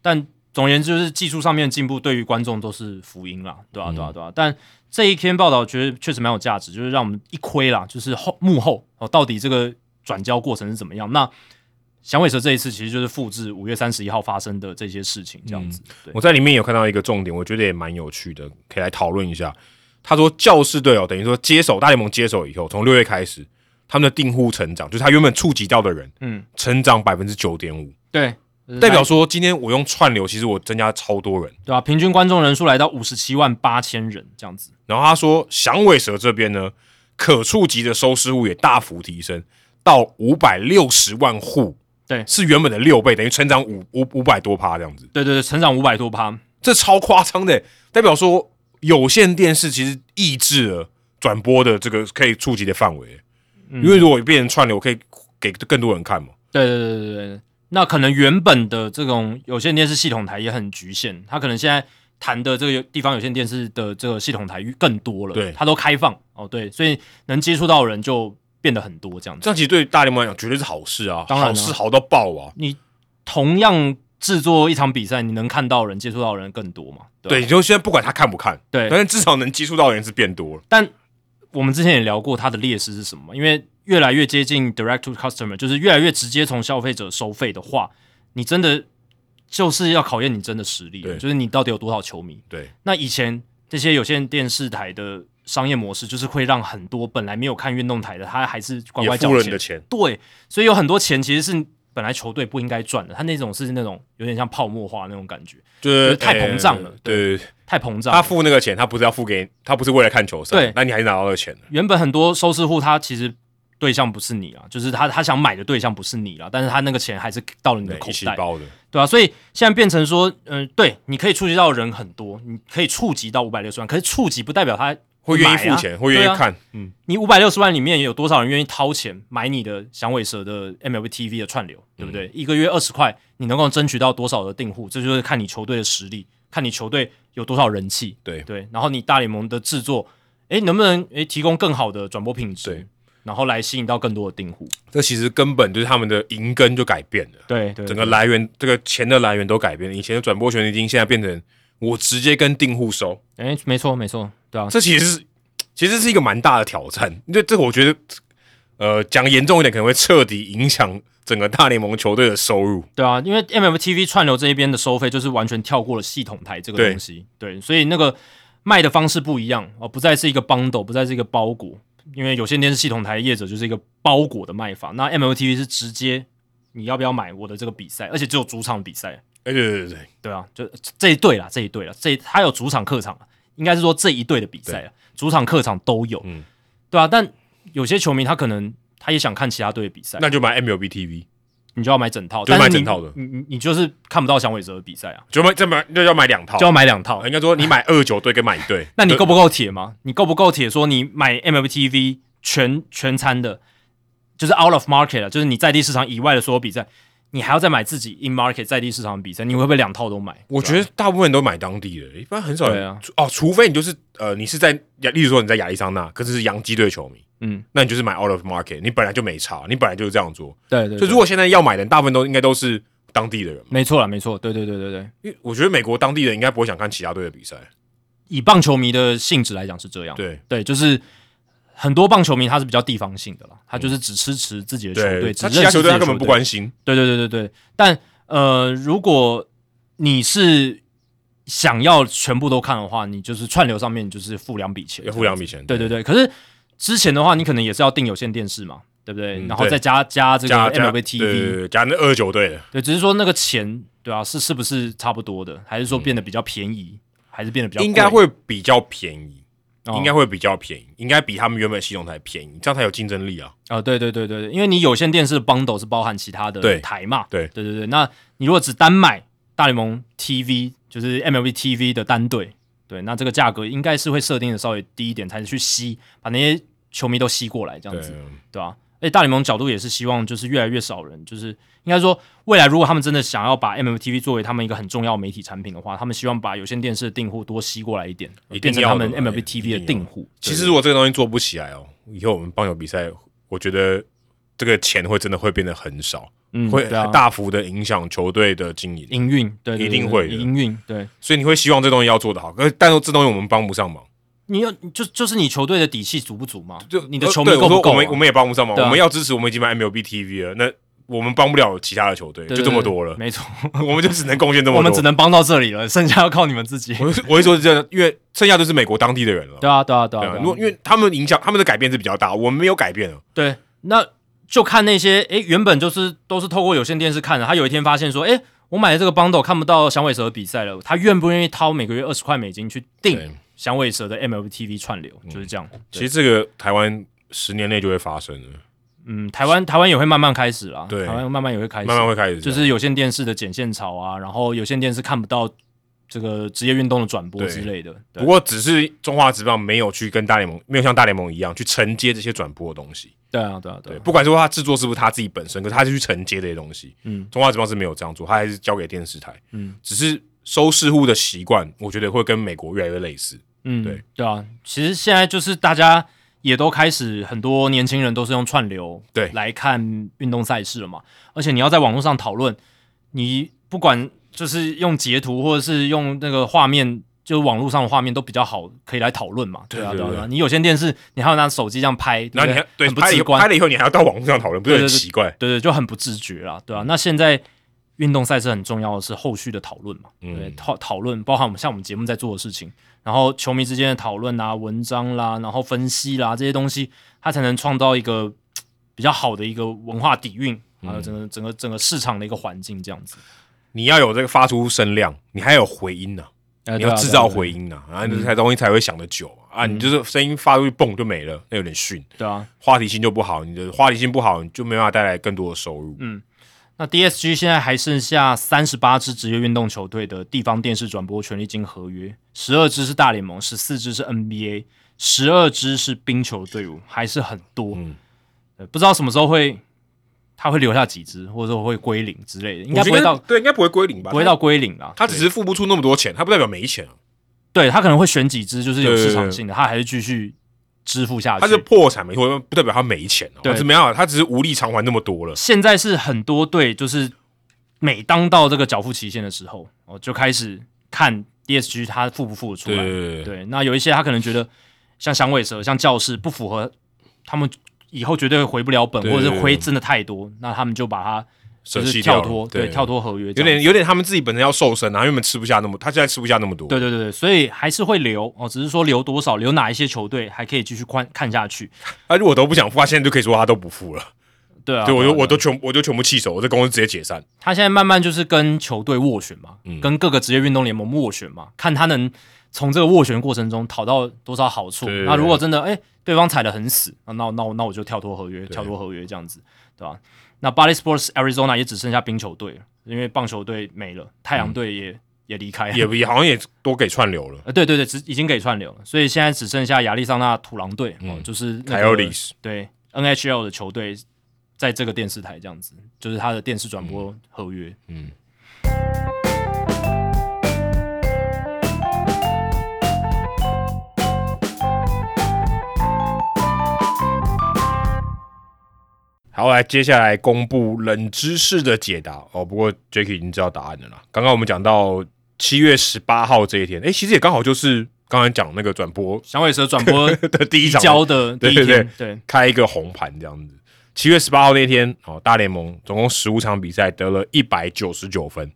Speaker 2: 但总而言之，就是技术上面的进步对于观众都是福音啦，对啊，对
Speaker 1: 嗯
Speaker 2: 啊，对啊。但这一篇报道觉得确实蛮有价值，就是让我们一窥啦，就是后幕后哦，到底这个转交过程是怎么样。那响尾蛇这一次其实就是复制五月三十一号发生的这些事情，这样子。对
Speaker 1: 嗯我在里面有看到一个重点，我觉得也蛮有趣的，可以来讨论一下。他说，教士队哦，等于说接手大联盟接手以后，从六月开始，他们的订户成长，就是他原本触及到的人，
Speaker 2: 嗯，
Speaker 1: 成长百分之九点五，
Speaker 2: 对，
Speaker 1: 代表说今天我用串流，其实我增加超多人。
Speaker 2: 对啊，平均观众人数来到五十七万八千人这样子。
Speaker 1: 然后他说，响尾蛇这边呢，可触及的收视户也大幅提升到五百六十万户，
Speaker 2: 对
Speaker 1: 是原本的六倍，等于成长五五五百多趴这样子，
Speaker 2: 对对对，成长五百多趴，
Speaker 1: 这超夸张的，代表说有线电视其实抑制了转播的这个可以触及的范围，
Speaker 2: 嗯
Speaker 1: 因为如果变成串流，可以给更多人看嘛。
Speaker 2: 对对对对对，那可能原本的这种有线电视系统台也很局限，它可能现在谈的这个地方有线电视的这个系统台更多了，
Speaker 1: 对
Speaker 2: 它都开放哦，对，所以能接触到的人就变得很多这样子。
Speaker 1: 这样其实对大联盟来讲绝对是好事啊，
Speaker 2: 当然啊
Speaker 1: 好事好到爆啊！
Speaker 2: 你同样制作一场比赛，你能看到的人、接触到的人更多嘛？
Speaker 1: 对，
Speaker 2: 对吧
Speaker 1: 就现在不管他看不看，
Speaker 2: 对，
Speaker 1: 但是至少能接触到的人是变多了。
Speaker 2: 但我们之前也聊过它的劣势是什么嘛，因为越来越接近 direct to customer，就是越来越直接从消费者收费的话，你真的就是要考验你真的实力，
Speaker 1: 对
Speaker 2: 就是你到底有多少球迷。
Speaker 1: 对，
Speaker 2: 那以前这些有线电视台的商业模式，就是会让很多本来没有看运动台的，他还是乖
Speaker 1: 也
Speaker 2: 乖交
Speaker 1: 付了你
Speaker 2: 钱
Speaker 1: 的。钱，
Speaker 2: 对，所以有很多钱其实是本来球队不应该赚的，他那种是那种有点像泡沫化那种感觉，
Speaker 1: 就是
Speaker 2: 是太膨胀了
Speaker 1: 呃对，
Speaker 2: 太膨胀了。
Speaker 1: 他付那个钱，他不是要付给，他不是为了看球赛，
Speaker 2: 对
Speaker 1: 那你还是拿到了钱了
Speaker 2: 原本很多收视户他其实对象不是你啊，就是他他想买的对象不是你啦，但是他那个钱还是到了你的
Speaker 1: 对，
Speaker 2: 口
Speaker 1: 一起
Speaker 2: 袋，
Speaker 1: 包的，
Speaker 2: 对啊，所以现在变成说，嗯、对，你可以触及到人很多，你可以触及到五百六十万，可是触及不代表他
Speaker 1: 会愿意
Speaker 2: 买啊
Speaker 1: 付钱，会愿
Speaker 2: 对
Speaker 1: 意
Speaker 2: 啊
Speaker 1: 看，嗯，
Speaker 2: 你五百六十万里面有多少人愿意掏钱买你的响尾蛇的 MLB TV 的串流，
Speaker 1: 嗯
Speaker 2: 对不对？一个月二十块，你能够争取到多少的订户？这就是看你球队的实力，看你球队有多少人气，
Speaker 1: 对
Speaker 2: 对。然后你大联盟的制作，诶，能不能诶提供更好的转播品质
Speaker 1: 对，
Speaker 2: 然后来吸引到更多的订户？
Speaker 1: 这其实根本就是他们的银根就改变了，
Speaker 2: 对对
Speaker 1: 整个来源，这个钱的来源都改变了，以前的转播权利金现在变成我直接跟订户收，
Speaker 2: 诶，没错没错，对啊，
Speaker 1: 这其实是其实是一个蛮大的挑战，这这我觉得，呃，讲严重一点，可能会彻底影响整个大联盟球队的收入，
Speaker 2: 对啊，因为 MMTV 串流这一边的收费就是完全跳过了系统台这个
Speaker 1: 对
Speaker 2: 东西，对，所以那个卖的方式不一样哦，不再是一个 bundle，不再是一个包裹，因为有线电视系统台业者就是一个包裹的卖法，那 MMTV 是直接你要不要买我的这个比赛，而且只有主场比赛，
Speaker 1: 哎，对对对对，
Speaker 2: 对啊，就这一队啦，这一队啦，这他有主场客场，啊应该是说这一队的比赛啦，主场客场都有，
Speaker 1: 嗯
Speaker 2: 对啊，但有些球迷他可能他也想看其他队的比赛，
Speaker 1: 那就买 MLB TV，
Speaker 2: 你就要买整套，
Speaker 1: 就买
Speaker 2: 但是你
Speaker 1: 整套的
Speaker 2: 你你你就是看不到响尾蛇的比赛啊，
Speaker 1: 就买再买就要买两套
Speaker 2: 就，要买两套。
Speaker 1: 应该说你买二九队跟买一队，
Speaker 2: 那你
Speaker 1: 哎对
Speaker 2: 够不够铁吗？你够不够铁？说你买 MLTV 全全餐的，就是 out of market 啊，就是你在地市场以外的所有比赛，你还要再买自己 in market 在地市场的比赛，你会不会两套都买？
Speaker 1: 我觉得大部分人都买当地的，一般很少人
Speaker 2: 对啊
Speaker 1: 除哦，除非你就是呃，你是在亚，例如说你在亚利桑那，可是是洋基队球迷，
Speaker 2: 嗯，
Speaker 1: 那你就是买 out of market，你本来就没差，你本来就是这样做。
Speaker 2: 对对
Speaker 1: 所以如果现在要买的人，大部分都应该都是当地的人嘛，
Speaker 2: 没错啦，没错，对对对对对，
Speaker 1: 因为我觉得美国当地人应该不会想看其他队的比赛。
Speaker 2: 哦以棒球迷的性质来讲是这样，
Speaker 1: 对
Speaker 2: 对，就是。很多棒球迷他是比较地方性的啦，他就是只支持自己的球队，只
Speaker 1: 嗯他
Speaker 2: 认
Speaker 1: 其
Speaker 2: 识
Speaker 1: 他球队
Speaker 2: 自
Speaker 1: 他
Speaker 2: 己的
Speaker 1: 根本不关心。
Speaker 2: 对对对对对，但呃，如果你是想要全部都看的话，你就是串流上面你就是付两笔钱，
Speaker 1: 要付两笔钱，
Speaker 2: 对对对，可是之前的话，你可能也是要订有线电视嘛，对不对？
Speaker 1: 嗯
Speaker 2: 然后
Speaker 1: 对
Speaker 2: 再加加这个
Speaker 1: 加加
Speaker 2: MLB
Speaker 1: 对对
Speaker 2: TV，
Speaker 1: 对加那二九队的，
Speaker 2: 对，只是说那个钱，对啊，是是不是差不多的，还是说变得比较便宜，还是变得比较
Speaker 1: 嗯
Speaker 2: 贵
Speaker 1: 应该会比较便宜，
Speaker 2: 哦
Speaker 1: 应该会比较便宜，应该比他们原本系统才便宜，这样才有竞争力啊。
Speaker 2: 啊、对对对对对，因为你有线电视 bundle 是包含其他的
Speaker 1: 对
Speaker 2: 台嘛，
Speaker 1: 对
Speaker 2: 对对对，那你如果只单买大联盟 TV，就是 MLB TV 的单队，对，那这个价格应该是会设定的稍微低一点，才去吸把那些球迷都吸过来这样
Speaker 1: 对
Speaker 2: 子。，对啊，而且大联盟角度也是希望，就是越来越少人，就是应该说，未来如果他们真的想要把 MLTV 作为他们一个很重要的媒体产品的话，他们希望把有线电视的订户多吸过来一点，
Speaker 1: 一定
Speaker 2: 变成
Speaker 1: 要
Speaker 2: 他
Speaker 1: 的
Speaker 2: 们
Speaker 1: 嘛
Speaker 2: MLTV 的订户。
Speaker 1: 其实如果这个东西做不起来哦，以后我们棒球比赛，我觉得这个钱会真的会变得很少，
Speaker 2: 嗯，
Speaker 1: 会
Speaker 2: 对啊嗯
Speaker 1: 大幅的影响球队的经营。
Speaker 2: 营运，对对对
Speaker 1: 一定会的
Speaker 2: 营运，对。
Speaker 1: 所以你会希望这东西要做得好，可是但是这东西我们帮不上忙，
Speaker 2: 你要就就是你球队的底气足不足嘛？
Speaker 1: 就
Speaker 2: 你的
Speaker 1: 呃
Speaker 2: 球迷
Speaker 1: 对
Speaker 2: 够不
Speaker 1: 我说
Speaker 2: 够啊、
Speaker 1: 我们我们也帮不上忙，
Speaker 2: 对啊
Speaker 1: 我们要支持，我们已经买 MLB TV 了，那我们帮不了其他的球队，
Speaker 2: 对
Speaker 1: 就这么多了
Speaker 2: 对，没错，
Speaker 1: 我们就只能贡献这么多。
Speaker 2: 我们只能帮到这里了， 剩下要靠你们自己。
Speaker 1: 我是我会说是这样，因为剩下都是美国当地的人了。
Speaker 2: 对啊，对啊，对啊。
Speaker 1: 对啊，
Speaker 2: 对啊
Speaker 1: 如果因为他们影响他们的改变是比较大，我们没有改变啊。
Speaker 2: 对，那就看那些诶，原本就是都是透过有线电视看的，他有一天发现说，诶，我买的这个 bundle 看不到响尾蛇的比赛了，他愿不愿意掏每个月二十块美金去
Speaker 1: 对嗯
Speaker 2: 订响尾蛇的 MLB TV 串流？就是这样。
Speaker 1: 其
Speaker 2: 对
Speaker 1: 实这个台湾十年内就会发生了，
Speaker 2: 嗯，台湾台湾也会慢慢开始啦，
Speaker 1: 对
Speaker 2: 台湾慢慢也会开始，
Speaker 1: 慢慢会开始这
Speaker 2: 就
Speaker 1: 样，
Speaker 2: 是有线电视的剪线潮啊，然后有线电视看不到这个职业运动的转播
Speaker 1: 对
Speaker 2: 之类的。对
Speaker 1: 不过只是中华职棒没有去跟大联盟，没有像大联盟一样去承接这些转播的东西。
Speaker 2: 对啊，对啊，对
Speaker 1: 对，
Speaker 2: 啊，
Speaker 1: 不管说他制作是不是他自己本身，可是他是去承接这些东西。
Speaker 2: 嗯
Speaker 1: 中华职棒是没有这样做，他还是交给电视台。
Speaker 2: 嗯，
Speaker 1: 只是收视户的习惯，我觉得会跟美国越来越类似。
Speaker 2: 嗯，
Speaker 1: 对
Speaker 2: 对啊，其实现在就是大家也都开始，很多年轻人都是用串流
Speaker 1: 对
Speaker 2: 来看运动赛事了嘛。而且你要在网络上讨论，你不管就是用截图或者是用那个画面，就是网络上的画面都比较好，可以来讨论嘛。
Speaker 1: 对
Speaker 2: 啊，
Speaker 1: 对
Speaker 2: 对啊
Speaker 1: 对
Speaker 2: 对啊，你有线电视，你还要拿手机这样拍，
Speaker 1: 然后
Speaker 2: 对
Speaker 1: 你还对
Speaker 2: 不很不
Speaker 1: 拍了以
Speaker 2: 直
Speaker 1: 后，拍
Speaker 2: 观，
Speaker 1: 了以后你还要到网络上讨论，不是
Speaker 2: 对
Speaker 1: 很
Speaker 2: 对对
Speaker 1: 奇怪？
Speaker 2: 对对，就很不自觉啦，
Speaker 1: 嗯
Speaker 2: 对啊。那现在运动赛事很重要的是后续的讨论嘛，
Speaker 1: 嗯
Speaker 2: 对，讨讨论包含我们像我们节目在做的事情，然后球迷之间的讨论啊、文章啦，然后分析啦这些东西，它才能创造一个嘖比较好的一个文化底蕴，还
Speaker 1: 嗯
Speaker 2: 有整个整个整个市场的一个环境这样子。
Speaker 1: 你要有这个发出声量，你还有回音呢、你
Speaker 2: 啊
Speaker 1: 要呃制造回音呐、啊，然后
Speaker 2: 嗯
Speaker 1: 你这才东西才会响得久嘛啊。你就是声音发出去蹦就没了，那有点逊，
Speaker 2: 对啊，
Speaker 1: 话题性就不好。你的话题性不好，你就没办法带来更多的收
Speaker 2: 嗯
Speaker 1: 入。
Speaker 2: 那 DSG 现在还剩下三十八支职业运动球队的地方电视转播权利金合约，十二支是大联盟，十四支是 NBA，十二支是冰球队伍，还是很多。
Speaker 1: 嗯
Speaker 2: 呃不知道什么时候会他会留下几支，或者说会归零之类的，应该
Speaker 1: 我觉
Speaker 2: 不
Speaker 1: 得
Speaker 2: 会到
Speaker 1: 对，应该不会归零吧？
Speaker 2: 不会到归零啦。
Speaker 1: 他，他只是付不出那么多钱，他不代表没钱啊，
Speaker 2: 对他可能会选几支就是有
Speaker 1: 对对
Speaker 2: 市场性的，他还是继续支付下去。
Speaker 1: 他是破产没错，不代表他没钱哦、
Speaker 2: 对
Speaker 1: 他是没办法，他只是无力偿还那么多了。
Speaker 2: 现在是很多队就是每当到这个缴付期限的时候，哦，就开始看 DSG 他付不付得出
Speaker 1: 对
Speaker 2: 来。
Speaker 1: 对对，
Speaker 2: 对，那有一些他可能觉得像响尾蛇、像教室不符合他们以后绝对回不了本，
Speaker 1: 对
Speaker 2: 或者是亏真的太多，那他们就把它就
Speaker 1: 舍
Speaker 2: 是
Speaker 1: 弃
Speaker 2: 跳
Speaker 1: 掉
Speaker 2: 脱，
Speaker 1: 了，
Speaker 2: 对，跳。脱合约这
Speaker 1: 有
Speaker 2: 样子，
Speaker 1: 点有点，他们自己本身要瘦身啊，因为我们吃不下那么，他现在吃不下那么多。
Speaker 2: 对对对对，所以还是会留哦，只是说留多少，留哪一些球队还可以继续看看下去。
Speaker 1: 他如果都不想付，他现在就可以说他都不付了。
Speaker 2: 对啊，
Speaker 1: 对，我
Speaker 2: 啊
Speaker 1: 就我都全我就全部弃守，我这公司直接解散。
Speaker 2: 他现在慢慢就是跟球队斡旋嘛，
Speaker 1: 嗯
Speaker 2: 跟各个职业运动联盟斡旋嘛，看他能从这个斡旋过程中讨到多少好处。
Speaker 1: 对对对
Speaker 2: 那如果真的哎、对方踩得很死，啊那那那我就跳脱合约，跳脱合约这样子，对吧、那 Body Sports Arizona 也只剩下冰球队了，因为棒球队没了，太阳队也、也离开了，
Speaker 1: 嗯也也好像也多给串流了。
Speaker 2: 呃对对对，只已经给串流了，所以现在只剩下亚利桑那土狼队，哦，就是那个
Speaker 1: 嗯 Coyotes
Speaker 2: 对 NHL 的球队在这个电视台这样子，就是他的电视转播合约。
Speaker 1: 嗯好，来接下来公布冷知识的解答哦。不过 Jacky 已经知道答案了啦。刚刚我们讲到七月十八号这一天，诶，其实也刚好就是刚才讲那个转播
Speaker 2: 响尾蛇转 播
Speaker 1: 的第一
Speaker 2: 移
Speaker 1: 场
Speaker 2: 交的第一
Speaker 1: 对
Speaker 2: 天，
Speaker 1: 对
Speaker 2: 对
Speaker 1: 开一个红盘这样子。七月十八号那天，哦，大联盟总共十五场比赛得了一百九十九分，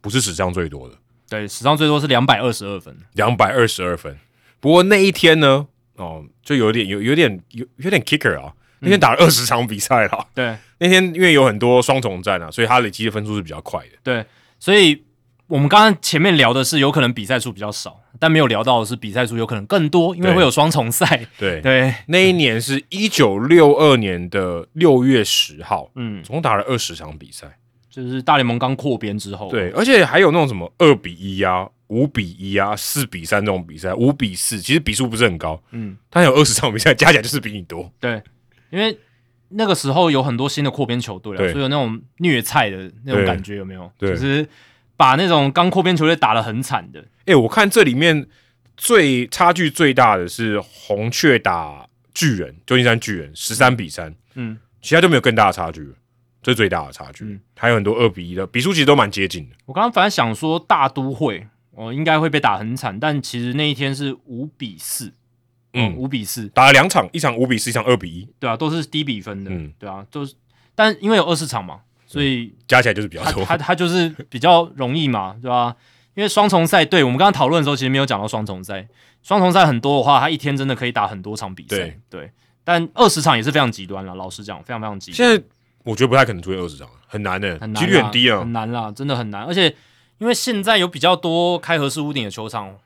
Speaker 1: 不是史上最多的，
Speaker 2: 对，史上最多是两百二十二分，
Speaker 1: 两百二十二分。不过那一天呢，哦，就有点有有点有有点 kicker 啊，那天打了二十场比赛了啊、
Speaker 2: 对
Speaker 1: 那天因为有很多双重战啊，所以他累积的分数是比较快的。
Speaker 2: 对，所以我们刚刚前面聊的是有可能比赛数比较少，但没有聊到的是比赛数有可能更多，因为
Speaker 1: 对
Speaker 2: 会有双重赛，
Speaker 1: 对，
Speaker 2: 对，
Speaker 1: 那一年是一九六二年的六月十号，
Speaker 2: 嗯，
Speaker 1: 总共打了二十场比赛。
Speaker 2: 就是大联盟刚扩编之后，
Speaker 1: 对，而且还有那种什么二比一啊、五比一啊、四比三这种比赛，五比四，其实比数不是很高，
Speaker 2: 嗯，
Speaker 1: 但有二十场比赛加起来就是比你多。
Speaker 2: 对，因为那个时候有很多新的扩编球队啊
Speaker 1: 对
Speaker 2: 了，所以有那种虐菜的那种
Speaker 1: 对
Speaker 2: 感觉，有没有？
Speaker 1: 对
Speaker 2: 就是把那种刚扩编球队打得很惨的，
Speaker 1: 哎、我看这里面最差距最大的是红雀打巨人，旧金山巨人十三比三，
Speaker 2: 嗯，
Speaker 1: 其他就没有更大的差距了，这是最大的差距。
Speaker 2: 嗯
Speaker 1: 还有很多二比一的比数，其实都蛮接近的。
Speaker 2: 我刚刚反正想说大都会，我、应该会被打很惨，但其实那一天是五比四，嗯，
Speaker 1: 嗯，
Speaker 2: 五比四，
Speaker 1: 打了两场，一场五比四，一场二比一，
Speaker 2: 对啊，都是低比分的，
Speaker 1: 嗯
Speaker 2: 对啊，都是，但因为有二十场嘛，所以
Speaker 1: 加起来就是比较
Speaker 2: 他
Speaker 1: 多。
Speaker 2: 他他就是比较容易嘛，对吧、因为双重赛，对我们刚刚讨论的时候，其实没有讲到双重赛。双重赛很多的话，他一天真的可以打很多场比赛，
Speaker 1: 对
Speaker 2: 但二十场也是非常极端了，老实讲，非常非常极
Speaker 1: 现
Speaker 2: 端，
Speaker 1: 在我觉得不太可能出现二十场，很难的、
Speaker 2: 很难嗯
Speaker 1: 几
Speaker 2: 啦，
Speaker 1: 率很低啊
Speaker 2: 很。难啦，真的很难。而且因为现在有比较多开合式屋顶的球场，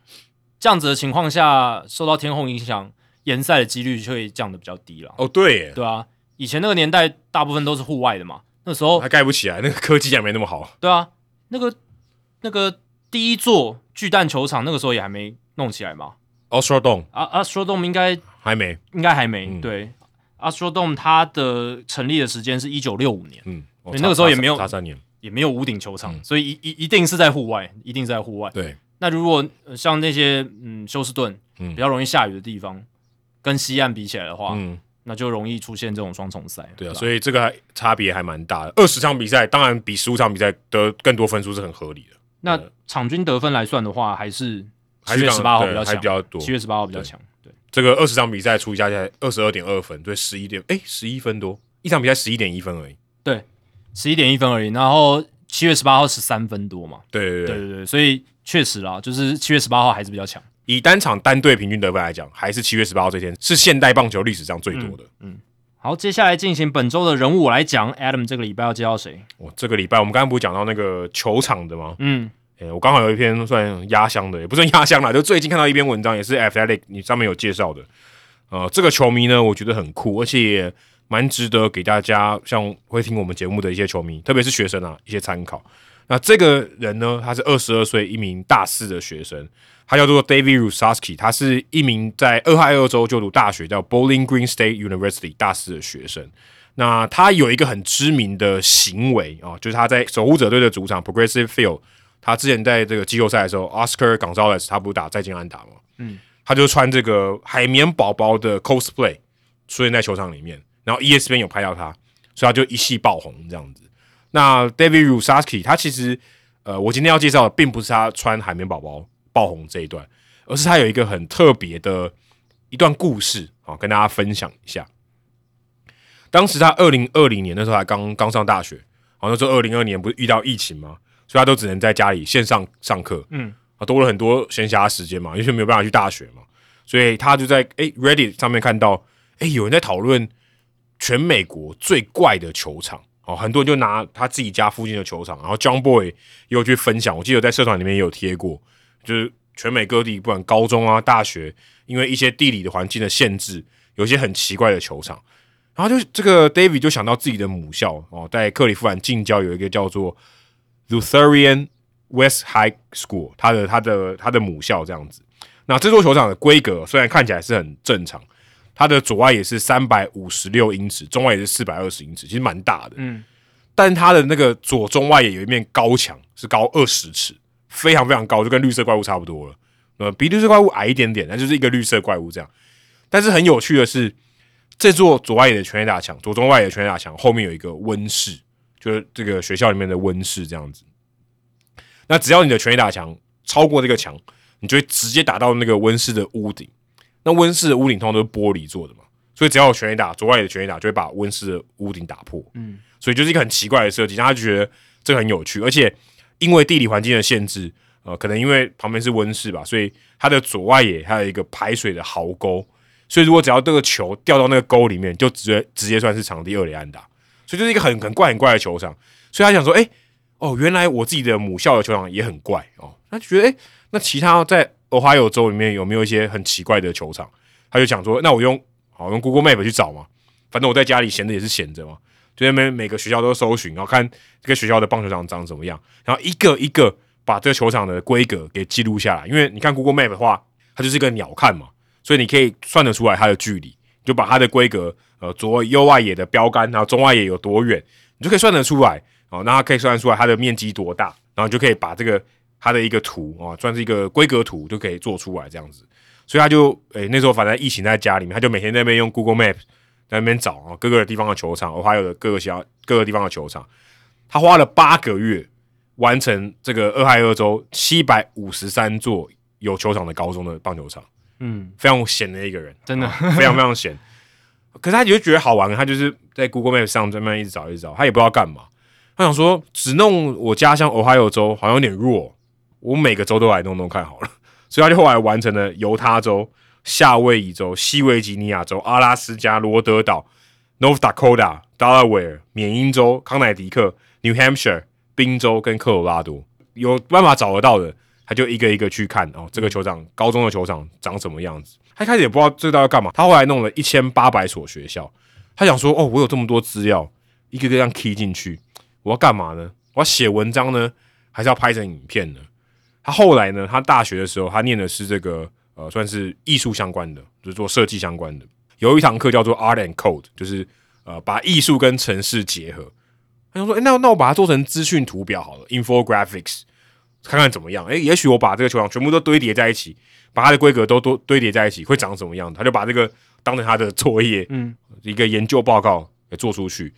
Speaker 2: 这样子的情况下，受到天候影响，延赛的几率就会降的比较低了，
Speaker 1: 哦，对耶，
Speaker 2: 对啊，以前那个年代，大部分都是户外的嘛，那时候
Speaker 1: 还盖不起来，那个科技还没那么好。
Speaker 2: 对啊，那个那个第一座巨蛋球场那个时候也还没弄起来嘛。
Speaker 1: Astro Dome
Speaker 2: 啊啊，Astro Dome 应该
Speaker 1: 还没，
Speaker 2: 应该还没、
Speaker 1: 嗯
Speaker 2: 对。Astro Dome 它的成立的时间是一九六五年，
Speaker 1: 嗯，哦
Speaker 2: 对
Speaker 1: 差
Speaker 2: 那个时候也
Speaker 1: 差
Speaker 2: 没有
Speaker 1: 差三年，
Speaker 2: 也没有屋顶球场，
Speaker 1: 嗯
Speaker 2: 所以一一一定是在户外，一定是在户外。
Speaker 1: 对，
Speaker 2: 那如果呃像那些嗯休斯顿
Speaker 1: 嗯
Speaker 2: 比较容易下雨的地方，跟西岸比起来的话，
Speaker 1: 嗯，
Speaker 2: 那就容易出现这种双重赛。
Speaker 1: 对啊，
Speaker 2: 以
Speaker 1: 所以这个还差别还蛮大的。二十场比赛，当然比十五场比赛得更多分数是很合理的，
Speaker 2: 那场均得分来算的话，还是
Speaker 1: 呃还
Speaker 2: 七
Speaker 1: 是
Speaker 2: 月
Speaker 1: 刚
Speaker 2: 十八号
Speaker 1: 对
Speaker 2: 比较
Speaker 1: 还比
Speaker 2: 强，
Speaker 1: 较多
Speaker 2: 七。月十八号比较
Speaker 1: 对
Speaker 2: 强。对，
Speaker 1: 这个二十场比赛除以加起来二十二点二分，对，十一点，哎，十一分多，一场比赛十一点一分而已。
Speaker 2: 十一点一分而已。然后七月十八号十三分多嘛，
Speaker 1: 对对
Speaker 2: 对对对，所以确实啦，就是七月十八号还是比较强。
Speaker 1: 以单场单队平均得分来讲，还是七月十八号这天是现代棒球历史上最多
Speaker 2: 嗯
Speaker 1: 的。
Speaker 2: 好，接下来进行本周的人物我来讲，Adam 这个礼拜要介绍谁？
Speaker 1: 我、哦这个礼拜我们刚刚不是讲到那个球场的吗？
Speaker 2: 嗯，
Speaker 1: 诶、我刚好有一篇算压箱的，也不算压箱啦，就最近看到一篇文章，也是 Athletic 你上面有介绍的。呃，这个球迷呢，我觉得很酷，而且也蛮值得给大家像会听我们节目的一些球迷，特别是学生啊，一些参考。那这个人呢，他是二十二岁，一名大四的学生，他叫做 David Rusaski，他是一名在俄亥俄州就读大学，叫 Bowling Green State University 大四的学生。那他有一个很知名的行为啊、哦就是他在守护者队的主场 Progressive Field，他之前在这个季后赛的时候，Oscar Gonzalez 他不是打再见安打吗？
Speaker 2: 嗯，
Speaker 1: 他就穿这个海绵宝宝的 cosplay 出现在球场里面，然后 E ESPN 有拍到他，所以他就一系爆红这样子。那 David Rusaski 他其实呃，我今天要介绍的并不是他穿海绵宝宝爆红这一段，而是他有一个很特别的一段故事啊、哦跟大家分享一下。当时他二零二零年那时候还刚刚上大学，好、那时候二零二年不是遇到疫情吗？所以他都只能在家里线上上课，
Speaker 2: 嗯，
Speaker 1: 啊，多了很多闲暇时间嘛，因为没有办法去大学嘛，所以他就在诶 Reddit 上面看到，诶有人在讨论全美国最怪的球场，哦，很多人就拿他自己家附近的球场，然后 John Boy 也有去分享，我记得在社团里面也有贴过，就是全美各地不管高中啊、大学，因为一些地理的环境的限制，有一些很奇怪的球场。然后就这个 David 就想到自己的母校哦，在克利夫兰近郊有一个叫做 Lutheran West High School，他的他的他的母校这样子。那这座球场的规格虽然看起来是很正常，它的左外也是三百五十六英尺，中外也是四百二十英尺，其实蛮大的。
Speaker 2: 嗯，
Speaker 1: 但它的那个左中外也有一面高墙，是高二十尺，非常非常高，就跟绿色怪物差不多了。呃，比绿色怪物矮一点点，那就是一个绿色怪物这样。但是很有趣的是，这座左外野的全垒打墙，左中外野的全垒打墙后面有一个温室，就是这个学校里面的温室这样子。那只要你的全垒打墙超过这个墙，你就会直接打到那个温室的屋顶。那温室的屋顶通常都是玻璃做的嘛，所以只要有全垒打，左外野的全垒打就会把温室的屋顶打破。
Speaker 2: 嗯，
Speaker 1: 所以就是一个很奇怪的设计，让他觉得这个很有趣，而且因为地理环境的限制，呃，可能因为旁边是温室吧，所以它的左外野还有一个排水的壕沟，所以如果只要这个球掉到那个沟里面，就直接直接算是场地二垒安打，所以就是一个很很怪很怪的球场。所以他想说，哎、哦，原来我自己的母校的球场也很怪哦，他就觉得，哎、那其他在俄亥俄州里面有没有一些很奇怪的球场？他就想说，那我用好用 Google Map 去找嘛，反正我在家里闲着也是闲着嘛，就在每每个学校都搜寻，然后看这个学校的棒球场长怎么样，然后一个一个把这个球场的规格给记录下来。因为你看 Google Map 的话，它就是一个鸟瞰嘛，所以你可以算得出来它的距离，你就把它的规格，呃，左右外野的标杆，然后中外野有多远，你就可以算得出来。哦，那它可以算得出来它的面积多大，然后你就可以把这个它的一个图啊、哦，算是一个规格图，就可以做出来这样子。所以他就诶、那时候反正疫情在家里面，他就每天在那边用 Google Map 在那边找啊、哦各个地方的球场，还有的各个小各个地方的球场，他花了八个月完成这个俄亥俄州七百五十三座有球场的高中的棒球场，
Speaker 2: 嗯，
Speaker 1: 非常闲的一个人，
Speaker 2: 真的
Speaker 1: 啊非常非常闲。可是他就觉得好玩，他就是在 Google Map 上这边一直找一直找，他也不知道干嘛。他想说，只弄我家乡 Ohio 州好像有点弱，我每个州都来弄弄看好了。所以他就后来完成了犹他州、夏威夷州、西维吉尼亚州、阿拉斯加、罗德岛、North Dakota、Delaware、缅因州、康乃狄克、New Hampshire、宾州跟科罗拉多，有办法找得到的，他就一个一个去看哦，这个球场高中的球场长什么样子。他一开始也不知道这道要干嘛，他后来弄了一千八百所学校，他想说哦，我有这么多资料，一个个这样 key 进去，我要干嘛呢？我要写文章呢，还是要拍成影片呢？他后来呢，他大学的时候，他念的是这个呃，算是艺术相关的，就是做设计相关的。有一堂课叫做 Art and Code，就是呃，把艺术跟城市结合。他就说，诶那那我把它做成资讯图表好了，infographics，看看怎么样？诶，也许我把这个球场全部都堆叠在一起，把它的规格都都堆叠在一起，会长什么样子？他就把这个当成他的作业，
Speaker 2: 嗯，
Speaker 1: 一个研究报告给做出去。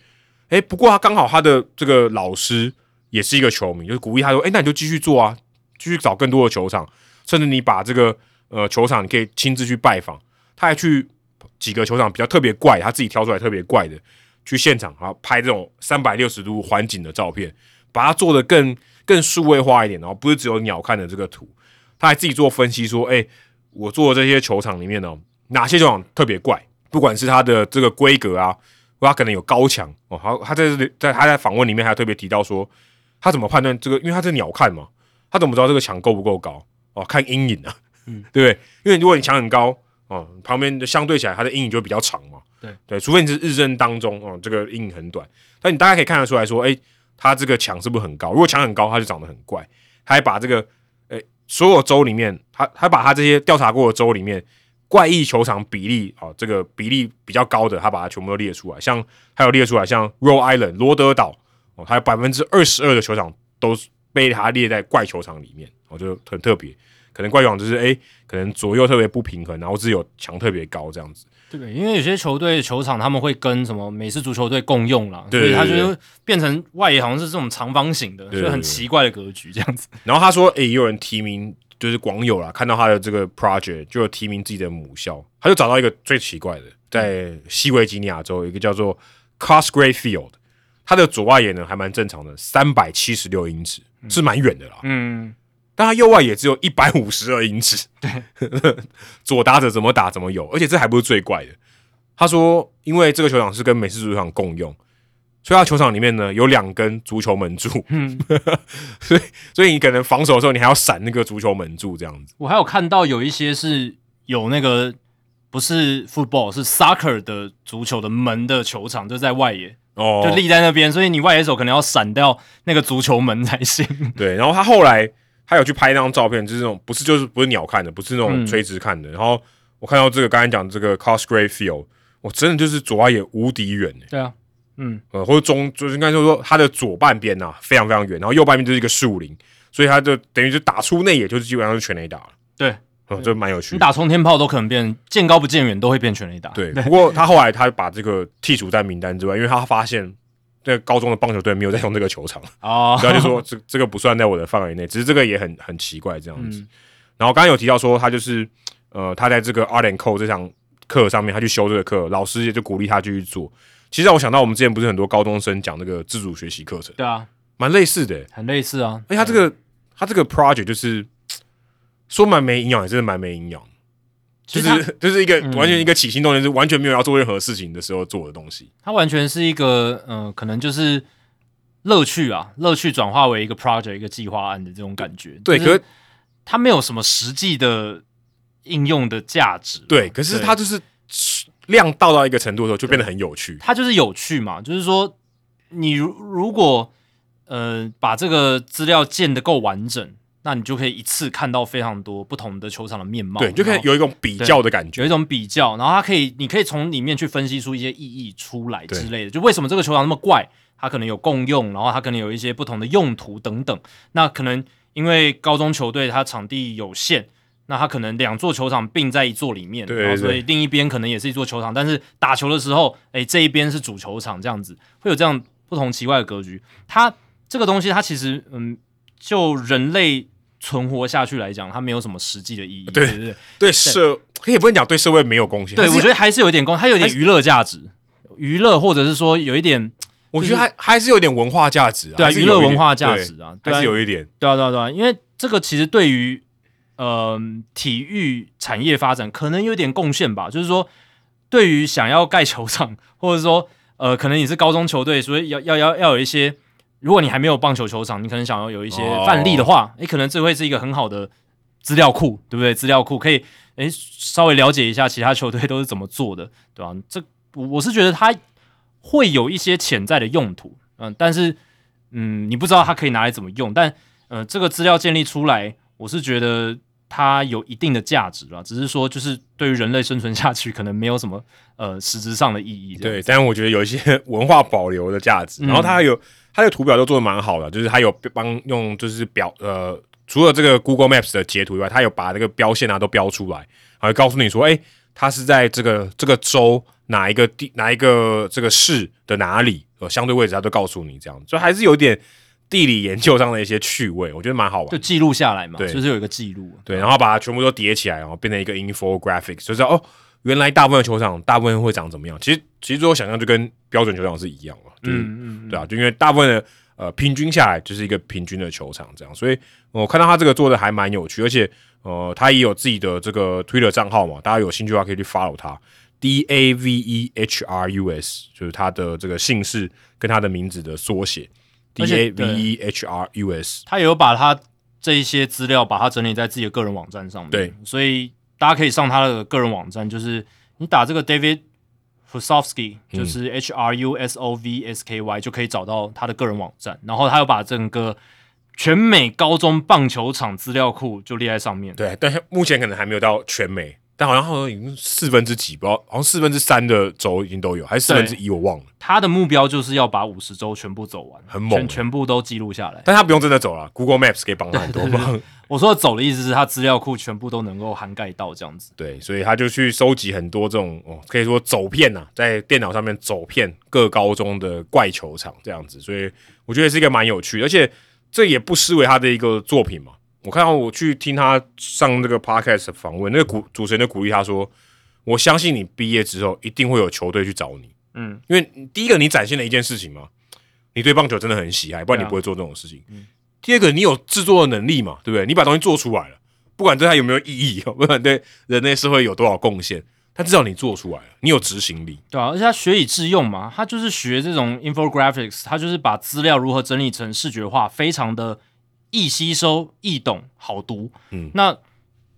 Speaker 1: 诶，不过他刚好他的这个老师也是一个球迷，就是鼓励他说，诶，那你就继续做啊，继续找更多的球场，甚至你把这个呃球场，你可以亲自去拜访。他还去几个球场比较特别怪，他自己挑出来特别怪的，去现场啊拍这种三百六十度环景的照片，把它做的更更数位化一点，然后不是只有鸟看的这个图，他还自己做分析说，哎、我做的这些球场里面呢，哪些球场特别怪，不管是它的这个规格啊，或它可能有高墙哦，他他在这里在他在访问里面还特别提到说，他怎么判断这个，因为他是鸟看嘛，他怎么知道这个墙够不够高？哦，看阴影啊，
Speaker 2: 嗯
Speaker 1: 对不对？因为如果你墙很高，哦，旁边的相对起来它的阴影就会比较长嘛。
Speaker 2: 对
Speaker 1: 对，除非你是日正当中，哦，这个阴影很短，但你大概可以看得出来说，哎，它这个墙是不是很高？如果墙很高，它就长得很怪。它还把这个，哎，所有州里面，它它把它这些调查过的州里面。怪异球场比例哦，这个比例比较高的，它把它全部都列出来，像还有列出来，像 Rhode Island 罗德岛哦，还有百分之二十二的球场都是被它列在怪球场里面，哦，就很特别。可能怪球场就是哎、诶可能左右特别不平衡，然后只有墙特别高这样子。
Speaker 2: 对，因为有些球队球场他们会跟什么美式足球队共用啦，
Speaker 1: 对对
Speaker 2: 所以它
Speaker 1: 对
Speaker 2: 就会变成外野好像是这种长方形的，
Speaker 1: 对对
Speaker 2: 所以很奇怪的格局这 样子。
Speaker 1: 然后他说，诶，也有人提名，就是网友啦，看到他的这个 project 就有提名自己的母校，他就找到一个最奇怪的，在西维吉尼亚州有一个叫做 Cosgrave Field，它的左外野呢还蛮正常的，三百七十六英尺，是蛮远的啦。
Speaker 2: 嗯，
Speaker 1: 但他右外也只有一百五十二英尺， 左打者怎么打怎么有，而且这还不是最怪的。他说，因为这个球场是跟美式足球场共用，所以他球场里面呢有两根足球门柱，所以所以你可能防守的时候你还要闪那个足球门柱这样子。
Speaker 2: 我还有看到有一些是有那个不是 football 是 soccer 的足球的门的球场就在外野，
Speaker 1: 哦
Speaker 2: 就立在那边，所以你外野手可能要闪掉那个足球门才 行。
Speaker 1: 对，然后他后来他有去拍那张照片，就是那种不是就是不是鸟看的，不是那种
Speaker 2: 嗯
Speaker 1: 垂直看的。然后我看到这个刚才讲这个 Cosgrave Field，我真的就是左外野无敌远、欸
Speaker 2: 对啊，嗯，
Speaker 1: 呃，或者中就是应该就是说它的左半边呐、非常非常远，然后右半边就是一个树林，所以它就等于就打出内野就是基本上是全垒打了，
Speaker 2: 对
Speaker 1: 嗯，这蛮有趣
Speaker 2: 你
Speaker 1: 的。
Speaker 2: 打冲天炮都可能变见高不见远，都会变全垒打。
Speaker 1: 对，不过他后来他把这个剔除在名单之外，因为他发现那个高中的棒球队没有在用这个球场，
Speaker 2: 哦，
Speaker 1: 所以他就说这这个不算在我的范围内，只是这个也很很奇怪这样子。
Speaker 2: 嗯
Speaker 1: 然后刚刚有提到说，他就是呃，他在这个 Art and Code 这堂课上面，他去修这个课，老师也就鼓励他继续做。其实让我想到我们之前不是很多高中生讲那个自主学习课程，
Speaker 2: 对啊，
Speaker 1: 蛮类似的欸、
Speaker 2: 很类似啊。
Speaker 1: 而且他这个他这个 project 就是说蛮没营养，也真的蛮没营养，
Speaker 2: 其
Speaker 1: 就
Speaker 2: 实它嗯
Speaker 1: 是就是一个、完全一个起心动念，是完全没有要做任何事情的时候做的东西。
Speaker 2: 它完全是一个，嗯、可能就是乐趣啊，乐趣转化为一个 project 一个计划案的这种感觉。
Speaker 1: 对，
Speaker 2: 就
Speaker 1: 可
Speaker 2: 是
Speaker 1: 是
Speaker 2: 它没有什么实际的应用的价值。啊
Speaker 1: 对，可是
Speaker 2: 对
Speaker 1: 它就是量到到一个程度的时候，就变得很有趣。
Speaker 2: 它就是有趣嘛，就是说，你如如果呃把这个资料建得够完整，那你就可以一次看到非常多不同的球场的面貌，
Speaker 1: 对，你就可以
Speaker 2: 然后
Speaker 1: 有一种比较的感
Speaker 2: 有一
Speaker 1: 觉。
Speaker 2: 种比较，然后它可以，你可以从里面去分析出一些意义出来
Speaker 1: 对
Speaker 2: 之类的，就为什么这个球场那么怪，它可能有共用，然后它可能有一些不同的用途等等，那可能因为高中球队它场地有限。那它可能两座球场并在一座里面，
Speaker 1: 对
Speaker 2: 然后所
Speaker 1: 对
Speaker 2: 以另一边可能也是一座球场，但是打球的时候，哎、这一边是主球场，这样子会有这样不同奇怪的格局。它这个东西，它其实嗯，就人类存活下去来讲，它没有什么实际的意义，
Speaker 1: 对
Speaker 2: 对不对？
Speaker 1: 对社，可也不能讲对社会没有贡献。
Speaker 2: 对，
Speaker 1: 但
Speaker 2: 我
Speaker 1: 是
Speaker 2: 觉得还是有一点公，它有一点娱乐价值，娱乐或者是说有一点
Speaker 1: 我觉得还还是有点文化价值啊，
Speaker 2: 对啊
Speaker 1: 还是
Speaker 2: 娱
Speaker 1: 有
Speaker 2: 乐
Speaker 1: 一点
Speaker 2: 文化价值啊，
Speaker 1: 对
Speaker 2: 对啊
Speaker 1: 还是有一点。
Speaker 2: 对啊对啊对啊，因为这个其实对于呃体育产业发展可能有点贡献吧，就是说对于想要盖球场，或者说呃可能你是高中球队，所以要要要要有一些，如果你还没有棒球球场，你可能想要有一些
Speaker 1: 哦
Speaker 2: 范例的话，你、可能这会是一个很好的资料库，对不对？资料库可以诶稍微了解一下其他球队都是怎么做的，对吧、这我我是觉得它会有一些潜在的用途，嗯、但是嗯，你不知道它可以拿来怎么用，但呃，这个资料建立出来，我是觉得它有一定的价值啦，只是说就是对于人类生存下去，可能没有什么呃实质上的意义。这样，
Speaker 1: 对，但我觉得有一些 文化保留的价值。
Speaker 2: 嗯
Speaker 1: 然后它还有它的图表都做的蛮好的，就是它有帮用就是表呃，除了这个 Google Maps 的截图以外，它有把这个标线啊都标出来，还会告诉你说，哎、它是在这个这个州哪一个地哪一个这个市的哪里，呃，相对位置它都告诉你，这样，所以还是有点地理研究上的一些趣味，我觉得蛮好玩
Speaker 2: 就
Speaker 1: 的。
Speaker 2: 记录下来嘛，
Speaker 1: 对
Speaker 2: 就是有一个记录。啊
Speaker 1: 对，然后把它全部都叠起来，然后变成一个 infographic，就知道哦，原来大部分的球场大部分会长怎么样。其实其实最后想象就跟标准球场是一样了，就是、
Speaker 2: 嗯嗯嗯，
Speaker 1: 对啊，就因为大部分的呃平均下来就是一个平均的球场这样，所以呃我、看到他这个做的还蛮有趣，而且呃他也有自己的这个 Twitter 账号嘛，大家有兴趣的话可以去 follow 他 D A V E H R U S，就是他的这个姓氏跟他的名字的缩写 D
Speaker 2: 而
Speaker 1: A
Speaker 2: 且
Speaker 1: V E H R U S。
Speaker 2: 他有把他这一些资料把它整理在自己的个人网站上面，
Speaker 1: 对，
Speaker 2: 所以大家可以上他的个人网站，就是你打这个 David。Husovsky
Speaker 1: 嗯
Speaker 2: 就是 H R U S O V S K Y、就可以找到他的个人网站，然后他又把整个全美高中棒球场资料库就列在上面。
Speaker 1: 对，但是目前可能还没有到全美，但好像好像已经四分之几，不知道，好像四分之三的州已经都有，还是四分之一，我忘了。
Speaker 2: 他的目标就是要把五十周全部走完，
Speaker 1: 很猛
Speaker 2: 全全部都记录下来。
Speaker 1: 但他不用真的走了，Google Maps 可以帮他很多忙。
Speaker 2: 我说的走的意思是他资料库全部都能够涵盖到这样子。
Speaker 1: 对，所以他就去收集很多这种哦，可以说走遍呐、在电脑上面走遍各高中的怪球场这样子，所以我觉得是一个蛮有趣的，而且这也不失为他的一个作品嘛。我看到我去听他上这个 podcast 的访问，那个鼓主持人就鼓励他说：“我相信你毕业之后一定会有球队去找你，
Speaker 2: 嗯，
Speaker 1: 因为第一个你展现了一件事情嘛，你对棒球真的很喜爱，不然
Speaker 2: 对啊
Speaker 1: 你不会做这种事情。第二个，你有制作的能力嘛，对不对？你把东西做出来了，不管对它有没有意义， 不管对人类社会有多少贡献，但至少你做出来了，你有执行力。
Speaker 2: 对啊，而且他学以致用嘛，他就是学这种 infographics，他就是把资料如何整理成视觉化，非常的易吸收、易懂、好读。
Speaker 1: 嗯
Speaker 2: 那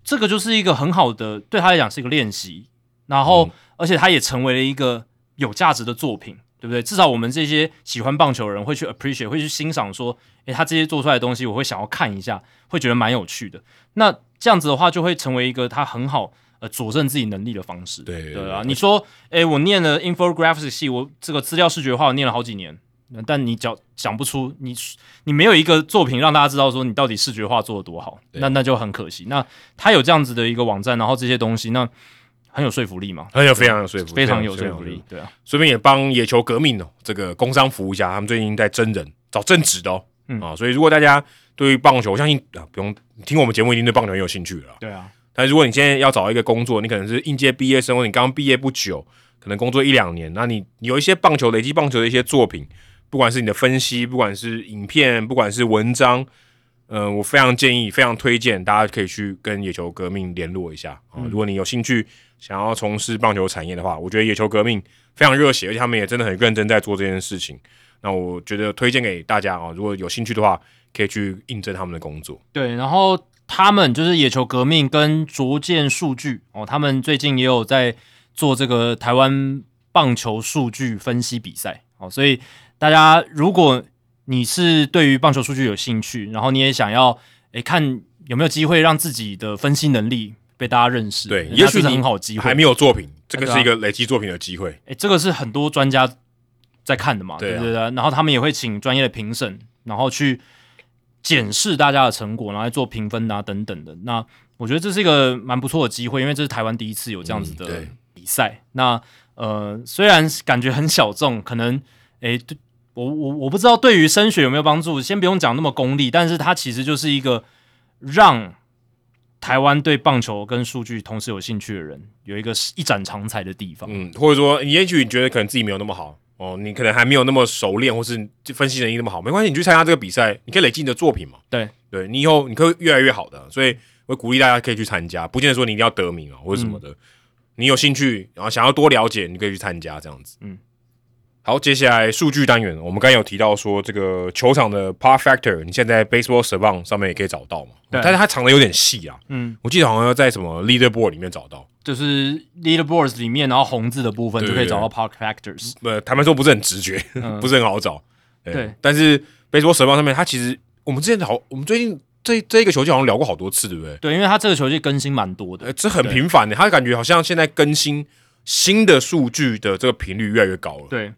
Speaker 2: 这个就是一个很好的，对他来讲是一个练习，然后、
Speaker 1: 嗯
Speaker 2: 而且他也成为了一个有价值的作品，对不对？至少我们这些喜欢棒球的人会去 appreciate，会去欣赏，说，诶，他这些做出来的东西，我会想要看一下，会觉得蛮有趣的。那这样子的话，就会成为一个他很好呃佐证自己能力的方式。
Speaker 1: 对对
Speaker 2: 对
Speaker 1: 对
Speaker 2: 啊，你说，诶，我念了 infographics 系，我这个资料视觉化，我念了好几年。呃但你讲讲不出，你你没有一个作品让大家知道说你到底视觉化做的多好，
Speaker 1: 对
Speaker 2: 那那就很可惜。那他有这样子的一个网站，然后这些东西，那很有说服力嘛，
Speaker 1: 很有非常有说服力，
Speaker 2: 非常有说服力。。对啊，
Speaker 1: 顺便也帮野球革命哦，这个工商服务一下，他们最近在真人找正职的哦。
Speaker 2: 嗯
Speaker 1: 啊，所以如果大家对于棒球，我相信啊，不用听我们节目一定对棒球很有兴趣了啦。
Speaker 2: 对啊，
Speaker 1: 但如果你现在要找一个工作，你可能是应届毕业生，或者你刚毕业不久，可能工作一两年，那你你有一些棒球累积棒球的一些作品，不管是你的分析，不管是影片，不管是文章，呃，我非常建议，非常推荐大家可以去跟野球革命联络一下啊、
Speaker 2: 嗯
Speaker 1: 如果你有兴趣想要从事棒球产业的话，我觉得野球革命非常热血，而且他们也真的很认真在做这件事情。那我觉得推荐给大家啊、如果有兴趣的话，可以去应征他们的工作。
Speaker 2: 对，然后他们就是野球革命跟逐渐数据哦，他们最近也有在做这个台湾棒球数据分析比赛哦，所以大家如果你是对于棒球数据有兴趣，然后你也想要诶看有没有机会让自己的分析能力被大家认识，
Speaker 1: 对，
Speaker 2: 那
Speaker 1: 也许
Speaker 2: 是
Speaker 1: 你
Speaker 2: 很好的机
Speaker 1: 还
Speaker 2: 会，
Speaker 1: 没有作品，这个
Speaker 2: 对啊
Speaker 1: 是一个累积作品的机会。
Speaker 2: 诶，这个是很多专家在看的嘛，
Speaker 1: 对
Speaker 2: 对
Speaker 1: 啊
Speaker 2: 对对，然后他们也会请专业的评审，然后去检视大家的成果，然后来做评分啊等等的。那我觉得这是一个蛮不错的机会，因为这是台湾第一次有这样子
Speaker 1: 嗯
Speaker 2: 的
Speaker 1: 对
Speaker 2: 比赛。那呃，虽然感觉很小众，可能诶，对我我我不知道对于升学有没有帮助，先不用讲那么功利，但是它其实就是一个让台湾对棒球跟数据同时有兴趣的人有一个一展长才的地方。
Speaker 1: 嗯，或者说，也许你觉得可能自己没有那么好哦，你可能还没有那么熟练，或是分析能力那么好，没关系，你去参加这个比赛，你可以累积你的作品嘛。
Speaker 2: 对，
Speaker 1: 对你以后你会越来越好的，所以我鼓励大家可以去参加，不见得说你一定要得名啊或者什
Speaker 2: 嗯
Speaker 1: 么的。你有兴趣，然后想要多了解，你可以去参加这样子。
Speaker 2: 嗯，
Speaker 1: 好，接下来数据单元，我们刚才有提到说这个球场的 Par Factor，你现在在 Baseball Savant 上面也可以找到嘛，
Speaker 2: 对
Speaker 1: 但是它藏的有点细啊，
Speaker 2: 嗯，
Speaker 1: 我记得好像要在什么 Leaderboard 里面找到。
Speaker 2: 就是 leaderboards 里面，然后红字的部分
Speaker 1: 对
Speaker 2: 就可以
Speaker 1: 对
Speaker 2: 找到 park factors。
Speaker 1: 呃，坦白说不是很直觉，
Speaker 2: 嗯
Speaker 1: 不是很好找。
Speaker 2: 对，
Speaker 1: 但是 baseball 蛇棒上面，它其实我们之前好，我们最近这这一个球季好像聊过好多次，对不对？
Speaker 2: 对，因为它这个球季更新蛮多的
Speaker 1: 呃，，这很频繁的，它感觉好像现在更新新的数据的这个频率越来越高了。
Speaker 2: 对，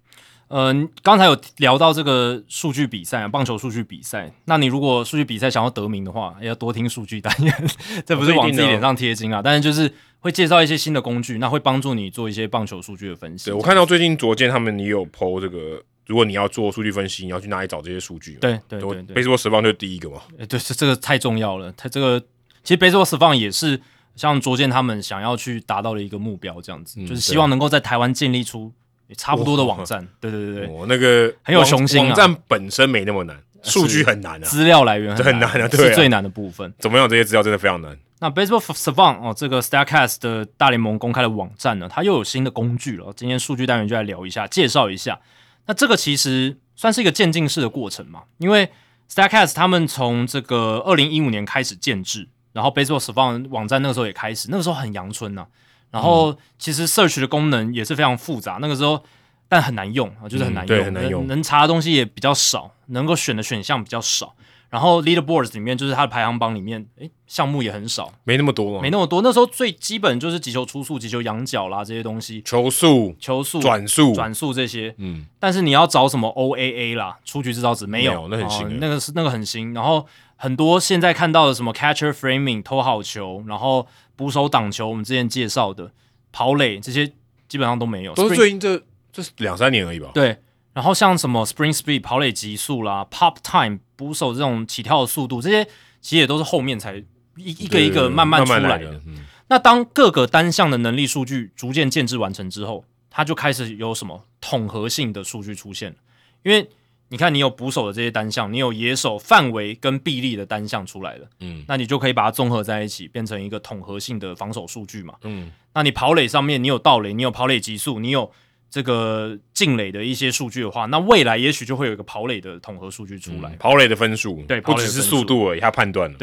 Speaker 2: 嗯、刚才有聊到这个数据比赛，棒球数据比赛。那你如果数据比赛想要得名的话，也要多听数据单元， 这不是
Speaker 1: 哦这一定
Speaker 2: 往自己
Speaker 1: 的啊
Speaker 2: 脸上贴金啊，但是就是会介绍一些新的工具，那会帮助你做一些棒球数据的分析
Speaker 1: 对，。我看到最近左健他们也有 PO 这个，如果你要做数据分析，你要去哪里找这些数据嘛？
Speaker 2: 对对
Speaker 1: 我
Speaker 2: 对对，
Speaker 1: ，baseball 蛇棒就是第一个嘛。
Speaker 2: 欸对，这这个太重要了。他这个其实 Baseball s 放也是像卓健他们想要去达到的一个目标，这样子、
Speaker 1: 嗯
Speaker 2: 就是
Speaker 1: 对
Speaker 2: 希
Speaker 1: 啊
Speaker 2: 望能够在台湾建立出也差不多的网站。对对对对，
Speaker 1: 我那个
Speaker 2: 很有
Speaker 1: 网
Speaker 2: 雄心啊
Speaker 1: 网站本身没那么难，数据很难啊。
Speaker 2: 资料来源
Speaker 1: 这很难啊对啊
Speaker 2: 是最难的部分。
Speaker 1: 怎么样？这些资料真的非常难。
Speaker 2: 那 Baseball Savant 哦，这个 Starcast 的大联盟公开的网站呢，它又有新的工具了。哦今天数据单元就来聊一下，介绍一下。那这个其实算是一个渐进式的过程嘛，因为 Starcast 他们从这个二零一五年开始建制，然后 Baseball Savant 网站那个时候也开始，那个时候很阳春呐、啊
Speaker 1: 嗯
Speaker 2: 然后其实 search 的功能也是非常复杂，那个时候但很难用啊，就是很难
Speaker 1: 嗯
Speaker 2: 用，
Speaker 1: 对很难用
Speaker 2: 能能查的东西也比较少，能够选的选项比较少。然后 leaderboards 里面就是它的排行榜里面，诶，项目也很少，
Speaker 1: 没那么多嘛，
Speaker 2: 没那么多。那时候最基本就是击球出速、击球仰角啦这些东西，
Speaker 1: 球速、
Speaker 2: 球速、
Speaker 1: 转速，
Speaker 2: 转速这些。
Speaker 1: 嗯，
Speaker 2: 但是你要找什么 OAA 啦，出局制造值没有，
Speaker 1: 没有那很新
Speaker 2: 哦
Speaker 1: 欸
Speaker 2: 那个是那个很新。然后很多现在看到的什么 catcher framing 偷好球，然后捕手挡球，我们之前介绍的跑垒这些基本上都没有，
Speaker 1: 都是
Speaker 2: Spring-
Speaker 1: 最近这这两三年而已吧。
Speaker 2: 对，然后像什么 spring speed 跑垒极速啦、pop time 捕手这种起跳的速度，这些其实也都是后面才一一个一个慢慢
Speaker 1: 慢
Speaker 2: 出来
Speaker 1: 的。嗯
Speaker 2: 那当各个单项的能力数据逐渐建制完成之后，它就开始有什么统合性的数据出现了。因为你看，你有捕手的这些单项，你有野手范围跟臂力的单项出来了，
Speaker 1: 嗯
Speaker 2: 那你就可以把它综合在一起，变成一个统合性的防守数据嘛。
Speaker 1: 嗯，
Speaker 2: 那你跑垒上面你有盗垒，你有跑垒级数，你有这个进垒的一些数据的话，那未来也许就会有一个跑垒的统合数据出来。
Speaker 1: 跑嗯垒的分数，
Speaker 2: 对
Speaker 1: 不
Speaker 2: 跑垒
Speaker 1: 只
Speaker 2: 的
Speaker 1: 是
Speaker 2: 分
Speaker 1: 速
Speaker 2: 数
Speaker 1: 度而已，他判断了。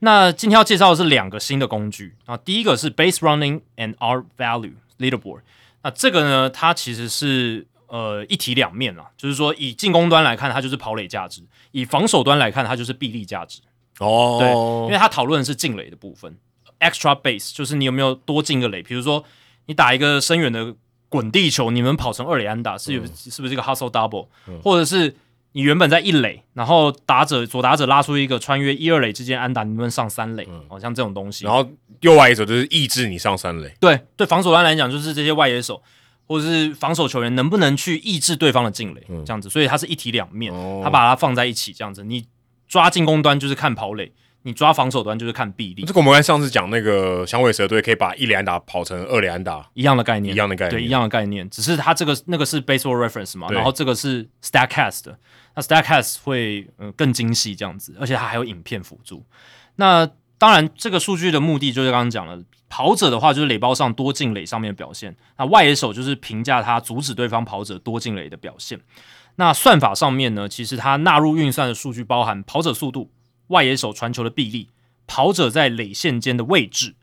Speaker 2: 那今天要介绍的是两个新的工具啊，第一个是 Base Running and R Value Leaderboard。那这个呢，它其实是呃一体两面啦，就是说以进攻端来看，它就是跑垒价值；以防守端来看，它就是臂力价值。对，因
Speaker 1: 哦，
Speaker 2: 为它讨论的是进垒的部分，extra base 就是你有没有多进一个垒，比如说你打一个深远的滚地球，你们跑成二垒安打，是
Speaker 1: 嗯
Speaker 2: 有、是不是一个 hustle double，、或者是你原本在一垒，然后打者左打者拉出一个穿越一二垒之间安打，你们上三垒，哦，像这种东西，
Speaker 1: 嗯然后右外一手就是抑制你上三垒，
Speaker 2: 对对，防守端来讲，就是这些外野手或者是防守球员能不能去抑制对方的进垒，这样子，所以它是一体两面，
Speaker 1: 嗯哦
Speaker 2: 他把它放在一起，这样子，你抓进攻端就是看跑垒，你抓防守端就是看臂力
Speaker 1: 这，个我们跟上次讲那个响尾蛇队可以把一连打跑成二连打，
Speaker 2: 一样的概念，
Speaker 1: 一样的概念
Speaker 2: 对，一样的概念，只是它这个那个是 Baseball Reference 嘛，
Speaker 1: 对
Speaker 2: 然后这个是 Statcast，的那 Statcast 会嗯、呃更精细这样子，而且它还有影片辅助。那当然，这个数据的目的就是刚刚讲了，跑者的话就是垒包上多进垒上面的表现，那外野手就是评价他阻止对方跑者多进垒的表现。那算法上面呢，其实它纳入运算的数据包含跑者速度、外野手传球的臂力、跑者在垒线间的位置、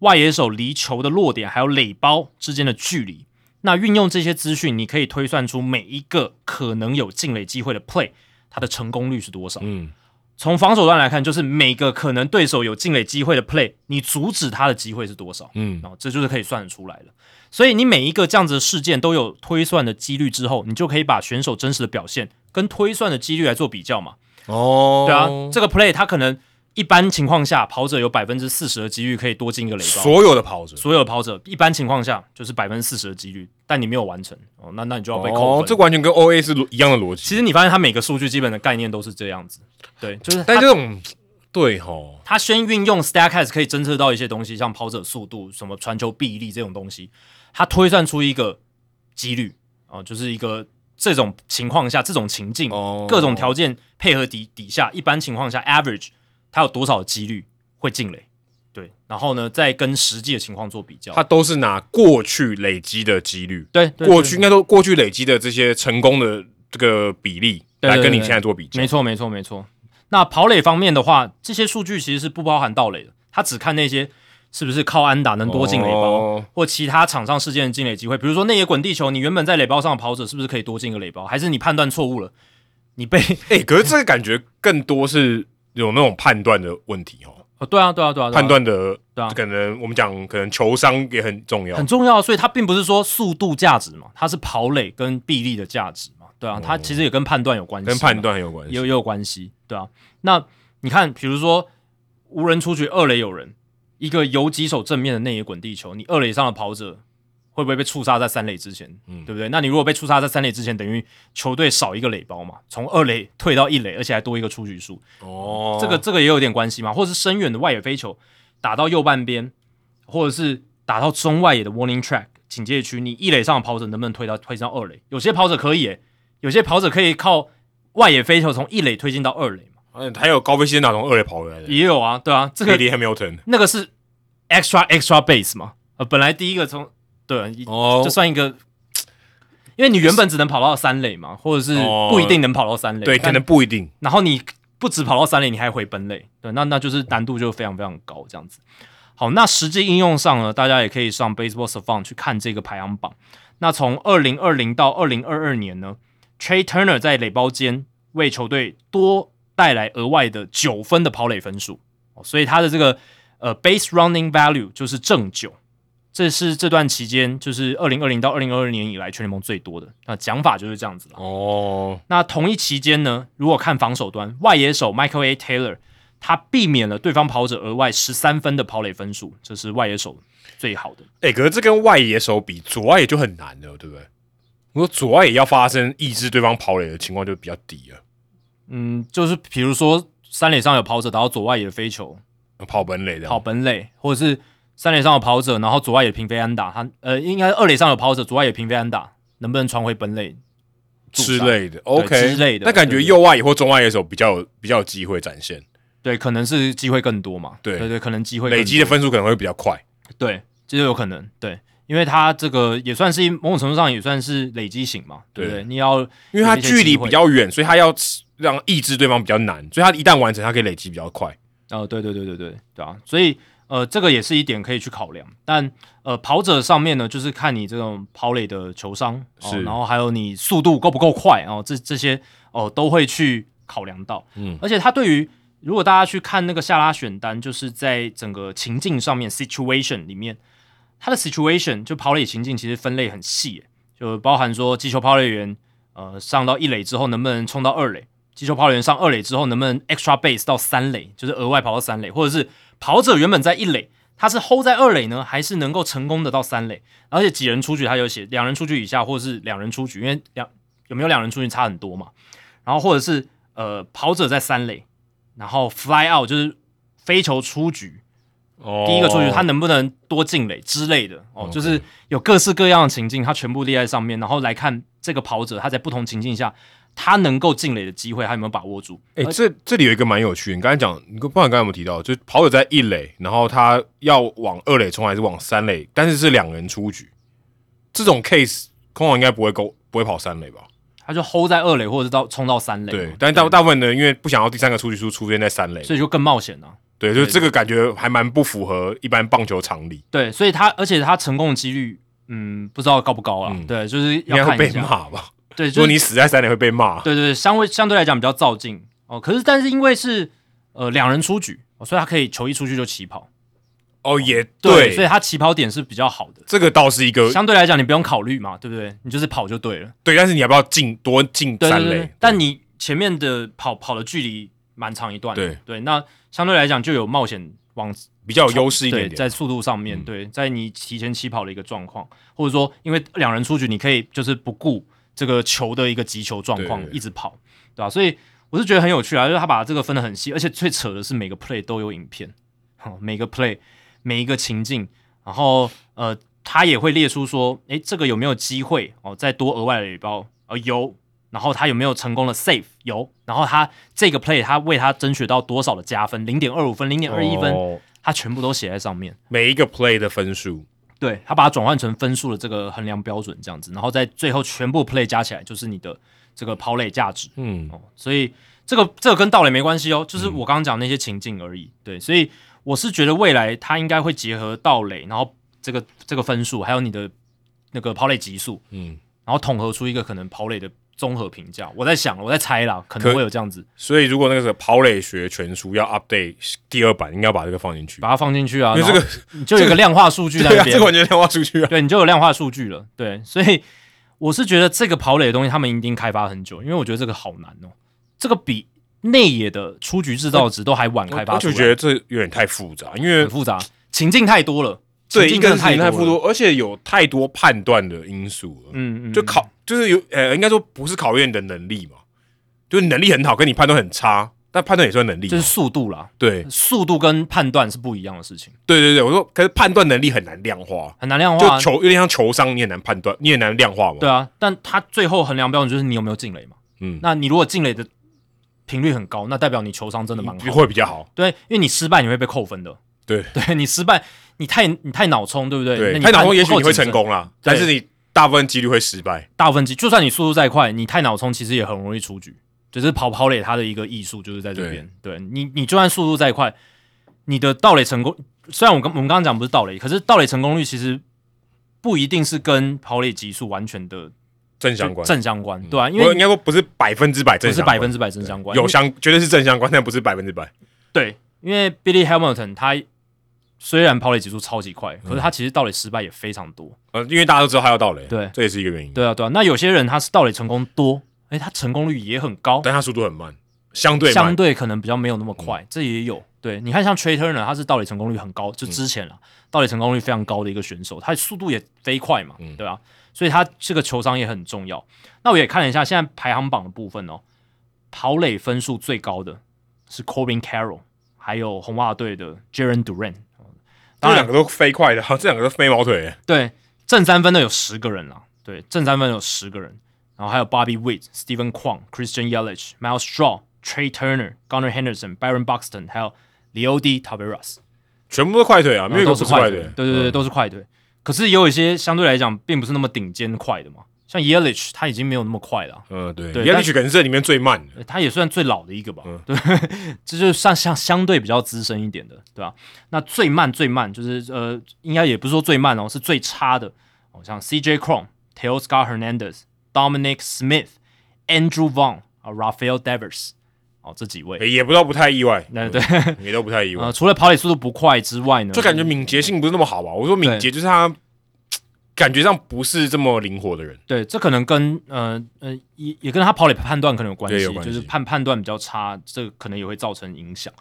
Speaker 2: 外野手离球的落点，还有垒包之间的距离。那运用这些资讯，你可以推算出每一个可能有进垒机会的 play，它的成功率是多少。
Speaker 1: 嗯，
Speaker 2: 从防守端来看，就是每个可能对手有进垒机会的 play，你阻止他的机会是多少？
Speaker 1: 嗯
Speaker 2: 然后这就是可以算得出来了。所以你每一个这样子的事件都有推算的几率之后，你就可以把选手真实的表现跟推算的几率来做比较嘛。
Speaker 1: 哦，
Speaker 2: 对啊，这个 play 他可能一般情况下跑者有百分之四十的几率可以多进一个垒包，
Speaker 1: 所有的跑者，
Speaker 2: 所有的跑者一般情况下就是百分之四十的几率，但你没有完成哦，那那你就要被扣
Speaker 1: 哦
Speaker 2: 分。，
Speaker 1: 这完全跟 O A 是一样的逻辑，
Speaker 2: 其实你发现它每个数据基本的概念都是这样子，对，就是
Speaker 1: 但
Speaker 2: 它
Speaker 1: 这种对吼，
Speaker 2: 它先运用 Statcast 可以侦测到一些东西，像跑者速度、什么传球臂力这种东西，它推算出一个几率哦、就是一个这种情况下这种情境、
Speaker 1: 哦
Speaker 2: 各种条件配合底底下，一般情况下 average 它有多少几率会进垒，对，然后呢再跟实际的情况做比较，
Speaker 1: 他都是拿过去累积的几率，
Speaker 2: 对对
Speaker 1: 过
Speaker 2: 对
Speaker 1: 去应该说过去累积的这些成功的这个比例
Speaker 2: 对对
Speaker 1: 来
Speaker 2: 对
Speaker 1: 跟你现在做比较
Speaker 2: 没。错，没错，没错。那跑垒方面的话，这些数据其实是不包含盗垒的，他只看那些是不是靠安打能多进垒包，
Speaker 1: 哦
Speaker 2: 或其他场上事件的进垒机会。比如说内野滚地球，你原本在垒包上的跑者是不是可以多进一个垒包，还是你判断错误了，你被
Speaker 1: 哎、可是这个感觉更多是有那种判断的问题哦，
Speaker 2: 哦，对啊，对啊，对啊，对啊
Speaker 1: 判断的
Speaker 2: 对啊
Speaker 1: 可能我们讲可能球商也很重要
Speaker 2: 很，重要，所以它并不是说速度价值嘛，它是跑垒跟臂力的价值嘛，对啊，它其实也跟判断有关系啊嘛，
Speaker 1: 跟判断很有关
Speaker 2: 也
Speaker 1: 系
Speaker 2: 有。也有关系，对啊。那你看，比如说无人出局，二垒有人，一个游击手正面的内野滚地球，你二垒上的跑者会不会被触杀在三垒之前？
Speaker 1: 嗯
Speaker 2: 对不对？那你如果被触杀在三垒之前，等于球队少一个垒包嘛，从二垒退到一垒，而且还多一个出局数，
Speaker 1: 哦，
Speaker 2: 这个这个也有点关系嘛，或者是深远的外野飞球打到右半边，或者是打到中外野的 warning track 警戒区，你一垒上的跑者能不能推到推进到二垒？有些跑者可以、欸，有些跑者可以靠外野飞球从一垒推进到二垒嘛，
Speaker 1: 嗯还有高飞先打从二垒跑回来的
Speaker 2: 也有啊，对啊，这个
Speaker 1: KD Hamilton
Speaker 2: 那个是 extra extra base 嘛，呃，本来第一个从对，啊一
Speaker 1: 哦
Speaker 2: 就算一个。因为你原本只能跑到三垒嘛，或者是
Speaker 1: 哦
Speaker 2: 不一定能跑到三垒、
Speaker 1: 对，
Speaker 2: 但
Speaker 1: 可能不一定。
Speaker 2: 然后你不止跑到三垒，你还回本垒，对，那那就是难度就非常非常高这样子。好，那实际应用上呢，大家也可以上 Baseball Savant 去看这个排行榜。那从二零二零到二零二二年呢，Trey Turner 在垒包间为球队多带来额外的九分的跑垒分数，哦所以他的这个呃 base running value 就是正九，这是这段期间就是二零二零到二零二二年以来全联盟最多的。那讲法就是这样子啦。
Speaker 1: 哦，
Speaker 2: 那同一期间呢，如果看防守端，外野手 Michael A. Taylor 他避免了对方跑者额外十三分的跑垒分数，这是外野手最好的。
Speaker 1: 哎、可是这跟外野手比，左外野就很难了，对不对？如果左外野要发生抑制对方跑垒的情况，就比较低了，
Speaker 2: 嗯，就是比如说三垒上有跑者打到左外野的飞球
Speaker 1: 跑本垒的。
Speaker 2: 跑本垒，或者是三垒上有跑者，然后左外野平飞安打，他呃应该二垒上有跑者，左外野平飞安打，能不能传回本垒
Speaker 1: 之？类的，OK
Speaker 2: 之类的
Speaker 1: 那感觉右外野或中外野手比较有比较有机会展现，
Speaker 2: 对，可能是机会更多嘛。
Speaker 1: 对
Speaker 2: 对对，可能机会更
Speaker 1: 累积
Speaker 2: 多
Speaker 1: 的分数可能会比较快。
Speaker 2: 对，这就有可能。对，因为他这个也算是某种程度上也算是累积型嘛，对不对？
Speaker 1: 对
Speaker 2: 你要
Speaker 1: 因为他
Speaker 2: 有一些机会
Speaker 1: 距离比较远，所以他要让抑制对方比较难，所以他一旦完成，他可以累积比较快。
Speaker 2: 呃，对对对对对，对啊，所以呃，这个也是一点可以去考量。但呃，跑者上面呢，就是看你这种跑垒的球商，哦
Speaker 1: 是
Speaker 2: 然后还有你速度够不够快哦，这这些哦、都会去考量到。
Speaker 1: 嗯
Speaker 2: 而且他对于如果大家去看那个下拉选单，就是在整个情境上面 situation 里面，他的 situation 就跑垒情境其实分类很细耶，就包含说击球跑垒员呃上到一垒之后能不能冲到二垒，击球跑垒员上二垒之后能不能 extra base 到三垒，就是额外跑到三垒，或者是跑者原本在一垒，他是 hold 在二垒呢，还是能够成功的到三垒？而且几人出局，他有写两人出局以下，或者是两人出局，因为两有没有两人出局差很多嘛。然后或者是呃跑者在三垒，然后 fly out 就是非球出局，
Speaker 1: 哦
Speaker 2: 第一个出局，他能不能多进垒之类的哦，就是有各式各样的情境，他全部列在上面，然后来看这个跑者他在不同情境下他能够进垒的机会，他有没有把握住？
Speaker 1: 哎、这这里有一个蛮有趣的，你刚才讲，你不管刚才有没有提到，就是跑者在一垒，然后他要往二垒冲还是往三垒，但是是两人出局，这种 case 空网应该不会勾，不会跑三垒吧？
Speaker 2: 他就 hold 在二垒，或者是到冲到三垒嘛，
Speaker 1: 对，但是大大部分人因为不想要第三个出局数出现在三垒，
Speaker 2: 所以就更冒险了、
Speaker 1: 对，就是这个感觉还蛮不符合一般棒球常理，
Speaker 2: 对，所以他而且他成功的几率，嗯，不知道高不高啊？
Speaker 1: 嗯
Speaker 2: 对，就是
Speaker 1: 应
Speaker 2: 要
Speaker 1: 该会
Speaker 2: 看一
Speaker 1: 被
Speaker 2: 下。
Speaker 1: 骂吧？
Speaker 2: 对，
Speaker 1: 如
Speaker 2: 就
Speaker 1: 果
Speaker 2: 是
Speaker 1: 你死在三垒会被骂，
Speaker 2: 对对对，相位相对来讲比较照进哦。可是但是因为是呃两人出局、哦所以他可以球一出去就起跑，
Speaker 1: 哦，也
Speaker 2: 所以他起跑点是比较好的。
Speaker 1: 这个倒是一个
Speaker 2: 相对来讲，你不用考虑嘛，对不对？你就是跑就对了。
Speaker 1: 对，但是你要不要进多进
Speaker 2: 对
Speaker 1: 三
Speaker 2: 对对
Speaker 1: 垒
Speaker 2: 对？，但你前面的跑跑的距离蛮长一段的，
Speaker 1: 对
Speaker 2: 那相对来讲就有冒险往
Speaker 1: 比较有优势一
Speaker 2: 对
Speaker 1: 点点，
Speaker 2: 在速度上面，
Speaker 1: 嗯
Speaker 2: 对，在你提前起跑的一个状况，或者说因为两人出局，你可以就是不顾这个球的一个击球状况
Speaker 1: 对对
Speaker 2: 一直跑，对吧、所以我是觉得很有趣啊，就是他把这个分得很细，而且最扯的是每个 play 都有影片，哦每个 play 每一个情境，然后呃，他也会列出说，诶，这个有没有机会哦，再多额外的礼包？呃，有。然后他有没有成功的 save？有。然后他这个 play 他为他争取到多少的加分？零点二五分，零点二一分，
Speaker 1: 哦
Speaker 2: 他全部都写在上面。
Speaker 1: 每一个 play 的分数。
Speaker 2: 对他把它转换成分数的这个衡量标准，这样子，然后在最后全部 play 加起来就是你的这个跑垒价值
Speaker 1: 嗯，
Speaker 2: 哦。所以这个这个跟盗垒没关系哦，就是我刚刚讲那些情境而已。对，所以我是觉得未来它应该会结合盗垒，然后这个这个分数，还有你的那个跑垒级数，
Speaker 1: 嗯，
Speaker 2: 然后统合出一个可能跑垒的综合评价。我在想，我在猜啦，可能
Speaker 1: 可
Speaker 2: 会有这样子，
Speaker 1: 所以如果那个是跑垒学全书要 update 第二版，应该要把这个放进去
Speaker 2: 把。它放进去啊，
Speaker 1: 因为这个
Speaker 2: 然后你就有一个量化数据在
Speaker 1: 对
Speaker 2: 那
Speaker 1: 啊，
Speaker 2: 边
Speaker 1: 这个。完全量化出去啊。
Speaker 2: 对你就有量化数据了。对，所以我是觉得这个跑垒的东西，他们一定开发很久，因为我觉得这个好难哦，这个比内野的出局制造值都还晚开发
Speaker 1: 我
Speaker 2: 出
Speaker 1: 就
Speaker 2: 来，
Speaker 1: 觉得这有点太复杂，因为
Speaker 2: 很复杂，情境太多了，
Speaker 1: 对
Speaker 2: 情
Speaker 1: 一
Speaker 2: 境真
Speaker 1: 个
Speaker 2: 的
Speaker 1: 事情
Speaker 2: 太
Speaker 1: 太
Speaker 2: 多
Speaker 1: 复
Speaker 2: 了，
Speaker 1: 多，而且有太多判断的因素了。
Speaker 2: 嗯嗯，
Speaker 1: 就考就是有呃，应该说不是考验你的能力嘛，就是你能力很好，跟你判断很差，但判断也算能力嘛。
Speaker 2: 就是速度啦，
Speaker 1: 对
Speaker 2: 速度跟判断是不一样的事情，
Speaker 1: 对对对，我说，可是判断能力很难量化，
Speaker 2: 很难量化
Speaker 1: 就
Speaker 2: 啊。
Speaker 1: 球有点像球商，你也难判断，你也难量化嘛。
Speaker 2: 对啊，但它最后衡量标准就是你有没有进垒嘛。
Speaker 1: 嗯
Speaker 2: 那你如果进垒的频率很高，那代表你球商真的蛮好的。
Speaker 1: 会比较好。
Speaker 2: 对，因为你失败你会被扣分的。
Speaker 1: 对
Speaker 2: 对你失败，你太你太脑冲，对不对？那
Speaker 1: 对，
Speaker 2: 你
Speaker 1: 太脑
Speaker 2: 判
Speaker 1: 冲也
Speaker 2: 不
Speaker 1: 许
Speaker 2: 够
Speaker 1: 你会成
Speaker 2: 谨慎。
Speaker 1: 功啦，
Speaker 2: 对
Speaker 1: 但是你大部分几率会失败。
Speaker 2: 大部分机，就算你速度再快，你太脑冲，其实也很容易出局。就是跑跑垒，它的一个艺术就是在这边。对你，你就算速度再快，你的盗垒成功，虽然我刚我们刚刚讲不是盗垒，可是盗垒成功率其实不一定是跟跑垒级数完全的
Speaker 1: 正相关，嗯
Speaker 2: 正相关，对啊，因
Speaker 1: 我应
Speaker 2: 为
Speaker 1: 该说不是百分之百
Speaker 2: 不
Speaker 1: 正
Speaker 2: 是
Speaker 1: 相
Speaker 2: 百
Speaker 1: 关，
Speaker 2: 分之百正相关，因
Speaker 1: 有
Speaker 2: 为
Speaker 1: 相绝对是正相关，但不是百分之百。
Speaker 2: 对，因为 Billy Hamilton 他虽然跑垒级数超级快，可是他其实盗垒失败也非常多。
Speaker 1: 呃，因为大家都知道他要到垒，
Speaker 2: 对
Speaker 1: 这也是一个原因。
Speaker 2: 对啊，对啊。那有些人他是盗垒成功多，诶，他成功率也很高，
Speaker 1: 但他速度很慢，相对
Speaker 2: 相
Speaker 1: 慢。
Speaker 2: 对可能比较没有那么快，这也有。对，你看像 Trey Turner，他是盗垒成功率很高，就之前了，盗垒成功率非常高的一个选手，他速度也飞快嘛，对吧、所以他这个球商也很重要。那我也看了一下现在排行榜的部分哦，跑垒分数最高的是 Corbin Carroll，还有红袜队的 Jaren Duran。
Speaker 1: 这
Speaker 2: 当然
Speaker 1: 两个都飞快的， 这两个都飞毛腿。
Speaker 2: 对，正三分的有十个人啦，对，正三分的有十个人，然后还有 Bobby Witt、Stephen Kwong、Christian Yelich、Miles Straw、Trey Turner、Gunnar Henderson、Byron Buxton，还有 Leody Taveras，
Speaker 1: 全部都快腿啊，没有一个
Speaker 2: 都
Speaker 1: 不
Speaker 2: 是
Speaker 1: 是快嗯
Speaker 2: 队
Speaker 1: 腿。，
Speaker 2: 对对对，都是快队。可是也有一些相对来讲并不是那么顶尖快的嘛，像 Yelich 他已经没有那么快了啊、
Speaker 1: 嗯，对，
Speaker 2: 对
Speaker 1: 耶利
Speaker 2: 但
Speaker 1: 许可能是这里面最慢的。
Speaker 2: 呃他也算最老的一个吧，
Speaker 1: 嗯
Speaker 2: 对， 这就是算相相对比较资深一点的，对吧、那最慢最慢就是呃，应该也不是说最慢哦，是最差的，哦，像 C.J. Cron、Teoscar Hernandez、Dominic Smith、Andrew Vaughn 啊、Rafael Devers 哦这几位，
Speaker 1: 也也不到不太意外，嗯
Speaker 2: 那对，
Speaker 1: 也都不太意外
Speaker 2: 呃，，除了跑垒速度不快之外呢，
Speaker 1: 就感觉敏捷性不是那么好吧？我说敏捷就是他嘖感觉上不是这么灵活的人，
Speaker 2: 对，这可能跟呃呃也也跟他跑垒判断可能有关
Speaker 1: 对
Speaker 2: 系，
Speaker 1: 有关
Speaker 2: 就
Speaker 1: 系
Speaker 2: 是判判断比较差，这可能也会造成影响，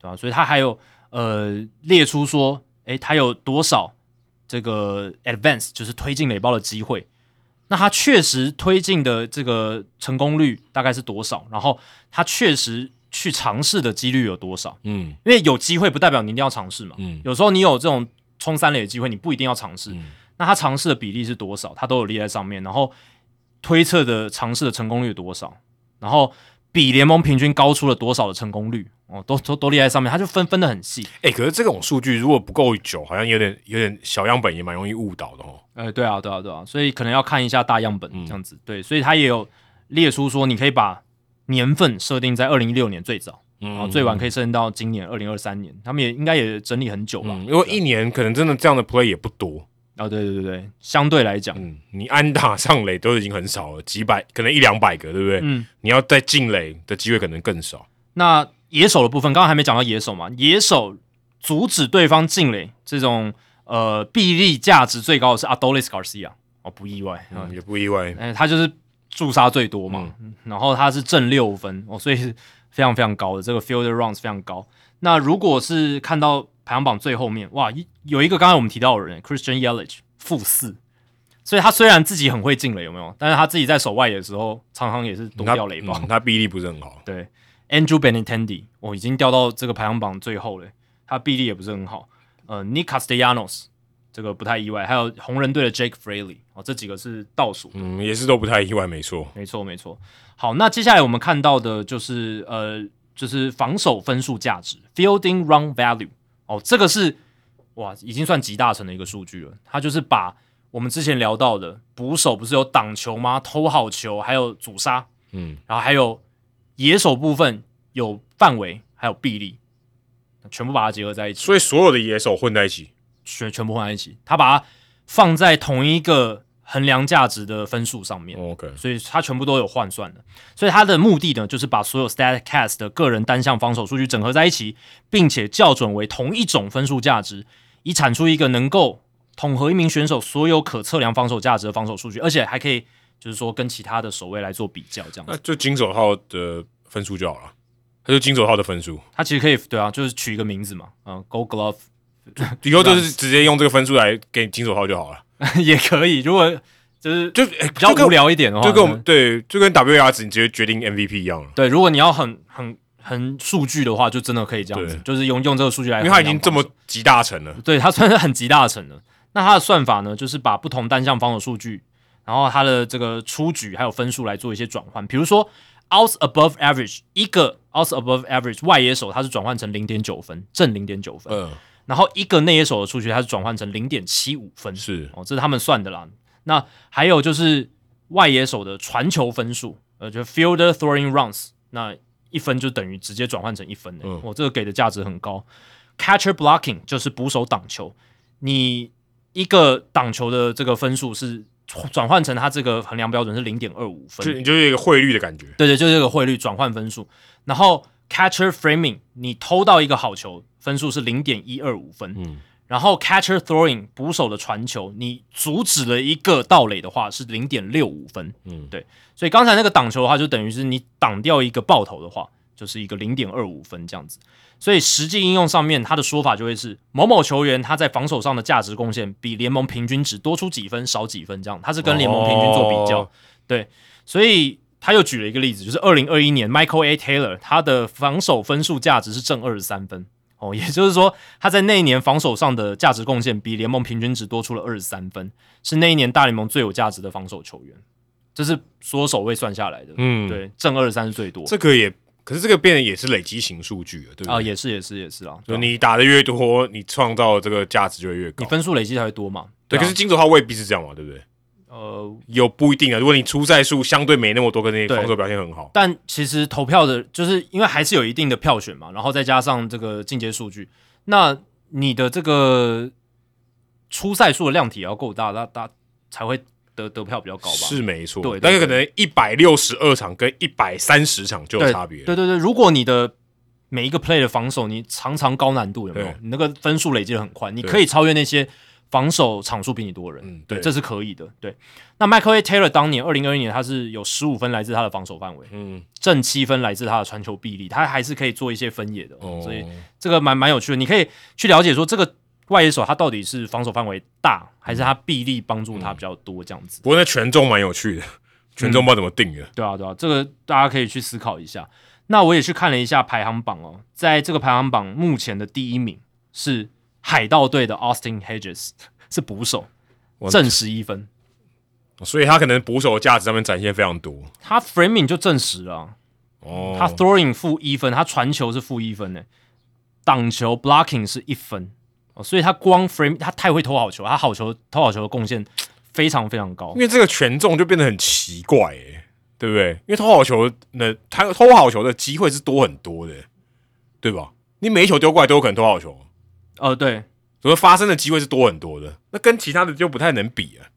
Speaker 2: 对吧、所以他还有呃列出说，诶，他有多少这个 advance 就是推进垒包的机会。那他确实推进的这个成功率大概是多少？然后他确实去尝试的几率有多少？
Speaker 1: 嗯
Speaker 2: 因为有机会不代表你一定要尝试嘛。
Speaker 1: 嗯
Speaker 2: 有时候你有这种冲三垒的机会，你不一定要尝试。
Speaker 1: 嗯
Speaker 2: 那他尝试的比例是多少？他都有列在上面，然后推测的尝试的成功率有多少？然后比联盟平均高出了多少的成功率？哦，都都都列在上面，他就分分的很细。
Speaker 1: 哎、可是这种数据如果不够久，好像有点有点小样本也蛮容易误导的哦。
Speaker 2: 呃，对啊，对啊，对啊，所以可能要看一下大样本这样子。对，所以他也有列出说，你可以把年份设定在二零一六年最早，
Speaker 1: 嗯
Speaker 2: 然后最晚可以设定到今年二零二三年。他们也应该也整理很久了。
Speaker 1: 嗯，因为一年可能真的这样的 play 也不多。
Speaker 2: 啊、对对对对，相对来讲，
Speaker 1: 嗯，你安打上垒都已经很少了，几百可能一两百个，对不对？
Speaker 2: 嗯，
Speaker 1: 你要再进垒的机会可能更少。
Speaker 2: 那野手的部分，刚刚还没讲到野手嘛？野手阻止对方进垒这种呃臂力价值最高的是 Adolis Garcia，哦，不意外，
Speaker 1: 嗯，也不意外。
Speaker 2: 嗯，他就是驻杀最多嘛，然后他是正六分哦，所以是非常非常高的，这个 field runs 非常高。那如果是看到排行榜最后面，哇，一有一个刚才我们提到的人 Christian Yelich 负四，所以他虽然自己很会进垒，有没有？但是他自己在守外野的时候，常常也是躲
Speaker 1: 他
Speaker 2: 掉垒包。
Speaker 1: 嗯他臂力不是很好。
Speaker 2: 对，Andrew Benintendi，我、已经掉到这个排行榜最后了，他臂力也不是很好。呃，Nick Castellanos 这个不太意外，还有红人队的 Jake Fraley 哦，这几个是倒数。
Speaker 1: 嗯，也是都不太意外，没错。
Speaker 2: 没错，没错。好，那接下来我们看到的就是呃，就是防守分数价值 （fielding run value）。哦，这个是哇，已经算集大成的一个数据了。它就是把我们之前聊到的捕手不是有挡球吗？偷好球，还有阻杀，
Speaker 1: 嗯，
Speaker 2: 然后还有野手部分有范围，还有臂力，全部把它结合在一起，
Speaker 1: 所以所有的野手混在一起，
Speaker 2: 全全部放在一起。它把它放在同一个衡量价值的分数上面。
Speaker 1: OK，
Speaker 2: 所以它全部都有换算的。所以它的目的呢，就是把所有 Statcast 的个人单项防守数据整合在一起，并且校准为同一种分数价值，以产出一个能够统合一名选手所有可测量防守价值的防守数据，而且还可以就是说跟其他的守卫来做比较，这样
Speaker 1: 那
Speaker 2: 子。
Speaker 1: 就金手套的分数就好了，他就金手套的分数，
Speaker 2: 它其实可以对啊，就是取一个名字嘛，嗯、g o Glove
Speaker 1: 以后就是直接用这个分数来给金手套就好了，
Speaker 2: 也可以。如果就是
Speaker 1: 就哎
Speaker 2: 比较
Speaker 1: 就跟
Speaker 2: 无聊一点的话，
Speaker 1: 就跟我们
Speaker 2: 对
Speaker 1: 对，就跟 W R 值你直接决定 M V P 一样了，
Speaker 2: 对，如果你要很很很数据的话，就真的可以这样子
Speaker 1: 对，
Speaker 2: 就是用用这个数据来
Speaker 1: 因
Speaker 2: 衡
Speaker 1: 为他
Speaker 2: 量防守，
Speaker 1: 已经这么集大成了。
Speaker 2: 对，它算是很集大成的。 那它的算法呢，就是把不同单项防守数据，然后它的这个出局还有分数来做一些转换。比如说 outs above average，一个 outs above average 外野手它是转换成零点九分，正零点九分，
Speaker 1: 嗯，
Speaker 2: 然后一个内野手的出局它是转换成零点七五分，
Speaker 1: 是
Speaker 2: 哦，这是他们算的啦。那还有就是外野手的传球分数，呃，就 fielder throwing runs，那一分就等于直接转换成一分的、
Speaker 1: 嗯
Speaker 2: 我、这个给的价值很高。catcher blocking 就是捕手挡球，你一个挡球的这个分数是转换成它这个衡量标准是零点二五分，
Speaker 1: 就你就是一个汇率的感觉。
Speaker 2: 对对，就是这个汇率转换分数。然后 catcher framing，你偷到一个好球，分数是零点一二五分。
Speaker 1: 嗯
Speaker 2: 然后 catcher throwing 捕手的传球，你阻止了一个盗垒的话是零点六五分。
Speaker 1: 嗯，
Speaker 2: 所以刚才那个挡球的话，就等于是你挡掉一个爆头的话，就是一个零点二五分这样子。所以实际应用上面，他的说法就会是某某球员他在防守上的价值贡献比联盟平均值多出几分、少几分这样，他是跟联盟平均做比较。
Speaker 1: 哦
Speaker 2: 对，所以他又举了一个例子，就是二零二一年 Michael A Taylor 他的防守分数价值是正二十三分。哦，也就是说，他在那一年防守上的价值贡献比联盟平均值多出了二十三分，是那一年大联盟最有价值的防守球员。这是所有守卫算下来的，
Speaker 1: 嗯，，
Speaker 2: 对，正二三是最多，
Speaker 1: 这个也，可是这个变得也是累积型数据了，对不对？
Speaker 2: 啊、也是也是也是啦，
Speaker 1: 就
Speaker 2: 对啊
Speaker 1: 你打的越多，你创造的这个价值就会越高
Speaker 2: 你。分数累积才会多嘛，
Speaker 1: 对，
Speaker 2: 啊
Speaker 1: 可是金手套未必是这样嘛，对不对？
Speaker 2: 呃，
Speaker 1: 有不一定啊。如果你出赛数相对没那么多，跟那些
Speaker 2: 对
Speaker 1: 防守表现很好，
Speaker 2: 但其实投票的，就是因为还是有一定的票选嘛，然后再加上这个进阶数据，那你的这个初赛数的量体也要够大，那大才会得得票比较高吧，
Speaker 1: 是没错。
Speaker 2: 对对
Speaker 1: 但是可能一百六十二场跟一百三十场就有
Speaker 2: 对
Speaker 1: 差别。
Speaker 2: 对对对，如果你的每一个 play 的防守，你常常高难度有没有
Speaker 1: 对？
Speaker 2: 你那个分数累积的很快，你
Speaker 1: 对
Speaker 2: 可以超越那些防守场数比你多的人。
Speaker 1: 嗯，
Speaker 2: 对，
Speaker 1: 对，
Speaker 2: 这是可以的。对，那 Michael A. Taylor 当年二零二一年他是有十五分来自他的防守范围，
Speaker 1: 嗯
Speaker 2: 正七分来自他的传球臂力，他还是可以做一些分野的，
Speaker 1: 哦，
Speaker 2: 所以这个蛮蛮有趣的。你可以去了解说这个外野手他到底是防守范围大，还是他臂力帮助
Speaker 1: 嗯
Speaker 2: 他比较多这样子。
Speaker 1: 不
Speaker 2: 嗯
Speaker 1: 过那权重蛮有趣的，权重不知道怎么定的。
Speaker 2: 对啊，对啊，这个大家可以去思考一下。那我也去看了一下排行榜哦，在这个排行榜目前的第一名是海盗队的 Austin Hedges，是 捕手，正十一分。
Speaker 1: 所以他可能捕手的价值上面展现非常多
Speaker 2: 他 framing 就正十了啊、
Speaker 1: 哦。
Speaker 2: 他 throwing 负一分，他传球是负一分呢、挡球 blocking 是一分、哦，所以他光 frame 他太会投好球，他好球投好球的贡献非常非常高
Speaker 1: 因。为这个权重就变得很奇怪、欸，对不对？因为投好球，那他投好球的机会是多很多的，对吧？你每一球丢过来都有可能投好球，
Speaker 2: 呃，对，
Speaker 1: 所以发生的机会是多很多的。那跟其他的就不太能比啊。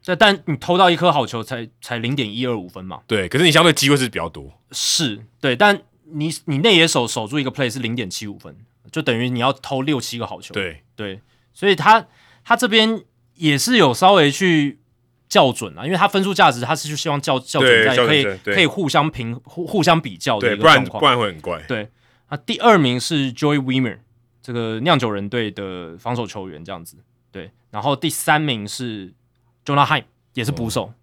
Speaker 2: 这但你投到一颗好球才才零点一二五分嘛，
Speaker 1: 对，可是你相对机会是比较多，
Speaker 2: 是对，但你你内野手守住一个 play 是零点七五分，就等于你要投六七个好球。
Speaker 1: 对，
Speaker 2: 对，所以他他这边也是有稍微去校准啊，因为他分数价值他是就希望校校准
Speaker 1: 对
Speaker 2: 在
Speaker 1: 校准
Speaker 2: 可以
Speaker 1: 在对
Speaker 2: 可以互相平互互相比较的
Speaker 1: 对，
Speaker 2: 一个
Speaker 1: 不然
Speaker 2: 状
Speaker 1: 不
Speaker 2: 况。
Speaker 1: 然会很怪。
Speaker 2: 对，那第二名是 Joy Weimer 这个酿酒人队的防守球员这样子，对，然后第三名是 Jonah Heim 也是捕手，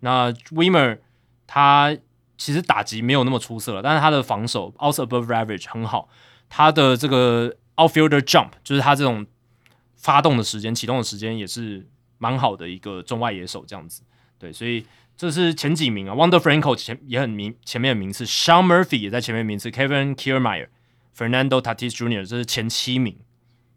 Speaker 2: 那 Weimer 他其实打击没有那么出色了，但是他的防守 out above average 很好，他的这个 outfielder jump 就是他这种发动的时间、启动的时间也是蛮好的一个中外野手这样子。对，所以这是前几名啊，Wonder Franco 前也很名前面的名次，Sean Murphy 也在前面的名次，Kevin Kiermaier、Fernando Tatis Jr. 这是前七名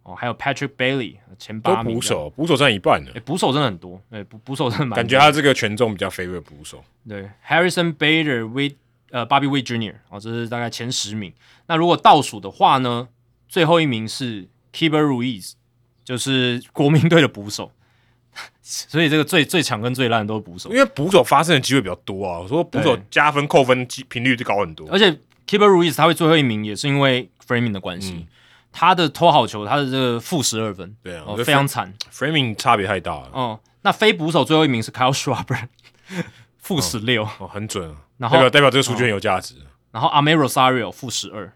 Speaker 2: 哦，还有 Patrick Bailey 前
Speaker 1: 都
Speaker 2: 八名。
Speaker 1: 捕，手，捕手占一半了
Speaker 2: 哎，，捕手真的很多，哎，捕捕手真的蛮
Speaker 1: 感
Speaker 2: 多
Speaker 1: 觉他这个权重比较 favor 捕手。
Speaker 2: 对，Harrison Bader、Wade 呃 Bobby Wade Jr. 哦，这是大概前十名。那如果倒数的话呢，最后一名是 Kiber Ruiz，就是国民队的捕手。 所以这个最最强跟最烂的都是捕手
Speaker 1: 因，为捕手发生的机会比较多啊，我说捕手
Speaker 2: 对
Speaker 1: 加分扣分机频率就高很多。
Speaker 2: 而且 Kiber Ruiz 他会最后一名也是因为 framing 的关系，他的偷好球，他的这个负十二分，
Speaker 1: 嗯对啊
Speaker 2: 哦
Speaker 1: 我觉得
Speaker 2: 非常惨。
Speaker 1: framing 差别太大了，
Speaker 2: 哦、那非捕手最后一名是 Kyle Schwarber，负十六。
Speaker 1: 哦，很准啊，
Speaker 2: 然
Speaker 1: 代
Speaker 2: 后
Speaker 1: 表代表这个数据很有价值。
Speaker 2: 然后 a m e Rosario 负十二。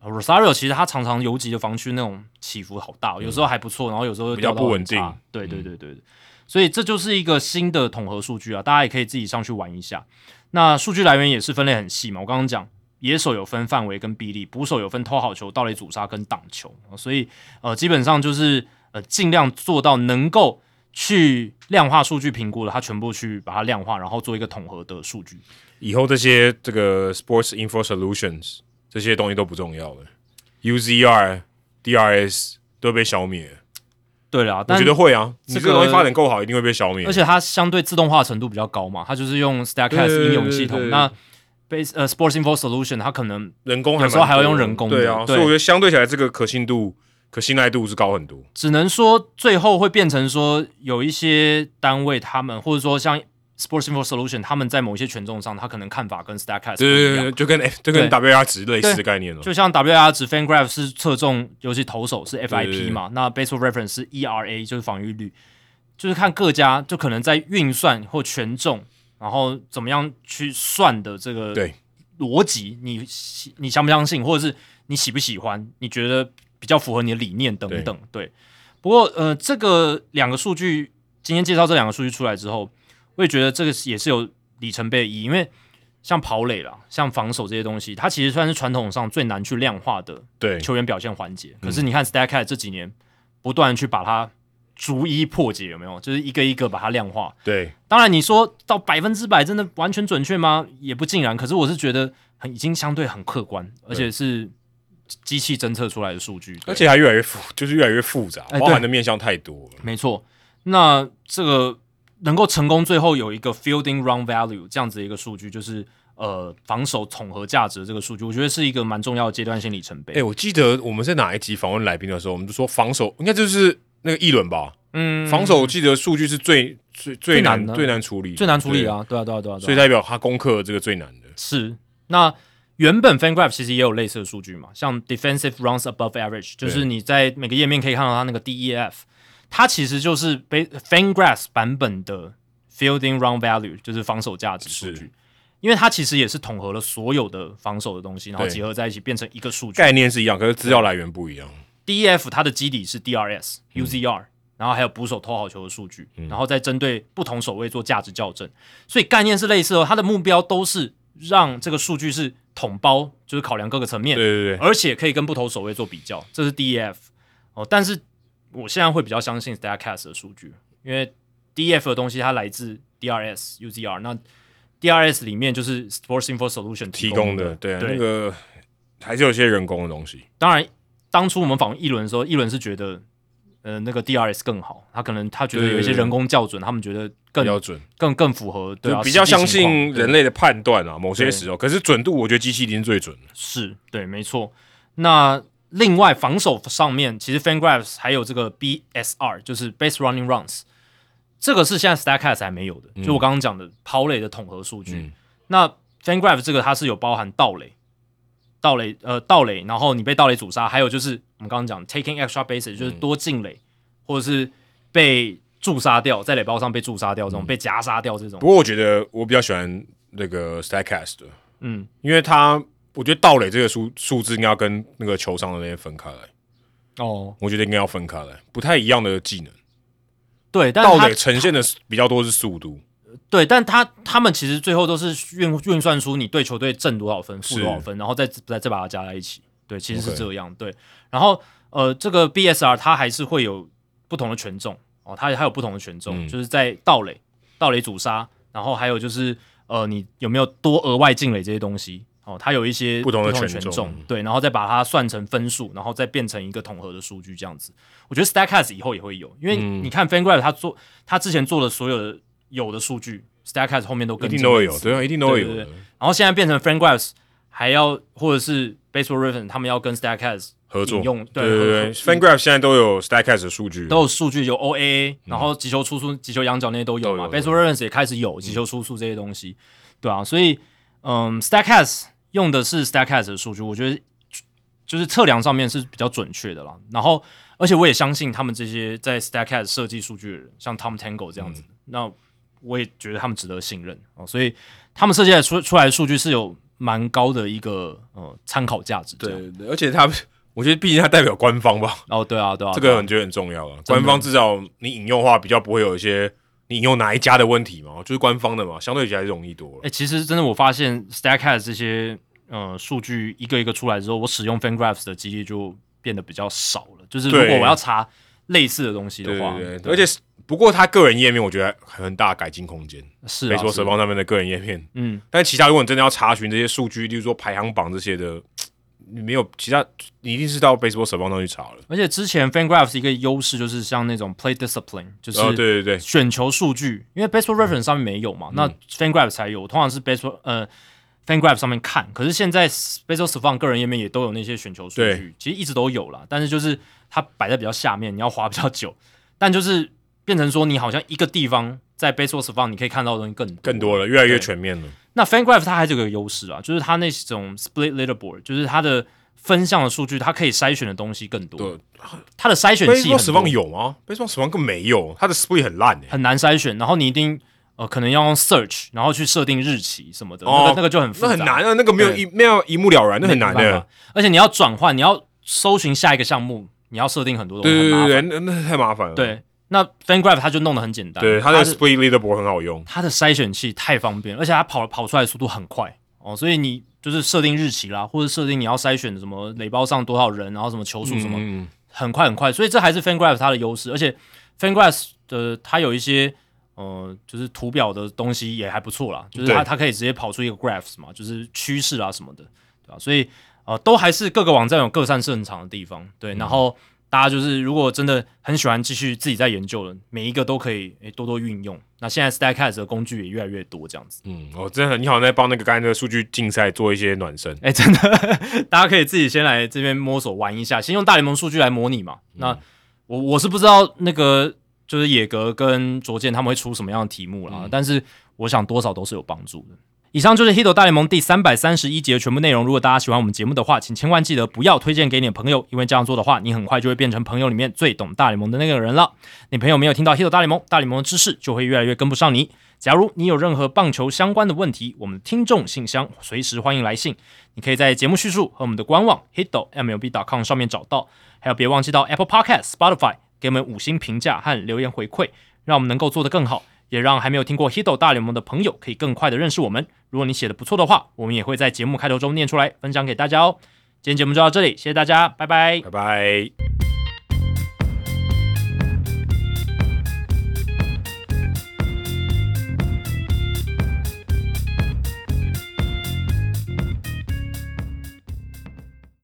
Speaker 2: 呃 Rosario 其实他常常游击的防区那种起伏好大，有时候还不错，然后有时候
Speaker 1: 嗯比较
Speaker 2: 掉到
Speaker 1: 不
Speaker 2: 很
Speaker 1: 稳
Speaker 2: 差
Speaker 1: 定。嗯
Speaker 2: 对对对对对，所以这就是一个新的统合数据啊，大家也可以自己上去玩一下。那数据来源也是分类很细嘛，我刚刚讲。野手有分范围跟比例，捕手有分偷好球、盗垒阻杀跟挡球，呃所以呃，基本上就是呃，尽量做到能够去量化数据评估的，它全部去把它量化，然后做一个统合的数据。
Speaker 1: 以后这些这个 Sports Info Solutions 这些东西都不重要了，UZR、DRS 都被消灭了。
Speaker 2: 对啦，
Speaker 1: 我
Speaker 2: 但
Speaker 1: 觉得会啊，你
Speaker 2: 这
Speaker 1: 这
Speaker 2: 个
Speaker 1: 个东西发展够好，一定会被消灭
Speaker 2: 而。且它相对自动化程度比较高嘛，它就是用 Stacks
Speaker 1: 对
Speaker 2: 应用系统。
Speaker 1: 对对
Speaker 2: 那 Base 呃 Sports Info Solution 它可能
Speaker 1: 人工还
Speaker 2: 有
Speaker 1: 蛮
Speaker 2: 时候还
Speaker 1: 多
Speaker 2: 要
Speaker 1: 的
Speaker 2: 用人工的
Speaker 1: 对啊，所
Speaker 2: 对
Speaker 1: 以我觉得相对起来，这个可信度、可信赖度是高很多。
Speaker 2: 只能说最后会变成说有一些单位他们或者说像 Sports Info Solution 他们在某些权重上，他可能看法跟 Stacks 不
Speaker 1: 对
Speaker 2: 一
Speaker 1: 对
Speaker 2: 样
Speaker 1: 对，。就跟哎就跟
Speaker 2: 对
Speaker 1: WR 值类似的概念了。
Speaker 2: 就像 WR 值 FanGraph 是侧重，尤其投手是
Speaker 1: 对对
Speaker 2: FIP
Speaker 1: 对
Speaker 2: 嘛，那 Baseball Reference 是 ERA 就是防御率，就是看各家就可能在运算或权重，然后怎么样去算的这个
Speaker 1: 对
Speaker 2: 逻辑，你喜你相不相信，或者是你喜不喜欢，你觉得比较符合你的理念等等。对，不过呃，这个两个数据今天介绍这两个数据出来之后，我也觉得这个也是有里程碑意义，因为像跑垒啦，像防守这些东西，它其实算是传统上最难去量化的
Speaker 1: 对，
Speaker 2: 球员表现环节。可是
Speaker 1: 嗯
Speaker 2: 你看 Stacks 这几年不断去把它逐一破解，有没有？就是一个一个把它量化。
Speaker 1: 对，
Speaker 2: 当然，你说到百分之百真的完全准确吗？也不尽然。可是我是觉得很已经相对很客观，而且是机器侦测出来的数据。对
Speaker 1: 而且还越来越复，就是越来越复杂，
Speaker 2: 哎
Speaker 1: 包含
Speaker 2: 对
Speaker 1: 的面向太多了。
Speaker 2: 没错，那这个能够成功最后有一个 fielding run value 这样子的一个数据，就是呃防守统合价值的这个数据，我觉得是一个蛮重要的阶段性里程碑。
Speaker 1: 哎、我记得我们在哪一集访问来宾的时候，我们就说防守应该就是那个议轮吧，
Speaker 2: 嗯，
Speaker 1: 防守我记得数据是最最最难
Speaker 2: 最难的
Speaker 1: 最难处理的
Speaker 2: 最难处理
Speaker 1: 对
Speaker 2: 啊，对啊，对啊，对啊，对啊
Speaker 1: 所以代表他攻克了这个最难的。
Speaker 2: 是，那原本 FanGraph 其实也有类似的数据嘛，像 Defensive Runs Above Average，就是你在每个页面可以看到它那个 DEF，它其实就是被 FanGraph 版本的 Fielding Run Value，就是防守价值数
Speaker 1: 是
Speaker 2: 据。因为它其实也是统合了所有的防守的东西，然后
Speaker 1: 对
Speaker 2: 结合在一起变成一个数据。
Speaker 1: 概念是一样，可是资料来源不一样。
Speaker 2: DEF E 它的基底是 DRS、UZR，然
Speaker 1: 嗯
Speaker 2: 后还有捕手投好球的数据，然后再针对不同守卫做价值校正。所以概念是类似的哦，它的目标都是让这个数据是统包，就是考量各个层面，
Speaker 1: 对对对，
Speaker 2: 而且可以跟不同守卫做比较，这是 DEF 哦。但是我现在会比较相信 Statcast 的数据，因为 DEF 的东西它来自 DRS、UZR，那 DRS 里面就是 Sports Info Solution
Speaker 1: 提
Speaker 2: 供
Speaker 1: 供的，对啊，
Speaker 2: 对
Speaker 1: 那个还是有些人工的东西，
Speaker 2: 当然，当初我们访问一轮的时候，一轮是觉得，呃，那个 DRS 更好，他可能他觉得
Speaker 1: 对对
Speaker 2: 有一些
Speaker 1: 对
Speaker 2: 人工校准，他们觉得
Speaker 1: 比
Speaker 2: 更
Speaker 1: 较准，
Speaker 2: 更更符合对、啊、
Speaker 1: 就比较
Speaker 2: 实际
Speaker 1: 相
Speaker 2: 情况
Speaker 1: 信人类的判断啊，某些时候，可是准度我觉得机器一定是最准的，
Speaker 2: 是对，没错。那另外防守上面，其实 FanGraphs 还有这个 BSR，就是 Base Running Runs，这个是现在 Statcast 还没有的，就我刚刚讲的跑垒的统合数据。
Speaker 1: 嗯
Speaker 2: 那 FanGraph 这个它是有包含盗垒、盗垒呃盗垒，然后你被盗垒阻杀，还有就是我们刚刚讲 taking extra bases，就是多进垒、或者是被注杀掉，在垒包上被注杀掉这种、被夹杀掉这种
Speaker 1: 不。过我觉得我比较喜欢那个 Statcast 的，
Speaker 2: 嗯，
Speaker 1: 因为它我觉得盗垒这个数数字应该要跟那个球商的那些分开来，
Speaker 2: 哦，
Speaker 1: 我觉得应该要分开来，不太一样的技能，
Speaker 2: 对，但
Speaker 1: 盗
Speaker 2: 它
Speaker 1: 垒呈现的是比较多是速度，
Speaker 2: 对，但他他们其实最后都是运运算出你对球队挣多少分、负
Speaker 1: 是
Speaker 2: 多少分，然后再再再把它加在一起。对，其实是
Speaker 1: OK
Speaker 2: 这样。对，然后呃，这个 BSR 它还是会有不同的权重哦，它它有不同的权重，
Speaker 1: 嗯
Speaker 2: 就是在盗垒、盗垒阻杀，然后还有就是呃，你有没有多额外进垒这些东西哦，它有一些
Speaker 1: 不同的
Speaker 2: 权
Speaker 1: 权重嗯
Speaker 2: 对，然后再把它算成分数，然后再变成一个统合的数据这样子。我觉得 Statcast 以后也会有，因为
Speaker 1: 嗯
Speaker 2: 你看 FanGraph 它做他之前做的所有的有的数据，Statcast 后面都
Speaker 1: 一
Speaker 2: 跟
Speaker 1: 定
Speaker 2: 进
Speaker 1: 都
Speaker 2: 了
Speaker 1: 会
Speaker 2: 一
Speaker 1: 有，
Speaker 2: 次
Speaker 1: 对啊，一定都会有
Speaker 2: 对
Speaker 1: 的
Speaker 2: 对对然后现在变成 FanGraphs 还要或者是 Baseball Reference 他们要跟 Statcast
Speaker 1: 合作
Speaker 2: 引，用对
Speaker 1: 对对对
Speaker 2: 合作
Speaker 1: ，FanGraph 现在都有 Statcast 的数据，
Speaker 2: 都有数据有 OAA，然后急球出速、急球仰角那些都有嘛
Speaker 1: 嗯都有嗯
Speaker 2: ，Baseball Reference 也开始有急球出速这些东西，对啊，所以嗯，Statcast 用的是 Statcast 的数据，我觉得就是测量上面是比较准确的啦。然后，而且我也相信他们这些在 Statcast 设计数据的人，像 Tom Tango 这样
Speaker 1: 嗯
Speaker 2: 子，那我也觉得他们值得信任哦。所以他们设计的出出来的数据是有蛮高的一个呃参考价值。这样，
Speaker 1: 对对，而且它，我觉得毕竟它代表官方吧，
Speaker 2: 哦，对啊，对啊，
Speaker 1: 这
Speaker 2: 对啊
Speaker 1: 个我觉得很重要啊。官方至少你引用的话，比较不会有一些你引用哪一家的问题嘛，就是官方的嘛，相对起来容易多
Speaker 2: 哎、
Speaker 1: 了。
Speaker 2: 其实真的，我发现 Stacks 这些呃数据一个一个出来之后，我使用 FanGraphs 的几率就变得比较少了。就是如
Speaker 1: 对
Speaker 2: 果我要查类似的东西
Speaker 1: 对
Speaker 2: 的话，嗯
Speaker 1: 对对，而且是不过他个人页面我觉得还很大改进空间，
Speaker 2: 是
Speaker 1: 没
Speaker 2: 啊
Speaker 1: 说
Speaker 2: 是
Speaker 1: 蛇
Speaker 2: 啊
Speaker 1: 方上面的个人页面，
Speaker 2: 嗯，
Speaker 1: 但其他如果你真的要查询这些数据，例如说排行榜这些的，你没有其他，你一定是到 Baseball 蛇方上去查了。
Speaker 2: 而且之前 FanGraphs 一个优势就是像那种 Play Discipline，就是
Speaker 1: 哦，对对对，
Speaker 2: 选球数据，因为 Baseball Reference 上面没有
Speaker 1: 嗯
Speaker 2: 嘛，那 FanGraphs 才有，通常是 Baseball 呃 FanGraphs 上面看。可是现在 Baseball s f a n 个人页面也都有那些选球数
Speaker 1: 对
Speaker 2: 据，其实一直都有啦，但是就是它摆在比较下面，你要滑比较久， 但就是变成说你好像一个地方在 Baseball s f a n 你可以看到的东西更
Speaker 1: 更多了，越来越
Speaker 2: 对
Speaker 1: 全面了。
Speaker 2: 那 FanGraph 它还是有个优势啊，就是它那种 Split Leaderboard，就是它的分项的数据，它可以筛选的东西更多，
Speaker 1: 对
Speaker 2: 它的筛选器
Speaker 1: ，Baseball
Speaker 2: 很
Speaker 1: 蛇
Speaker 2: 多
Speaker 1: 方有吗？Baseball 蛇方更没有，它的 split 很烂欸诶。
Speaker 2: 很难筛选，然后你一定呃可能要用 search，然后去设定日期什么的，
Speaker 1: 哦
Speaker 2: 那个那个就很复
Speaker 1: 那
Speaker 2: 杂，
Speaker 1: 很难，啊，那个没有
Speaker 2: 对
Speaker 1: 一没有一目了然，那很难欸
Speaker 2: 没
Speaker 1: 的
Speaker 2: 办。法。而且你要转换，你要搜寻下一个项目，你要设定很多东西，
Speaker 1: 对
Speaker 2: 很麻
Speaker 1: 对对，
Speaker 2: 烦。
Speaker 1: 那那太麻烦了。
Speaker 2: 对，那 FanGraph 它就弄得很简单，
Speaker 1: 对，它
Speaker 2: 它
Speaker 1: 的
Speaker 2: 是
Speaker 1: Split Leaderboard 很好用，
Speaker 2: 它的筛选器太方便，而且它跑跑出来的速度很快哦，所以你就是设定日期啦，或者设定你要筛选什么垒包上多少人，然后什么球数什么，
Speaker 1: 嗯，
Speaker 2: 很快很快，所以这还是 FanGraph 它的优势，而且 FanGraph 的它有一些呃，就是图表的东西也还不错啦，就是它
Speaker 1: 对
Speaker 2: 它可以直接跑出一个 graphs 嘛，就是趋势啊什么的，对吧、所以呃，都还是各个网站有各擅擅长的地方，对，然后。大家就是，如果真的很喜欢继续自己在研究的，每一个都可以诶、多多运用。那现在 Stacks 的工具也越来越多，这样子。
Speaker 1: 嗯，哦，真的很，你好像在帮那个刚才那个数据竞赛做一些暖身。
Speaker 2: 哎、真的，大家可以自己先来这边摸索玩一下，先用大联盟数据来模拟嘛。那我我是不知道那个就是野格跟卓健他们会出什么样的题目啦，但是我想多少都是有帮助的。以上就是《h i t o 大联盟》第三百三十一集的全部内容。如果大家喜欢我们节目的话，请千万记得不要推荐给你的朋友，因为这样做的话，你很快就会变成朋友里面最懂大联盟的那个人了。你朋友没有听到《h i t o 大联盟》，大联盟的知识就会越来越跟不上你。假如你有任何棒球相关的问题，我们的听众信箱随时欢迎来信。你可以在节目叙述和我们的官网 hito mlb.com 上面找到。还有，别忘记到 Apple Podcast、Spotify 给我们五星评价和留言回馈，让我们能够做得更好。也让还没有听过 Hiddle 大联盟的朋友可以更快的认识我们。如果你写的不错的话，我们也会在节目开头中念出来，分享给大家哦。今天节目就到这里，谢谢大家，拜拜。
Speaker 1: 拜拜。